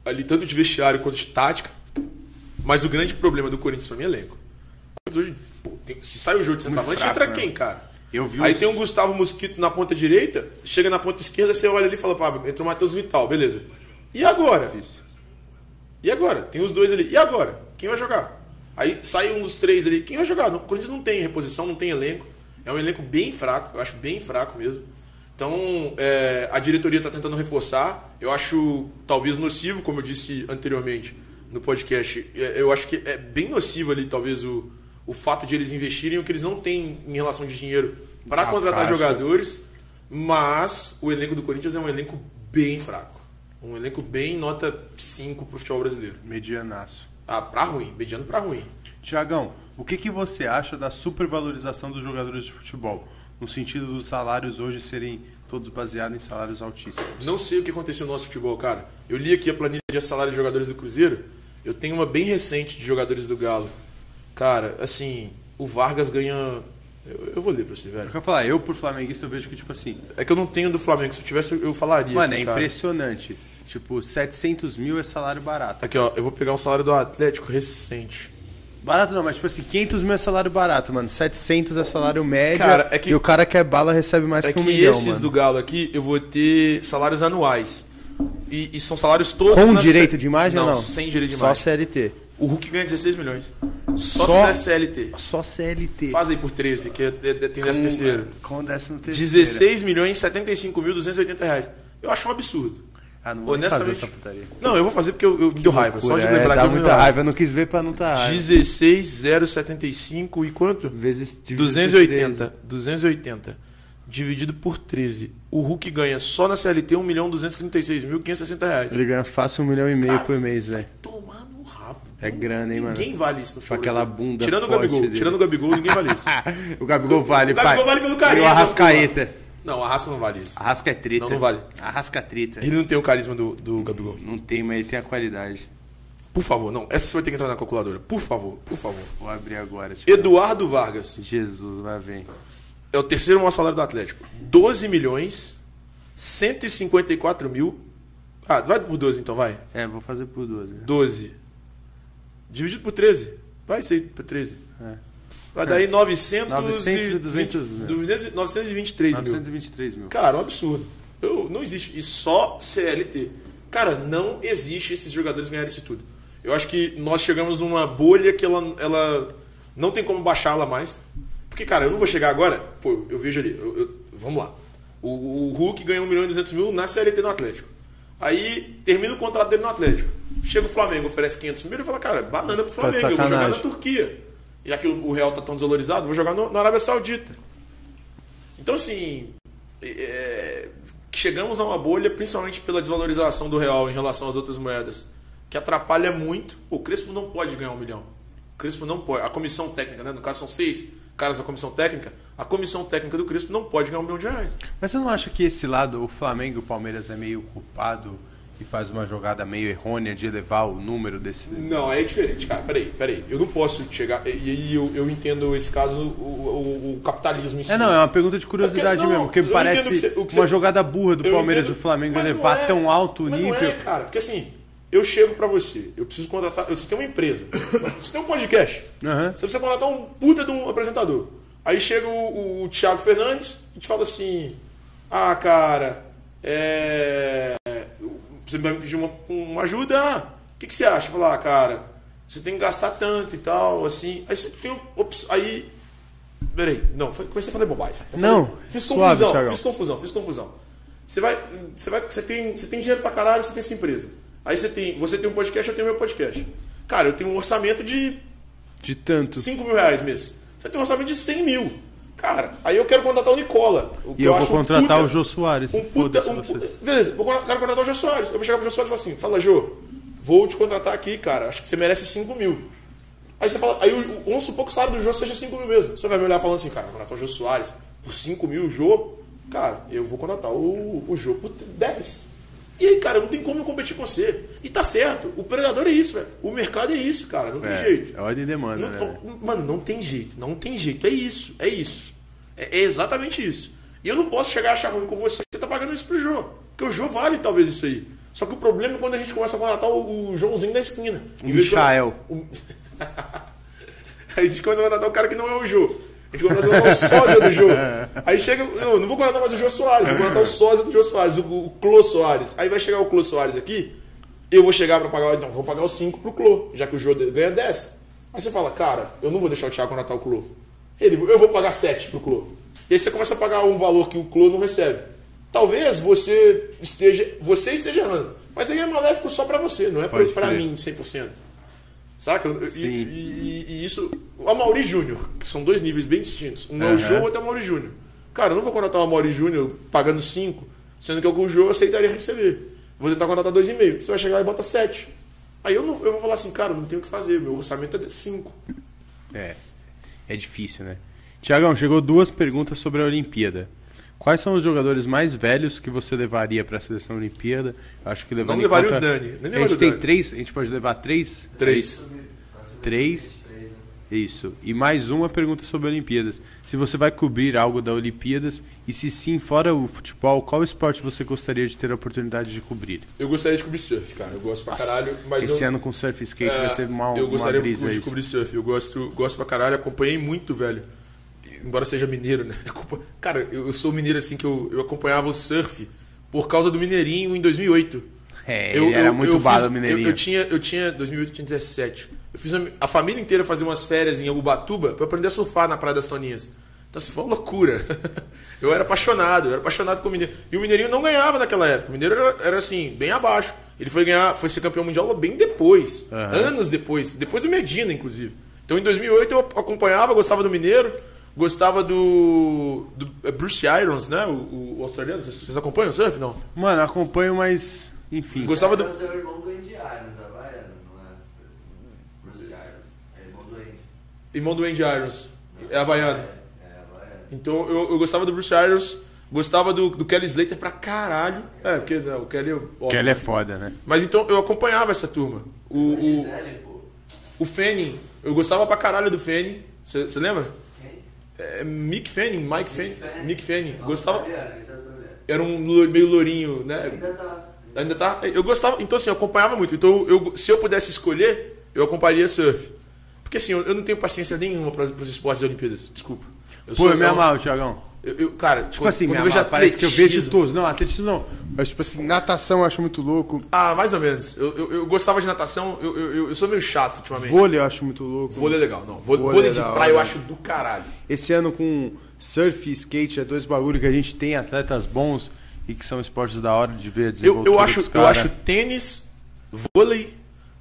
Speaker 2: ali, tanto de vestiário quanto de tática. Mas o grande problema do Corinthians pra mim é elenco. Mas hoje, pô, tem- se sai o jogo de centroavante,
Speaker 1: fraco,
Speaker 2: entra
Speaker 1: né?
Speaker 2: quem, cara?
Speaker 1: Eu vi
Speaker 2: Aí
Speaker 1: os-
Speaker 2: tem o Gustavo Mosquito na ponta direita, chega na ponta esquerda, você olha ali e fala, pá, entra o Matheus Vital, beleza. E agora? E agora? Tem os dois ali. E agora? Quem vai jogar? Aí sai um dos três ali. Quem vai jogar? Não, O Corinthians não tem reposição, não tem elenco. É um elenco bem fraco, eu acho bem fraco mesmo. Então, é, a diretoria está tentando reforçar. Eu acho talvez nocivo, como eu disse anteriormente no podcast. É, Eu acho que é bem nocivo ali, talvez, o, o fato de eles investirem o que eles não têm em relação de dinheiro para
Speaker 1: Na
Speaker 2: contratar
Speaker 1: caixa.
Speaker 2: jogadores. Mas o elenco do Corinthians é um elenco bem fraco. Um elenco bem nota 5 pro futebol brasileiro.
Speaker 1: Medianaço.
Speaker 2: Ah, pra ruim, mediano pra ruim.
Speaker 1: Tiagão, o que, que você acha da supervalorização dos jogadores de futebol? No sentido dos salários hoje serem todos baseados em salários altíssimos.
Speaker 2: Não sei o que aconteceu no nosso futebol, cara. Eu li aqui a planilha de salário de jogadores do Cruzeiro. Eu tenho uma bem recente de jogadores do Galo. Cara, assim, o Vargas ganha. Eu, eu vou ler pra você,
Speaker 1: Eu
Speaker 2: velho.
Speaker 1: quero falar, eu por flamenguista eu vejo que, tipo assim,
Speaker 2: É que eu não tenho do Flamengo. Se eu tivesse, eu falaria.
Speaker 1: mano, é
Speaker 2: aqui, cara.
Speaker 1: impressionante. Tipo, 700 mil é salário barato.
Speaker 2: Aqui, ó. Eu vou pegar um salário do Atlético recente.
Speaker 1: Barato não, mas tipo assim, 500 mil é salário barato, mano. 700 é salário médio.
Speaker 2: Cara, é que-
Speaker 1: E o cara que é bala recebe mais
Speaker 2: É
Speaker 1: que
Speaker 2: que
Speaker 1: um milhão,
Speaker 2: esses
Speaker 1: mano.
Speaker 2: do Galo aqui, eu vou ter salários anuais. E, e são salários todos.
Speaker 1: Com
Speaker 2: na
Speaker 1: direito
Speaker 2: C-
Speaker 1: de imagem ou
Speaker 2: não?
Speaker 1: não?
Speaker 2: sem direito de
Speaker 1: Só
Speaker 2: imagem.
Speaker 1: CLT.
Speaker 2: O Hulk ganha 16 milhões. Só,
Speaker 1: Só-
Speaker 2: CLT.
Speaker 1: Só CLT.
Speaker 2: Faz aí por 13, que é, é, é, tem 13 terceiro.
Speaker 1: Com, com décimo terceiro.
Speaker 2: 16 milhões e 75 mil 280 reais. Eu acho um absurdo.
Speaker 1: Ah, não vou nem fazer essa putaria.
Speaker 2: Não, eu vou fazer porque eu, eu deu raiva. Só de
Speaker 1: É,
Speaker 2: lembrar
Speaker 1: dá
Speaker 2: que eu me
Speaker 1: muita
Speaker 2: deu
Speaker 1: raiva. Eu não quis ver pra não tá raiva.
Speaker 2: 16,075 e quanto?
Speaker 1: Vezes dividido por
Speaker 2: 280. 280. Dividido por 13. O Hulk ganha só na CLT 1 milhão 236 mil 560 reais.
Speaker 1: 13. Ele ganha fácil um milhão e meio por mês, velho.
Speaker 2: Tomar no rabo.
Speaker 1: É grana, hein, mano?
Speaker 2: Ninguém vale isso no
Speaker 1: Com
Speaker 2: futebol
Speaker 1: aquela
Speaker 2: brasileiro.
Speaker 1: bunda
Speaker 2: Tirando o
Speaker 1: forte
Speaker 2: Gabigol.
Speaker 1: dele.
Speaker 2: Tirando o Gabigol, ninguém vale isso.
Speaker 1: o Gabigol vale,
Speaker 2: Ah. o
Speaker 1: pai.
Speaker 2: Gabigol vale pelo carisma.
Speaker 1: E o Arrascaeta.
Speaker 2: Não, a raça não vale isso.
Speaker 1: Arrasca é treta.
Speaker 2: Não, não vale.
Speaker 1: Arrasca é treta.
Speaker 2: Ele não tem o carisma do, do Gabigol.
Speaker 1: Não tem, mas ele tem a qualidade.
Speaker 2: Por favor, não. Essa você vai ter que entrar na calculadora. Por favor, por favor.
Speaker 1: Vou abrir agora. tipo-
Speaker 2: Eduardo Vargas
Speaker 1: Jesus, vai ver.
Speaker 2: é o terceiro maior salário do Atlético. 12 milhões, 154 mil. Ah, vai por 12 então, vai.
Speaker 1: É, vou fazer por duas. Né?
Speaker 2: 12. Dividido por 13. Vai ser por 13.
Speaker 1: É.
Speaker 2: Vai daí 900
Speaker 1: 900 e 200 mil.
Speaker 2: 200 923 mil.
Speaker 1: 923 mil.
Speaker 2: Cara, um absurdo. Eu, não existe. E só CLT. Cara, não existe esses jogadores ganharem isso tudo. Eu acho que nós chegamos numa bolha que ela, ela Não tem como baixá-la mais. Porque, cara, eu não vou chegar agora. Pô, eu vejo ali. eu- eu- vamos lá. O, o Hulk ganhou 1 milhão e 200 mil na Série T no Atlético. Aí termina o contrato dele no Atlético. Chega o Flamengo, oferece 500 mil e fala, cara, banana pro
Speaker 1: Tá de
Speaker 2: Flamengo, eu vou jogar na
Speaker 1: sacanagem.
Speaker 2: Turquia. Já que o o Real tá tão desvalorizado, vou jogar no- na Arábia Saudita. Então, assim, é, chegamos a uma bolha, principalmente pela desvalorização do real em relação às outras moedas, que atrapalha muito. O Crespo não pode ganhar um milhão. O Crespo não pode. A comissão técnica, né? No caso, são seis caras da comissão técnica. A comissão técnica do Crespo não pode ganhar um milhão de reais.
Speaker 1: Mas você não acha que esse lado, o Flamengo e o Palmeiras, é meio culpado e faz uma jogada meio errônea de elevar o número desse.
Speaker 2: Não, aí é diferente, cara. Peraí, peraí. Eu não posso chegar. E, e eu, eu entendo esse caso, o, o- o capitalismo em si.
Speaker 1: É, não, é uma pergunta de curiosidade
Speaker 2: É porque- não,
Speaker 1: mesmo, porque me
Speaker 2: eu entendo
Speaker 1: parece
Speaker 2: que você- o que
Speaker 1: uma
Speaker 2: você-
Speaker 1: jogada burra do
Speaker 2: Eu
Speaker 1: Palmeiras e
Speaker 2: entendo,
Speaker 1: do Flamengo
Speaker 2: mas não
Speaker 1: elevar
Speaker 2: é.
Speaker 1: tão alto o
Speaker 2: Mas
Speaker 1: nível.
Speaker 2: Não é, cara, porque assim, eu chego pra você, eu preciso contratar. Você tem uma empresa, você tem um podcast,
Speaker 1: Aham.
Speaker 2: você precisa contratar um puta de um apresentador. Aí chega o, o- o Thiago Fernandes e te fala assim: Ah, cara, é. Você vai me pedir uma, uma ajuda? Ah, o que, que você acha? Falar, ah, cara, você tem que gastar tanto e tal, assim. Aí você tem. Ops, aí. Peraí, não, foi- comecei a falar bobagem. Eu
Speaker 1: Não,
Speaker 2: falei- fiz
Speaker 1: suave,
Speaker 2: confusão,
Speaker 1: Thiagão.
Speaker 2: fiz confusão, fiz confusão. Você vai, você vai, você tem, você tem dinheiro pra caralho, você tem sua empresa. Aí você tem, você tem um podcast, eu tenho meu podcast. Cara, eu tenho um orçamento de
Speaker 1: De tanto.
Speaker 2: 5 mil reais mês. Você tem um orçamento de 100 mil. Cara, aí eu quero contratar o Nicola. o que
Speaker 1: E eu, vou
Speaker 2: acho um
Speaker 1: contratar
Speaker 2: puta-
Speaker 1: o Jô Soares.
Speaker 2: um puta,
Speaker 1: Foda-se
Speaker 2: um
Speaker 1: você.
Speaker 2: puta- Beleza, vou, con- quero contratar o Jô Soares. Eu vou chegar pro Jô Soares e falar assim: fala, Jô, vou te contratar aqui, cara. Acho que você merece 5 mil. Aí você fala, aí o- o- vamos supor que o salário do Jô seja 5 mil mesmo. Você vai me olhar falando assim, cara, vou contratar o Jô Soares por 5 mil, o Jô. Cara, eu vou contratar o, o Jô por 10. E aí, cara, não tem como eu competir com você. E tá certo, o predador é isso, velho. O mercado é isso, cara, não tem
Speaker 1: É,
Speaker 2: jeito.
Speaker 1: é ordem e demanda,
Speaker 2: Não-
Speaker 1: né? velho?
Speaker 2: não- mano, não tem jeito, não tem jeito. É isso, é isso. É, é exatamente isso. E eu não posso chegar a achar ruim com você, você tá pagando isso pro Jô. Porque o Jô vale talvez isso aí. Só que o problema é quando a gente começa a contratar o, o Joãozinho da esquina.
Speaker 1: O
Speaker 2: Em vez de-
Speaker 1: Michael.
Speaker 2: o- a gente começa a contratar o cara que não é o Jô. A gente começa a contratar o sósia do Jô. Aí chega, eu não vou contratar mais o Jô Soares, vou contratar o sósia do Jô Soares, o, o Clô Soares. Aí vai chegar o Clô Soares aqui, eu vou chegar pra pagar, então vou pagar os 5 pro Clô, já que o Jô ganha 10. Aí você fala, cara, eu não vou deixar o Thiago contratar o Clô. Ele, eu vou pagar 7 pro Clô. E aí você começa a pagar um valor que o Clô não recebe. Talvez você esteja, você esteja errando, mas aí é maléfico só pra você, não é pra,
Speaker 1: Pode
Speaker 2: pra
Speaker 1: crer.
Speaker 2: mim 100%. Saca? E-
Speaker 1: Sim.
Speaker 2: E, e- e isso. O Amaury Júnior, que são dois níveis bem distintos. Um é
Speaker 1: Aham.
Speaker 2: o Jô, outro é o Amaury Júnior. Cara, eu não vou contratar o Amaury Júnior pagando 5, sendo que o Jô eu aceitaria receber. Vou tentar contratar 2,5. Você vai chegar lá e bota 7. Aí eu, não, eu vou falar assim, cara, não tenho o que fazer, meu orçamento é de 5.
Speaker 1: É. É difícil, né? Tiagão, chegou duas perguntas sobre a Olimpíada. Quais são os jogadores mais velhos que você levaria para a seleção Olimpíada? Eu Acho que levando em
Speaker 2: levaria o
Speaker 1: conta-
Speaker 2: Dani, nem
Speaker 1: a
Speaker 2: levaria
Speaker 1: gente
Speaker 2: o
Speaker 1: tem
Speaker 2: Dani.
Speaker 1: três, a gente pode levar três.
Speaker 2: Três.
Speaker 1: Três. Isso. E mais uma pergunta sobre Olimpíadas. Se você vai cobrir algo da Olimpíadas e se sim, fora o futebol, qual esporte você gostaria de ter a oportunidade de cobrir?
Speaker 2: Eu gostaria de cobrir surf, cara. Eu gosto pra caralho, mas
Speaker 1: Esse
Speaker 2: eu,
Speaker 1: ano com surf skate
Speaker 2: É,
Speaker 1: vai ser uma,
Speaker 2: Eu
Speaker 1: uma
Speaker 2: gostaria
Speaker 1: brisa
Speaker 2: de
Speaker 1: isso.
Speaker 2: cobrir surf. Eu gosto, gosto pra caralho, acompanhei muito, velho. E, Embora seja mineiro, né? Acompa- Cara, eu, eu sou mineiro assim que eu, eu acompanhava o surf por causa do Mineirinho em 2008.
Speaker 1: É, ele era muito bala,
Speaker 2: fiz-
Speaker 1: Mineirinho.
Speaker 2: Eu, eu tinha, eu tinha 2008, eu tinha 17. Eu fiz a, a família inteira fazer umas férias em Ubatuba pra eu aprender a surfar na Praia das Toninhas. Então, assim, foi uma loucura. Eu era apaixonado, eu era apaixonado com o Mineiro. E o Mineirinho não ganhava naquela época. O Mineiro era, era, assim, bem abaixo. Ele foi ganhar, foi ser campeão mundial bem depois. Anos depois. Depois do Medina, inclusive. Então, em 2008, eu acompanhava, gostava do Mineiro. Gostava do, do é Bruce Irons, né? O, o australiano. Vocês, vocês acompanham o surf? Não.
Speaker 1: Mano, acompanho, mas enfim.
Speaker 2: Gostava do,
Speaker 4: Mas seu irmão ganha diários, Havaiana, não é? Bruce Diários. É irmão do Andy.
Speaker 2: Irmão do Andy Irons. É havaiano.
Speaker 4: É, Havaiana.
Speaker 2: Então eu, eu gostava do Bruce Irons, gostava do, do Kelly Slater pra caralho. É, porque né, o Kelly. eu- Ó,
Speaker 1: Porque ela é foda, né?
Speaker 2: Mas então eu acompanhava essa turma. O, o,
Speaker 4: Gisele, pô.
Speaker 2: o Fanning, eu gostava pra caralho do Fanning. Você lembra?
Speaker 4: Quem?
Speaker 2: É, Mick Fanning, Mike Fanning. Mick Fanning.
Speaker 4: Não,
Speaker 2: Gostava.
Speaker 4: Australiano, esse é australiano.
Speaker 2: Era um lo- meio lourinho, né?
Speaker 4: Ainda tá.
Speaker 2: Ainda tá? Eu gostava, então assim, eu acompanhava muito. Então, eu, se eu pudesse escolher, eu acompanharia surf. Porque assim, eu, eu não tenho paciência nenhuma para os esportes das Olimpíadas. Desculpa. Eu
Speaker 1: Pô, eu me
Speaker 2: eu-
Speaker 1: amarro, Tiagão.
Speaker 2: Eu, eu, cara,
Speaker 1: Tipo assim, minha já parece que eu vejo todos. Não, atletismo não. Mas, tipo assim, natação eu acho muito louco.
Speaker 2: Ah, mais ou menos. Eu, eu, eu gostava de natação, eu, eu, eu- eu sou meio chato ultimamente.
Speaker 1: Vôlei eu acho muito louco.
Speaker 2: Vôlei é legal, não. Vôlei,
Speaker 1: Vôlei
Speaker 2: vôlei de
Speaker 1: é da
Speaker 2: praia eu
Speaker 1: hora.
Speaker 2: acho do caralho.
Speaker 1: Esse ano com surf e skate é dois bagulhos que a gente tem atletas bons e que são esportes da hora de ver a
Speaker 2: Eu,
Speaker 1: desenvoltura
Speaker 2: eu, acho,
Speaker 1: dos
Speaker 2: eu
Speaker 1: cara.
Speaker 2: acho tênis, vôlei,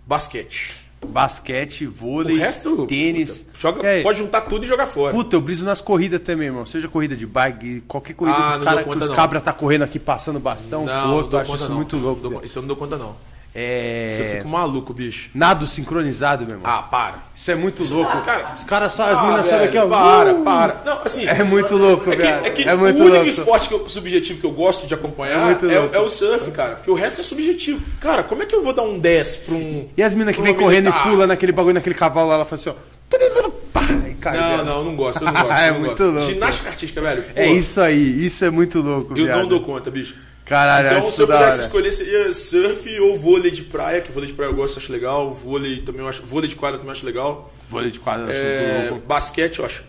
Speaker 2: basquete.
Speaker 1: basquete,
Speaker 2: O
Speaker 1: vôlei,
Speaker 2: resto.
Speaker 1: tênis.
Speaker 2: puta, joga,
Speaker 1: É,
Speaker 2: Pode juntar tudo e jogar fora.
Speaker 1: Puta, eu briso nas corridas também, irmão. Seja corrida de bike, qualquer corrida
Speaker 2: Ah, não
Speaker 1: dos
Speaker 2: dou
Speaker 1: caras que
Speaker 2: conta,
Speaker 1: os
Speaker 2: não.
Speaker 1: cabra tá correndo aqui passando bastão pro
Speaker 2: não
Speaker 1: outro.
Speaker 2: dou
Speaker 1: Eu acho
Speaker 2: conta,
Speaker 1: isso
Speaker 2: não.
Speaker 1: muito
Speaker 2: Não
Speaker 1: louco.
Speaker 2: dou con-
Speaker 1: velho.
Speaker 2: Isso eu não dou conta, não.
Speaker 1: É...
Speaker 2: Você fica maluco, bicho.
Speaker 1: Nado sincronizado, meu irmão.
Speaker 2: Ah, para.
Speaker 1: Isso é muito louco.
Speaker 2: cara,
Speaker 1: os caras só, as
Speaker 2: Ah,
Speaker 1: meninas sobem aqui,
Speaker 2: velho,
Speaker 1: ó. Uh!
Speaker 2: Para, para. Não, assim.
Speaker 1: É muito louco,
Speaker 2: É que,
Speaker 1: velho.
Speaker 2: é que o
Speaker 1: muito
Speaker 2: único
Speaker 1: louco.
Speaker 2: esporte que eu- subjetivo que eu gosto de
Speaker 1: É
Speaker 2: acompanhar
Speaker 1: muito
Speaker 2: é,
Speaker 1: louco.
Speaker 2: é o surf, cara. Porque o resto é subjetivo. Cara, como é que eu vou dar um 10 pra um.
Speaker 1: E as meninas que
Speaker 2: pra uma tá-
Speaker 1: vem correndo
Speaker 2: menina-
Speaker 1: e pula naquele bagulho, naquele cavalo lá, ela faz assim, ó. Pá, e cai,
Speaker 2: Ah, Não,
Speaker 1: velho.
Speaker 2: não, não gosto, eu não gosto.
Speaker 1: É
Speaker 2: eu não
Speaker 1: muito
Speaker 2: gosto.
Speaker 1: louco.
Speaker 2: Ginástica artística, velho. pô,
Speaker 1: É isso aí, isso é muito louco,
Speaker 2: Eu
Speaker 1: viado.
Speaker 2: não dou conta, bicho.
Speaker 1: Caralho,
Speaker 2: Então,
Speaker 1: acho
Speaker 2: se eu
Speaker 1: isso da
Speaker 2: pudesse
Speaker 1: hora.
Speaker 2: escolher, seria surf ou vôlei de praia, que vôlei de praia eu gosto, acho legal. Vôlei também eu acho. Vôlei de quadra também acho legal.
Speaker 1: Vôlei de quadra, eu acho
Speaker 2: É,
Speaker 1: muito louco.
Speaker 2: basquete eu acho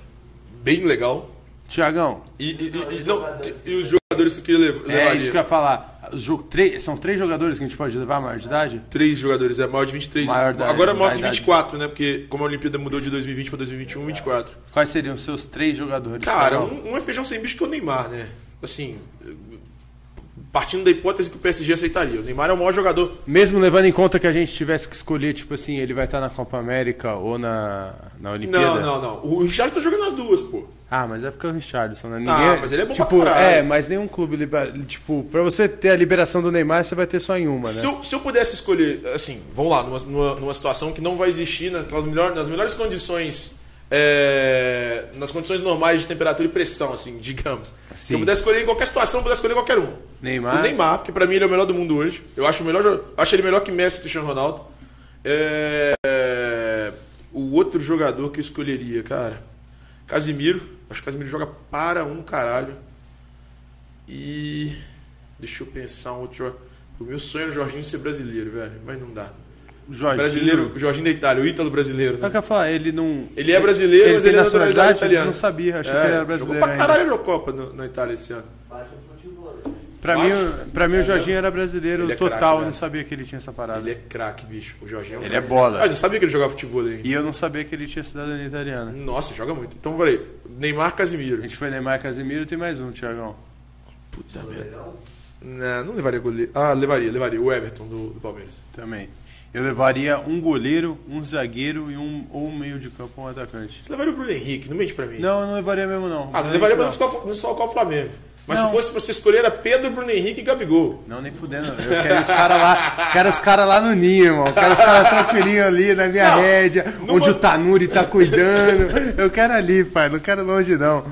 Speaker 2: bem legal.
Speaker 1: Tiagão,
Speaker 2: E, e- e- e- não, e os jogadores que eu queria levar.
Speaker 1: é isso que eu ia falar. O jogo- três- são três jogadores que a gente pode levar, maior de idade?
Speaker 2: Três jogadores, é maior de 23.
Speaker 1: Maior da-
Speaker 2: Agora é maior de
Speaker 1: da idade.
Speaker 2: 24, né? Porque como a Olimpíada mudou de 2020 pra 2021, 24.
Speaker 1: Quais seriam os seus três jogadores?
Speaker 2: Cara,
Speaker 1: Tiagão?
Speaker 2: um, um é feijão sem bicho que é o Neymar, né? Assim, partindo da hipótese que o PSG aceitaria. O Neymar é o maior jogador.
Speaker 1: Mesmo levando em conta que a gente tivesse que escolher, tipo assim, ele vai estar na Copa América ou na, na Olimpíada?
Speaker 2: Não, não, não. O Richard tá jogando nas duas, pô.
Speaker 1: Ah, mas é porque é o Richardson, né? Ninguém,
Speaker 2: Ah, mas ele é bom pra
Speaker 1: tipo,
Speaker 2: caralho.
Speaker 1: É, mas nenhum clube libera. Tipo, pra você ter a liberação do Neymar, você vai ter só em uma, né?
Speaker 2: Se eu, se eu pudesse escolher, assim, vamos lá, numa, numa, numa situação que não vai existir naquelas melhor, nas melhores condições, é, nas condições normais de temperatura e pressão, assim, digamos. Se
Speaker 1: Sim.
Speaker 2: eu pudesse escolher em qualquer situação, eu pudesse escolher qualquer um.
Speaker 1: Neymar?
Speaker 2: O Neymar, porque pra mim ele é o melhor do mundo hoje. Eu acho, o melhor, jo- acho ele melhor que Messi e Cristiano Ronaldo. É, é, o outro jogador que eu escolheria, cara, Casimiro. Acho que Casimiro joga para um caralho. E. Deixa eu pensar um outro. jo- O meu sonho era o Jorginho ser brasileiro, velho. Mas não dá.
Speaker 1: O Jorginho.
Speaker 2: Brasileiro, o Jorginho da Itália, o Ítalo brasileiro.
Speaker 1: Só
Speaker 2: Né?
Speaker 1: É que eu ia falar, ele não.
Speaker 2: Ele é brasileiro,
Speaker 1: ele
Speaker 2: mas
Speaker 1: tem
Speaker 2: ele é
Speaker 1: nacionalidade?
Speaker 2: nacionalidade italiana.
Speaker 1: Eu não sabia, achei
Speaker 2: É,
Speaker 1: que ele era brasileiro.
Speaker 2: Jogou pra
Speaker 1: ainda.
Speaker 2: caralho a Eurocopa no- na Itália esse ano.
Speaker 4: Bate o futebol. né?
Speaker 1: Pra mim, o- pra mim o
Speaker 2: É,
Speaker 1: Jorginho era brasileiro
Speaker 2: Ele é
Speaker 1: total,
Speaker 2: craque,
Speaker 1: eu
Speaker 2: velho.
Speaker 1: não sabia que ele tinha essa parada.
Speaker 2: Ele é craque, bicho. O Jorginho
Speaker 1: Ele é
Speaker 2: craque.
Speaker 1: bola.
Speaker 2: Ah, eu não sabia que ele jogava futebol aí.
Speaker 1: E eu não sabia que ele tinha cidadania italiana.
Speaker 2: Nossa, joga muito. Então, peraí. Neymar Casimiro.
Speaker 1: A gente foi Neymar Casemiro tem mais um, Tiagão.
Speaker 2: Puta merda.
Speaker 4: Legal?
Speaker 2: Não, não levaria goleiro. Ah, levaria, levaria. O Everton do, do Palmeiras.
Speaker 1: Também. Eu levaria um goleiro, um zagueiro e um ou um meio de campo, um atacante.
Speaker 2: Você levaria o Bruno Henrique, não mente pra mim.
Speaker 1: Não, eu não levaria mesmo, não.
Speaker 2: Ah, não
Speaker 1: Bruno
Speaker 2: levaria pra
Speaker 1: Henrique,
Speaker 2: não não só o Flamengo. Mas
Speaker 1: Não.
Speaker 2: se fosse pra você escolher, era Pedro, Bruno Henrique e Gabigol.
Speaker 1: Não, nem fudendo. Eu quero os caras lá, quero os caras lá no ninho, irmão. Eu Quero os caras tranquilinhos ali na minha
Speaker 2: Não,
Speaker 1: rédea,
Speaker 2: não
Speaker 1: onde
Speaker 2: vou-
Speaker 1: o Tanuri tá cuidando. Eu quero ali, pai. Não quero longe, não.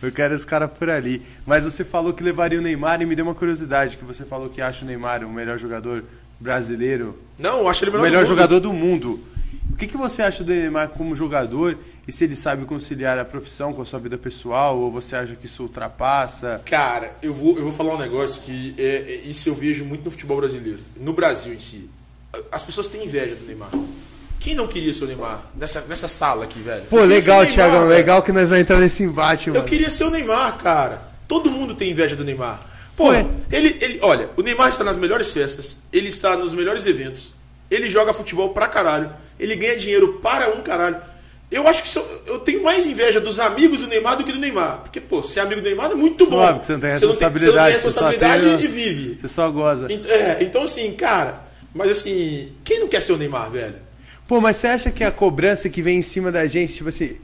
Speaker 1: Eu quero os caras por ali. Mas você falou que levaria o Neymar e me deu uma curiosidade, que você falou que acha o Neymar o melhor jogador brasileiro,
Speaker 2: Não, eu acho ele
Speaker 1: o
Speaker 2: melhor,
Speaker 1: melhor
Speaker 2: do mundo.
Speaker 1: jogador do mundo. O que, que você acha do Neymar como jogador e se ele sabe conciliar a profissão com a sua vida pessoal ou você acha que isso ultrapassa?
Speaker 2: Cara, eu vou, eu vou falar um negócio que é, é- isso eu vejo muito no futebol brasileiro, no Brasil em si. As pessoas têm inveja do Neymar. Quem não queria ser o Neymar nessa, nessa sala aqui, velho?
Speaker 1: Pô,
Speaker 2: Eu queria ser o
Speaker 1: legal,
Speaker 2: Neymar,
Speaker 1: Thiagão.
Speaker 2: velho.
Speaker 1: Legal que nós vamos entrar nesse embate, mano.
Speaker 2: Eu queria ser o Neymar, cara. Todo mundo tem inveja do Neymar. Pô,
Speaker 1: Ué.
Speaker 2: ele, ele, olha, o Neymar está nas melhores festas, ele está nos melhores eventos, ele joga futebol pra caralho, ele ganha dinheiro para um caralho. Eu acho que sou- eu tenho mais inveja dos amigos do Neymar do que do Neymar. Porque, pô, ser amigo do Neymar é muito bom.
Speaker 1: Suave, que você não tem
Speaker 2: Você não tem
Speaker 1: responsabilidade, você só
Speaker 2: responsabilidade
Speaker 1: tem-
Speaker 2: e vive.
Speaker 1: Você só goza.
Speaker 2: Ent- é, então, assim, cara, mas assim, quem não quer ser o Neymar, velho?
Speaker 1: Pô, mas você acha que a cobrança que vem em cima da gente, tipo assim.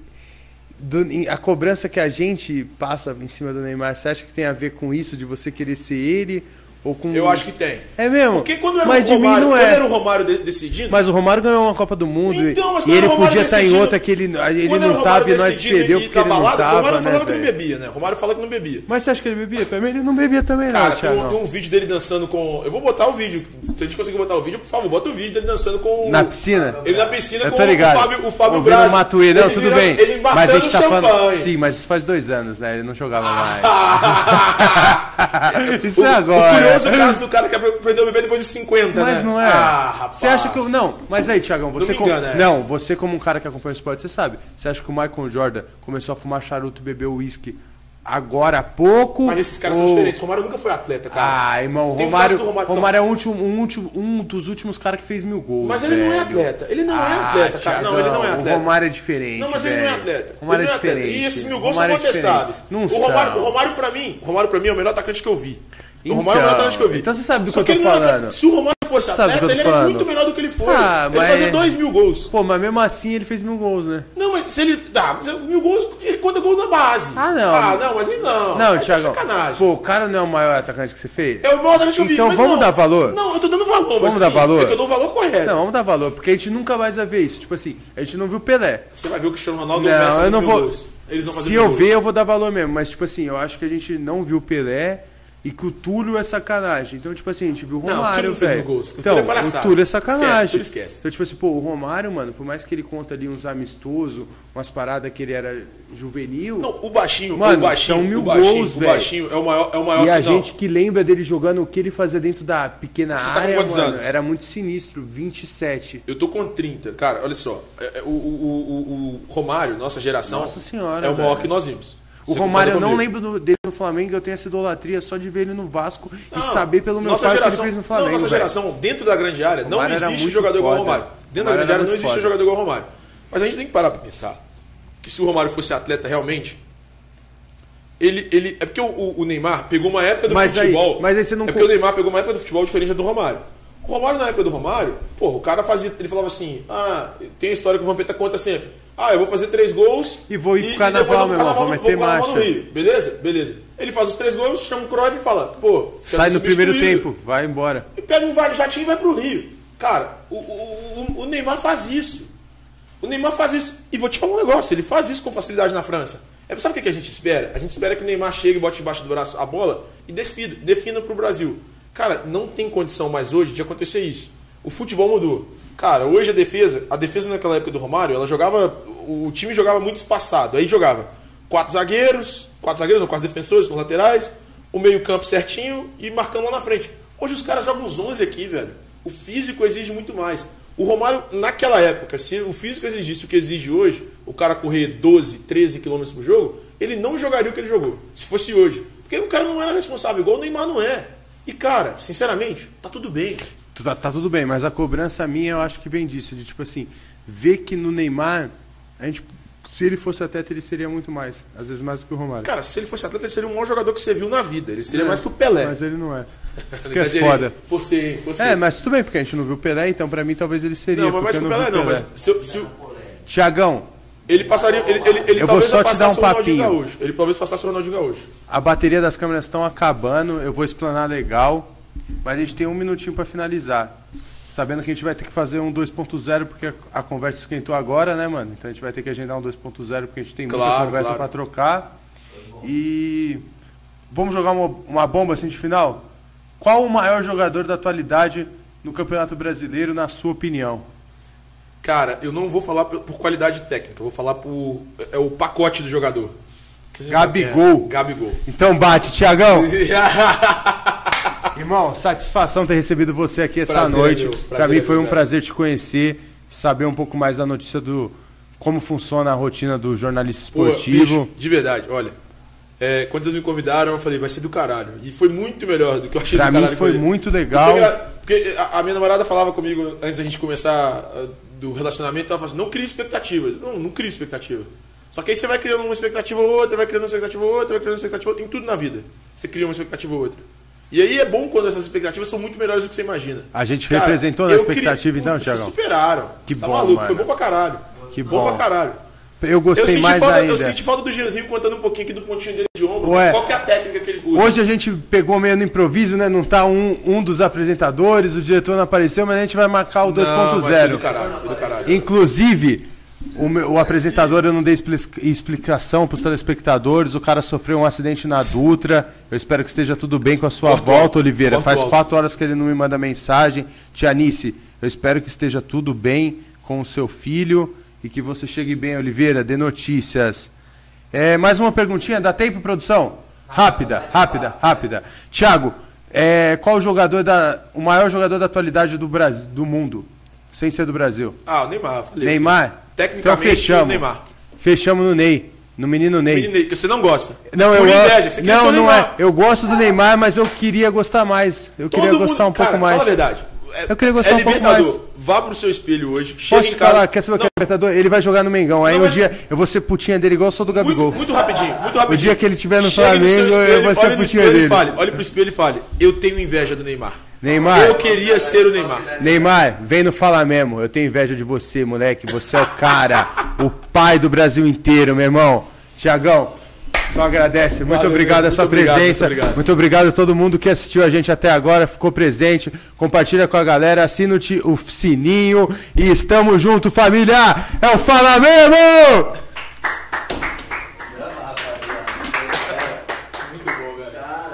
Speaker 1: do- em- a cobrança que a gente passa em cima do Neymar, você acha que tem a ver com isso, de você querer ser ele? Ou com.
Speaker 2: Eu acho que tem.
Speaker 1: É mesmo?
Speaker 2: Porque quando era,
Speaker 1: mas
Speaker 2: o, Romário,
Speaker 1: de mim não
Speaker 2: quando
Speaker 1: é.
Speaker 2: era o Romário de- decidindo,
Speaker 1: Mas o Romário ganhou uma Copa do Mundo
Speaker 2: Então, mas
Speaker 1: e
Speaker 2: quando
Speaker 1: ele
Speaker 2: o Romário
Speaker 1: podia estar em
Speaker 2: decidiu-
Speaker 1: outra que ele, ele
Speaker 2: Quando era o
Speaker 1: não
Speaker 2: Romário
Speaker 1: tava e nós
Speaker 2: decidido
Speaker 1: perdeu
Speaker 2: e
Speaker 1: porque ele não
Speaker 2: balada, o
Speaker 1: tava,
Speaker 2: Romário
Speaker 1: né,
Speaker 2: falava que não
Speaker 1: velho?
Speaker 2: bebia, né? O Romário falava que não bebia.
Speaker 1: Mas você acha que ele bebia? Pra mim ele não bebia também, não,
Speaker 2: Cara, tem um,
Speaker 1: Thiagão.
Speaker 2: tem um vídeo dele dançando com. Eu vou botar o vídeo. Se a gente conseguir botar o vídeo, por favor, bota o vídeo dele dançando com. o-
Speaker 1: Na piscina?
Speaker 2: Ele na piscina
Speaker 1: Eu
Speaker 2: com
Speaker 1: tô ligado.
Speaker 2: o Fábio, o Fábio
Speaker 1: Ouvindo
Speaker 2: Braz.
Speaker 1: o Matuê, não,
Speaker 2: Ele
Speaker 1: tudo
Speaker 2: vira-
Speaker 1: bem.
Speaker 2: Ele
Speaker 1: mas a
Speaker 2: embatendo
Speaker 1: gente tá
Speaker 2: champanhe.
Speaker 1: falando. Sim, mas isso faz dois anos, né? Ele não jogava mais. isso
Speaker 2: Ah. O-
Speaker 1: é agora.
Speaker 2: O curioso caso do cara que aprendeu a beber depois de 50, né?
Speaker 1: Mas não é.
Speaker 2: Ah, rapaz.
Speaker 1: Você acha que. eu- Não, mas aí, Tiagão, você.
Speaker 2: me
Speaker 1: como-
Speaker 2: engana é. essa.
Speaker 1: Não, você, como um cara que acompanha o esporte, você sabe. Você acha que o Michael Jordan começou a fumar charuto e beber uísque agora há pouco.
Speaker 2: Mas esses caras são
Speaker 1: ou-
Speaker 2: diferentes. Romário nunca foi atleta, cara.
Speaker 1: Ah, irmão,
Speaker 2: Tem um
Speaker 1: Romário,
Speaker 2: caso do Romário-
Speaker 1: Romário é um, último- um último- um dos últimos caras que fez mil gols.
Speaker 2: Mas ele não é
Speaker 1: velho.
Speaker 2: atleta. Ele não é
Speaker 1: Ah,
Speaker 2: atleta, cara. Não, ele não é
Speaker 1: Thiagão,
Speaker 2: atleta.
Speaker 1: O Romário é diferente.
Speaker 2: Não, mas ele não é
Speaker 1: velho.
Speaker 2: atleta.
Speaker 1: O Romário
Speaker 2: Ele
Speaker 1: é
Speaker 2: não atleta.
Speaker 1: diferente.
Speaker 2: E esses mil
Speaker 1: O
Speaker 2: gols são
Speaker 1: Romário é diferente.
Speaker 2: contestáveis.
Speaker 1: Não
Speaker 2: o,
Speaker 1: são.
Speaker 2: Romário, o Romário, pra mim, o Romário, pra mim, é o melhor atacante que eu vi. o Romário é o melhor atacante que eu vi.
Speaker 1: então você sabe do
Speaker 2: Só
Speaker 1: que eu
Speaker 2: ele
Speaker 1: tô
Speaker 2: não é atleta.
Speaker 1: falando.
Speaker 2: Se o Romário fosse
Speaker 1: Sabe do que eu
Speaker 2: atleta,
Speaker 1: tô
Speaker 2: ele era
Speaker 1: falando.
Speaker 2: muito melhor do que ele foi.
Speaker 1: Ah,
Speaker 2: ele
Speaker 1: mas-
Speaker 2: fazia dois mil gols.
Speaker 1: Pô, mas mesmo assim ele fez mil gols, né?
Speaker 2: Não, mas se ele. Dá, mas mil gols, ele conta gol na base.
Speaker 1: Ah, não.
Speaker 2: Ah, não, mas ele não.
Speaker 1: Não,
Speaker 2: Aí tá
Speaker 1: Thiago.
Speaker 2: sacanagem.
Speaker 1: Pô, o cara não é o maior atacante que você fez?
Speaker 2: É o maior atacante que eu vi.
Speaker 1: Então
Speaker 2: mas
Speaker 1: vamos
Speaker 2: não.
Speaker 1: dar valor?
Speaker 2: Não, eu tô dando valor.
Speaker 1: Vamos
Speaker 2: mas,
Speaker 1: dar
Speaker 2: assim,
Speaker 1: valor?
Speaker 2: É que eu dou o valor correto.
Speaker 1: Não, vamos dar valor, porque a gente nunca mais vai ver isso. Tipo assim, a gente não viu o Pelé.
Speaker 2: Você vai ver o Cristiano Ronaldo e o Messi
Speaker 1: Não, eu
Speaker 2: fazendo
Speaker 1: não
Speaker 2: mil
Speaker 1: vou.
Speaker 2: gols. Eles vão fazer
Speaker 1: Se
Speaker 2: mil
Speaker 1: eu
Speaker 2: gols.
Speaker 1: ver, eu vou dar valor mesmo. Mas, tipo assim, eu acho que a gente não viu o Pelé e que o Túlio é sacanagem. Então, tipo assim, a gente viu o
Speaker 2: o
Speaker 1: Romário,
Speaker 2: Túlio não fez
Speaker 1: velho.
Speaker 2: mil gols. O
Speaker 1: Então,
Speaker 2: Túlio é palhaçada.
Speaker 1: o Túlio é
Speaker 2: Esquece, o
Speaker 1: sacanagem.
Speaker 2: Túlio esquece.
Speaker 1: Então, tipo assim, pô, o Romário, mano, por mais que ele conta ali uns amistosos, umas paradas que ele era juvenil.
Speaker 2: Não, o baixinho,
Speaker 1: Mano,
Speaker 2: o baixinho,
Speaker 1: são mil
Speaker 2: o baixinho,
Speaker 1: gols,
Speaker 2: o
Speaker 1: velho.
Speaker 2: baixinho é o maior, é o maior
Speaker 1: E a
Speaker 2: não.
Speaker 1: gente que lembra dele jogando o que ele fazia dentro da pequena
Speaker 2: Você tá com
Speaker 1: área,
Speaker 2: quantos
Speaker 1: mano,
Speaker 2: anos?
Speaker 1: era muito sinistro, 27.
Speaker 2: Eu tô com 30, cara, olha só. É, é, O, o- o- o Romário, nossa geração,
Speaker 1: Nossa senhora,
Speaker 2: é o maior
Speaker 1: velho.
Speaker 2: que nós vimos.
Speaker 1: O
Speaker 2: Você
Speaker 1: Romário, eu
Speaker 2: concorda
Speaker 1: não
Speaker 2: comigo?
Speaker 1: lembro do- dele no Flamengo, eu tenho essa idolatria só de ver ele no Vasco e
Speaker 2: Não,
Speaker 1: saber pelo meu
Speaker 2: nossa
Speaker 1: pai o
Speaker 2: geração,
Speaker 1: que ele fez no Flamengo.
Speaker 2: Não, nossa
Speaker 1: velho.
Speaker 2: geração, dentro da grande área, não
Speaker 1: Romário era
Speaker 2: existe
Speaker 1: muito
Speaker 2: jogador igual o
Speaker 1: foda.
Speaker 2: Romário. Dentro da
Speaker 1: Romário
Speaker 2: grande
Speaker 1: era
Speaker 2: área não
Speaker 1: muito
Speaker 2: existe
Speaker 1: foda.
Speaker 2: jogador igual o Romário. Mas a gente tem que parar pra pensar que se o Romário fosse atleta realmente, ele, ele é porque o- o, o Neymar pegou uma época do
Speaker 1: Mas aí-
Speaker 2: futebol.
Speaker 1: mas aí você não
Speaker 2: é porque
Speaker 1: con-
Speaker 2: o Neymar pegou uma época do futebol diferente da do Romário. O Romário na época do Romário, porra, o cara fazia, ele falava assim: "Ah, tem a história que o Vampeta conta sempre. Ah, eu vou fazer três gols
Speaker 1: E vou ir pro carnaval,
Speaker 2: depois eu
Speaker 1: meu irmão,
Speaker 2: carnaval
Speaker 1: vou
Speaker 2: no-
Speaker 1: meter
Speaker 2: pro carnaval no
Speaker 1: marcha."
Speaker 2: Rio. Beleza? Beleza. Ele faz os três gols, chama o Cruyff e fala: "Pô, quero
Speaker 1: Sai
Speaker 2: ser
Speaker 1: no primeiro
Speaker 2: substituído."
Speaker 1: tempo, vai embora.
Speaker 2: E pega um va- jatinho e vai pro Rio. Cara, o, o- o- o Neymar faz isso. O Neymar faz isso. E vou te falar um negócio, ele faz isso com facilidade na França. É, sabe o que que a gente espera? A gente espera que o Neymar chegue, bote debaixo do braço a bola e defina, defina pro Brasil. Cara, não tem condição mais hoje de acontecer isso. O futebol mudou. Cara, hoje a defesa, a defesa naquela época do Romário, ela jogava. O time jogava muito espaçado. Aí jogava quatro zagueiros, quatro zagueiros, não, quatro defensores com laterais, o meio-campo certinho e marcando lá na frente. Hoje os caras jogam os 11 aqui, velho. O físico exige muito mais. O Romário, naquela época, se o físico exigisse o que exige hoje, o cara correr 12, 13 quilômetros por jogo, ele não jogaria o que ele jogou, se fosse hoje. Porque o cara não era responsável, igual o Neymar não é. E, cara, sinceramente, tá tudo bem.
Speaker 1: Tu Tá, tá tudo bem, mas a cobrança minha eu acho que vem disso, de tipo assim, ver que no Neymar, a gente, se ele fosse atleta, ele seria muito mais. Às vezes mais do que o Romário.
Speaker 2: Cara, se ele fosse atleta, ele seria o maior jogador que você viu na vida. Ele seria
Speaker 1: É,
Speaker 2: mais que o Pelé. tá
Speaker 1: Mas ele não é. Isso que é
Speaker 2: Exagerei.
Speaker 1: foda.
Speaker 2: Forcei, forcei.
Speaker 1: É, mas tudo bem, porque a gente não viu o Pelé, então pra mim talvez ele seria.
Speaker 2: Não, mas mais
Speaker 1: porque
Speaker 2: que o
Speaker 1: eu não
Speaker 2: Pelé
Speaker 1: vi
Speaker 2: não, mas se, eu- se, eu-
Speaker 1: Tiagão,
Speaker 2: ele passaria. Ele, ele, ele
Speaker 1: Eu vou
Speaker 2: talvez
Speaker 1: só te dar
Speaker 2: passasse
Speaker 1: um
Speaker 2: o Ronaldinho
Speaker 1: papinho.
Speaker 2: Gaúcho. Ele talvez passasse o Ronaldinho Gaúcho.
Speaker 1: A bateria das câmeras estão acabando, eu vou explanar legal, mas a gente tem um minutinho para finalizar. Sabendo que a gente vai ter que fazer um 2.0, porque a- a conversa esquentou agora, né, mano? Então a gente vai ter que agendar um 2.0, porque a gente tem muita
Speaker 2: Claro,
Speaker 1: conversa
Speaker 2: claro.
Speaker 1: pra trocar. E vamos jogar uma, uma bomba assim de final? Qual o maior jogador da atualidade no Campeonato Brasileiro, na sua opinião?
Speaker 2: Cara, eu não vou falar por, por qualidade técnica, eu vou falar por. É o pacote do jogador. Que você sabe quem é.
Speaker 1: Gabigol.
Speaker 2: Gabigol.
Speaker 1: Então bate, Tiagão! Irmão, satisfação ter recebido você aqui essa
Speaker 2: Prazer,
Speaker 1: noite.
Speaker 2: meu. Prazer,
Speaker 1: Pra mim foi um
Speaker 2: meu.
Speaker 1: prazer te conhecer, saber um pouco mais da notícia do como funciona a rotina do jornalista
Speaker 2: Pô,
Speaker 1: esportivo.
Speaker 2: bicho, de verdade, olha. é, quando vocês me convidaram, eu falei, vai ser do caralho. E foi muito melhor do que eu achei
Speaker 1: Pra
Speaker 2: do
Speaker 1: mim
Speaker 2: caralho. que
Speaker 1: foi
Speaker 2: eu falei.
Speaker 1: muito legal.
Speaker 2: Porque, cara, Porque a, a minha namorada falava comigo antes da gente começar ah, do relacionamento, ela falava assim, não cria expectativa. Eu, Não, não cria expectativa. Só que aí você vai criando uma expectativa ou outra, vai criando uma expectativa ou outra, vai criando uma expectativa ou outra, em tudo na vida. Você cria uma expectativa ou outra. E aí é bom quando essas expectativas são muito melhores do que você imagina.
Speaker 1: A gente representou na
Speaker 2: eu
Speaker 1: expectativa, então,
Speaker 2: Puta, vocês
Speaker 1: Thiagão?
Speaker 2: superaram.
Speaker 1: Que
Speaker 2: tá
Speaker 1: bom,
Speaker 2: maluco,
Speaker 1: mano.
Speaker 2: foi bom pra caralho.
Speaker 1: Que
Speaker 2: bom.
Speaker 1: bom.
Speaker 2: pra caralho.
Speaker 1: Eu
Speaker 2: Eu
Speaker 1: gostei
Speaker 2: senti,
Speaker 1: mais
Speaker 2: falta,
Speaker 1: ainda.
Speaker 2: eu senti falta do Gianzinho contando um pouquinho aqui do pontinho dele de ombro.
Speaker 1: Ué.
Speaker 2: Qual que é a técnica que ele usa?
Speaker 1: Hoje a gente pegou meio no improviso, né? Não tá um, um dos apresentadores, o diretor não apareceu, mas a gente vai marcar o
Speaker 2: Não, mas foi do
Speaker 1: 2.0.
Speaker 2: caralho, foi do caralho.
Speaker 1: Inclusive, o, meu- o apresentador eu não dei expli- explicação pros telespectadores. O cara sofreu um acidente na Dutra. Eu espero que esteja tudo bem com a sua
Speaker 2: Corta o
Speaker 1: volta,
Speaker 2: áudio.
Speaker 1: Oliveira.
Speaker 2: Corta o
Speaker 1: Faz
Speaker 2: áudio.
Speaker 1: quatro horas que ele não me manda mensagem. Tianice, eu espero que esteja tudo bem com o seu filho e que você chegue bem, Oliveira. Dê notícias. É, mais uma perguntinha, dá tempo, produção? Rápida, rápida, rápida. Thiago, é, qual o jogador da. o maior jogador da atualidade do, Brasil, do mundo? Sem ser do Brasil.
Speaker 2: Ah, o Neymar, eu falei.
Speaker 1: Neymar?
Speaker 2: Tecnicamente,
Speaker 1: então fechamos.
Speaker 2: o Neymar.
Speaker 1: Fechamos no Ney. No menino Ney.
Speaker 2: Menino Ney, que você não gosta.
Speaker 1: Não, eu
Speaker 2: Por
Speaker 1: amo-
Speaker 2: inveja, que você queria ser
Speaker 1: não,
Speaker 2: o
Speaker 1: não
Speaker 2: Neymar.
Speaker 1: é. Eu gosto do Neymar, mas eu queria gostar mais. Eu
Speaker 2: Todo
Speaker 1: queria
Speaker 2: mundo-
Speaker 1: gostar um
Speaker 2: cara,
Speaker 1: pouco mais.
Speaker 2: Fala a verdade. É-
Speaker 1: Eu queria gostar
Speaker 2: é
Speaker 1: um pouco
Speaker 2: libertador.
Speaker 1: mais.
Speaker 2: Vá pro seu espelho hoje. Chega
Speaker 1: Posso
Speaker 2: em
Speaker 1: te
Speaker 2: casa.
Speaker 1: falar, quer saber o que é Libertador? Ele vai jogar no Mengão. Aí
Speaker 2: Não,
Speaker 1: um
Speaker 2: mas-
Speaker 1: dia eu vou ser putinha dele igual eu sou do Gabigol.
Speaker 2: Muito, muito rapidinho, muito rapidinho.
Speaker 1: dia que ele tiver no
Speaker 2: Chegue seu
Speaker 1: Flamengo, eu vou ser
Speaker 2: olhe no
Speaker 1: putinha
Speaker 2: espelho e
Speaker 1: dele.
Speaker 2: Fale, olhe pro espelho e fale: Eu tenho inveja do Neymar.
Speaker 1: Neymar.
Speaker 2: Eu queria ser o Neymar.
Speaker 1: Neymar, vem no Fala Mesmo. Eu tenho inveja de você, moleque. Você é o cara, o pai do Brasil inteiro, meu irmão. Tiagão, só agradece. Muito
Speaker 2: Valeu,
Speaker 1: obrigado a
Speaker 2: muito
Speaker 1: sua
Speaker 2: obrigado,
Speaker 1: presença.
Speaker 2: muito obrigado.
Speaker 1: Muito obrigado a todo mundo que assistiu a gente até agora, ficou presente. Compartilha com a galera, assina o ti- o sininho. E estamos junto, família. É o Fala Mesmo!